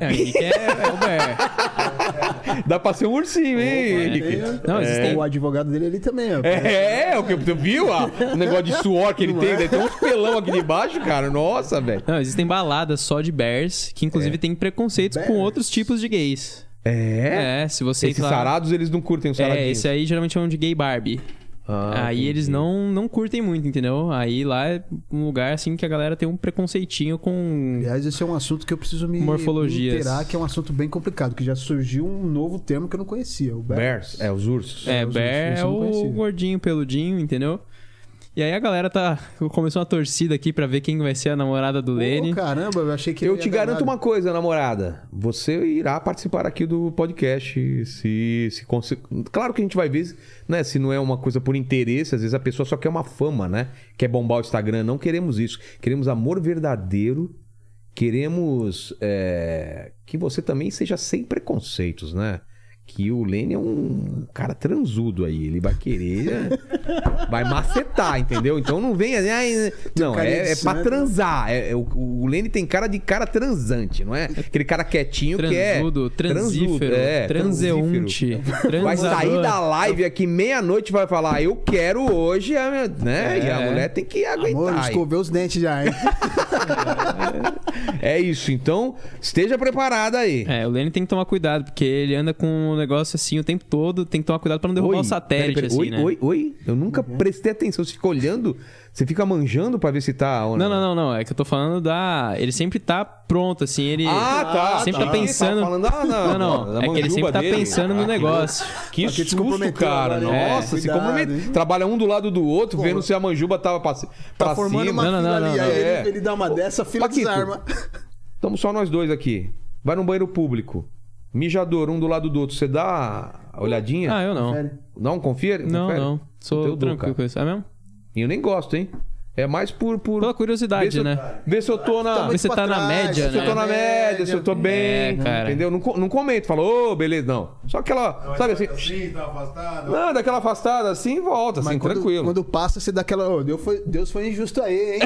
[SPEAKER 5] É, o Henrique é, é o bear.
[SPEAKER 1] Dá pra ser um ursinho, hein, Henrique?
[SPEAKER 5] Não, existem...
[SPEAKER 2] É. O advogado dele ali também, ó.
[SPEAKER 1] É, o que tu viu? ah? o negócio de suor que ele tem, né? Tem uns pelão aqui debaixo, cara. Nossa, velho.
[SPEAKER 5] Não, existem baladas só de bears, que inclusive têm preconceitos com outros tipos de gays.
[SPEAKER 1] É?
[SPEAKER 5] É, se você
[SPEAKER 1] Esses sarados, eles não curtem o
[SPEAKER 5] É,
[SPEAKER 1] saradinho.
[SPEAKER 5] esse aí geralmente chamam de gay Barbie.
[SPEAKER 1] Ah,
[SPEAKER 5] aí
[SPEAKER 1] entendi.
[SPEAKER 5] eles não, não curtem muito, entendeu? Aí lá é um lugar assim que a galera tem um preconceitinho com.
[SPEAKER 2] Aliás, esse é um assunto que eu preciso me
[SPEAKER 5] Morfologias.
[SPEAKER 2] me inteirar, que é um assunto bem complicado, que já surgiu um novo termo que eu não conhecia. O bear.
[SPEAKER 1] Bears, é, os ursos.
[SPEAKER 5] É,
[SPEAKER 2] os-
[SPEAKER 5] bear
[SPEAKER 2] esse
[SPEAKER 5] é
[SPEAKER 2] eu não
[SPEAKER 5] o
[SPEAKER 2] conhecia.
[SPEAKER 5] gordinho, peludinho, entendeu? E aí a galera tá. Começou uma torcida aqui pra ver quem vai ser a namorada do Lene.
[SPEAKER 2] Ô, caramba, eu achei que
[SPEAKER 1] Eu
[SPEAKER 2] ele ia
[SPEAKER 1] te
[SPEAKER 2] dar
[SPEAKER 1] garanto
[SPEAKER 2] nada.
[SPEAKER 1] uma coisa, namorada. Você irá participar aqui do podcast. Se, se consi- Claro que a gente vai ver, né? Se não é uma coisa por interesse, às vezes a pessoa só quer uma fama, né? Quer bombar o Instagram. Não queremos isso. Queremos amor verdadeiro. Queremos é, que você também seja sem preconceitos, né? que o Lene é um cara transudo aí. Ele vai querer. né? vai macetar, entendeu? Então não venha. "Ai, Não,
[SPEAKER 2] cara
[SPEAKER 1] é,
[SPEAKER 2] de né?
[SPEAKER 1] é pra
[SPEAKER 2] santo."
[SPEAKER 1] transar. É- é o, o Lene tem cara de cara transante, não é? Aquele cara quietinho
[SPEAKER 5] Transudo,
[SPEAKER 1] que é.
[SPEAKER 5] transífero,
[SPEAKER 1] é,
[SPEAKER 5] transeunte,
[SPEAKER 1] transífero. Vai sair
[SPEAKER 5] transador.
[SPEAKER 1] da live aqui meia-noite e vai falar: eu quero hoje, a- né? E a
[SPEAKER 5] É.
[SPEAKER 1] mulher tem que aguentar.
[SPEAKER 2] Amor,
[SPEAKER 1] aí.
[SPEAKER 2] escoveu os dentes já, hein?
[SPEAKER 1] É isso. Então, esteja preparada aí.
[SPEAKER 5] É, o Lenny tem que tomar cuidado, porque ele anda com um negócio assim o tempo todo, tem que tomar cuidado pra não derrubar o satélite,
[SPEAKER 1] peraí, peraí.
[SPEAKER 5] assim,
[SPEAKER 1] oi,
[SPEAKER 5] né?
[SPEAKER 1] oi, oi. Eu nunca
[SPEAKER 2] Uhum.
[SPEAKER 1] prestei atenção. Você fica olhando, você fica manjando pra ver se tá.
[SPEAKER 5] Não, não, não, não. É que eu tô falando da. Ele sempre tá pronto, assim, ele.
[SPEAKER 1] Ah, tá.
[SPEAKER 5] Sempre tá
[SPEAKER 1] Achei que
[SPEAKER 5] pensando.
[SPEAKER 1] tava falando, ah, não,
[SPEAKER 5] não,
[SPEAKER 1] da
[SPEAKER 5] não. é que ele
[SPEAKER 1] manjuba
[SPEAKER 5] sempre tá
[SPEAKER 1] dele.
[SPEAKER 5] pensando
[SPEAKER 1] Ah,
[SPEAKER 5] no
[SPEAKER 1] que
[SPEAKER 5] negócio.
[SPEAKER 1] Que
[SPEAKER 2] Aqui se
[SPEAKER 1] susto,
[SPEAKER 2] comprometeu
[SPEAKER 1] cara.
[SPEAKER 2] agora, hein?
[SPEAKER 1] Nossa,
[SPEAKER 2] É,
[SPEAKER 1] se
[SPEAKER 2] cuidado,
[SPEAKER 1] compromete.
[SPEAKER 2] hein?
[SPEAKER 1] Trabalha um do lado do outro, vendo se a manjuba tava pra, pra
[SPEAKER 2] Tá formando
[SPEAKER 1] cima.
[SPEAKER 2] uma
[SPEAKER 5] Não, não,
[SPEAKER 2] fila
[SPEAKER 5] não,
[SPEAKER 2] ali.
[SPEAKER 5] não,
[SPEAKER 2] aí
[SPEAKER 1] não.
[SPEAKER 2] ele, ele dá uma dessa, a fila
[SPEAKER 1] Paquito.
[SPEAKER 2] desarma.
[SPEAKER 1] Tamo só nós dois aqui. Vai num banheiro público. Mijador, um do lado do outro. Você dá a olhadinha?
[SPEAKER 5] Ah, eu não.
[SPEAKER 1] Não, confere?
[SPEAKER 5] Não,
[SPEAKER 1] Confere?
[SPEAKER 5] não.
[SPEAKER 1] Eu
[SPEAKER 5] Sou
[SPEAKER 1] dou,
[SPEAKER 5] tranquilo com
[SPEAKER 1] cara.
[SPEAKER 5] isso. É mesmo?
[SPEAKER 1] E eu nem gosto, hein? É mais por. por...
[SPEAKER 5] Pela curiosidade,
[SPEAKER 1] Vê se eu-
[SPEAKER 5] né?
[SPEAKER 1] Vê se eu tô na.
[SPEAKER 5] Você
[SPEAKER 2] pra
[SPEAKER 5] tá na
[SPEAKER 2] trás,
[SPEAKER 5] média,
[SPEAKER 1] se eu tô
[SPEAKER 2] É,
[SPEAKER 5] né?
[SPEAKER 1] na média, se eu tô bem,
[SPEAKER 5] É, cara.
[SPEAKER 1] entendeu? Não, co- não comento, fala, ô, beleza, não. Só aquela,
[SPEAKER 2] é
[SPEAKER 1] sabe assim,
[SPEAKER 4] tá afastado.
[SPEAKER 1] não, daquela afastada assim e volta, assim,
[SPEAKER 2] quando,
[SPEAKER 1] tranquilo.
[SPEAKER 2] Quando passa, você dá aquela. "Ô, Deus, foi, Deus foi injusto aí, hein?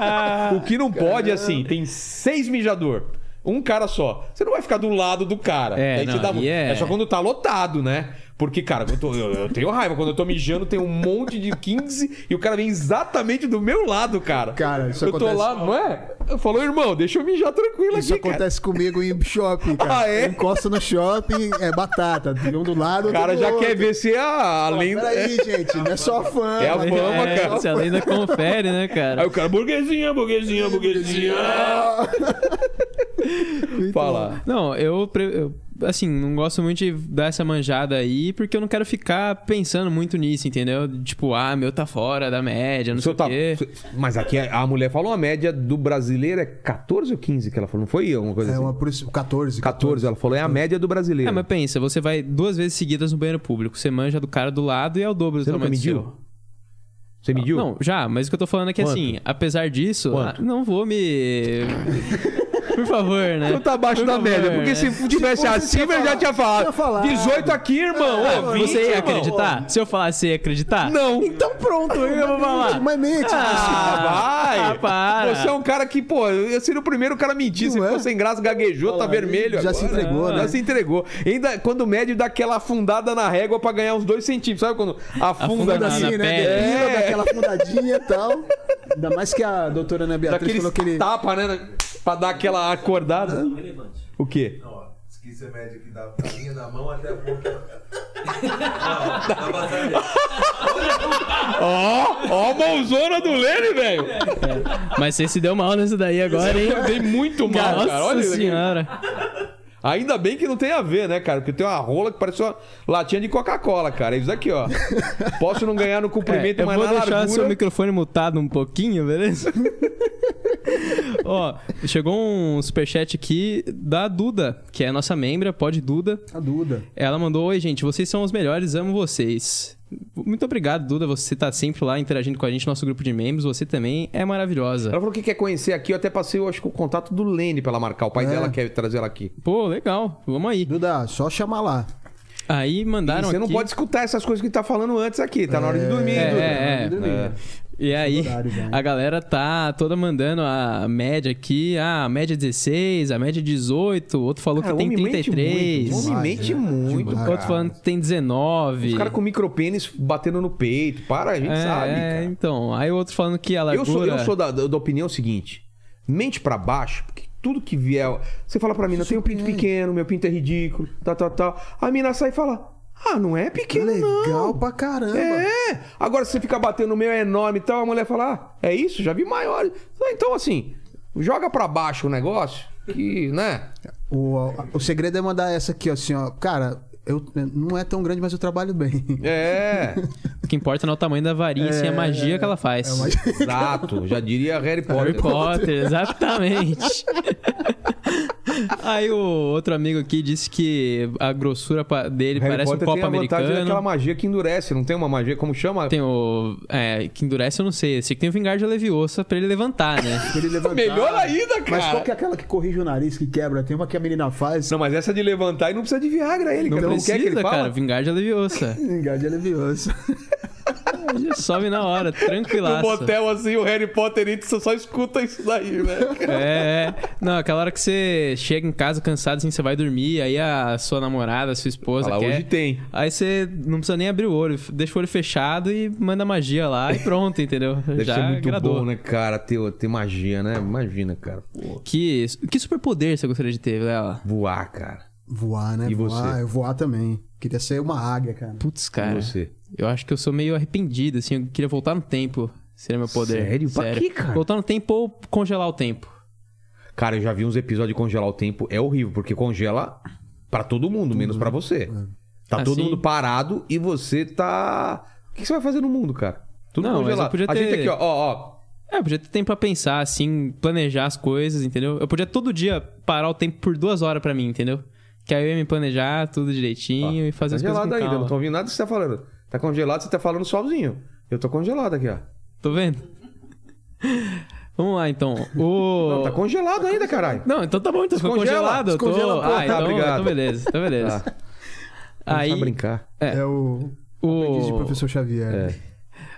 [SPEAKER 5] Ah,
[SPEAKER 1] O que não pode, é assim, tem seis mijador. Um cara só. Você não vai ficar do lado do cara.
[SPEAKER 5] É,
[SPEAKER 1] Daí te
[SPEAKER 5] não,
[SPEAKER 1] dá-
[SPEAKER 5] aí é-
[SPEAKER 1] é só quando tá lotado, né? Porque, cara, eu, tô- eu- eu tenho raiva. Quando eu tô mijando, tem um monte de 15 e o cara vem exatamente do meu lado, cara.
[SPEAKER 2] Cara, isso
[SPEAKER 1] Eu tô
[SPEAKER 2] acontece-
[SPEAKER 1] lá, não é? Eu falo, irmão, deixa eu mijar tranquilo
[SPEAKER 2] Isso
[SPEAKER 1] aqui, cara.
[SPEAKER 2] acontece comigo em shopping, cara.
[SPEAKER 1] Ah, é?
[SPEAKER 2] Eu encosto no shopping, é batata. De um do lado,
[SPEAKER 1] O cara
[SPEAKER 2] outro do
[SPEAKER 1] já
[SPEAKER 2] outro.
[SPEAKER 1] quer ver se é a, a
[SPEAKER 2] Fala,
[SPEAKER 1] lenda.
[SPEAKER 2] Peraí, gente, não é só fã.
[SPEAKER 1] É a fama,
[SPEAKER 5] É,
[SPEAKER 1] cara.
[SPEAKER 5] Se a lenda confere, né,
[SPEAKER 1] Aí
[SPEAKER 5] cara?
[SPEAKER 1] o cara, burguesinha, burguesinha, burguesinha. Fala.
[SPEAKER 5] Não, eu, pre- eu, assim, não gosto muito de dar essa manjada aí, porque eu não quero ficar pensando muito nisso, entendeu? Tipo, ah, meu tá fora da média, não
[SPEAKER 1] O senhor
[SPEAKER 5] sei o
[SPEAKER 1] tá-
[SPEAKER 5] quê.
[SPEAKER 1] Mas aqui a mulher falou a média do brasileiro é 14 ou 15 que ela falou, não foi alguma coisa
[SPEAKER 2] É
[SPEAKER 1] assim?
[SPEAKER 2] uma por isso- 14.
[SPEAKER 1] 14, ela falou, é a média do brasileiro.
[SPEAKER 5] É, mas pensa, você vai duas vezes seguidas no banheiro público, você manja do cara do lado e é o dobro
[SPEAKER 1] Você
[SPEAKER 5] do
[SPEAKER 1] nunca
[SPEAKER 5] tamanho do
[SPEAKER 1] mediu?
[SPEAKER 5] seu.
[SPEAKER 1] Você mediu?
[SPEAKER 5] Não, já, mas o que eu tô falando é que
[SPEAKER 1] Quanto?
[SPEAKER 5] assim, apesar disso,
[SPEAKER 1] Quanto?
[SPEAKER 5] ah, não vou me. Por favor, né?
[SPEAKER 1] Então tá abaixo
[SPEAKER 5] Por
[SPEAKER 1] da
[SPEAKER 5] favor,
[SPEAKER 1] média,
[SPEAKER 5] né?
[SPEAKER 1] porque se tivesse
[SPEAKER 2] fosse,
[SPEAKER 1] acima
[SPEAKER 2] tinha
[SPEAKER 1] ele já
[SPEAKER 2] falado.
[SPEAKER 1] tinha falado.
[SPEAKER 2] Tinha falado.
[SPEAKER 1] 18 aqui, irmão.
[SPEAKER 5] Ah,
[SPEAKER 1] Ô, 20,
[SPEAKER 5] você ia
[SPEAKER 1] irmão.
[SPEAKER 5] acreditar? Se eu falar, você ia acreditar?
[SPEAKER 1] Não.
[SPEAKER 5] Então pronto, eu vou falar.
[SPEAKER 2] Mas mente,
[SPEAKER 1] Ah, vai!
[SPEAKER 5] Ah, para.
[SPEAKER 1] Você é um cara que, pô, eu seria o primeiro cara a mentir. Se
[SPEAKER 2] Não é?
[SPEAKER 1] ficou sem graça, gaguejou, tá vermelho.
[SPEAKER 2] já se
[SPEAKER 1] agora.
[SPEAKER 2] entregou, né?
[SPEAKER 1] Já se entregou. Ainda quando o médio dá aquela afundada na régua pra ganhar uns dois centímetros. Sabe quando afunda,
[SPEAKER 5] Afunda
[SPEAKER 1] aqui?
[SPEAKER 5] na-
[SPEAKER 2] assim,
[SPEAKER 5] na
[SPEAKER 2] né?
[SPEAKER 5] pele.
[SPEAKER 2] Depila,
[SPEAKER 1] É.
[SPEAKER 2] dá aquela fundadinha e tal. Ainda mais que a doutora Ana Beatriz
[SPEAKER 1] Daqueles
[SPEAKER 2] falou que ele.
[SPEAKER 1] tapa, né? Pra dar aquela acordada. O quê?
[SPEAKER 4] Diz que você mede aqui da palhinha da mão até a boca.
[SPEAKER 1] Ó, ó a mãozona do Lene, velho!
[SPEAKER 5] Mas você se deu mal nessa daí agora, hein?
[SPEAKER 1] Eu dei muito mal,
[SPEAKER 5] Nossa
[SPEAKER 1] cara. Olha isso aqui.
[SPEAKER 5] senhora.
[SPEAKER 1] Ainda bem que não tem a ver, né, cara? Porque tem uma rola que parece uma latinha de Coca-Cola, cara. É Isso aqui, ó. Posso não ganhar no comprimento,
[SPEAKER 5] É, eu
[SPEAKER 1] mas
[SPEAKER 5] vou
[SPEAKER 1] na
[SPEAKER 5] deixar
[SPEAKER 1] largura...
[SPEAKER 5] seu microfone mutado um pouquinho, beleza? Ó, chegou um superchat aqui da Duda, que é a nossa membra, pode Duda.
[SPEAKER 2] A Duda.
[SPEAKER 5] Ela mandou: Oi, gente, vocês são os melhores, amo vocês. Muito obrigado, Duda. Você tá sempre lá interagindo com a gente, nosso grupo de membros. Você também é maravilhosa.
[SPEAKER 1] Ela falou que quer conhecer aqui. Eu até passei, eu acho que o contato do Lene pra ela marcar. O pai
[SPEAKER 2] É.
[SPEAKER 1] dela quer trazer ela aqui.
[SPEAKER 5] Pô, legal, vamos aí.
[SPEAKER 2] Duda, só chamar lá.
[SPEAKER 5] Aí
[SPEAKER 1] E
[SPEAKER 5] mandaram
[SPEAKER 1] você não
[SPEAKER 5] Ah, aqui-
[SPEAKER 1] pode escutar essas coisas que tá falando antes aqui. Tá na hora de dormir,
[SPEAKER 5] É,
[SPEAKER 1] Duda.
[SPEAKER 5] é, é.
[SPEAKER 1] É. né?
[SPEAKER 5] E aí,
[SPEAKER 2] horário já, hein?
[SPEAKER 5] a galera tá toda mandando a média aqui. Ah, a média é 16, a média é 18. Outro falou
[SPEAKER 1] Cara,
[SPEAKER 5] que tem
[SPEAKER 1] homem mente
[SPEAKER 5] 33.
[SPEAKER 1] muito. Homem
[SPEAKER 2] Demais,
[SPEAKER 1] mente
[SPEAKER 2] né?
[SPEAKER 1] muito,
[SPEAKER 2] Demais.
[SPEAKER 1] cara.
[SPEAKER 5] Outro falando que tem 19.
[SPEAKER 1] Os caras com micropênis batendo no peito. Para, a gente
[SPEAKER 5] é,
[SPEAKER 1] sabe, cara.
[SPEAKER 5] é, então. Aí outro falando que a largura...
[SPEAKER 1] Eu sou, eu sou da, da opinião seguinte: mente pra baixo, porque tudo que vier. Você fala pra mina, eu tenho um pinto pequeno, meu pinto é ridículo, tal, tal, tal. A mina sai e fala: Ah, não é pequeno,
[SPEAKER 2] Legal
[SPEAKER 1] não.
[SPEAKER 2] pra caramba.
[SPEAKER 1] É! Agora se você fica batendo, o meu é enorme e tal, a mulher fala: Ah, é isso? Já vi maior. Então, assim, joga pra baixo o negócio, que, né?
[SPEAKER 2] O, o segredo é mandar essa aqui, ó, assim, ó. Cara, eu, não é tão grande, mas eu trabalho bem.
[SPEAKER 1] É,
[SPEAKER 5] O que importa não é o tamanho da varinha, sim, a magia que ela faz.
[SPEAKER 1] exato. Já diria Harry Potter.
[SPEAKER 5] Harry Potter, exatamente. Aí o outro amigo aqui disse que a grossura pa- dele
[SPEAKER 1] Harry
[SPEAKER 5] parece
[SPEAKER 1] Potter
[SPEAKER 5] um
[SPEAKER 1] tem
[SPEAKER 5] copo
[SPEAKER 1] a vantagem daquela
[SPEAKER 5] americano.
[SPEAKER 1] magia que endurece, não tem uma magia, como chama?
[SPEAKER 5] Tem o. É, que endurece, eu não sei. Esse aqui tem o Vingarde Leviosa pra ele levantar, né?
[SPEAKER 2] Ele levantar.
[SPEAKER 1] Tá Melhor ainda, cara.
[SPEAKER 2] Mas qual que é aquela que corrige o nariz, que quebra? Tem uma que a menina faz.
[SPEAKER 1] é? Não, mas essa de levantar e não precisa de Viagra ele,
[SPEAKER 5] Não
[SPEAKER 1] cara.
[SPEAKER 5] precisa,
[SPEAKER 1] não quer Então, que ele
[SPEAKER 5] cara.
[SPEAKER 1] fala?
[SPEAKER 5] Vingarde Leviosa.
[SPEAKER 2] Engade alivioso.
[SPEAKER 5] Já sobe na hora,
[SPEAKER 1] No
[SPEAKER 5] tranquilaço.
[SPEAKER 1] motel, assim, o Harry Potter entra, você só escuta isso daí, né? velho.
[SPEAKER 5] É, é. Não, aquela hora que você chega em casa cansado, assim, você vai dormir, aí a sua namorada, a sua esposa
[SPEAKER 1] Fala,
[SPEAKER 5] quer...
[SPEAKER 1] hoje tem.
[SPEAKER 5] Aí você não precisa nem abrir o olho, deixa o olho fechado e manda magia lá e pronto, entendeu?
[SPEAKER 1] Deve
[SPEAKER 5] Já
[SPEAKER 1] ser muito
[SPEAKER 5] agradou.
[SPEAKER 1] bom, né, cara, ter, ter magia, né? Imagina, cara. Pô,
[SPEAKER 5] Que, que superpoder você gostaria de ter, Vilela?
[SPEAKER 1] voar, cara.
[SPEAKER 2] Voar, né?
[SPEAKER 1] E
[SPEAKER 2] voar,
[SPEAKER 1] você?
[SPEAKER 2] eu voar também. Queria ser uma águia, cara.
[SPEAKER 5] Putz,
[SPEAKER 1] E
[SPEAKER 5] cara.
[SPEAKER 1] você?
[SPEAKER 5] Eu acho que eu sou meio arrependido, assim. Eu queria voltar no tempo. Seria meu poder.
[SPEAKER 1] Sério? Pra quê, cara?
[SPEAKER 5] Voltar no tempo ou congelar o tempo.
[SPEAKER 1] Cara, eu já vi uns episódios de congelar o tempo. É horrível, porque congela pra todo mundo, menos
[SPEAKER 5] né?
[SPEAKER 1] pra você. Tá todo
[SPEAKER 5] Assim?
[SPEAKER 1] mundo parado e você tá. O que que você vai fazer no mundo, cara? Tudo
[SPEAKER 5] Não, mas eu
[SPEAKER 1] congelado.
[SPEAKER 5] podia
[SPEAKER 1] A gente
[SPEAKER 5] ter-
[SPEAKER 1] aqui, ó, ó, ó.
[SPEAKER 5] É, eu podia ter tempo pra pensar, assim, planejar as coisas, entendeu? Eu podia todo dia parar o tempo por duas horas pra mim, entendeu? Que aí eu ia me planejar tudo direitinho e fazer as coisas com
[SPEAKER 1] tá Congelado ainda,
[SPEAKER 5] calma.
[SPEAKER 1] não tô ouvindo nada que você tá falando. Tá congelado, você tá falando sozinho. Eu tô congelado aqui, ó.
[SPEAKER 5] Tô vendo? Vamos lá, então. O...
[SPEAKER 1] Não, tá congelado ainda, caralho.
[SPEAKER 5] Não, então tá bom, então ficou
[SPEAKER 1] Descongela,
[SPEAKER 5] congelado. eu tô...
[SPEAKER 1] descongela, pô.
[SPEAKER 5] ah,
[SPEAKER 1] Tá,
[SPEAKER 5] então,
[SPEAKER 1] obrigado.
[SPEAKER 5] então beleza, então beleza.
[SPEAKER 1] Aí... Não sabe
[SPEAKER 5] Aí,
[SPEAKER 1] brincar.
[SPEAKER 5] É.
[SPEAKER 2] É, o.
[SPEAKER 5] o-
[SPEAKER 2] aprendiz de professor Xavier.
[SPEAKER 1] É,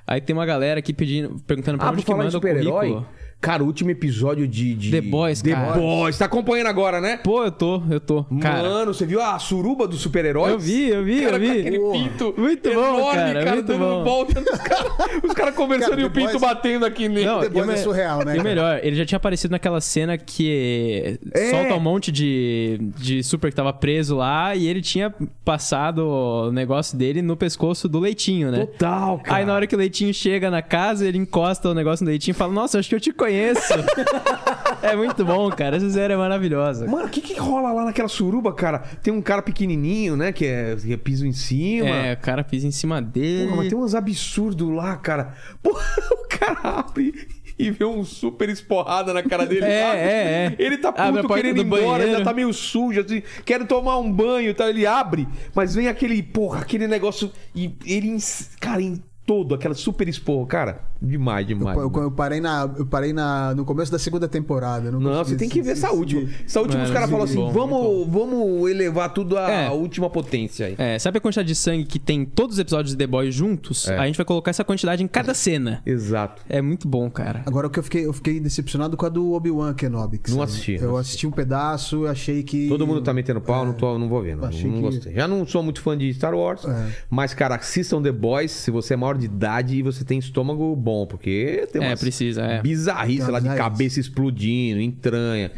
[SPEAKER 5] aí tem uma galera aqui pedindo, perguntando pra
[SPEAKER 1] Ah,
[SPEAKER 5] onde
[SPEAKER 1] por
[SPEAKER 5] que
[SPEAKER 1] falar em
[SPEAKER 5] Então manda o
[SPEAKER 1] super-herói.
[SPEAKER 5] currículo.
[SPEAKER 1] Cara, o último episódio de, de.
[SPEAKER 5] The Boys,
[SPEAKER 1] The
[SPEAKER 5] cara.
[SPEAKER 1] Boys. Tá acompanhando agora, né?
[SPEAKER 5] Pô, eu tô, eu tô. Cara,
[SPEAKER 1] Mano, você viu a suruba dos super-heróis?
[SPEAKER 5] eu vi, eu vi,
[SPEAKER 1] Cara,
[SPEAKER 5] eu vi.
[SPEAKER 1] com aquele pinto
[SPEAKER 5] Muito bom,
[SPEAKER 1] enorme,
[SPEAKER 5] cara, muito
[SPEAKER 1] dando um
[SPEAKER 5] bom.
[SPEAKER 1] volta nos caras. Os caras conversando
[SPEAKER 2] Cara,
[SPEAKER 1] e o
[SPEAKER 2] The
[SPEAKER 1] pinto
[SPEAKER 2] Boys-
[SPEAKER 1] batendo aqui nele.
[SPEAKER 5] Não,
[SPEAKER 2] The Boys
[SPEAKER 5] e o
[SPEAKER 2] é
[SPEAKER 5] me-
[SPEAKER 2] surreal, né,
[SPEAKER 5] E o
[SPEAKER 2] cara?
[SPEAKER 5] melhor, ele já tinha aparecido naquela cena que
[SPEAKER 1] É.
[SPEAKER 5] solta um monte de, de super que tava preso lá e ele tinha passado o negócio dele no pescoço do leitinho, né?
[SPEAKER 1] Total, cara.
[SPEAKER 5] Aí na hora que o leitinho chega na casa, ele encosta o negócio no leitinho e fala: Nossa, acho que eu te conheço. é muito bom, cara. Essa série é maravilhosa.
[SPEAKER 1] Mano, o que que rola lá naquela suruba, cara? Tem um cara pequenininho, né? Que é, que é piso em cima.
[SPEAKER 5] É, o cara pisa em cima dele.
[SPEAKER 1] Porra, mas tem um- uns absurdos lá, cara. Porra, o cara abre e vê um super esporrada na cara dele.
[SPEAKER 5] É,
[SPEAKER 1] sabe?
[SPEAKER 5] é, é.
[SPEAKER 1] Ele tá
[SPEAKER 5] Abre a
[SPEAKER 1] puto
[SPEAKER 5] porta
[SPEAKER 1] querendo
[SPEAKER 5] do
[SPEAKER 1] ir embora,
[SPEAKER 5] banheiro.
[SPEAKER 1] já tá meio sujo, assim. Quero tomar um banho e tal. Ele abre, mas vem aquele, porra, aquele negócio. E ele, ens- cara, em todo, aquela super esporro. Cara, demais, demais.
[SPEAKER 2] Eu, eu parei, na, eu parei na, no começo da segunda temporada. eu Não,
[SPEAKER 1] Não,
[SPEAKER 2] consegui
[SPEAKER 1] você tem que
[SPEAKER 2] se-
[SPEAKER 1] ver essa
[SPEAKER 2] se-
[SPEAKER 1] última.
[SPEAKER 2] se-
[SPEAKER 1] Essa última
[SPEAKER 5] Mano,
[SPEAKER 1] os caras falam assim:
[SPEAKER 5] muito bom,
[SPEAKER 1] vamos,
[SPEAKER 5] muito
[SPEAKER 1] vamos elevar tudo à
[SPEAKER 5] É.
[SPEAKER 1] última potência aí.
[SPEAKER 5] É, sabe a quantidade de sangue que tem em todos os episódios de The Boys juntos?
[SPEAKER 1] É.
[SPEAKER 5] A gente vai colocar essa quantidade em cada cena.
[SPEAKER 1] Exato.
[SPEAKER 5] É muito bom, cara.
[SPEAKER 2] Agora o que eu fiquei, eu fiquei decepcionado com a do Obi-Wan Kenobi. que
[SPEAKER 1] Não
[SPEAKER 2] saiu.
[SPEAKER 1] assisti, não
[SPEAKER 2] Eu assisti um pedaço, achei que.
[SPEAKER 1] Todo mundo tá metendo pau, não, tô, não vou ver, não,
[SPEAKER 2] Achei
[SPEAKER 1] não
[SPEAKER 2] que- É.
[SPEAKER 1] gostei. Já não sou muito fã de Star Wars, mas, cara, assistam The Boys se você é maior de idade e você tem estômago bom, porque tem
[SPEAKER 5] É,
[SPEAKER 1] umas
[SPEAKER 5] precisa, é.
[SPEAKER 1] bizarrice
[SPEAKER 2] Tem
[SPEAKER 1] lá de
[SPEAKER 2] umas
[SPEAKER 1] cabeça explodindo, entranha.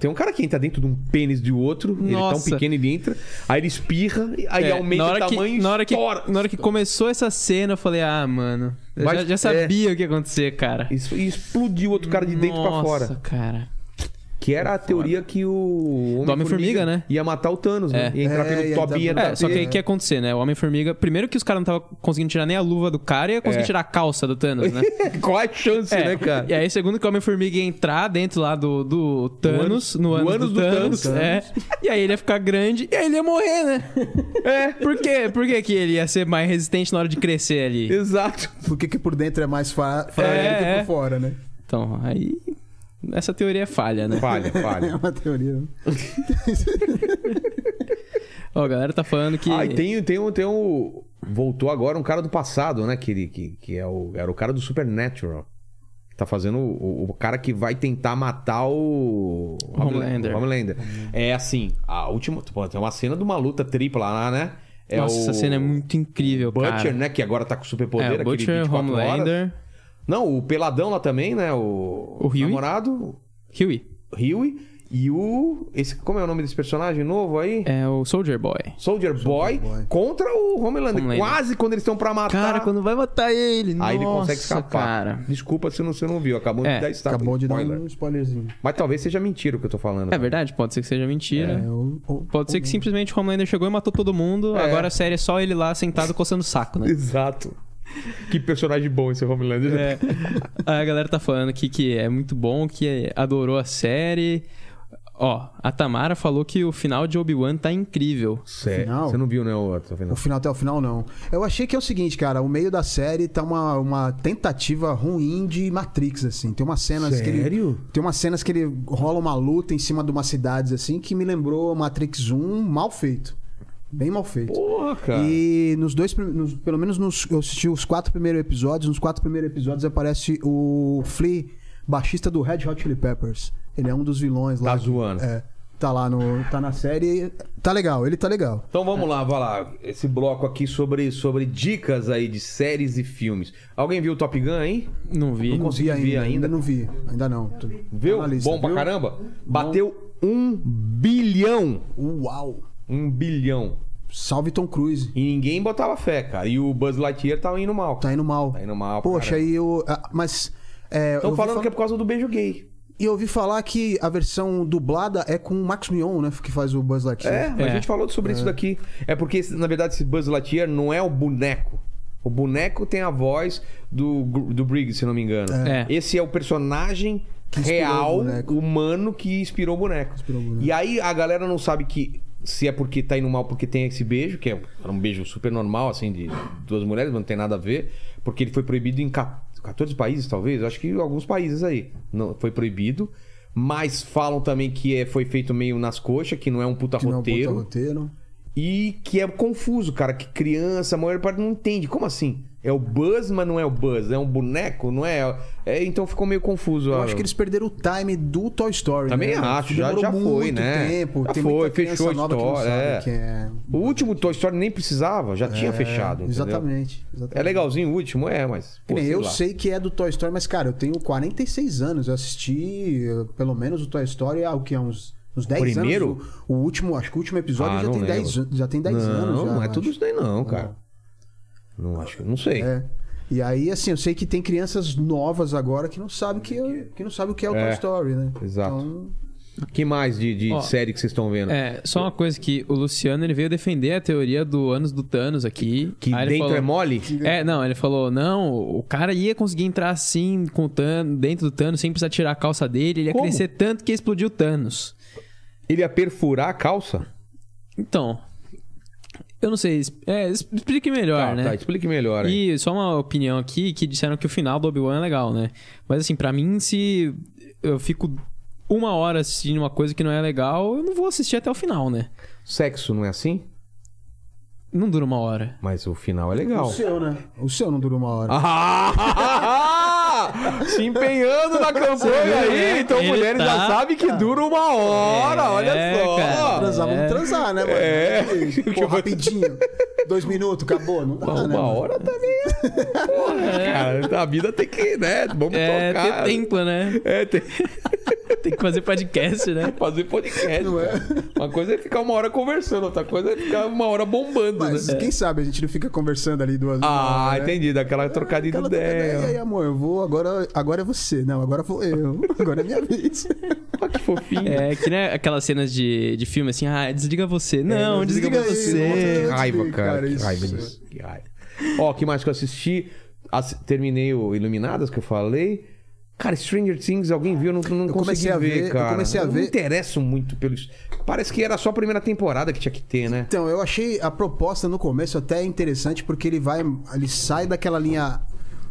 [SPEAKER 1] Tem um cara que entra dentro de um pênis de outro, ele é tão
[SPEAKER 5] Nossa.
[SPEAKER 1] pequeno, ele entra, aí ele espirra, aí
[SPEAKER 5] É,
[SPEAKER 1] aumenta
[SPEAKER 5] na
[SPEAKER 1] o
[SPEAKER 5] hora
[SPEAKER 1] tamanho
[SPEAKER 5] que,
[SPEAKER 1] e
[SPEAKER 5] na hora que
[SPEAKER 1] estoura.
[SPEAKER 5] Na hora que começou essa cena, eu falei, ah, mano. Eu
[SPEAKER 1] Mas-
[SPEAKER 5] já, já sabia o que ia acontecer, cara.
[SPEAKER 1] Isso- é. E explodiu outro cara de dentro pra fora.
[SPEAKER 5] Nossa, cara.
[SPEAKER 1] Que era a teoria que o
[SPEAKER 5] Do Homem-Formiga, né?
[SPEAKER 1] Ia matar o Thanos, né?
[SPEAKER 5] É.
[SPEAKER 1] Ia entrar
[SPEAKER 2] É,
[SPEAKER 1] pelo
[SPEAKER 2] ia
[SPEAKER 1] top e ia
[SPEAKER 2] entrar
[SPEAKER 1] entrar
[SPEAKER 5] É, só que aí o
[SPEAKER 1] pelo-
[SPEAKER 5] que ia acontecer, né? O Homem-Formiga. Primeiro que os caras não estavam conseguindo tirar nem a luva do cara e ia conseguir
[SPEAKER 1] É.
[SPEAKER 5] tirar a calça do Thanos, né?
[SPEAKER 1] Qual a chance,
[SPEAKER 5] É,
[SPEAKER 1] né, cara?
[SPEAKER 5] E aí, segundo que o Homem-Formiga ia entrar dentro lá do, do Thanos,
[SPEAKER 1] ânus-
[SPEAKER 5] no
[SPEAKER 1] do
[SPEAKER 5] ânus,
[SPEAKER 1] ânus do
[SPEAKER 5] do, Thanos,
[SPEAKER 1] Thanos.
[SPEAKER 5] é. E aí ele ia ficar grande e aí ele ia morrer, né? É. Por quê? Por que, que ele ia ser mais resistente na hora de crescer ali?
[SPEAKER 1] Exato.
[SPEAKER 2] Por que, que por dentro é mais fa- frágil
[SPEAKER 5] É,
[SPEAKER 2] do que
[SPEAKER 5] é.
[SPEAKER 2] por fora, né?
[SPEAKER 5] Então, aí. Essa teoria é falha, né?
[SPEAKER 1] Falha,
[SPEAKER 2] É
[SPEAKER 1] falha.
[SPEAKER 2] uma teoria.
[SPEAKER 5] Ó, a galera tá falando que.
[SPEAKER 1] Ah, e tem, tem, um, tem um. Voltou agora um cara do passado, né? Que, ele- que, que é o, era o cara do Supernatural. Tá fazendo o, o- o cara que vai tentar matar o.
[SPEAKER 5] Homelander.
[SPEAKER 1] Homelander. É assim, a última. Pô, tem uma cena de uma luta tripla lá, né? É
[SPEAKER 5] Nossa,
[SPEAKER 1] o
[SPEAKER 5] essa cena é muito incrível,
[SPEAKER 1] Butcher,
[SPEAKER 5] cara.
[SPEAKER 1] né? Que agora tá com superpoder,
[SPEAKER 5] é, o
[SPEAKER 1] aquele
[SPEAKER 5] Butcher,
[SPEAKER 1] 24 horas.
[SPEAKER 5] Homelander,
[SPEAKER 1] Não, o Peladão lá também, né? O,
[SPEAKER 5] O Huey?
[SPEAKER 1] namorado,
[SPEAKER 5] Huey.
[SPEAKER 1] o Huey. E o. Esse, como é o nome desse personagem novo aí?
[SPEAKER 5] É o Soldier Boy.
[SPEAKER 1] Soldier, Boy, contra o Homelander.
[SPEAKER 5] Homelander.
[SPEAKER 1] Quase quando eles estão pra matar.
[SPEAKER 5] Cara, quando vai matar ele,
[SPEAKER 1] Ah, tá. Aí ele
[SPEAKER 5] nossa,
[SPEAKER 1] consegue escapar.
[SPEAKER 5] Cara.
[SPEAKER 1] Desculpa se não- você não viu. Acabou
[SPEAKER 5] É,
[SPEAKER 1] de dar esta-
[SPEAKER 2] Acabou de dar
[SPEAKER 1] Tá spoiler.
[SPEAKER 2] um spoilerzinho.
[SPEAKER 1] Mas talvez seja mentira o que eu tô falando.
[SPEAKER 5] É verdade, pode ser que seja mentira.
[SPEAKER 2] É, o- o-
[SPEAKER 5] Pode ser que simplesmente o Homelander chegou e matou todo mundo.
[SPEAKER 1] É.
[SPEAKER 5] Agora a série é só ele lá sentado coçando o saco, né?
[SPEAKER 1] Exato. Que personagem bom esse Homelander.
[SPEAKER 5] É. Aí a galera tá falando aqui que é muito bom, que adorou a série.
[SPEAKER 3] Ó, a Tamara falou que o final de Obi-Wan tá incrível.
[SPEAKER 1] Cê-
[SPEAKER 2] Final?
[SPEAKER 1] Você não viu, né, o outro
[SPEAKER 2] O
[SPEAKER 1] final?
[SPEAKER 2] final até o final, não. Eu achei que é o seguinte, cara, o meio da série tá uma, uma tentativa ruim de Matrix, assim. Tem umas cenas que ele.
[SPEAKER 1] Sério?
[SPEAKER 2] Tem umas cenas que ele rola uma luta em cima de umas cidades, assim, que me lembrou Matrix 1 mal feito. Bem mal feito.
[SPEAKER 1] Porra, cara.
[SPEAKER 2] E nos dois, prim- nos- pelo menos nos, eu assisti os quatro primeiros episódios. Nos quatro primeiros episódios aparece o Flea, baixista do Red Hot Chili Peppers. Ele é um dos vilões lá.
[SPEAKER 1] Tá zoando.
[SPEAKER 2] É, tá lá no, tá na série. Tá legal, ele tá legal.
[SPEAKER 1] Então vamos lá, vai lá. Esse bloco aqui sobre, sobre dicas aí de séries e filmes. Alguém viu o Top Gun, hein?
[SPEAKER 3] Não vi.
[SPEAKER 1] Não consegui ver ainda.
[SPEAKER 2] não vi, ainda não. Tô-
[SPEAKER 1] Viu?
[SPEAKER 2] tá na lista,
[SPEAKER 1] Bom pra
[SPEAKER 2] viu?
[SPEAKER 1] caramba. Bateu um bilhão.
[SPEAKER 2] Uau!
[SPEAKER 1] Um bilhão.
[SPEAKER 2] Salve Tom Cruise.
[SPEAKER 1] E ninguém botava fé, cara. E o Buzz Lightyear tava indo mal.
[SPEAKER 2] Tá indo mal.
[SPEAKER 1] Tá indo mal pra
[SPEAKER 2] Poxa,
[SPEAKER 1] caramba.
[SPEAKER 2] aí eu. ah, Mas. É, eu
[SPEAKER 1] Estão
[SPEAKER 2] ouvi
[SPEAKER 1] falando
[SPEAKER 2] falar-
[SPEAKER 1] que é por causa do beijo gay.
[SPEAKER 2] E eu ouvi falar que a versão dublada é com o Max Mion, né? Que faz o Buzz Lightyear.
[SPEAKER 1] É, a
[SPEAKER 3] É.
[SPEAKER 1] gente falou sobre isso daqui. É porque, esse- na verdade, esse Buzz Lightyear não é o boneco. O boneco tem a voz do, Gr- do Briggs, se não me engano.
[SPEAKER 3] É.
[SPEAKER 1] Esse é o personagem
[SPEAKER 2] inspirou o
[SPEAKER 1] real,
[SPEAKER 2] boneco.
[SPEAKER 1] humano, que inspirou o boneco.
[SPEAKER 2] Inspirou o boneco.
[SPEAKER 1] E aí a galera não sabe que se é porque tá indo mal porque tem esse beijo, que é um beijo super normal, assim, de duas mulheres, mas não tem nada a ver, porque ele foi proibido em ca- 14 países, talvez, acho que alguns países aí. Não, foi proibido. Mas falam também que é, foi feito meio nas coxas, que não é um puta
[SPEAKER 2] Que não é um puta
[SPEAKER 1] roteiro.
[SPEAKER 2] roteiro.
[SPEAKER 1] E que é confuso, cara, que criança, a maior parte não entende. Como assim? É o Buzz, mas não é o Buzz. É um boneco, não é? É, então ficou meio confuso.
[SPEAKER 2] Eu
[SPEAKER 1] ó.
[SPEAKER 2] acho que eles perderam o time do Toy Story.
[SPEAKER 1] Também
[SPEAKER 2] né?
[SPEAKER 1] acho, já-
[SPEAKER 2] Demorou
[SPEAKER 1] já foi,
[SPEAKER 2] muito
[SPEAKER 1] né?
[SPEAKER 2] Tempo.
[SPEAKER 1] Já
[SPEAKER 2] Tem
[SPEAKER 1] foi,
[SPEAKER 2] muita criança
[SPEAKER 1] fechou a
[SPEAKER 2] nova que não
[SPEAKER 1] história,
[SPEAKER 2] sabe
[SPEAKER 1] é.
[SPEAKER 2] quem é.
[SPEAKER 1] O último Toy Story nem precisava, já tinha fechado. entendeu?
[SPEAKER 2] Exatamente,
[SPEAKER 1] É
[SPEAKER 2] exatamente.
[SPEAKER 1] legalzinho o último, é, mas. pô,
[SPEAKER 2] Que nem
[SPEAKER 1] sei
[SPEAKER 2] eu
[SPEAKER 1] lá.
[SPEAKER 2] sei que é do Toy Story, mas, cara, eu tenho 46 anos. Eu assisti eh, pelo menos o Toy Story há o que? Há uns, uns 10
[SPEAKER 1] Primeiro?
[SPEAKER 2] anos. O, o último, acho que o último episódio
[SPEAKER 1] Ah,
[SPEAKER 2] já,
[SPEAKER 1] não
[SPEAKER 2] tem 10,
[SPEAKER 1] lembro.
[SPEAKER 2] an- já tem 10
[SPEAKER 1] não,
[SPEAKER 2] anos. já,
[SPEAKER 1] não é
[SPEAKER 2] eu
[SPEAKER 1] tudo
[SPEAKER 2] acho.
[SPEAKER 1] isso daí, não, cara. Não acho que. Não sei.
[SPEAKER 2] É. E aí, assim, eu sei que tem crianças novas agora que não sabem que, é- que não sabe o que é o
[SPEAKER 1] É,
[SPEAKER 2] Toy Story, né?
[SPEAKER 1] exato.
[SPEAKER 2] Então,
[SPEAKER 1] Que mais de, de
[SPEAKER 3] Ó,
[SPEAKER 1] série que vocês estão vendo?
[SPEAKER 3] É, só uma coisa que o Luciano ele veio defender a teoria do anos do Thanos aqui.
[SPEAKER 1] Que
[SPEAKER 3] Aí ele
[SPEAKER 1] dentro
[SPEAKER 3] falou-
[SPEAKER 1] é mole?
[SPEAKER 3] É, não, ele falou, não, o cara ia conseguir entrar assim, com o Thanos, dentro do Thanos, sem precisar tirar a calça dele, ele ia
[SPEAKER 1] Como?
[SPEAKER 3] crescer tanto que ia explodir o Thanos.
[SPEAKER 1] Ele ia perfurar a calça?
[SPEAKER 3] Então, eu não sei, es- é, es- explique melhor,
[SPEAKER 1] tá,
[SPEAKER 3] né?
[SPEAKER 1] tá, explique melhor aí.
[SPEAKER 3] E só uma opinião aqui, que disseram que o final do Obi-Wan é legal, né? Mas assim, pra mim, se eu fico uma hora assistindo uma coisa que não é legal, eu não vou assistir até o final, né?
[SPEAKER 1] Sexo não é assim?
[SPEAKER 3] Não dura uma hora.
[SPEAKER 1] Mas o final é legal.
[SPEAKER 2] O seu, né? O seu não durou uma hora.
[SPEAKER 1] Ah! Se empenhando na campanha
[SPEAKER 2] né?
[SPEAKER 1] aí, então
[SPEAKER 3] Ele
[SPEAKER 1] mulheres já
[SPEAKER 3] tá-
[SPEAKER 1] sabe que dura uma hora, olha
[SPEAKER 3] É,
[SPEAKER 1] só.
[SPEAKER 3] cara.
[SPEAKER 2] transar, vamos transar, né, mano?
[SPEAKER 1] É.
[SPEAKER 2] Pô, rapidinho. Dois minutos, acabou. Não dá,
[SPEAKER 1] Uma
[SPEAKER 2] né? mano?
[SPEAKER 1] hora também. é- Porra, cara, a vida tem que, né? Vamos
[SPEAKER 3] É,
[SPEAKER 1] tocar.
[SPEAKER 3] ter tempo, né?
[SPEAKER 1] É, tem
[SPEAKER 3] Tem que fazer podcast, né?
[SPEAKER 1] fazer podcast.
[SPEAKER 2] Não é?
[SPEAKER 1] cara. Uma coisa é ficar uma hora conversando, outra coisa é ficar uma hora bombando,
[SPEAKER 2] Mas
[SPEAKER 1] né?
[SPEAKER 2] quem sabe a gente não fica conversando ali duas
[SPEAKER 1] Ah,
[SPEAKER 2] horas, né?
[SPEAKER 1] entendi, daquela trocadinha de
[SPEAKER 2] Aquela
[SPEAKER 1] ideia.
[SPEAKER 2] ideia. E aí, amor, eu vou agora. Agora é você. Não, agora vou eu. Agora é minha vez.
[SPEAKER 1] Olha que fofinho.
[SPEAKER 3] É, que nem aquelas cenas de, de filme assim, ah, desliga
[SPEAKER 1] É,
[SPEAKER 3] você. Não, desliga,
[SPEAKER 1] Que
[SPEAKER 2] aí,
[SPEAKER 3] você.
[SPEAKER 2] não.
[SPEAKER 1] raiva,
[SPEAKER 2] Sim,
[SPEAKER 1] cara.
[SPEAKER 2] cara,
[SPEAKER 1] Que
[SPEAKER 2] isso.
[SPEAKER 1] raiva disso. Que raiva. Ó, que mais que eu assisti? Ass- Terminei o Iluminadas que eu falei. Cara, Stranger Things, alguém viu? Eu não, não consegui
[SPEAKER 2] Eu comecei a ver,
[SPEAKER 1] ver,
[SPEAKER 2] eu
[SPEAKER 1] cara.
[SPEAKER 2] comecei a
[SPEAKER 1] não
[SPEAKER 2] ver.
[SPEAKER 1] me interesso muito pelos. Parece que era só a primeira temporada que tinha que ter, né?
[SPEAKER 2] Então, eu achei a proposta no começo até interessante, porque ele vai. Ele sai daquela linha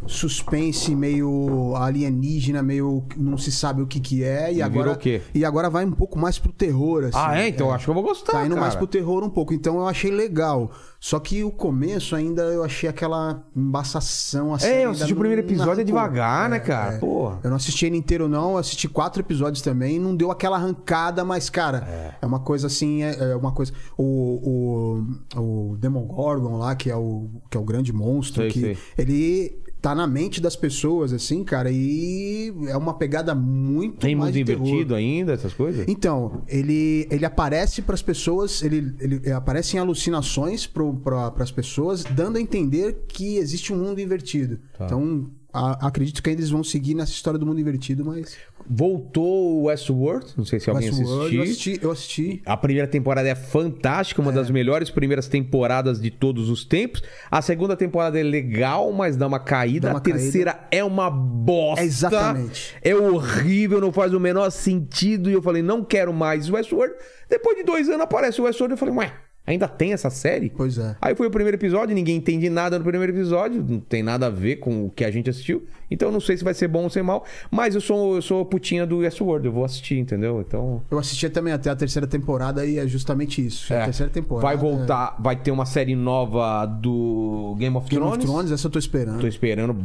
[SPEAKER 2] suspense, meio alienígena, meio. não se sabe o que, que é. E,
[SPEAKER 1] E
[SPEAKER 2] agora.
[SPEAKER 1] virou o quê?
[SPEAKER 2] E agora vai um pouco mais pro terror, assim.
[SPEAKER 1] ah, é? Então eu acho que eu vou gostar.
[SPEAKER 2] Tá indo mais
[SPEAKER 1] cara.
[SPEAKER 2] pro terror um pouco, então eu achei legal. Só que o começo ainda eu achei aquela embaçação assim.
[SPEAKER 1] É, eu
[SPEAKER 2] ainda
[SPEAKER 1] assisti o
[SPEAKER 2] não
[SPEAKER 1] primeiro episódio
[SPEAKER 2] arrancou.
[SPEAKER 1] devagar, né,
[SPEAKER 2] É,
[SPEAKER 1] cara?
[SPEAKER 2] é.
[SPEAKER 1] Porra.
[SPEAKER 2] Eu não assisti ele inteiro, não. Eu assisti quatro episódios também. Não deu aquela arrancada, mas, cara, é, uma coisa assim, é, é uma coisa. O, o, o Demogorgon lá, que é o, que é o grande monstro,
[SPEAKER 1] Sei,
[SPEAKER 2] que
[SPEAKER 1] sei.
[SPEAKER 2] ele tá na mente das pessoas, assim, cara, e é uma pegada muito
[SPEAKER 1] Tem
[SPEAKER 2] mais
[SPEAKER 1] mundo
[SPEAKER 2] de terror.
[SPEAKER 1] invertido ainda, essas coisas?
[SPEAKER 2] Então, ele, ele aparece pras pessoas, ele, ele aparece em
[SPEAKER 1] Tá.
[SPEAKER 2] alucinações para as pessoas, dando a entender que existe um mundo invertido. Então, a- acredito que ainda eles vão seguir nessa história do mundo invertido, mas.
[SPEAKER 1] Voltou o Westworld, não sei se alguém
[SPEAKER 2] Westworld,
[SPEAKER 1] assistiu.
[SPEAKER 2] eu assisti, eu assisti.
[SPEAKER 1] A primeira temporada é fantástica, uma das melhores primeiras temporadas de todos os tempos. A segunda temporada é legal, mas dá uma caída.
[SPEAKER 2] Dá uma
[SPEAKER 1] a terceira é uma bosta.
[SPEAKER 2] É exatamente.
[SPEAKER 1] É horrível, não faz o menor sentido. E eu falei, não quero mais Westworld. Depois de dois anos aparece o Westworld. Eu falei, ué, ainda tem essa série?
[SPEAKER 2] Pois é.
[SPEAKER 1] Aí foi o primeiro episódio, ninguém entende nada no primeiro episódio, não tem nada a ver com o que a gente assistiu. Então eu não sei se vai ser bom ou ser mal, mas eu sou eu sou putinha do Westworld, eu vou assistir, entendeu? Então
[SPEAKER 2] Eu assisti também até a terceira temporada e é justamente isso.
[SPEAKER 1] é,
[SPEAKER 2] a terceira temporada.
[SPEAKER 1] vai voltar, vai ter uma série nova do Game of
[SPEAKER 2] Game
[SPEAKER 1] Thrones.
[SPEAKER 2] of Thrones, essa eu tô esperando.
[SPEAKER 1] Tô esperando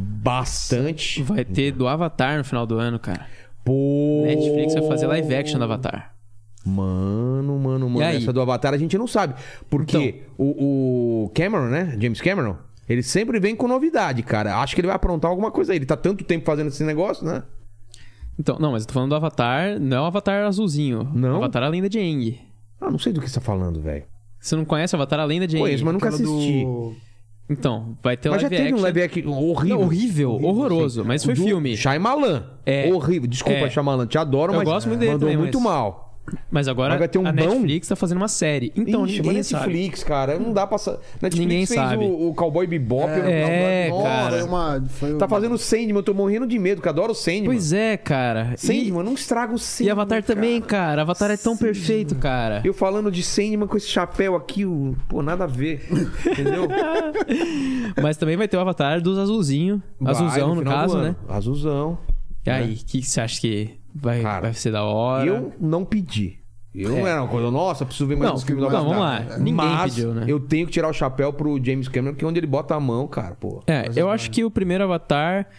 [SPEAKER 1] bastante.
[SPEAKER 5] Vai ter do Avatar no final do ano, cara.
[SPEAKER 1] Pô.
[SPEAKER 5] Netflix vai fazer live action do Avatar.
[SPEAKER 1] Mano, mano, mano.
[SPEAKER 5] E aí? Então.
[SPEAKER 1] Essa do Avatar a gente não sabe. Porque o, o Cameron, né? James Cameron, ele sempre vem com novidade, cara. Acho que ele vai aprontar alguma coisa aí. Ele tá tanto tempo fazendo esse negócio, né?
[SPEAKER 5] Então, não, mas eu tô falando do Avatar, não é o Avatar azulzinho.
[SPEAKER 1] Não?
[SPEAKER 5] Avatar a Lenda de Aang.
[SPEAKER 1] Ah, não sei do que você tá falando, velho.
[SPEAKER 5] Você não conhece Avatar a Lenda de Aang?
[SPEAKER 1] Conheço, mas nunca
[SPEAKER 2] Aquela do-
[SPEAKER 1] assisti.
[SPEAKER 5] Então, vai ter
[SPEAKER 1] Mas já
[SPEAKER 5] live
[SPEAKER 1] teve
[SPEAKER 5] action.
[SPEAKER 1] um live action horrível.
[SPEAKER 5] Não, horrível, horroroso, mas foi
[SPEAKER 1] Do
[SPEAKER 5] filme.
[SPEAKER 1] Shyamalan.
[SPEAKER 5] É.
[SPEAKER 1] Horrível. Desculpa,
[SPEAKER 5] É.
[SPEAKER 1] Shyamalan. Te adoro,
[SPEAKER 5] Eu
[SPEAKER 1] mas
[SPEAKER 5] gosto muito dele
[SPEAKER 1] mandou
[SPEAKER 5] também,
[SPEAKER 1] muito
[SPEAKER 5] mas-
[SPEAKER 1] mal.
[SPEAKER 5] Mas agora
[SPEAKER 1] Mas vai ter um
[SPEAKER 5] a
[SPEAKER 1] bom?
[SPEAKER 5] Netflix tá fazendo uma série. Então,
[SPEAKER 1] Ixi,
[SPEAKER 5] ninguém
[SPEAKER 1] mas
[SPEAKER 5] sabe.
[SPEAKER 1] Netflix, cara, não dá pra... sa- Netflix
[SPEAKER 5] Ninguém
[SPEAKER 1] fez
[SPEAKER 5] sabe.
[SPEAKER 1] O, o Cowboy Bebop. eu não-
[SPEAKER 5] É,
[SPEAKER 1] Nossa,
[SPEAKER 5] cara.
[SPEAKER 2] Foi uma. Foi
[SPEAKER 1] Tá
[SPEAKER 2] uma-
[SPEAKER 1] fazendo Sandman, eu tô morrendo de medo, que eu adoro Sandman.
[SPEAKER 5] Pois é, cara. E,
[SPEAKER 1] Sandman, não estraga o Sandman.
[SPEAKER 5] e Avatar
[SPEAKER 1] cara.
[SPEAKER 5] também, cara. Avatar é tão perfeito, cara.
[SPEAKER 1] Eu falando de Sandman com esse chapéu aqui, o... pô, nada a ver. Entendeu?
[SPEAKER 5] Mas também vai ter o Avatar dos azulzinho.
[SPEAKER 1] Vai,
[SPEAKER 5] azulzão, no,
[SPEAKER 1] final do
[SPEAKER 5] caso,
[SPEAKER 1] ano.
[SPEAKER 5] né?
[SPEAKER 1] Azulzão.
[SPEAKER 5] E aí, o que você acha que vai,
[SPEAKER 1] Cara,
[SPEAKER 5] vai ser da hora?
[SPEAKER 1] Eu não pedi. Eu não
[SPEAKER 5] É.
[SPEAKER 1] era uma coisa, nossa, preciso ver mais
[SPEAKER 5] Não,
[SPEAKER 1] uns filmes
[SPEAKER 5] não,
[SPEAKER 1] da
[SPEAKER 5] vamos
[SPEAKER 1] Marvel.
[SPEAKER 5] lá. Ninguém
[SPEAKER 1] Mas
[SPEAKER 5] pediu, né?
[SPEAKER 1] Eu tenho que tirar o chapéu pro James Cameron, que é onde ele bota a mão, cara, pô.
[SPEAKER 5] É, eu acho que o primeiro Avatar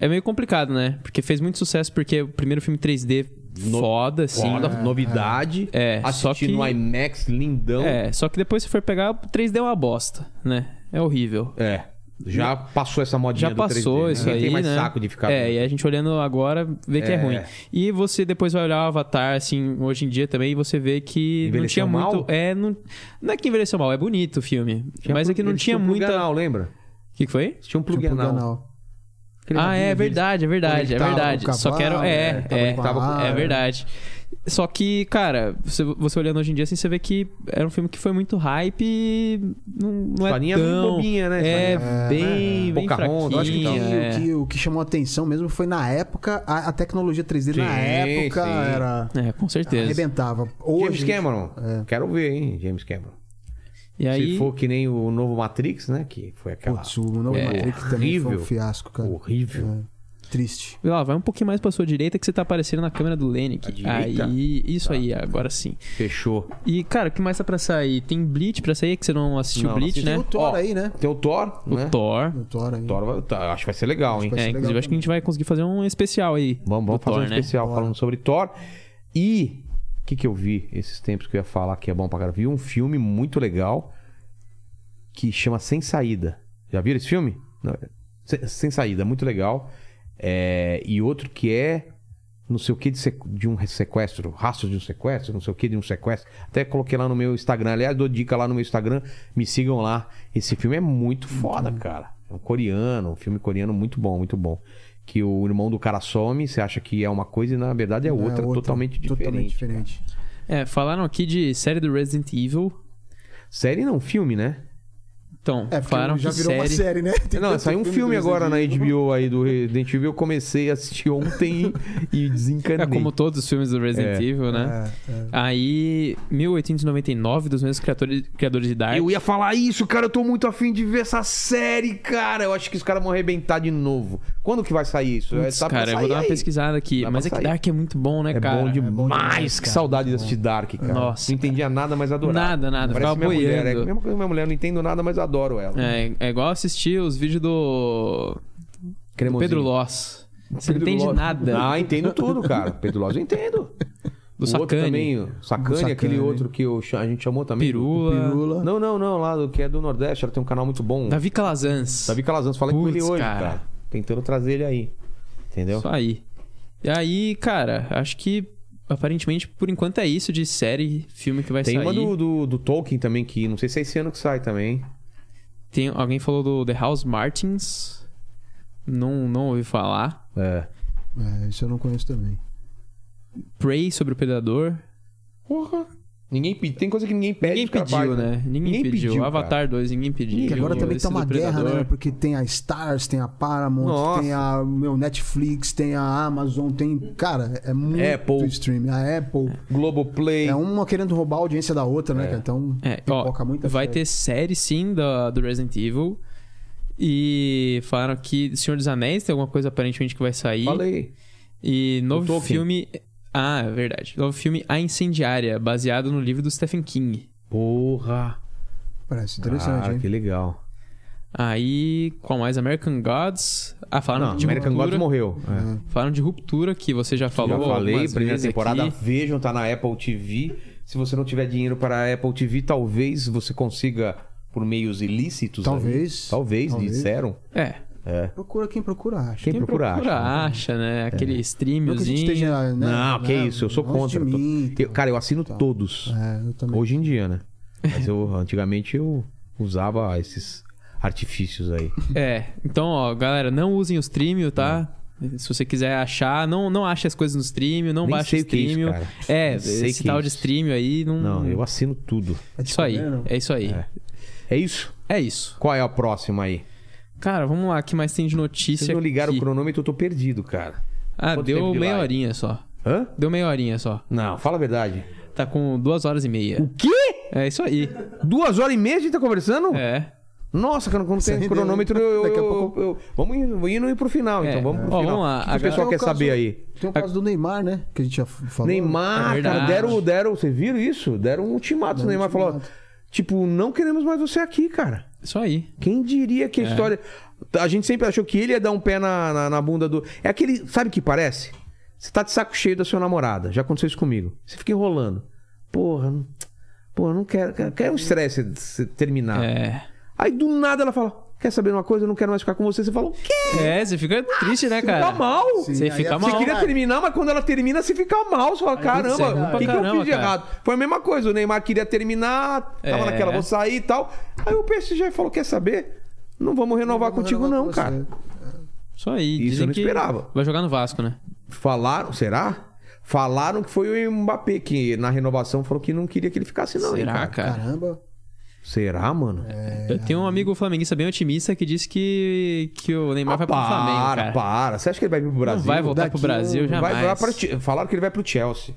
[SPEAKER 5] é meio complicado, né? Porque fez muito sucesso, porque o primeiro filme 3D foda, assim.
[SPEAKER 1] Foda, novidade.
[SPEAKER 5] É, só
[SPEAKER 1] assistir
[SPEAKER 5] que-
[SPEAKER 1] no IMAX, lindão.
[SPEAKER 5] É, só que depois se for pegar, o 3D é uma bosta, né? É horrível.
[SPEAKER 1] É. Já passou essa modinha
[SPEAKER 5] Já
[SPEAKER 1] do 3D,
[SPEAKER 5] passou
[SPEAKER 1] né?
[SPEAKER 5] isso
[SPEAKER 1] Ninguém
[SPEAKER 5] aí,
[SPEAKER 1] tem mais
[SPEAKER 5] né?
[SPEAKER 1] saco de ficar...
[SPEAKER 5] É, e a gente olhando agora vê que é
[SPEAKER 1] É.
[SPEAKER 5] ruim. E você depois vai olhar o Avatar, assim, hoje em dia também, e você vê que
[SPEAKER 1] Envelheceu
[SPEAKER 5] não tinha
[SPEAKER 1] mal?
[SPEAKER 5] muito... É, não... não é que envelheceu mal, é bonito o filme. mas é que não
[SPEAKER 1] Eles
[SPEAKER 5] tinha
[SPEAKER 1] tinham
[SPEAKER 5] muita...
[SPEAKER 1] Plug anal, um lembra?
[SPEAKER 5] O que que foi?
[SPEAKER 1] Eles tinham um plug
[SPEAKER 2] Tipo,
[SPEAKER 1] anal.
[SPEAKER 2] Ganal.
[SPEAKER 5] Ah, é verdade, é verdade, é
[SPEAKER 2] Conectava
[SPEAKER 5] verdade.
[SPEAKER 2] com o
[SPEAKER 5] Só que era.
[SPEAKER 2] cavalo,
[SPEAKER 5] É,
[SPEAKER 2] né? Tava
[SPEAKER 5] é,
[SPEAKER 2] com a vara.
[SPEAKER 5] é verdade. Só que, cara, você, você olhando hoje em dia, assim, você vê que era um filme que foi muito hype e não, não é
[SPEAKER 1] Farinha
[SPEAKER 5] tão...
[SPEAKER 1] bobinha, né?
[SPEAKER 5] É,
[SPEAKER 1] Farinha.
[SPEAKER 5] bem, bem
[SPEAKER 1] Pocahontas,
[SPEAKER 5] fraquinha.
[SPEAKER 1] acho que
[SPEAKER 2] E
[SPEAKER 1] tal.
[SPEAKER 5] é.
[SPEAKER 2] o, que, o que chamou atenção mesmo foi na época, a, a tecnologia 3D na
[SPEAKER 1] Sim,
[SPEAKER 2] época
[SPEAKER 1] sim.
[SPEAKER 2] era.
[SPEAKER 5] É, com certeza.
[SPEAKER 2] Arrebentava.
[SPEAKER 1] James
[SPEAKER 2] Hoje,
[SPEAKER 1] Cameron. Quero ver, hein, James Cameron.
[SPEAKER 5] É. E aí,
[SPEAKER 1] Se for que nem o novo Matrix, né? Que foi aquela...
[SPEAKER 2] Putz, o novo
[SPEAKER 1] É,
[SPEAKER 2] Matrix também foi
[SPEAKER 1] horrível.
[SPEAKER 2] um fiasco, cara. É,
[SPEAKER 1] Horrível.
[SPEAKER 2] Triste.
[SPEAKER 5] Vai lá, vai um pouquinho mais pra sua direita que você tá aparecendo na câmera do
[SPEAKER 1] À
[SPEAKER 5] Lennick.
[SPEAKER 1] direita? Tá.
[SPEAKER 5] Aí, isso aí, agora sim.
[SPEAKER 1] Fechou.
[SPEAKER 5] E, cara, o que mais tá pra sair? Tem Bleach pra sair, que você não assistiu
[SPEAKER 1] Não, não
[SPEAKER 5] Bleach,
[SPEAKER 2] Tem
[SPEAKER 5] né?
[SPEAKER 2] o Thor
[SPEAKER 1] Ó,
[SPEAKER 2] aí, né?
[SPEAKER 1] Tem o Thor,
[SPEAKER 5] O
[SPEAKER 1] né?
[SPEAKER 5] Thor.
[SPEAKER 2] O Thor aí.
[SPEAKER 1] Thor vai- tá, acho que vai ser legal, hein?
[SPEAKER 2] Vai ser
[SPEAKER 5] É, inclusive,
[SPEAKER 2] legal
[SPEAKER 5] acho que a gente vai conseguir fazer um especial aí.
[SPEAKER 1] Vamos,
[SPEAKER 5] do
[SPEAKER 1] vamos fazer
[SPEAKER 5] Thor,
[SPEAKER 1] um
[SPEAKER 5] né?
[SPEAKER 1] especial falando sobre Thor. E o que, que eu vi esses tempos que eu ia falar que é bom pra caralho? Vi um filme muito legal que chama Sem Saída. Já viram esse filme? Não, é- Sem, Sem Saída, muito legal. É, e outro que é não sei o que de, sequ- de um sequestro, rastros de um sequestro, não sei o que de um sequestro. Até coloquei lá no meu Instagram. Aliás, dou dica lá no meu Instagram. Me sigam lá. Esse filme é muito foda, cara. É um coreano, um filme coreano muito bom, muito bom. Que o irmão do cara some, você acha que é uma coisa e na verdade é outra, totalmente diferente.
[SPEAKER 2] Totalmente diferente.
[SPEAKER 5] É, falaram aqui de série do Resident Evil.
[SPEAKER 1] Série não, filme, né?
[SPEAKER 5] Então,
[SPEAKER 2] É, porque
[SPEAKER 5] falaram
[SPEAKER 2] já
[SPEAKER 5] que
[SPEAKER 2] virou
[SPEAKER 5] série...
[SPEAKER 2] uma série, né? Tem
[SPEAKER 1] não,
[SPEAKER 2] tanto
[SPEAKER 1] saiu um filme,
[SPEAKER 2] do
[SPEAKER 1] agora na
[SPEAKER 2] Resident Evil.
[SPEAKER 1] HBO aí do Resident Evil. Eu comecei a assistir ontem e desencanei.
[SPEAKER 5] É como todos os filmes do Resident
[SPEAKER 1] É.
[SPEAKER 5] Evil, né? Aí, 1899, dos mesmos criadores, criadores de Dark.
[SPEAKER 1] Eu ia falar isso, cara. Eu tô muito afim de ver essa série, cara. Eu acho que os caras vão arrebentar de novo. Quando que vai sair isso? É,
[SPEAKER 5] Putz,
[SPEAKER 1] tá pra
[SPEAKER 5] cara, eu
[SPEAKER 1] sair
[SPEAKER 5] vou dar uma
[SPEAKER 1] aí.
[SPEAKER 5] pesquisada aqui.
[SPEAKER 1] Dá
[SPEAKER 5] Mas
[SPEAKER 1] pra
[SPEAKER 5] é que
[SPEAKER 1] sair.
[SPEAKER 5] Dark é muito bom, né,
[SPEAKER 1] É
[SPEAKER 5] cara?
[SPEAKER 1] bom demais. que saudade de assistir Dark, cara.
[SPEAKER 5] Nossa,
[SPEAKER 1] Não entendia nada, mas adorava.
[SPEAKER 5] Nada, nada.
[SPEAKER 1] Parece
[SPEAKER 5] Ficava
[SPEAKER 1] minha mulher. É
[SPEAKER 5] boiando.
[SPEAKER 1] a mesma coisa que minha mulher. Não entendo nada, mas adoro ela.
[SPEAKER 5] É, é igual assistir os vídeos do, do
[SPEAKER 1] Cremosinho.
[SPEAKER 5] Pedro Loss. Você não
[SPEAKER 1] Pedro
[SPEAKER 5] entende
[SPEAKER 1] Loz.
[SPEAKER 5] nada.
[SPEAKER 1] Ah, entendo tudo, cara. Pedro Loz eu entendo.
[SPEAKER 5] Do
[SPEAKER 1] o outro
[SPEAKER 5] Sacani.
[SPEAKER 1] também, o Sacani,
[SPEAKER 2] Sacani.
[SPEAKER 1] aquele outro que eu cha- a gente chamou também.
[SPEAKER 5] Pirula.
[SPEAKER 2] Pirula.
[SPEAKER 1] Não, não, não, lá do que é do Nordeste, ela tem um canal muito bom. Davi,
[SPEAKER 5] Davi Calazans.
[SPEAKER 1] Calazans, falei com
[SPEAKER 5] Putz,
[SPEAKER 1] ele hoje,
[SPEAKER 5] cara.
[SPEAKER 1] cara. Tentando trazer ele aí. Entendeu?
[SPEAKER 5] Isso aí. E aí, cara, acho que aparentemente por enquanto é isso de série, filme que vai
[SPEAKER 1] Tem
[SPEAKER 5] sair.
[SPEAKER 1] uma do, do, do Tolkien também, que não sei se é esse ano que sai também.
[SPEAKER 5] Tem, alguém falou do The House Martins. não, não ouvi falar.
[SPEAKER 1] É.
[SPEAKER 2] É, isso eu não conheço também.
[SPEAKER 5] Prey sobre o Predador.
[SPEAKER 1] Porra. Ninguém pede. Tem coisa que ninguém pede.
[SPEAKER 5] Ninguém
[SPEAKER 1] os caras pagam.
[SPEAKER 5] pediu, né? Ninguém, pediu.
[SPEAKER 1] cara.
[SPEAKER 5] Avatar 2, ninguém pediu.
[SPEAKER 2] Que agora também
[SPEAKER 5] Esse
[SPEAKER 2] tá
[SPEAKER 5] do
[SPEAKER 2] uma guerra, né?
[SPEAKER 5] Predador.
[SPEAKER 2] Porque tem a Stars, tem a Paramount,
[SPEAKER 1] Nossa.
[SPEAKER 2] tem a meu, Netflix, tem a Amazon, tem. Cara, é muito
[SPEAKER 1] Apple.
[SPEAKER 2] streaming. A Apple.
[SPEAKER 1] Globoplay.
[SPEAKER 2] É uma querendo roubar a audiência da outra, né? cara? Então
[SPEAKER 5] É,
[SPEAKER 2] pipoca
[SPEAKER 5] ó,
[SPEAKER 2] muita
[SPEAKER 5] vai
[SPEAKER 2] série.
[SPEAKER 5] ter série sim da, do Resident Evil. E falaram que Senhor dos Anéis tem alguma coisa aparentemente que vai sair.
[SPEAKER 1] Falei.
[SPEAKER 5] E
[SPEAKER 1] Do
[SPEAKER 5] novo
[SPEAKER 1] Tolkien.
[SPEAKER 5] filme. Ah, é verdade. Novo filme A Incendiária, baseado no livro do Stephen King.
[SPEAKER 1] Porra.
[SPEAKER 2] Parece interessante,
[SPEAKER 1] Cara,
[SPEAKER 2] hein?
[SPEAKER 1] que legal.
[SPEAKER 5] Aí, qual mais? American Gods. Ah, falaram
[SPEAKER 1] Não,
[SPEAKER 5] de
[SPEAKER 1] American
[SPEAKER 5] ruptura.
[SPEAKER 1] Gods morreu. É.
[SPEAKER 5] Falaram de ruptura, que você já falou.
[SPEAKER 1] Já falei,
[SPEAKER 5] algumas
[SPEAKER 1] primeira
[SPEAKER 5] vezes
[SPEAKER 1] temporada,
[SPEAKER 5] aqui.
[SPEAKER 1] vejam, tá na Apple TV. Se você não tiver dinheiro para a Apple TV, talvez você consiga por meios ilícitos. aí.
[SPEAKER 2] Talvez.
[SPEAKER 1] Talvez,
[SPEAKER 2] Talvez.
[SPEAKER 1] disseram.
[SPEAKER 5] É.
[SPEAKER 1] É.
[SPEAKER 2] Procura quem procura, acha.
[SPEAKER 1] Quem, procura, acha. É.
[SPEAKER 5] acha, né?
[SPEAKER 2] Não
[SPEAKER 5] Aquele
[SPEAKER 2] que a gente
[SPEAKER 5] streamzinho.
[SPEAKER 2] esteja, né,
[SPEAKER 1] Não,
[SPEAKER 2] né,
[SPEAKER 1] que isso, eu sou contra.
[SPEAKER 2] longe de
[SPEAKER 1] eu tô-
[SPEAKER 2] mim,
[SPEAKER 1] eu- cara, eu assino
[SPEAKER 2] Tá.
[SPEAKER 1] todos.
[SPEAKER 2] É, eu também.
[SPEAKER 1] Hoje em dia, né? Mas eu antigamente eu usava esses artifícios aí.
[SPEAKER 5] É, então, ó, galera, não usem o streamio, tá? Se você quiser achar, não, não ache as coisas no streamio, não
[SPEAKER 1] É. Nem
[SPEAKER 5] baixe
[SPEAKER 1] sei
[SPEAKER 5] o
[SPEAKER 1] o que é isso,
[SPEAKER 5] streamio.
[SPEAKER 1] cara.
[SPEAKER 5] é,
[SPEAKER 1] Nem sei
[SPEAKER 5] esse
[SPEAKER 1] que é
[SPEAKER 5] tal de
[SPEAKER 1] isso.
[SPEAKER 5] streamio aí não.
[SPEAKER 1] Não, eu assino tudo.
[SPEAKER 5] É isso aí. É isso aí. É.
[SPEAKER 1] É isso?
[SPEAKER 5] isso.
[SPEAKER 1] Qual é a próxima aí?
[SPEAKER 5] Cara, vamos lá, o que mais tem de notícia?
[SPEAKER 1] Vocês não ligaram
[SPEAKER 5] aqui?
[SPEAKER 1] o cronômetro, eu tô perdido, cara.
[SPEAKER 5] Ah,
[SPEAKER 1] Quanto
[SPEAKER 5] deu
[SPEAKER 1] tempo de
[SPEAKER 5] meia
[SPEAKER 1] live?
[SPEAKER 5] horinha só.
[SPEAKER 1] Hã?
[SPEAKER 5] Deu meia horinha só.
[SPEAKER 1] Não, fala a verdade.
[SPEAKER 5] Tá com duas horas e meia.
[SPEAKER 1] quê?
[SPEAKER 5] É isso aí.
[SPEAKER 1] Duas horas e meia a gente tá conversando?
[SPEAKER 5] É.
[SPEAKER 1] Nossa, quando, quando tem
[SPEAKER 2] rendeu,
[SPEAKER 1] cronômetro,
[SPEAKER 2] hein?
[SPEAKER 1] eu,
[SPEAKER 2] Daqui a
[SPEAKER 1] eu-
[SPEAKER 2] pouco-
[SPEAKER 1] eu- vamos indo, vou indo pro final,
[SPEAKER 5] É.
[SPEAKER 1] então. Vamos pro
[SPEAKER 5] Ó,
[SPEAKER 1] final.
[SPEAKER 5] vamos lá,
[SPEAKER 1] O que que
[SPEAKER 5] a
[SPEAKER 1] o pessoal
[SPEAKER 2] galera-
[SPEAKER 1] quer
[SPEAKER 2] Tem o caso-
[SPEAKER 1] saber aí?
[SPEAKER 2] Tem o caso do Neymar, né? Que a gente já falou.
[SPEAKER 1] Neymar,
[SPEAKER 5] É
[SPEAKER 1] cara,
[SPEAKER 5] verdade.
[SPEAKER 1] deram, deram, vocês viram isso? Deram um ultimato. O Neymar falou, tipo, não queremos mais você aqui, cara.
[SPEAKER 5] Isso aí.
[SPEAKER 1] Quem diria
[SPEAKER 5] É.
[SPEAKER 1] que a história... A gente sempre achou que ele ia dar um pé na, na, na bunda do... É aquele... Sabe o que parece? Você tá de saco cheio da sua namorada. Já aconteceu isso comigo. Você fica enrolando. Porra, não... Porra, não quero... Quero quero um estresse se terminar.
[SPEAKER 5] É.
[SPEAKER 1] Aí do nada ela fala: Quer saber de uma coisa? Eu não quero mais ficar com você. Você fala: O quê?
[SPEAKER 5] É, você fica triste, né, cara?
[SPEAKER 1] Fica mal?
[SPEAKER 5] Você fica
[SPEAKER 1] Você
[SPEAKER 5] mal.
[SPEAKER 1] queria terminar, mas quando ela termina, você fica mal. Você fala,
[SPEAKER 5] você é ruim
[SPEAKER 1] caramba,
[SPEAKER 5] pra
[SPEAKER 1] o que, que eu
[SPEAKER 5] caramba,
[SPEAKER 1] fiz de
[SPEAKER 5] cara."
[SPEAKER 1] errado? Foi a mesma coisa, o Neymar queria terminar, tava
[SPEAKER 5] É.
[SPEAKER 1] naquela, vou sair e tal. Aí o PSG falou, quer saber? Não vamos renovar contigo não, cara.
[SPEAKER 5] Isso aí.
[SPEAKER 1] Isso
[SPEAKER 5] dizem
[SPEAKER 1] eu não
[SPEAKER 5] que
[SPEAKER 1] esperava.
[SPEAKER 5] Vai jogar no Vasco, né?
[SPEAKER 1] Falaram, será? Falaram que foi o Mbappé que na renovação falou que não queria que ele ficasse não, hein,
[SPEAKER 5] Será,
[SPEAKER 1] cara?
[SPEAKER 5] cara?
[SPEAKER 2] Caramba.
[SPEAKER 1] Será, mano?
[SPEAKER 5] Eu tenho um amigo flamenguista bem otimista que disse que, que o Neymar
[SPEAKER 1] Ah,
[SPEAKER 5] vai pro
[SPEAKER 1] para,
[SPEAKER 5] Flamengo, cara.
[SPEAKER 1] para. Você acha que ele vai vir pro Brasil? um-
[SPEAKER 5] Não vai voltar pro
[SPEAKER 2] Daqui
[SPEAKER 5] Brasil jamais.
[SPEAKER 1] Vai, vai pra, Che- falaram que ele vai pro Chelsea.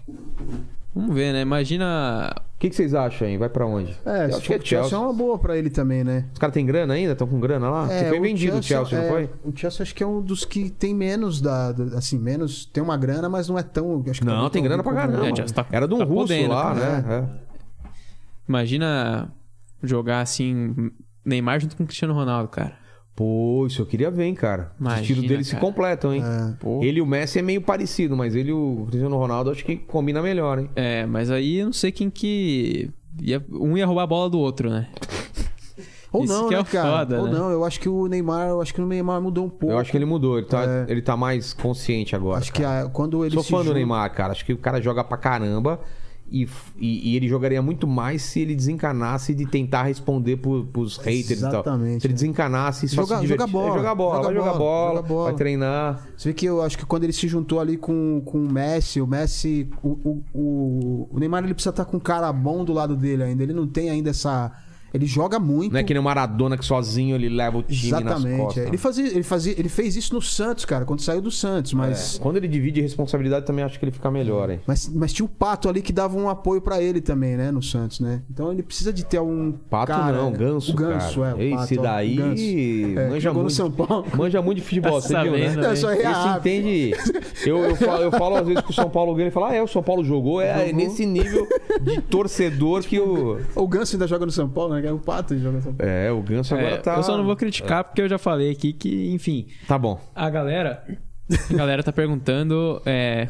[SPEAKER 5] Vamos ver, né? Imagina.
[SPEAKER 1] O que, que vocês acham aí? Vai pra onde?
[SPEAKER 2] É,
[SPEAKER 1] Eu
[SPEAKER 2] se
[SPEAKER 1] acho que
[SPEAKER 2] for
[SPEAKER 1] é
[SPEAKER 2] pro Chelsea é
[SPEAKER 1] Chelsea.
[SPEAKER 2] uma boa pra ele também, né?
[SPEAKER 1] Os caras têm grana ainda? Estão com grana lá? Você foi
[SPEAKER 2] É, o
[SPEAKER 1] vendido o Chelsea, não
[SPEAKER 2] é,
[SPEAKER 1] foi?
[SPEAKER 2] O Chelsea acho que é um dos que tem menos da, da- assim, menos, tem uma grana, mas não é tão, acho que
[SPEAKER 1] Não,
[SPEAKER 2] também
[SPEAKER 1] tem
[SPEAKER 2] tão
[SPEAKER 1] grana
[SPEAKER 2] rico né.
[SPEAKER 1] pra
[SPEAKER 2] como-
[SPEAKER 1] caramba.
[SPEAKER 5] É, Chelsea tá-
[SPEAKER 1] Era de um
[SPEAKER 5] tá
[SPEAKER 1] russo
[SPEAKER 5] podendo,
[SPEAKER 1] lá,
[SPEAKER 2] tá
[SPEAKER 1] né? É.
[SPEAKER 5] Imagina jogar assim. Neymar junto com o Cristiano Ronaldo, cara.
[SPEAKER 1] Pô, isso eu queria ver, hein, cara. Os
[SPEAKER 5] Imagina,
[SPEAKER 1] estilos deles se
[SPEAKER 5] cara.
[SPEAKER 1] completam, hein?
[SPEAKER 2] É.
[SPEAKER 5] Pô.
[SPEAKER 1] Ele e o Messi é meio parecido, mas ele e o Cristiano Ronaldo acho que combina melhor, hein?
[SPEAKER 5] É, mas aí eu não sei quem que. ia- um ia roubar a bola do outro, né?
[SPEAKER 2] Ou
[SPEAKER 5] Isso
[SPEAKER 2] não,
[SPEAKER 5] que é
[SPEAKER 2] né,
[SPEAKER 5] o
[SPEAKER 2] cara?
[SPEAKER 5] foda,
[SPEAKER 2] Ou
[SPEAKER 5] né?
[SPEAKER 2] não, eu acho que o Neymar, eu acho que o Neymar mudou um pouco.
[SPEAKER 1] Eu acho que ele mudou, ele tá,
[SPEAKER 2] É.
[SPEAKER 1] ele tá mais consciente agora.
[SPEAKER 2] Acho que
[SPEAKER 1] cara.
[SPEAKER 2] a- quando ele
[SPEAKER 1] Sou
[SPEAKER 2] se
[SPEAKER 1] fã do
[SPEAKER 2] junta-
[SPEAKER 1] Neymar, cara. Acho que o cara joga pra caramba e, f- e, e ele jogaria muito mais se ele desencanasse de tentar responder pro, pros haters e tal.
[SPEAKER 2] Exatamente,
[SPEAKER 1] Se ele
[SPEAKER 2] é.
[SPEAKER 1] desencanasse e só
[SPEAKER 2] Joga-
[SPEAKER 1] se divertir.
[SPEAKER 2] joga bola,
[SPEAKER 1] É, jogar bola,
[SPEAKER 2] joga
[SPEAKER 1] vai jogar
[SPEAKER 2] bola,
[SPEAKER 1] bola,
[SPEAKER 2] joga bola.
[SPEAKER 1] vai treinar.
[SPEAKER 2] Você vê que eu acho que quando ele se juntou ali com, com o Messi, o Messi. O, o- o- o Neymar ele precisa estar com um cara bom do lado dele ainda. Ele não tem ainda essa. Ele joga muito.
[SPEAKER 1] Não é que nem o Maradona que sozinho ele leva o time nas
[SPEAKER 2] Exatamente.
[SPEAKER 1] costas. né?
[SPEAKER 2] é. Ele, fazia, ele, fazia, ele fez isso no Santos, cara, quando saiu do Santos, mas.
[SPEAKER 1] Quando ele divide responsabilidade, também acho que ele fica melhor, hein?
[SPEAKER 2] Mas, mas tinha o Pato ali que dava um apoio pra ele também, né? No Santos, né? Então ele precisa de ter um.
[SPEAKER 1] Pato
[SPEAKER 2] cara,
[SPEAKER 1] não, ganso.
[SPEAKER 2] O ganso,
[SPEAKER 1] cara.
[SPEAKER 2] é. o
[SPEAKER 1] Esse
[SPEAKER 2] Pato, ó, o
[SPEAKER 1] daí
[SPEAKER 2] Ganso. É, que
[SPEAKER 1] manja
[SPEAKER 2] jogou no
[SPEAKER 1] muito.
[SPEAKER 2] São Paulo.
[SPEAKER 1] Manja muito de futebol, você viu, né?
[SPEAKER 5] vendo,
[SPEAKER 2] Não, isso aí é
[SPEAKER 1] Esse
[SPEAKER 2] a-
[SPEAKER 1] entende. Eu, eu, falo, eu falo às vezes que o São Paulo ganha e fala, ah, é, o São Paulo jogou, é nesse nível de torcedor que o.
[SPEAKER 2] O Ganso ainda joga no São Paulo, né? O Pato joga no São Paulo.
[SPEAKER 1] É, o Ganso agora
[SPEAKER 5] É,
[SPEAKER 1] tá.
[SPEAKER 5] Eu só não vou criticar porque eu já falei aqui que, enfim.
[SPEAKER 1] Tá bom.
[SPEAKER 5] A galera. A galera tá perguntando é,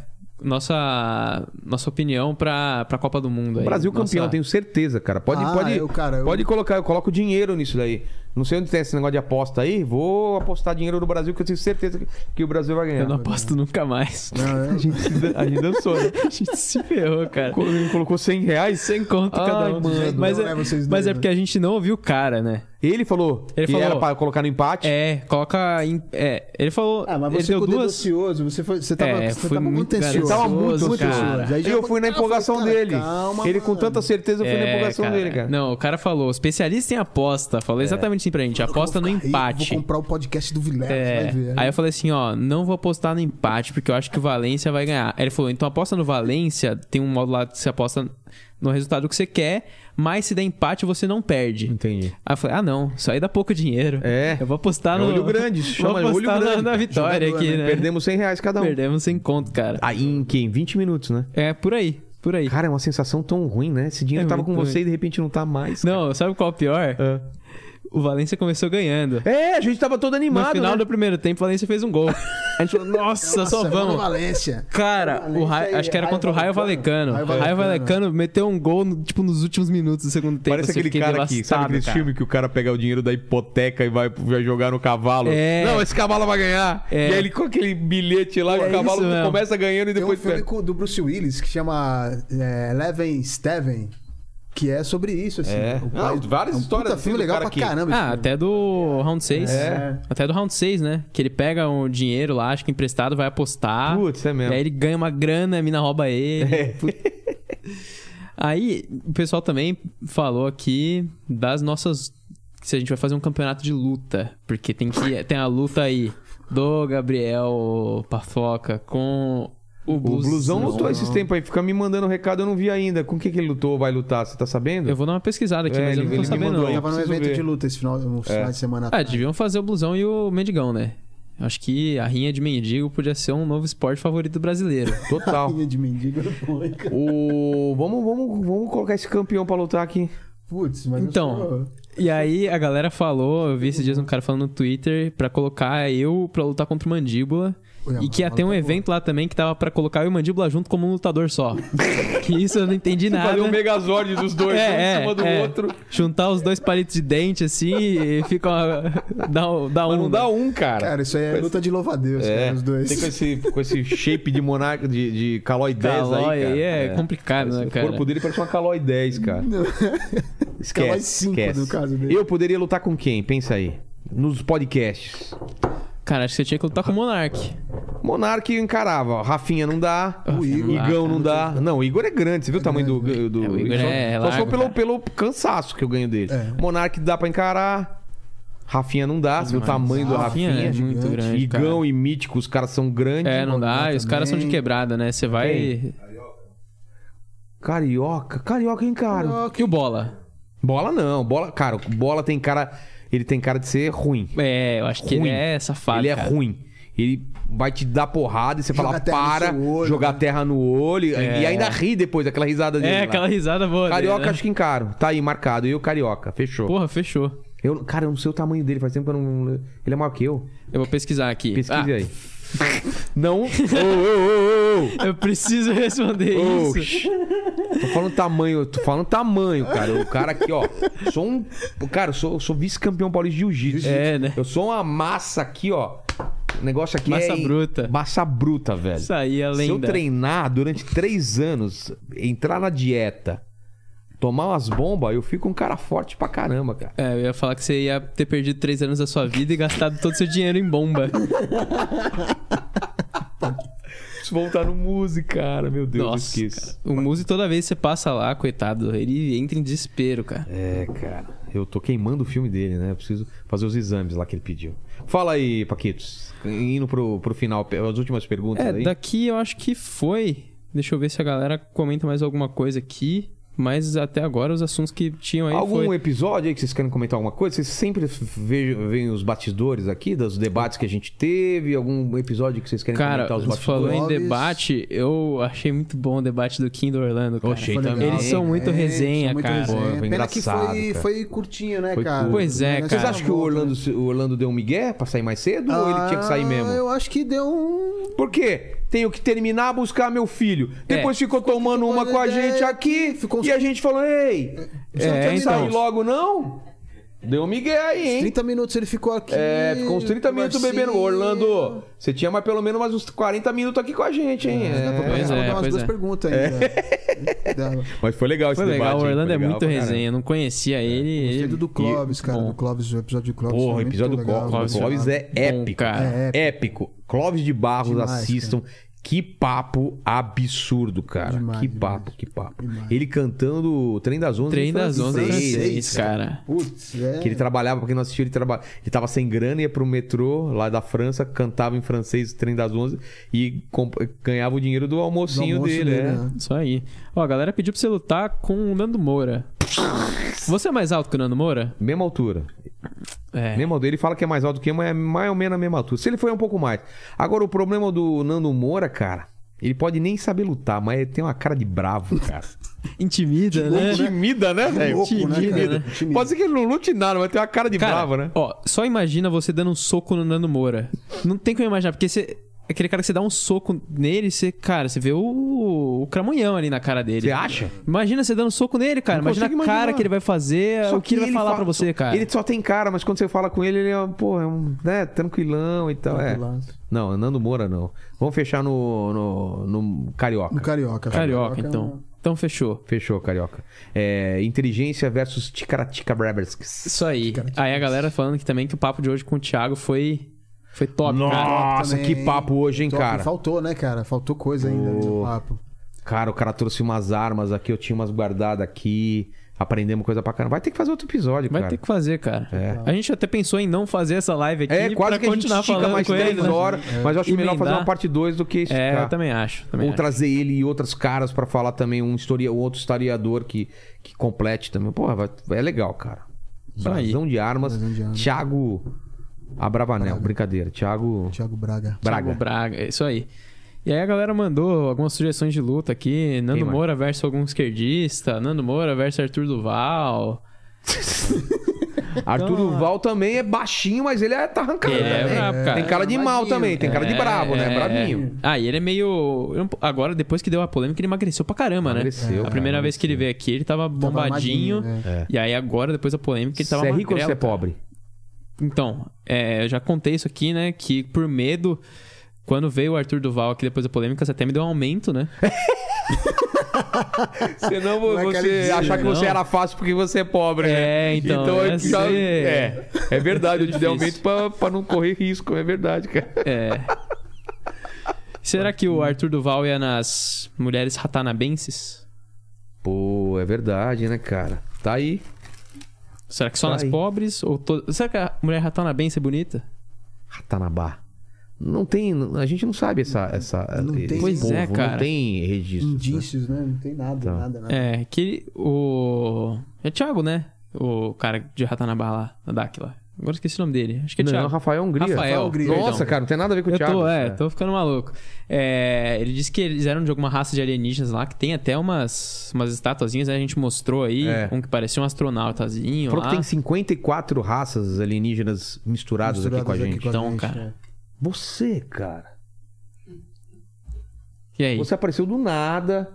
[SPEAKER 5] nossa, nossa opinião pra, pra Copa do Mundo aí.
[SPEAKER 1] Brasil
[SPEAKER 5] Nossa-
[SPEAKER 1] campeão, tenho certeza, cara. Pode,
[SPEAKER 2] Ah,
[SPEAKER 1] pode,
[SPEAKER 2] eu, cara, eu-
[SPEAKER 1] pode colocar, eu coloco dinheiro nisso daí. Não sei onde tem esse negócio de aposta aí. Vou apostar dinheiro no Brasil, que eu tenho certeza que, que o Brasil vai ganhar.
[SPEAKER 5] Eu não aposto nunca mais.
[SPEAKER 1] A gente, se dan- a gente dançou, né?
[SPEAKER 5] A gente se ferrou, cara.
[SPEAKER 1] Co- Ele colocou 100 reais.
[SPEAKER 5] Sem conta
[SPEAKER 1] Ai,
[SPEAKER 5] cada um.
[SPEAKER 1] mano.
[SPEAKER 5] mas
[SPEAKER 2] Não,
[SPEAKER 5] é,
[SPEAKER 2] né, vocês
[SPEAKER 5] mas
[SPEAKER 2] dois,
[SPEAKER 5] é porque a gente não ouviu o cara, né?
[SPEAKER 1] Ele falou
[SPEAKER 5] Ele
[SPEAKER 1] que
[SPEAKER 5] falou-
[SPEAKER 1] era pra colocar no empate.
[SPEAKER 5] É, coloca. Em, é, ele falou.
[SPEAKER 2] Ah, mas
[SPEAKER 5] ele
[SPEAKER 2] você
[SPEAKER 5] deu
[SPEAKER 2] ficou
[SPEAKER 5] duas.
[SPEAKER 2] denuncioso, você, foi, você tava,
[SPEAKER 5] É,
[SPEAKER 2] você
[SPEAKER 5] fui
[SPEAKER 2] tava
[SPEAKER 5] muito
[SPEAKER 2] muito ansioso.
[SPEAKER 1] Ele tava
[SPEAKER 5] Ansioso,
[SPEAKER 1] muito, muito
[SPEAKER 5] cara.
[SPEAKER 1] ansioso.
[SPEAKER 2] Aí
[SPEAKER 1] Aí
[SPEAKER 2] já
[SPEAKER 1] eu fui na
[SPEAKER 2] falei, cara,
[SPEAKER 1] empolgação
[SPEAKER 2] calma,
[SPEAKER 1] dele.
[SPEAKER 2] mano.
[SPEAKER 1] ele com tanta certeza, eu fui na
[SPEAKER 5] É,
[SPEAKER 1] empolgação
[SPEAKER 5] cara.
[SPEAKER 1] dele, cara.
[SPEAKER 5] Não, o cara falou, especialista em aposta, falou exatamente assim pra gente, aposta no
[SPEAKER 2] Aí, Vou
[SPEAKER 5] empate.
[SPEAKER 2] comprar o podcast do Vilela,
[SPEAKER 5] É,
[SPEAKER 2] Tá, vai ver. né?
[SPEAKER 5] aí eu falei assim, ó, não vou apostar no empate, porque eu acho que o Valência vai ganhar. Aí ele falou, então aposta no Valência, tem um modo lá que você aposta no resultado que você quer, mas se der empate você não perde.
[SPEAKER 1] Entendi.
[SPEAKER 5] Aí eu falei, ah não, isso aí dá pouco dinheiro.
[SPEAKER 1] É.
[SPEAKER 5] Eu vou apostar
[SPEAKER 1] É
[SPEAKER 5] tá no...
[SPEAKER 1] olho grande, isso
[SPEAKER 5] vou
[SPEAKER 1] chama olho
[SPEAKER 5] apostar na-
[SPEAKER 1] grande,
[SPEAKER 5] na
[SPEAKER 1] cara.
[SPEAKER 5] vitória
[SPEAKER 1] Jogador,
[SPEAKER 5] aqui, né?
[SPEAKER 1] Perdemos 100 reais cada um.
[SPEAKER 5] Perdemos sem conto, cara.
[SPEAKER 1] Aí em quem? 20 minutos, né?
[SPEAKER 5] É, por aí, por aí.
[SPEAKER 1] Cara, é uma sensação tão ruim, né? Esse dinheiro
[SPEAKER 5] É
[SPEAKER 1] tava
[SPEAKER 5] muito
[SPEAKER 1] com você
[SPEAKER 5] ruim.
[SPEAKER 1] e de repente não tá mais.
[SPEAKER 5] Não, sabe qual é o pior? O Valência começou ganhando.
[SPEAKER 1] É, a gente tava todo
[SPEAKER 5] No
[SPEAKER 1] animado.
[SPEAKER 5] final
[SPEAKER 1] né?
[SPEAKER 5] do primeiro tempo, o Valência fez um gol. A gente falou, nossa, só
[SPEAKER 2] Vamos
[SPEAKER 5] vamos.
[SPEAKER 2] no Valência.
[SPEAKER 5] Cara, o Ra-
[SPEAKER 2] Valência e
[SPEAKER 5] acho que era contra o Raio
[SPEAKER 2] Raio
[SPEAKER 5] Valecano.
[SPEAKER 2] Valecano.
[SPEAKER 5] O
[SPEAKER 2] Raio
[SPEAKER 5] Raio Valecano meteu um gol, no- tipo, nos últimos minutos do segundo tempo.
[SPEAKER 1] Parece
[SPEAKER 5] assim,
[SPEAKER 1] aquele
[SPEAKER 5] fiquei
[SPEAKER 1] cara aqui, sabe
[SPEAKER 5] devastado,
[SPEAKER 1] aquele
[SPEAKER 5] cara.
[SPEAKER 1] filme que o cara pega o dinheiro da hipoteca e vai, vai jogar no cavalo?
[SPEAKER 5] É.
[SPEAKER 1] Não, esse cavalo vai ganhar.
[SPEAKER 5] É.
[SPEAKER 1] E aí ele com aquele bilhete lá,
[SPEAKER 5] É
[SPEAKER 1] o cavalo
[SPEAKER 5] isso mesmo.
[SPEAKER 1] começa ganhando e
[SPEAKER 2] Tem um
[SPEAKER 1] depois
[SPEAKER 2] filme
[SPEAKER 1] perde.
[SPEAKER 2] com- do Bruce Willis que chama é, Eleven Steven, que é sobre isso, assim.
[SPEAKER 1] É.
[SPEAKER 2] O
[SPEAKER 1] Ah, várias
[SPEAKER 2] é um
[SPEAKER 1] histórias
[SPEAKER 2] puta filme
[SPEAKER 1] assim do
[SPEAKER 2] legal
[SPEAKER 1] cara
[SPEAKER 2] pra
[SPEAKER 1] que-
[SPEAKER 2] caramba. esse
[SPEAKER 5] Ah,
[SPEAKER 2] filme.
[SPEAKER 5] até do round 6.
[SPEAKER 1] É.
[SPEAKER 5] Até do round 6, né? Que ele pega um dinheiro lá, acho que emprestado, vai apostar.
[SPEAKER 1] Putz, é mesmo. É.
[SPEAKER 5] E aí ele ganha uma grana, a mina rouba ele. Put- Aí o pessoal também falou aqui das nossas. Se a gente vai fazer um campeonato de luta. Porque tem, que, tem a luta aí do Gabriel Pafoca com o,
[SPEAKER 1] O
[SPEAKER 5] Blusão.
[SPEAKER 1] Blusão lutou esses tempos aí, fica me mandando um recado, eu não vi ainda. Com o que, que ele lutou ou vai lutar? Você tá sabendo?
[SPEAKER 5] Eu vou dar uma pesquisada aqui,
[SPEAKER 1] É,
[SPEAKER 5] mas
[SPEAKER 1] ele-
[SPEAKER 5] eu não tô
[SPEAKER 1] ele me
[SPEAKER 5] sabendo.
[SPEAKER 1] mandou
[SPEAKER 5] não.
[SPEAKER 1] aí.
[SPEAKER 2] Eu tava num
[SPEAKER 1] preciso
[SPEAKER 2] evento
[SPEAKER 1] ver. É.
[SPEAKER 2] de luta esse final, um final de semana
[SPEAKER 5] Ah,
[SPEAKER 2] atrás.
[SPEAKER 5] deviam fazer o Blusão e o Mendigão, né? Acho que a rinha de mendigo podia ser um novo esporte favorito brasileiro.
[SPEAKER 1] Total.
[SPEAKER 2] Filha de mendigo, põe, cara.
[SPEAKER 1] o... vamos, vamos, vamos colocar esse campeão pra lutar aqui.
[SPEAKER 2] Putz, mas eu
[SPEAKER 5] Então,
[SPEAKER 2] sou-
[SPEAKER 5] E aí a galera falou, eu vi esses dias um cara falando no Twitter pra colocar eu pra lutar contra o Mandíbula.
[SPEAKER 2] Olha,
[SPEAKER 5] E que ia
[SPEAKER 2] mano,
[SPEAKER 5] ter um
[SPEAKER 2] tá
[SPEAKER 5] evento lá também que tava pra colocar eu e o Mandíbula junto como um lutador só. que isso eu não entendi nada.
[SPEAKER 1] Fazer um megazord dos dois, um
[SPEAKER 5] Ah, né? É,
[SPEAKER 1] em cima
[SPEAKER 5] é,
[SPEAKER 1] do
[SPEAKER 5] é.
[SPEAKER 1] outro.
[SPEAKER 5] Juntar os dois palitos de dente assim e fica uma... dá, um- dá
[SPEAKER 1] Mas
[SPEAKER 5] um.
[SPEAKER 1] não dá um, cara.
[SPEAKER 2] Cara, isso aí é luta de louva-a-Deus,
[SPEAKER 1] É,
[SPEAKER 2] cara, os dois.
[SPEAKER 1] Tem com esse, com esse shape de monarca de, de calói 10 aí,
[SPEAKER 5] Calói
[SPEAKER 1] cara.
[SPEAKER 5] aí é, complicado, né,
[SPEAKER 1] o
[SPEAKER 5] cara?
[SPEAKER 1] corpo dele parece uma calói 10, cara. Esquece,
[SPEAKER 2] Calói 5
[SPEAKER 1] esquece.
[SPEAKER 2] no caso dele.
[SPEAKER 1] Eu poderia lutar com quem? Pensa aí. Nos podcasts.
[SPEAKER 5] Cara, acho que você tinha que lutar com o Monark.
[SPEAKER 1] Monark encarava, ó. Rafinha não dá.
[SPEAKER 5] O Igor.
[SPEAKER 1] Igão não dá. Não, o Igor é grande. Você viu o tamanho do. do
[SPEAKER 5] É, o Igor
[SPEAKER 1] só,
[SPEAKER 5] é
[SPEAKER 1] só
[SPEAKER 5] largo,
[SPEAKER 1] se for pelo,
[SPEAKER 5] cara. É.
[SPEAKER 1] pelo cansaço que eu ganho dele. Monark dá pra encarar. Rafinha não dá. Você viu o tamanho do Rafinha?
[SPEAKER 5] é muito grande.
[SPEAKER 1] Igão e Mítico, os caras são grandes.
[SPEAKER 5] É, não dá. E os caras são de quebrada, né? Você vai.
[SPEAKER 1] Carioca. Carioca eu encaro.
[SPEAKER 5] E o bola?
[SPEAKER 1] Bola não, bola, cara, o bola tem cara, ele tem cara de ser ruim.
[SPEAKER 5] É, eu acho que
[SPEAKER 1] Ruim.
[SPEAKER 5] ele é safado.
[SPEAKER 1] ele é
[SPEAKER 5] cara.
[SPEAKER 1] ruim. Ele vai te dar porrada e você
[SPEAKER 2] Joga
[SPEAKER 1] fala
[SPEAKER 2] terra no
[SPEAKER 1] para,
[SPEAKER 2] seu olho,
[SPEAKER 1] jogar
[SPEAKER 2] né?
[SPEAKER 1] terra no olho
[SPEAKER 5] É.
[SPEAKER 1] e ainda ri depois aquela risada dele.
[SPEAKER 5] É,
[SPEAKER 1] lá.
[SPEAKER 5] aquela risada boa. dele,
[SPEAKER 1] né? Carioca
[SPEAKER 5] né?
[SPEAKER 1] acho que encaro. Tá aí marcado. E o carioca, fechou.
[SPEAKER 5] Porra, fechou.
[SPEAKER 1] Eu, cara, eu não sei o tamanho dele, faz tempo que eu não ele é maior que eu.
[SPEAKER 5] Eu vou pesquisar aqui.
[SPEAKER 1] Pesquise
[SPEAKER 5] Ah,
[SPEAKER 1] aí. não. Ô, ô, ô, ô, ô.
[SPEAKER 5] Eu preciso responder
[SPEAKER 1] Oh,
[SPEAKER 5] isso.
[SPEAKER 1] shh. Tô falando tamanho, eu tô falando tamanho, cara. O cara aqui, ó. Sou um. Cara, eu sou, eu sou vice-campeão paulista de jiu-jitsu.
[SPEAKER 5] É, né?
[SPEAKER 1] Eu sou uma massa aqui, ó. O negócio aqui é.
[SPEAKER 5] Massa bruta.
[SPEAKER 1] Massa bruta, velho.
[SPEAKER 5] Isso aí é
[SPEAKER 1] Se eu
[SPEAKER 5] lenda.
[SPEAKER 1] treinar durante três anos, entrar na dieta, tomar umas bombas, eu fico um cara forte pra caramba, cara.
[SPEAKER 5] É, eu ia falar que você ia ter perdido três anos da sua vida e gastado todo o seu dinheiro em bomba.
[SPEAKER 1] Preciso voltar no música, cara. Meu Deus, eu
[SPEAKER 5] Nossa,
[SPEAKER 1] esqueço.
[SPEAKER 5] cara. O Muzi, toda vez que você passa lá, coitado, ele entra em desespero, cara.
[SPEAKER 1] É, cara. Eu tô queimando o filme dele, né? Eu preciso fazer os exames lá que ele pediu. Fala aí, Paquitos. Indo pro, pro final, pe- as últimas perguntas
[SPEAKER 5] É,
[SPEAKER 1] aí.
[SPEAKER 5] daqui eu acho que foi. Deixa eu ver se a galera comenta mais alguma coisa aqui. Mas até agora os assuntos que tinham aí
[SPEAKER 1] Algum
[SPEAKER 5] foi...
[SPEAKER 1] episódio aí que vocês querem comentar alguma coisa? Vocês sempre vejam- veem os bastidores aqui, dos debates que a gente teve? Algum episódio que vocês querem
[SPEAKER 5] Cara,
[SPEAKER 1] né, comentar os
[SPEAKER 5] você
[SPEAKER 1] bastidores?
[SPEAKER 5] falou em
[SPEAKER 2] bastidores.
[SPEAKER 5] debate, eu achei muito bom o debate do Kim do Orlando, cara.
[SPEAKER 1] Achei
[SPEAKER 2] Foi
[SPEAKER 1] também.
[SPEAKER 2] legal,
[SPEAKER 5] Eles são
[SPEAKER 2] né?
[SPEAKER 5] muito
[SPEAKER 2] É,
[SPEAKER 5] resenha,
[SPEAKER 2] são muito
[SPEAKER 5] cara.
[SPEAKER 2] resenha.
[SPEAKER 1] Pô, foi
[SPEAKER 2] Pena que
[SPEAKER 1] engraçado,
[SPEAKER 2] foi,
[SPEAKER 1] cara.
[SPEAKER 2] foi curtinho, né,
[SPEAKER 1] Foi
[SPEAKER 2] cara?
[SPEAKER 1] curto.
[SPEAKER 5] Pois é,
[SPEAKER 2] Mas
[SPEAKER 1] Vocês
[SPEAKER 5] cara.
[SPEAKER 1] acham que o Orlando, o Orlando deu um migué pra sair mais cedo ou ele tinha que sair mesmo?
[SPEAKER 2] Ah, Eu acho que deu um.
[SPEAKER 1] Por quê? Tenho que terminar a buscar meu filho.
[SPEAKER 5] É.
[SPEAKER 1] Depois ficou tomando uma com a
[SPEAKER 2] tomando
[SPEAKER 1] gente
[SPEAKER 2] ideia,
[SPEAKER 1] aqui.
[SPEAKER 2] ficou-
[SPEAKER 1] E a gente falou: ei, você não
[SPEAKER 5] É,
[SPEAKER 1] quer
[SPEAKER 5] então.
[SPEAKER 1] sair logo, não? Deu um migué aí, hein?
[SPEAKER 9] 30 minutos ele ficou aqui.
[SPEAKER 1] É, ficou uns 30 minutos
[SPEAKER 9] Marcinho.
[SPEAKER 1] bebendo. Ô, Orlando, você tinha mais pelo menos mais uns 40 minutos aqui com a gente, hein?
[SPEAKER 9] Dá pra
[SPEAKER 1] É.
[SPEAKER 9] pois
[SPEAKER 5] é,
[SPEAKER 9] umas
[SPEAKER 5] pois
[SPEAKER 9] duas
[SPEAKER 5] é.
[SPEAKER 9] perguntas ainda. Dava.
[SPEAKER 1] Mas foi legal esse
[SPEAKER 5] Foi
[SPEAKER 1] debate.
[SPEAKER 5] legal, o
[SPEAKER 1] hein?
[SPEAKER 5] Orlando
[SPEAKER 1] Foi
[SPEAKER 5] é
[SPEAKER 1] legal
[SPEAKER 5] muito
[SPEAKER 1] pra caralho.
[SPEAKER 5] resenha. Eu não conhecia ele.
[SPEAKER 9] Gostei
[SPEAKER 5] ele...
[SPEAKER 9] do do Clóvis, cara.
[SPEAKER 5] Bom.
[SPEAKER 9] Do Clóvis, o episódio do Clóvis.
[SPEAKER 1] Porra, o
[SPEAKER 9] foi muito
[SPEAKER 1] episódio do
[SPEAKER 9] legal,
[SPEAKER 1] Clóvis.
[SPEAKER 5] Clóvis.
[SPEAKER 1] Clóvis é épico.
[SPEAKER 5] cara.
[SPEAKER 1] É épico. Clóvis de Barros,
[SPEAKER 9] Demais,
[SPEAKER 1] assistam. Que papo absurdo, cara.
[SPEAKER 9] Demais,
[SPEAKER 1] que
[SPEAKER 9] demais.
[SPEAKER 1] papo, que papo. Ele cantando o Trem das Onze. em
[SPEAKER 5] Trem das
[SPEAKER 1] francês, É
[SPEAKER 5] 11 francês, cara.
[SPEAKER 9] Putz, é.
[SPEAKER 1] Que ele tá- trabalhava, pra quem não assistiu, ele, traba... ele tava sem grana, ia pro metrô lá da França, cantava em francês o trem das 11 e comp- ganhava o dinheiro do almocinho
[SPEAKER 9] almoço
[SPEAKER 1] dele,
[SPEAKER 9] dele,
[SPEAKER 1] né?
[SPEAKER 9] né?
[SPEAKER 5] Isso aí. Ó, a galera pediu pra você lutar com o Nando Moura. Você é mais alto que o Nando Moura?
[SPEAKER 1] Mesma altura.
[SPEAKER 5] É.
[SPEAKER 1] Mesma altura. Ele fala que é mais alto que eu, mas é mais ou menos a mesma altura. Se ele for é um pouco mais. Agora, o problema do Nando Moura, cara, ele pode nem saber lutar, mas ele tem uma cara de bravo, cara.
[SPEAKER 5] Intimida, né?
[SPEAKER 1] Intimida, né, velho?
[SPEAKER 9] louco, né, cara?
[SPEAKER 1] Intimida.
[SPEAKER 9] Intimida.
[SPEAKER 1] Pode ser que ele não lute nada, mas tem uma cara de
[SPEAKER 5] Cara,
[SPEAKER 1] bravo, né?
[SPEAKER 5] Ó, só imagina você dando um soco no Nando Moura. Não tem como imaginar, porque você. Aquele cara que você dá um soco nele, você, cara, você vê o, o cramunhão ali na cara dele.
[SPEAKER 1] Você acha?
[SPEAKER 5] Imagina você dando um soco nele, cara.
[SPEAKER 1] Não
[SPEAKER 5] imagina a
[SPEAKER 1] consigo
[SPEAKER 5] cara
[SPEAKER 1] imaginar.
[SPEAKER 5] que ele vai fazer,
[SPEAKER 1] Só
[SPEAKER 5] o que, ele vai É, falar
[SPEAKER 1] fala-
[SPEAKER 5] pra você,
[SPEAKER 1] só-
[SPEAKER 5] cara.
[SPEAKER 1] Ele só tem cara, mas quando você fala com ele, ele é, um- pô, é um, né, tranquilão e tal. É. Não, Nando Moura não. Vamos fechar no, no, no Carioca.
[SPEAKER 9] No Carioca.
[SPEAKER 1] tá-
[SPEAKER 9] é um-
[SPEAKER 5] Carioca,
[SPEAKER 1] é um-
[SPEAKER 5] então. Então fechou.
[SPEAKER 1] Fechou, Carioca. É, inteligência versus Ticaratica Brabersks.
[SPEAKER 5] Isso aí. Aí a galera falando que também que o papo de hoje com o Thiago foi, foi top, cara.
[SPEAKER 1] Nossa,
[SPEAKER 9] também,
[SPEAKER 1] que papo hoje, hein,
[SPEAKER 9] Top.
[SPEAKER 1] cara?
[SPEAKER 9] Faltou, né, cara? Faltou coisa ainda no papo.
[SPEAKER 1] Cara, o cara trouxe umas armas aqui, eu tinha umas guardadas aqui. Aprendemos coisa pra caramba. Vai ter que fazer outro episódio,
[SPEAKER 5] Vai
[SPEAKER 1] cara.
[SPEAKER 5] ter que fazer, cara. A gente até pensou em não fazer essa live aqui
[SPEAKER 1] É, quase
[SPEAKER 5] pra
[SPEAKER 1] que a gente
[SPEAKER 5] continuar
[SPEAKER 1] estica
[SPEAKER 5] falando
[SPEAKER 1] mais
[SPEAKER 5] com
[SPEAKER 1] 10
[SPEAKER 5] ele, né?
[SPEAKER 1] horas, mas eu acho é melhor fazer
[SPEAKER 5] Emendar.
[SPEAKER 1] uma parte 2 do que esticar.
[SPEAKER 5] É, eu também acho. Também
[SPEAKER 1] Ou
[SPEAKER 5] acho.
[SPEAKER 1] trazer ele e outros caras pra falar também, um histori... um outro historiador que, que complete também. Porra, vai- é legal, cara.
[SPEAKER 5] Isso aí.
[SPEAKER 1] Brasão de armas.
[SPEAKER 9] Brasão de armas.
[SPEAKER 1] Thiago Abravanel, brincadeira. Thiago
[SPEAKER 9] Thiago Braga.
[SPEAKER 1] Braga.
[SPEAKER 5] Thiago Braga, é isso aí. E aí a galera mandou algumas sugestões de luta aqui. Nando
[SPEAKER 1] mais?
[SPEAKER 5] Moura versus algum esquerdista. Nando Moura versus Arthur Duval.
[SPEAKER 1] Arthur Duval também é baixinho, mas ele é, tá arrancado.
[SPEAKER 5] Então, É,
[SPEAKER 1] também.
[SPEAKER 5] é brabo, cara.
[SPEAKER 1] Tem cara de mal
[SPEAKER 9] Armadinho.
[SPEAKER 1] também, tem cara de bravo, né?
[SPEAKER 5] É.
[SPEAKER 1] Bravinho.
[SPEAKER 5] Ah, e ele é meio... eu não- Agora, depois que deu a polêmica, ele emagreceu pra caramba, né?
[SPEAKER 1] Emagreceu,
[SPEAKER 5] A
[SPEAKER 1] cara,
[SPEAKER 5] primeira vez que ele veio aqui, ele tava bombadinho.
[SPEAKER 9] armadinho,
[SPEAKER 5] E aí agora, depois da polêmica, ele tava
[SPEAKER 1] Você é rico ou
[SPEAKER 5] magrelo,
[SPEAKER 1] você é
[SPEAKER 5] cara.
[SPEAKER 1] pobre?
[SPEAKER 5] Então, é, eu já contei isso aqui, né? Que por medo, quando veio o Arthur Duval aqui depois da polêmica, você até me deu um aumento, né?
[SPEAKER 1] Senão
[SPEAKER 9] é que
[SPEAKER 1] você
[SPEAKER 9] ele diz, né?
[SPEAKER 1] achar que você
[SPEAKER 5] Não.
[SPEAKER 1] era fácil porque você é pobre, né?
[SPEAKER 5] É, então,
[SPEAKER 1] eu
[SPEAKER 5] essa
[SPEAKER 1] já-
[SPEAKER 5] aí
[SPEAKER 1] é,
[SPEAKER 5] é-
[SPEAKER 1] é verdade, eu te dei
[SPEAKER 5] difícil.
[SPEAKER 1] aumento pra, pra não correr risco, é verdade, cara.
[SPEAKER 5] É. Será que o Arthur Duval ia nas mulheres ratanabenses?
[SPEAKER 1] Pô, é verdade, né, cara? Tá aí.
[SPEAKER 5] Será que só
[SPEAKER 1] Tá
[SPEAKER 5] nas
[SPEAKER 1] aí.
[SPEAKER 5] pobres? Ou to... Será que a mulher ratanabense é bonita?
[SPEAKER 1] Ratanabá. Não tem. A gente não sabe essa. essa
[SPEAKER 9] Não
[SPEAKER 1] esse
[SPEAKER 9] tem.
[SPEAKER 5] Pois
[SPEAKER 1] povo,
[SPEAKER 5] é, cara.
[SPEAKER 1] Não tem registro. né?
[SPEAKER 9] Indícios, né? Não tem nada,
[SPEAKER 1] Tá.
[SPEAKER 9] nada, nada.
[SPEAKER 5] É, que ele- o. É Thiago, né? O cara de Ratanabá lá, na DAC lá. Agora esqueci o nome dele. Acho que é
[SPEAKER 1] Não,
[SPEAKER 5] Thiago.
[SPEAKER 1] Rafael Hungria.
[SPEAKER 5] Rafael Hungria,
[SPEAKER 1] Nossa,
[SPEAKER 5] perdão.
[SPEAKER 1] cara, não tem nada a ver com o
[SPEAKER 5] Eu
[SPEAKER 1] Thiago.
[SPEAKER 5] tô, é,
[SPEAKER 1] cara.
[SPEAKER 5] tô ficando maluco. É, ele disse que eles eram de alguma raça de alienígenas lá, que tem até umas, umas estatuazinhas, né? A gente mostrou aí,
[SPEAKER 1] É.
[SPEAKER 5] um que parecia um astronautazinho
[SPEAKER 1] Falou
[SPEAKER 5] lá.
[SPEAKER 1] que tem 54 raças alienígenas misturadas, É, aqui com a gente. né?
[SPEAKER 5] Então, cara.
[SPEAKER 1] Você, cara.
[SPEAKER 5] E aí?
[SPEAKER 1] Você apareceu do nada.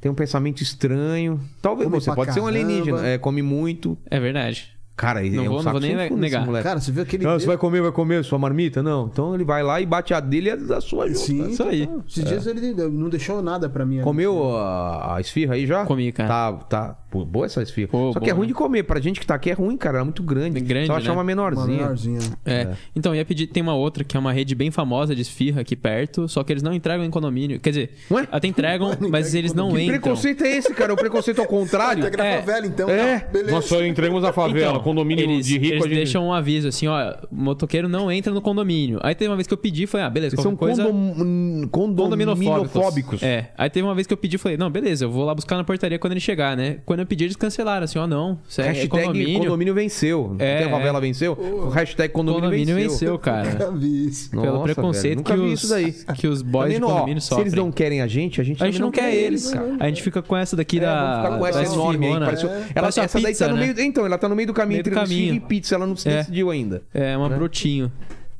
[SPEAKER 1] Tem um pensamento estranho. Talvez
[SPEAKER 9] Come
[SPEAKER 1] você
[SPEAKER 9] pra
[SPEAKER 1] pode ser um
[SPEAKER 9] caramba.
[SPEAKER 1] alienígena. É, come muito.
[SPEAKER 5] É verdade.
[SPEAKER 1] Cara, ele
[SPEAKER 5] Não
[SPEAKER 1] é um
[SPEAKER 5] vou- não
[SPEAKER 1] saco
[SPEAKER 5] vou nem
[SPEAKER 1] sem
[SPEAKER 5] ne-
[SPEAKER 1] fundo esse
[SPEAKER 5] negar.
[SPEAKER 1] moleque.
[SPEAKER 9] Cara, você viu aquele.
[SPEAKER 1] Não,
[SPEAKER 9] dedo-
[SPEAKER 1] você vai comer, vai comer sua marmita? Não. Então ele vai lá e bate a dele e a a sua junto.
[SPEAKER 9] Sim,
[SPEAKER 5] Isso aí.
[SPEAKER 1] tá.
[SPEAKER 9] Esses dias ele não deixou nada pra mim.
[SPEAKER 1] É. Comeu a, a esfirra aí já?
[SPEAKER 5] Comi, cara.
[SPEAKER 1] Tá, tá. Pô, boa essa esfirra.
[SPEAKER 5] Pô,
[SPEAKER 1] Só que
[SPEAKER 5] boa,
[SPEAKER 1] é ruim
[SPEAKER 5] né?
[SPEAKER 1] de comer. Pra gente que tá aqui é ruim, cara. É muito grande.
[SPEAKER 5] É grande,
[SPEAKER 1] Só achar
[SPEAKER 5] né?
[SPEAKER 1] uma
[SPEAKER 9] Uma
[SPEAKER 1] menorzinha.
[SPEAKER 9] menorzinha.
[SPEAKER 5] É. Então, ia pedir. Tem uma outra que é uma rede bem famosa de esfirra aqui perto, só que eles não entregam em condomínio. Quer dizer,
[SPEAKER 1] Ué?
[SPEAKER 5] até entregam, mas eles não
[SPEAKER 1] Que
[SPEAKER 5] entram.
[SPEAKER 1] preconceito é esse, cara? O preconceito ao contrário.
[SPEAKER 9] Pega na
[SPEAKER 5] É.
[SPEAKER 9] favela, então.
[SPEAKER 1] É.
[SPEAKER 9] tá, Beleza.
[SPEAKER 1] Nós só entramos na favela, é, condomínio
[SPEAKER 5] Então, eles,
[SPEAKER 1] de rico
[SPEAKER 5] eles
[SPEAKER 1] a gente.
[SPEAKER 5] deixam um aviso assim, ó, motoqueiro não entra no condomínio. Aí teve uma vez que eu pedi, falei, ah, beleza,
[SPEAKER 1] Eles
[SPEAKER 5] qualquer
[SPEAKER 1] são
[SPEAKER 5] coisa...
[SPEAKER 1] condom... condominofóbicos.
[SPEAKER 5] Condominofóbicos. É. Aí teve uma vez que eu pedi, falei, não, beleza, eu vou lá buscar na portaria quando ele chegar, né? Quando eu pedi, eles cancelaram, assim, ó, não, isso é
[SPEAKER 1] Hashtag condomínio,
[SPEAKER 5] condomínio. Condomínio,
[SPEAKER 1] venceu. Não
[SPEAKER 5] É,
[SPEAKER 1] tem a favela venceu? O hashtag condomínio,
[SPEAKER 5] venceu, cara.
[SPEAKER 1] É.
[SPEAKER 9] Nunca vi isso.
[SPEAKER 1] Nossa,
[SPEAKER 5] Pelo
[SPEAKER 1] velho,
[SPEAKER 5] preconceito
[SPEAKER 1] nunca
[SPEAKER 5] que,
[SPEAKER 1] vi
[SPEAKER 5] os,
[SPEAKER 1] isso daí.
[SPEAKER 5] que os boys
[SPEAKER 1] Também
[SPEAKER 5] de
[SPEAKER 1] não, ó,
[SPEAKER 5] condomínio
[SPEAKER 1] se
[SPEAKER 5] sofrem.
[SPEAKER 1] eles não querem a gente, a gente,
[SPEAKER 5] A
[SPEAKER 1] também
[SPEAKER 5] gente não quer eles, né? cara. A gente fica com essa daqui da.
[SPEAKER 1] É, Vamos ficar com
[SPEAKER 5] da
[SPEAKER 1] essa tá enorme né? aí. que
[SPEAKER 5] esfirrona.
[SPEAKER 1] pareceu-
[SPEAKER 5] É.
[SPEAKER 1] Ela,
[SPEAKER 5] Parece
[SPEAKER 1] essa
[SPEAKER 5] uma
[SPEAKER 1] daí tá
[SPEAKER 5] pizza,
[SPEAKER 1] no
[SPEAKER 5] né?
[SPEAKER 1] meio. Então, ela tá no meio do caminho
[SPEAKER 5] Meio do
[SPEAKER 1] entre caminho.
[SPEAKER 5] caminho.
[SPEAKER 1] e pizza, ela não se
[SPEAKER 5] É.
[SPEAKER 1] decidiu ainda.
[SPEAKER 5] É, uma brotinho.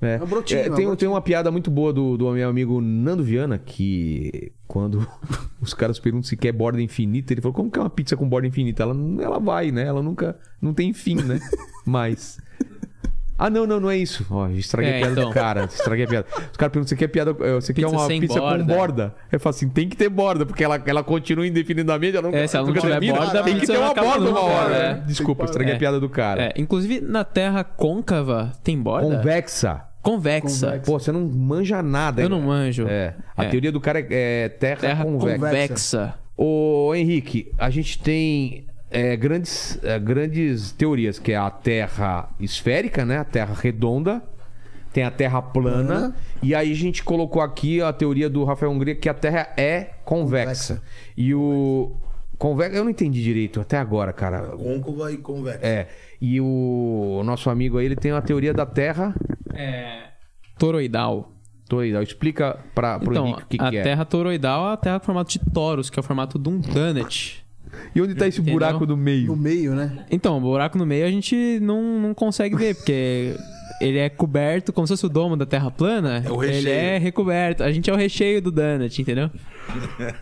[SPEAKER 1] É.
[SPEAKER 9] um brotinho,
[SPEAKER 1] É,
[SPEAKER 9] é um
[SPEAKER 1] tem, tem uma piada muito boa do, do meu amigo Nando Viana, que quando os caras perguntam se quer borda infinita, ele falou: como que é uma pizza com borda infinita? Ela, não- ela vai, né? Ela nunca. Não tem fim, né? mais. Ah, não, não, não é isso. Ó, estraguei
[SPEAKER 5] É,
[SPEAKER 1] a piada
[SPEAKER 5] então.
[SPEAKER 1] do cara. Estraguei a piada. Os caras perguntam: você quer piada? eh, Você
[SPEAKER 5] Pizza
[SPEAKER 1] quer uma
[SPEAKER 5] sem
[SPEAKER 1] pizza
[SPEAKER 5] borda.
[SPEAKER 1] com borda? Eu falo assim: tem que ter borda, porque ela, ela continua indefinidamente. Ela não,
[SPEAKER 5] É, se ela não
[SPEAKER 1] nunca
[SPEAKER 5] tiver
[SPEAKER 1] termina.
[SPEAKER 5] borda, a
[SPEAKER 1] tem que
[SPEAKER 5] pizza
[SPEAKER 1] ter uma
[SPEAKER 5] acaba
[SPEAKER 1] borda
[SPEAKER 5] nunca,
[SPEAKER 1] uma hora.
[SPEAKER 5] é.
[SPEAKER 1] né? Desculpa, estraguei
[SPEAKER 5] É.
[SPEAKER 1] a piada do cara.
[SPEAKER 5] É, inclusive, na Terra côncava tem borda?
[SPEAKER 1] Convexa.
[SPEAKER 5] Convexa.
[SPEAKER 1] Pô, você não manja nada.
[SPEAKER 5] Eu
[SPEAKER 1] hein,
[SPEAKER 5] não
[SPEAKER 1] cara?
[SPEAKER 5] manjo.
[SPEAKER 1] É. A
[SPEAKER 5] É.
[SPEAKER 1] teoria do cara é é terra,
[SPEAKER 5] Terra
[SPEAKER 1] convexa.
[SPEAKER 5] convexa.
[SPEAKER 1] Ô, Henrique, a gente tem é, grandes, é, grandes teorias, que é a Terra esférica, né? A Terra redonda. Tem a Terra plana. E aí a gente colocou aqui a teoria do Rafael Hungria, que a Terra é convexa. E o... Convexa... Eu não entendi direito até agora, cara.
[SPEAKER 13] Côncava e convexa.
[SPEAKER 1] É. E o nosso amigo aí, ele tem a teoria da Terra...
[SPEAKER 5] Toroidal.
[SPEAKER 1] Toroidal. Explica para pro
[SPEAKER 5] Então,
[SPEAKER 1] Henrique o que,
[SPEAKER 5] a
[SPEAKER 1] que é.
[SPEAKER 5] Terra toroidal é a Terra com formato de toros, que é o formato de um donut.
[SPEAKER 1] E onde tá esse
[SPEAKER 5] Entendeu?
[SPEAKER 1] buraco do meio?
[SPEAKER 9] No meio, né?
[SPEAKER 5] Então, o buraco no meio a gente não, não consegue ver, porque ele é coberto como se fosse o domo da Terra plana.
[SPEAKER 13] É o
[SPEAKER 5] ele
[SPEAKER 13] recheio.
[SPEAKER 5] é recoberto. A gente é o recheio do donut, entendeu?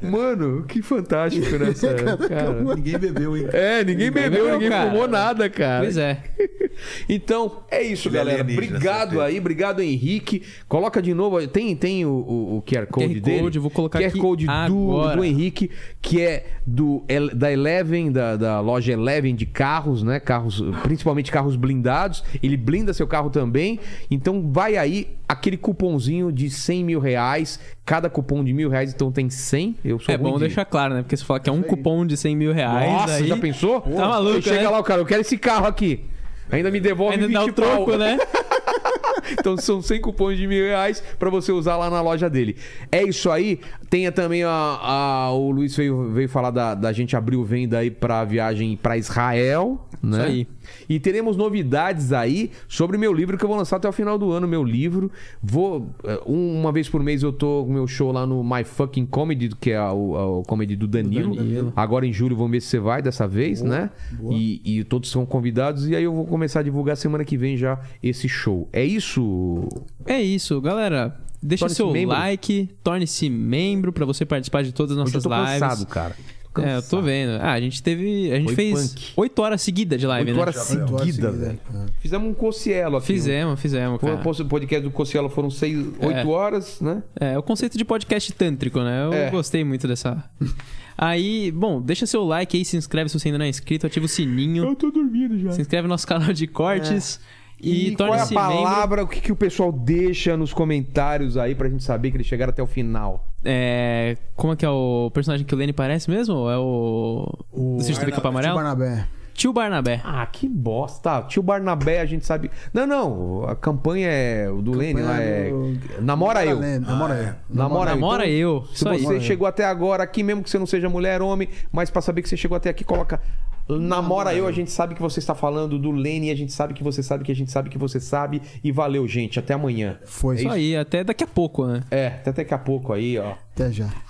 [SPEAKER 1] Mano, que fantástico, né? sério? Cara.
[SPEAKER 13] Ninguém bebeu, hein?
[SPEAKER 1] É, ninguém bebeu,
[SPEAKER 5] bebeu,
[SPEAKER 1] ninguém
[SPEAKER 5] cara.
[SPEAKER 1] fumou nada, cara.
[SPEAKER 5] Pois é.
[SPEAKER 1] Então, é isso,
[SPEAKER 13] Ele é
[SPEAKER 1] galera.
[SPEAKER 13] alienígena,
[SPEAKER 1] Obrigado
[SPEAKER 13] certeza.
[SPEAKER 1] aí, obrigado, Henrique. Coloca de novo. aí. Tem, tem o, o, o QR Code
[SPEAKER 5] QR
[SPEAKER 1] dele.
[SPEAKER 5] Code, vou colocar
[SPEAKER 1] QR
[SPEAKER 5] aqui
[SPEAKER 1] Code do,
[SPEAKER 5] agora.
[SPEAKER 1] do Henrique, que é do El- da Eleven, da, da loja Eleven de carros, né? Carros, principalmente carros blindados. Ele blinda seu carro também. Então vai aí aquele cupomzinho de 100 mil reais. Cada cupom de mil reais, então tem 100. Eu sou
[SPEAKER 5] é
[SPEAKER 1] ruim
[SPEAKER 5] bom
[SPEAKER 1] de-
[SPEAKER 5] deixar claro, né? Porque se falar que é um cupom de 100 mil reais,
[SPEAKER 1] Nossa,
[SPEAKER 5] aí
[SPEAKER 1] já pensou?
[SPEAKER 5] Tá maluco,
[SPEAKER 1] Aí chega
[SPEAKER 5] né?
[SPEAKER 1] lá o cara, eu quero esse carro aqui. Ainda me devolve
[SPEAKER 5] ainda
[SPEAKER 1] 20
[SPEAKER 5] dá o
[SPEAKER 1] pau.
[SPEAKER 5] troco, né?
[SPEAKER 1] Então são 100 cupons de mil reais pra você usar lá na loja dele. É isso aí. Tenha também a, a- o Luiz veio, veio falar da, da gente abrir o venda aí pra viagem pra Israel, né?
[SPEAKER 5] Isso aí.
[SPEAKER 1] E teremos novidades aí sobre meu livro que eu vou lançar até o final do ano, meu livro. Vou eh, um- uma vez por mês eu tô com meu show lá no My Fucking Comedy, que é a- o, a- o comedy do Danilo. Agora em julho vamos ver se você vai dessa vez, né? E, e todos são convidados e aí eu vou começar a divulgar semana que vem já esse show. É isso.
[SPEAKER 5] É isso, galera. Deixa
[SPEAKER 1] Torne-se
[SPEAKER 5] seu
[SPEAKER 1] membro.
[SPEAKER 5] like, torne-se membro pra você participar de todas as
[SPEAKER 1] Hoje eu
[SPEAKER 5] nossas
[SPEAKER 1] tô
[SPEAKER 5] lives.
[SPEAKER 1] cansado, cara.
[SPEAKER 5] É, eu tô vendo. Ah, a gente teve. A gente
[SPEAKER 1] Foi
[SPEAKER 5] fez
[SPEAKER 1] punk.
[SPEAKER 5] 8 horas seguidas de live,
[SPEAKER 1] Oito
[SPEAKER 5] né?
[SPEAKER 1] horas
[SPEAKER 9] Oito horas
[SPEAKER 1] seguidas,
[SPEAKER 9] seguidas,
[SPEAKER 1] velho. Fizemos um Cocielo aqui.
[SPEAKER 5] Fizemos, fizemos,
[SPEAKER 1] Foi-
[SPEAKER 5] cara.
[SPEAKER 1] O podcast do Cocielo foram seis, oito horas, né?
[SPEAKER 5] É, o conceito de podcast tântrico, né? Eu
[SPEAKER 1] É.
[SPEAKER 5] gostei muito dessa. aí, bom, deixa seu like aí, se inscreve se você ainda não é inscrito, ativa o sininho. Eu tô dormindo já. Se inscreve no nosso canal de cortes e,
[SPEAKER 1] qual é a
[SPEAKER 5] torne-se membro.
[SPEAKER 1] palavra, o que, que o pessoal deixa nos comentários aí pra gente saber que eles chegaram até o final?
[SPEAKER 5] É, como é que é o personagem que o Lenny parece mesmo? É o. o
[SPEAKER 9] Tio
[SPEAKER 5] do Capa
[SPEAKER 1] É um-
[SPEAKER 5] Amarelo?
[SPEAKER 9] Tipo Barnabé.
[SPEAKER 5] Tio Barnabé.
[SPEAKER 1] Ah, que bosta. Tio Barnabé, a gente sabe. Não, não. A campanha é o do Lene lá é. Namora eu. Ah, é.
[SPEAKER 9] Lene, Namora eu.
[SPEAKER 1] Namora, eu. Então,
[SPEAKER 5] Namora Ah, eu.
[SPEAKER 1] Se
[SPEAKER 5] Isso aí.
[SPEAKER 1] você chegou até agora aqui, mesmo que você não seja mulher, homem, mas pra saber que você chegou até aqui, coloca. Namora eu, a gente sabe que você está falando do Lene, a gente sabe que você sabe que a gente sabe que você sabe. E valeu, gente. Até amanhã.
[SPEAKER 9] Foi.
[SPEAKER 5] Isso aí, até daqui a pouco, né?
[SPEAKER 1] É, até daqui a pouco aí, ó.
[SPEAKER 9] Até já.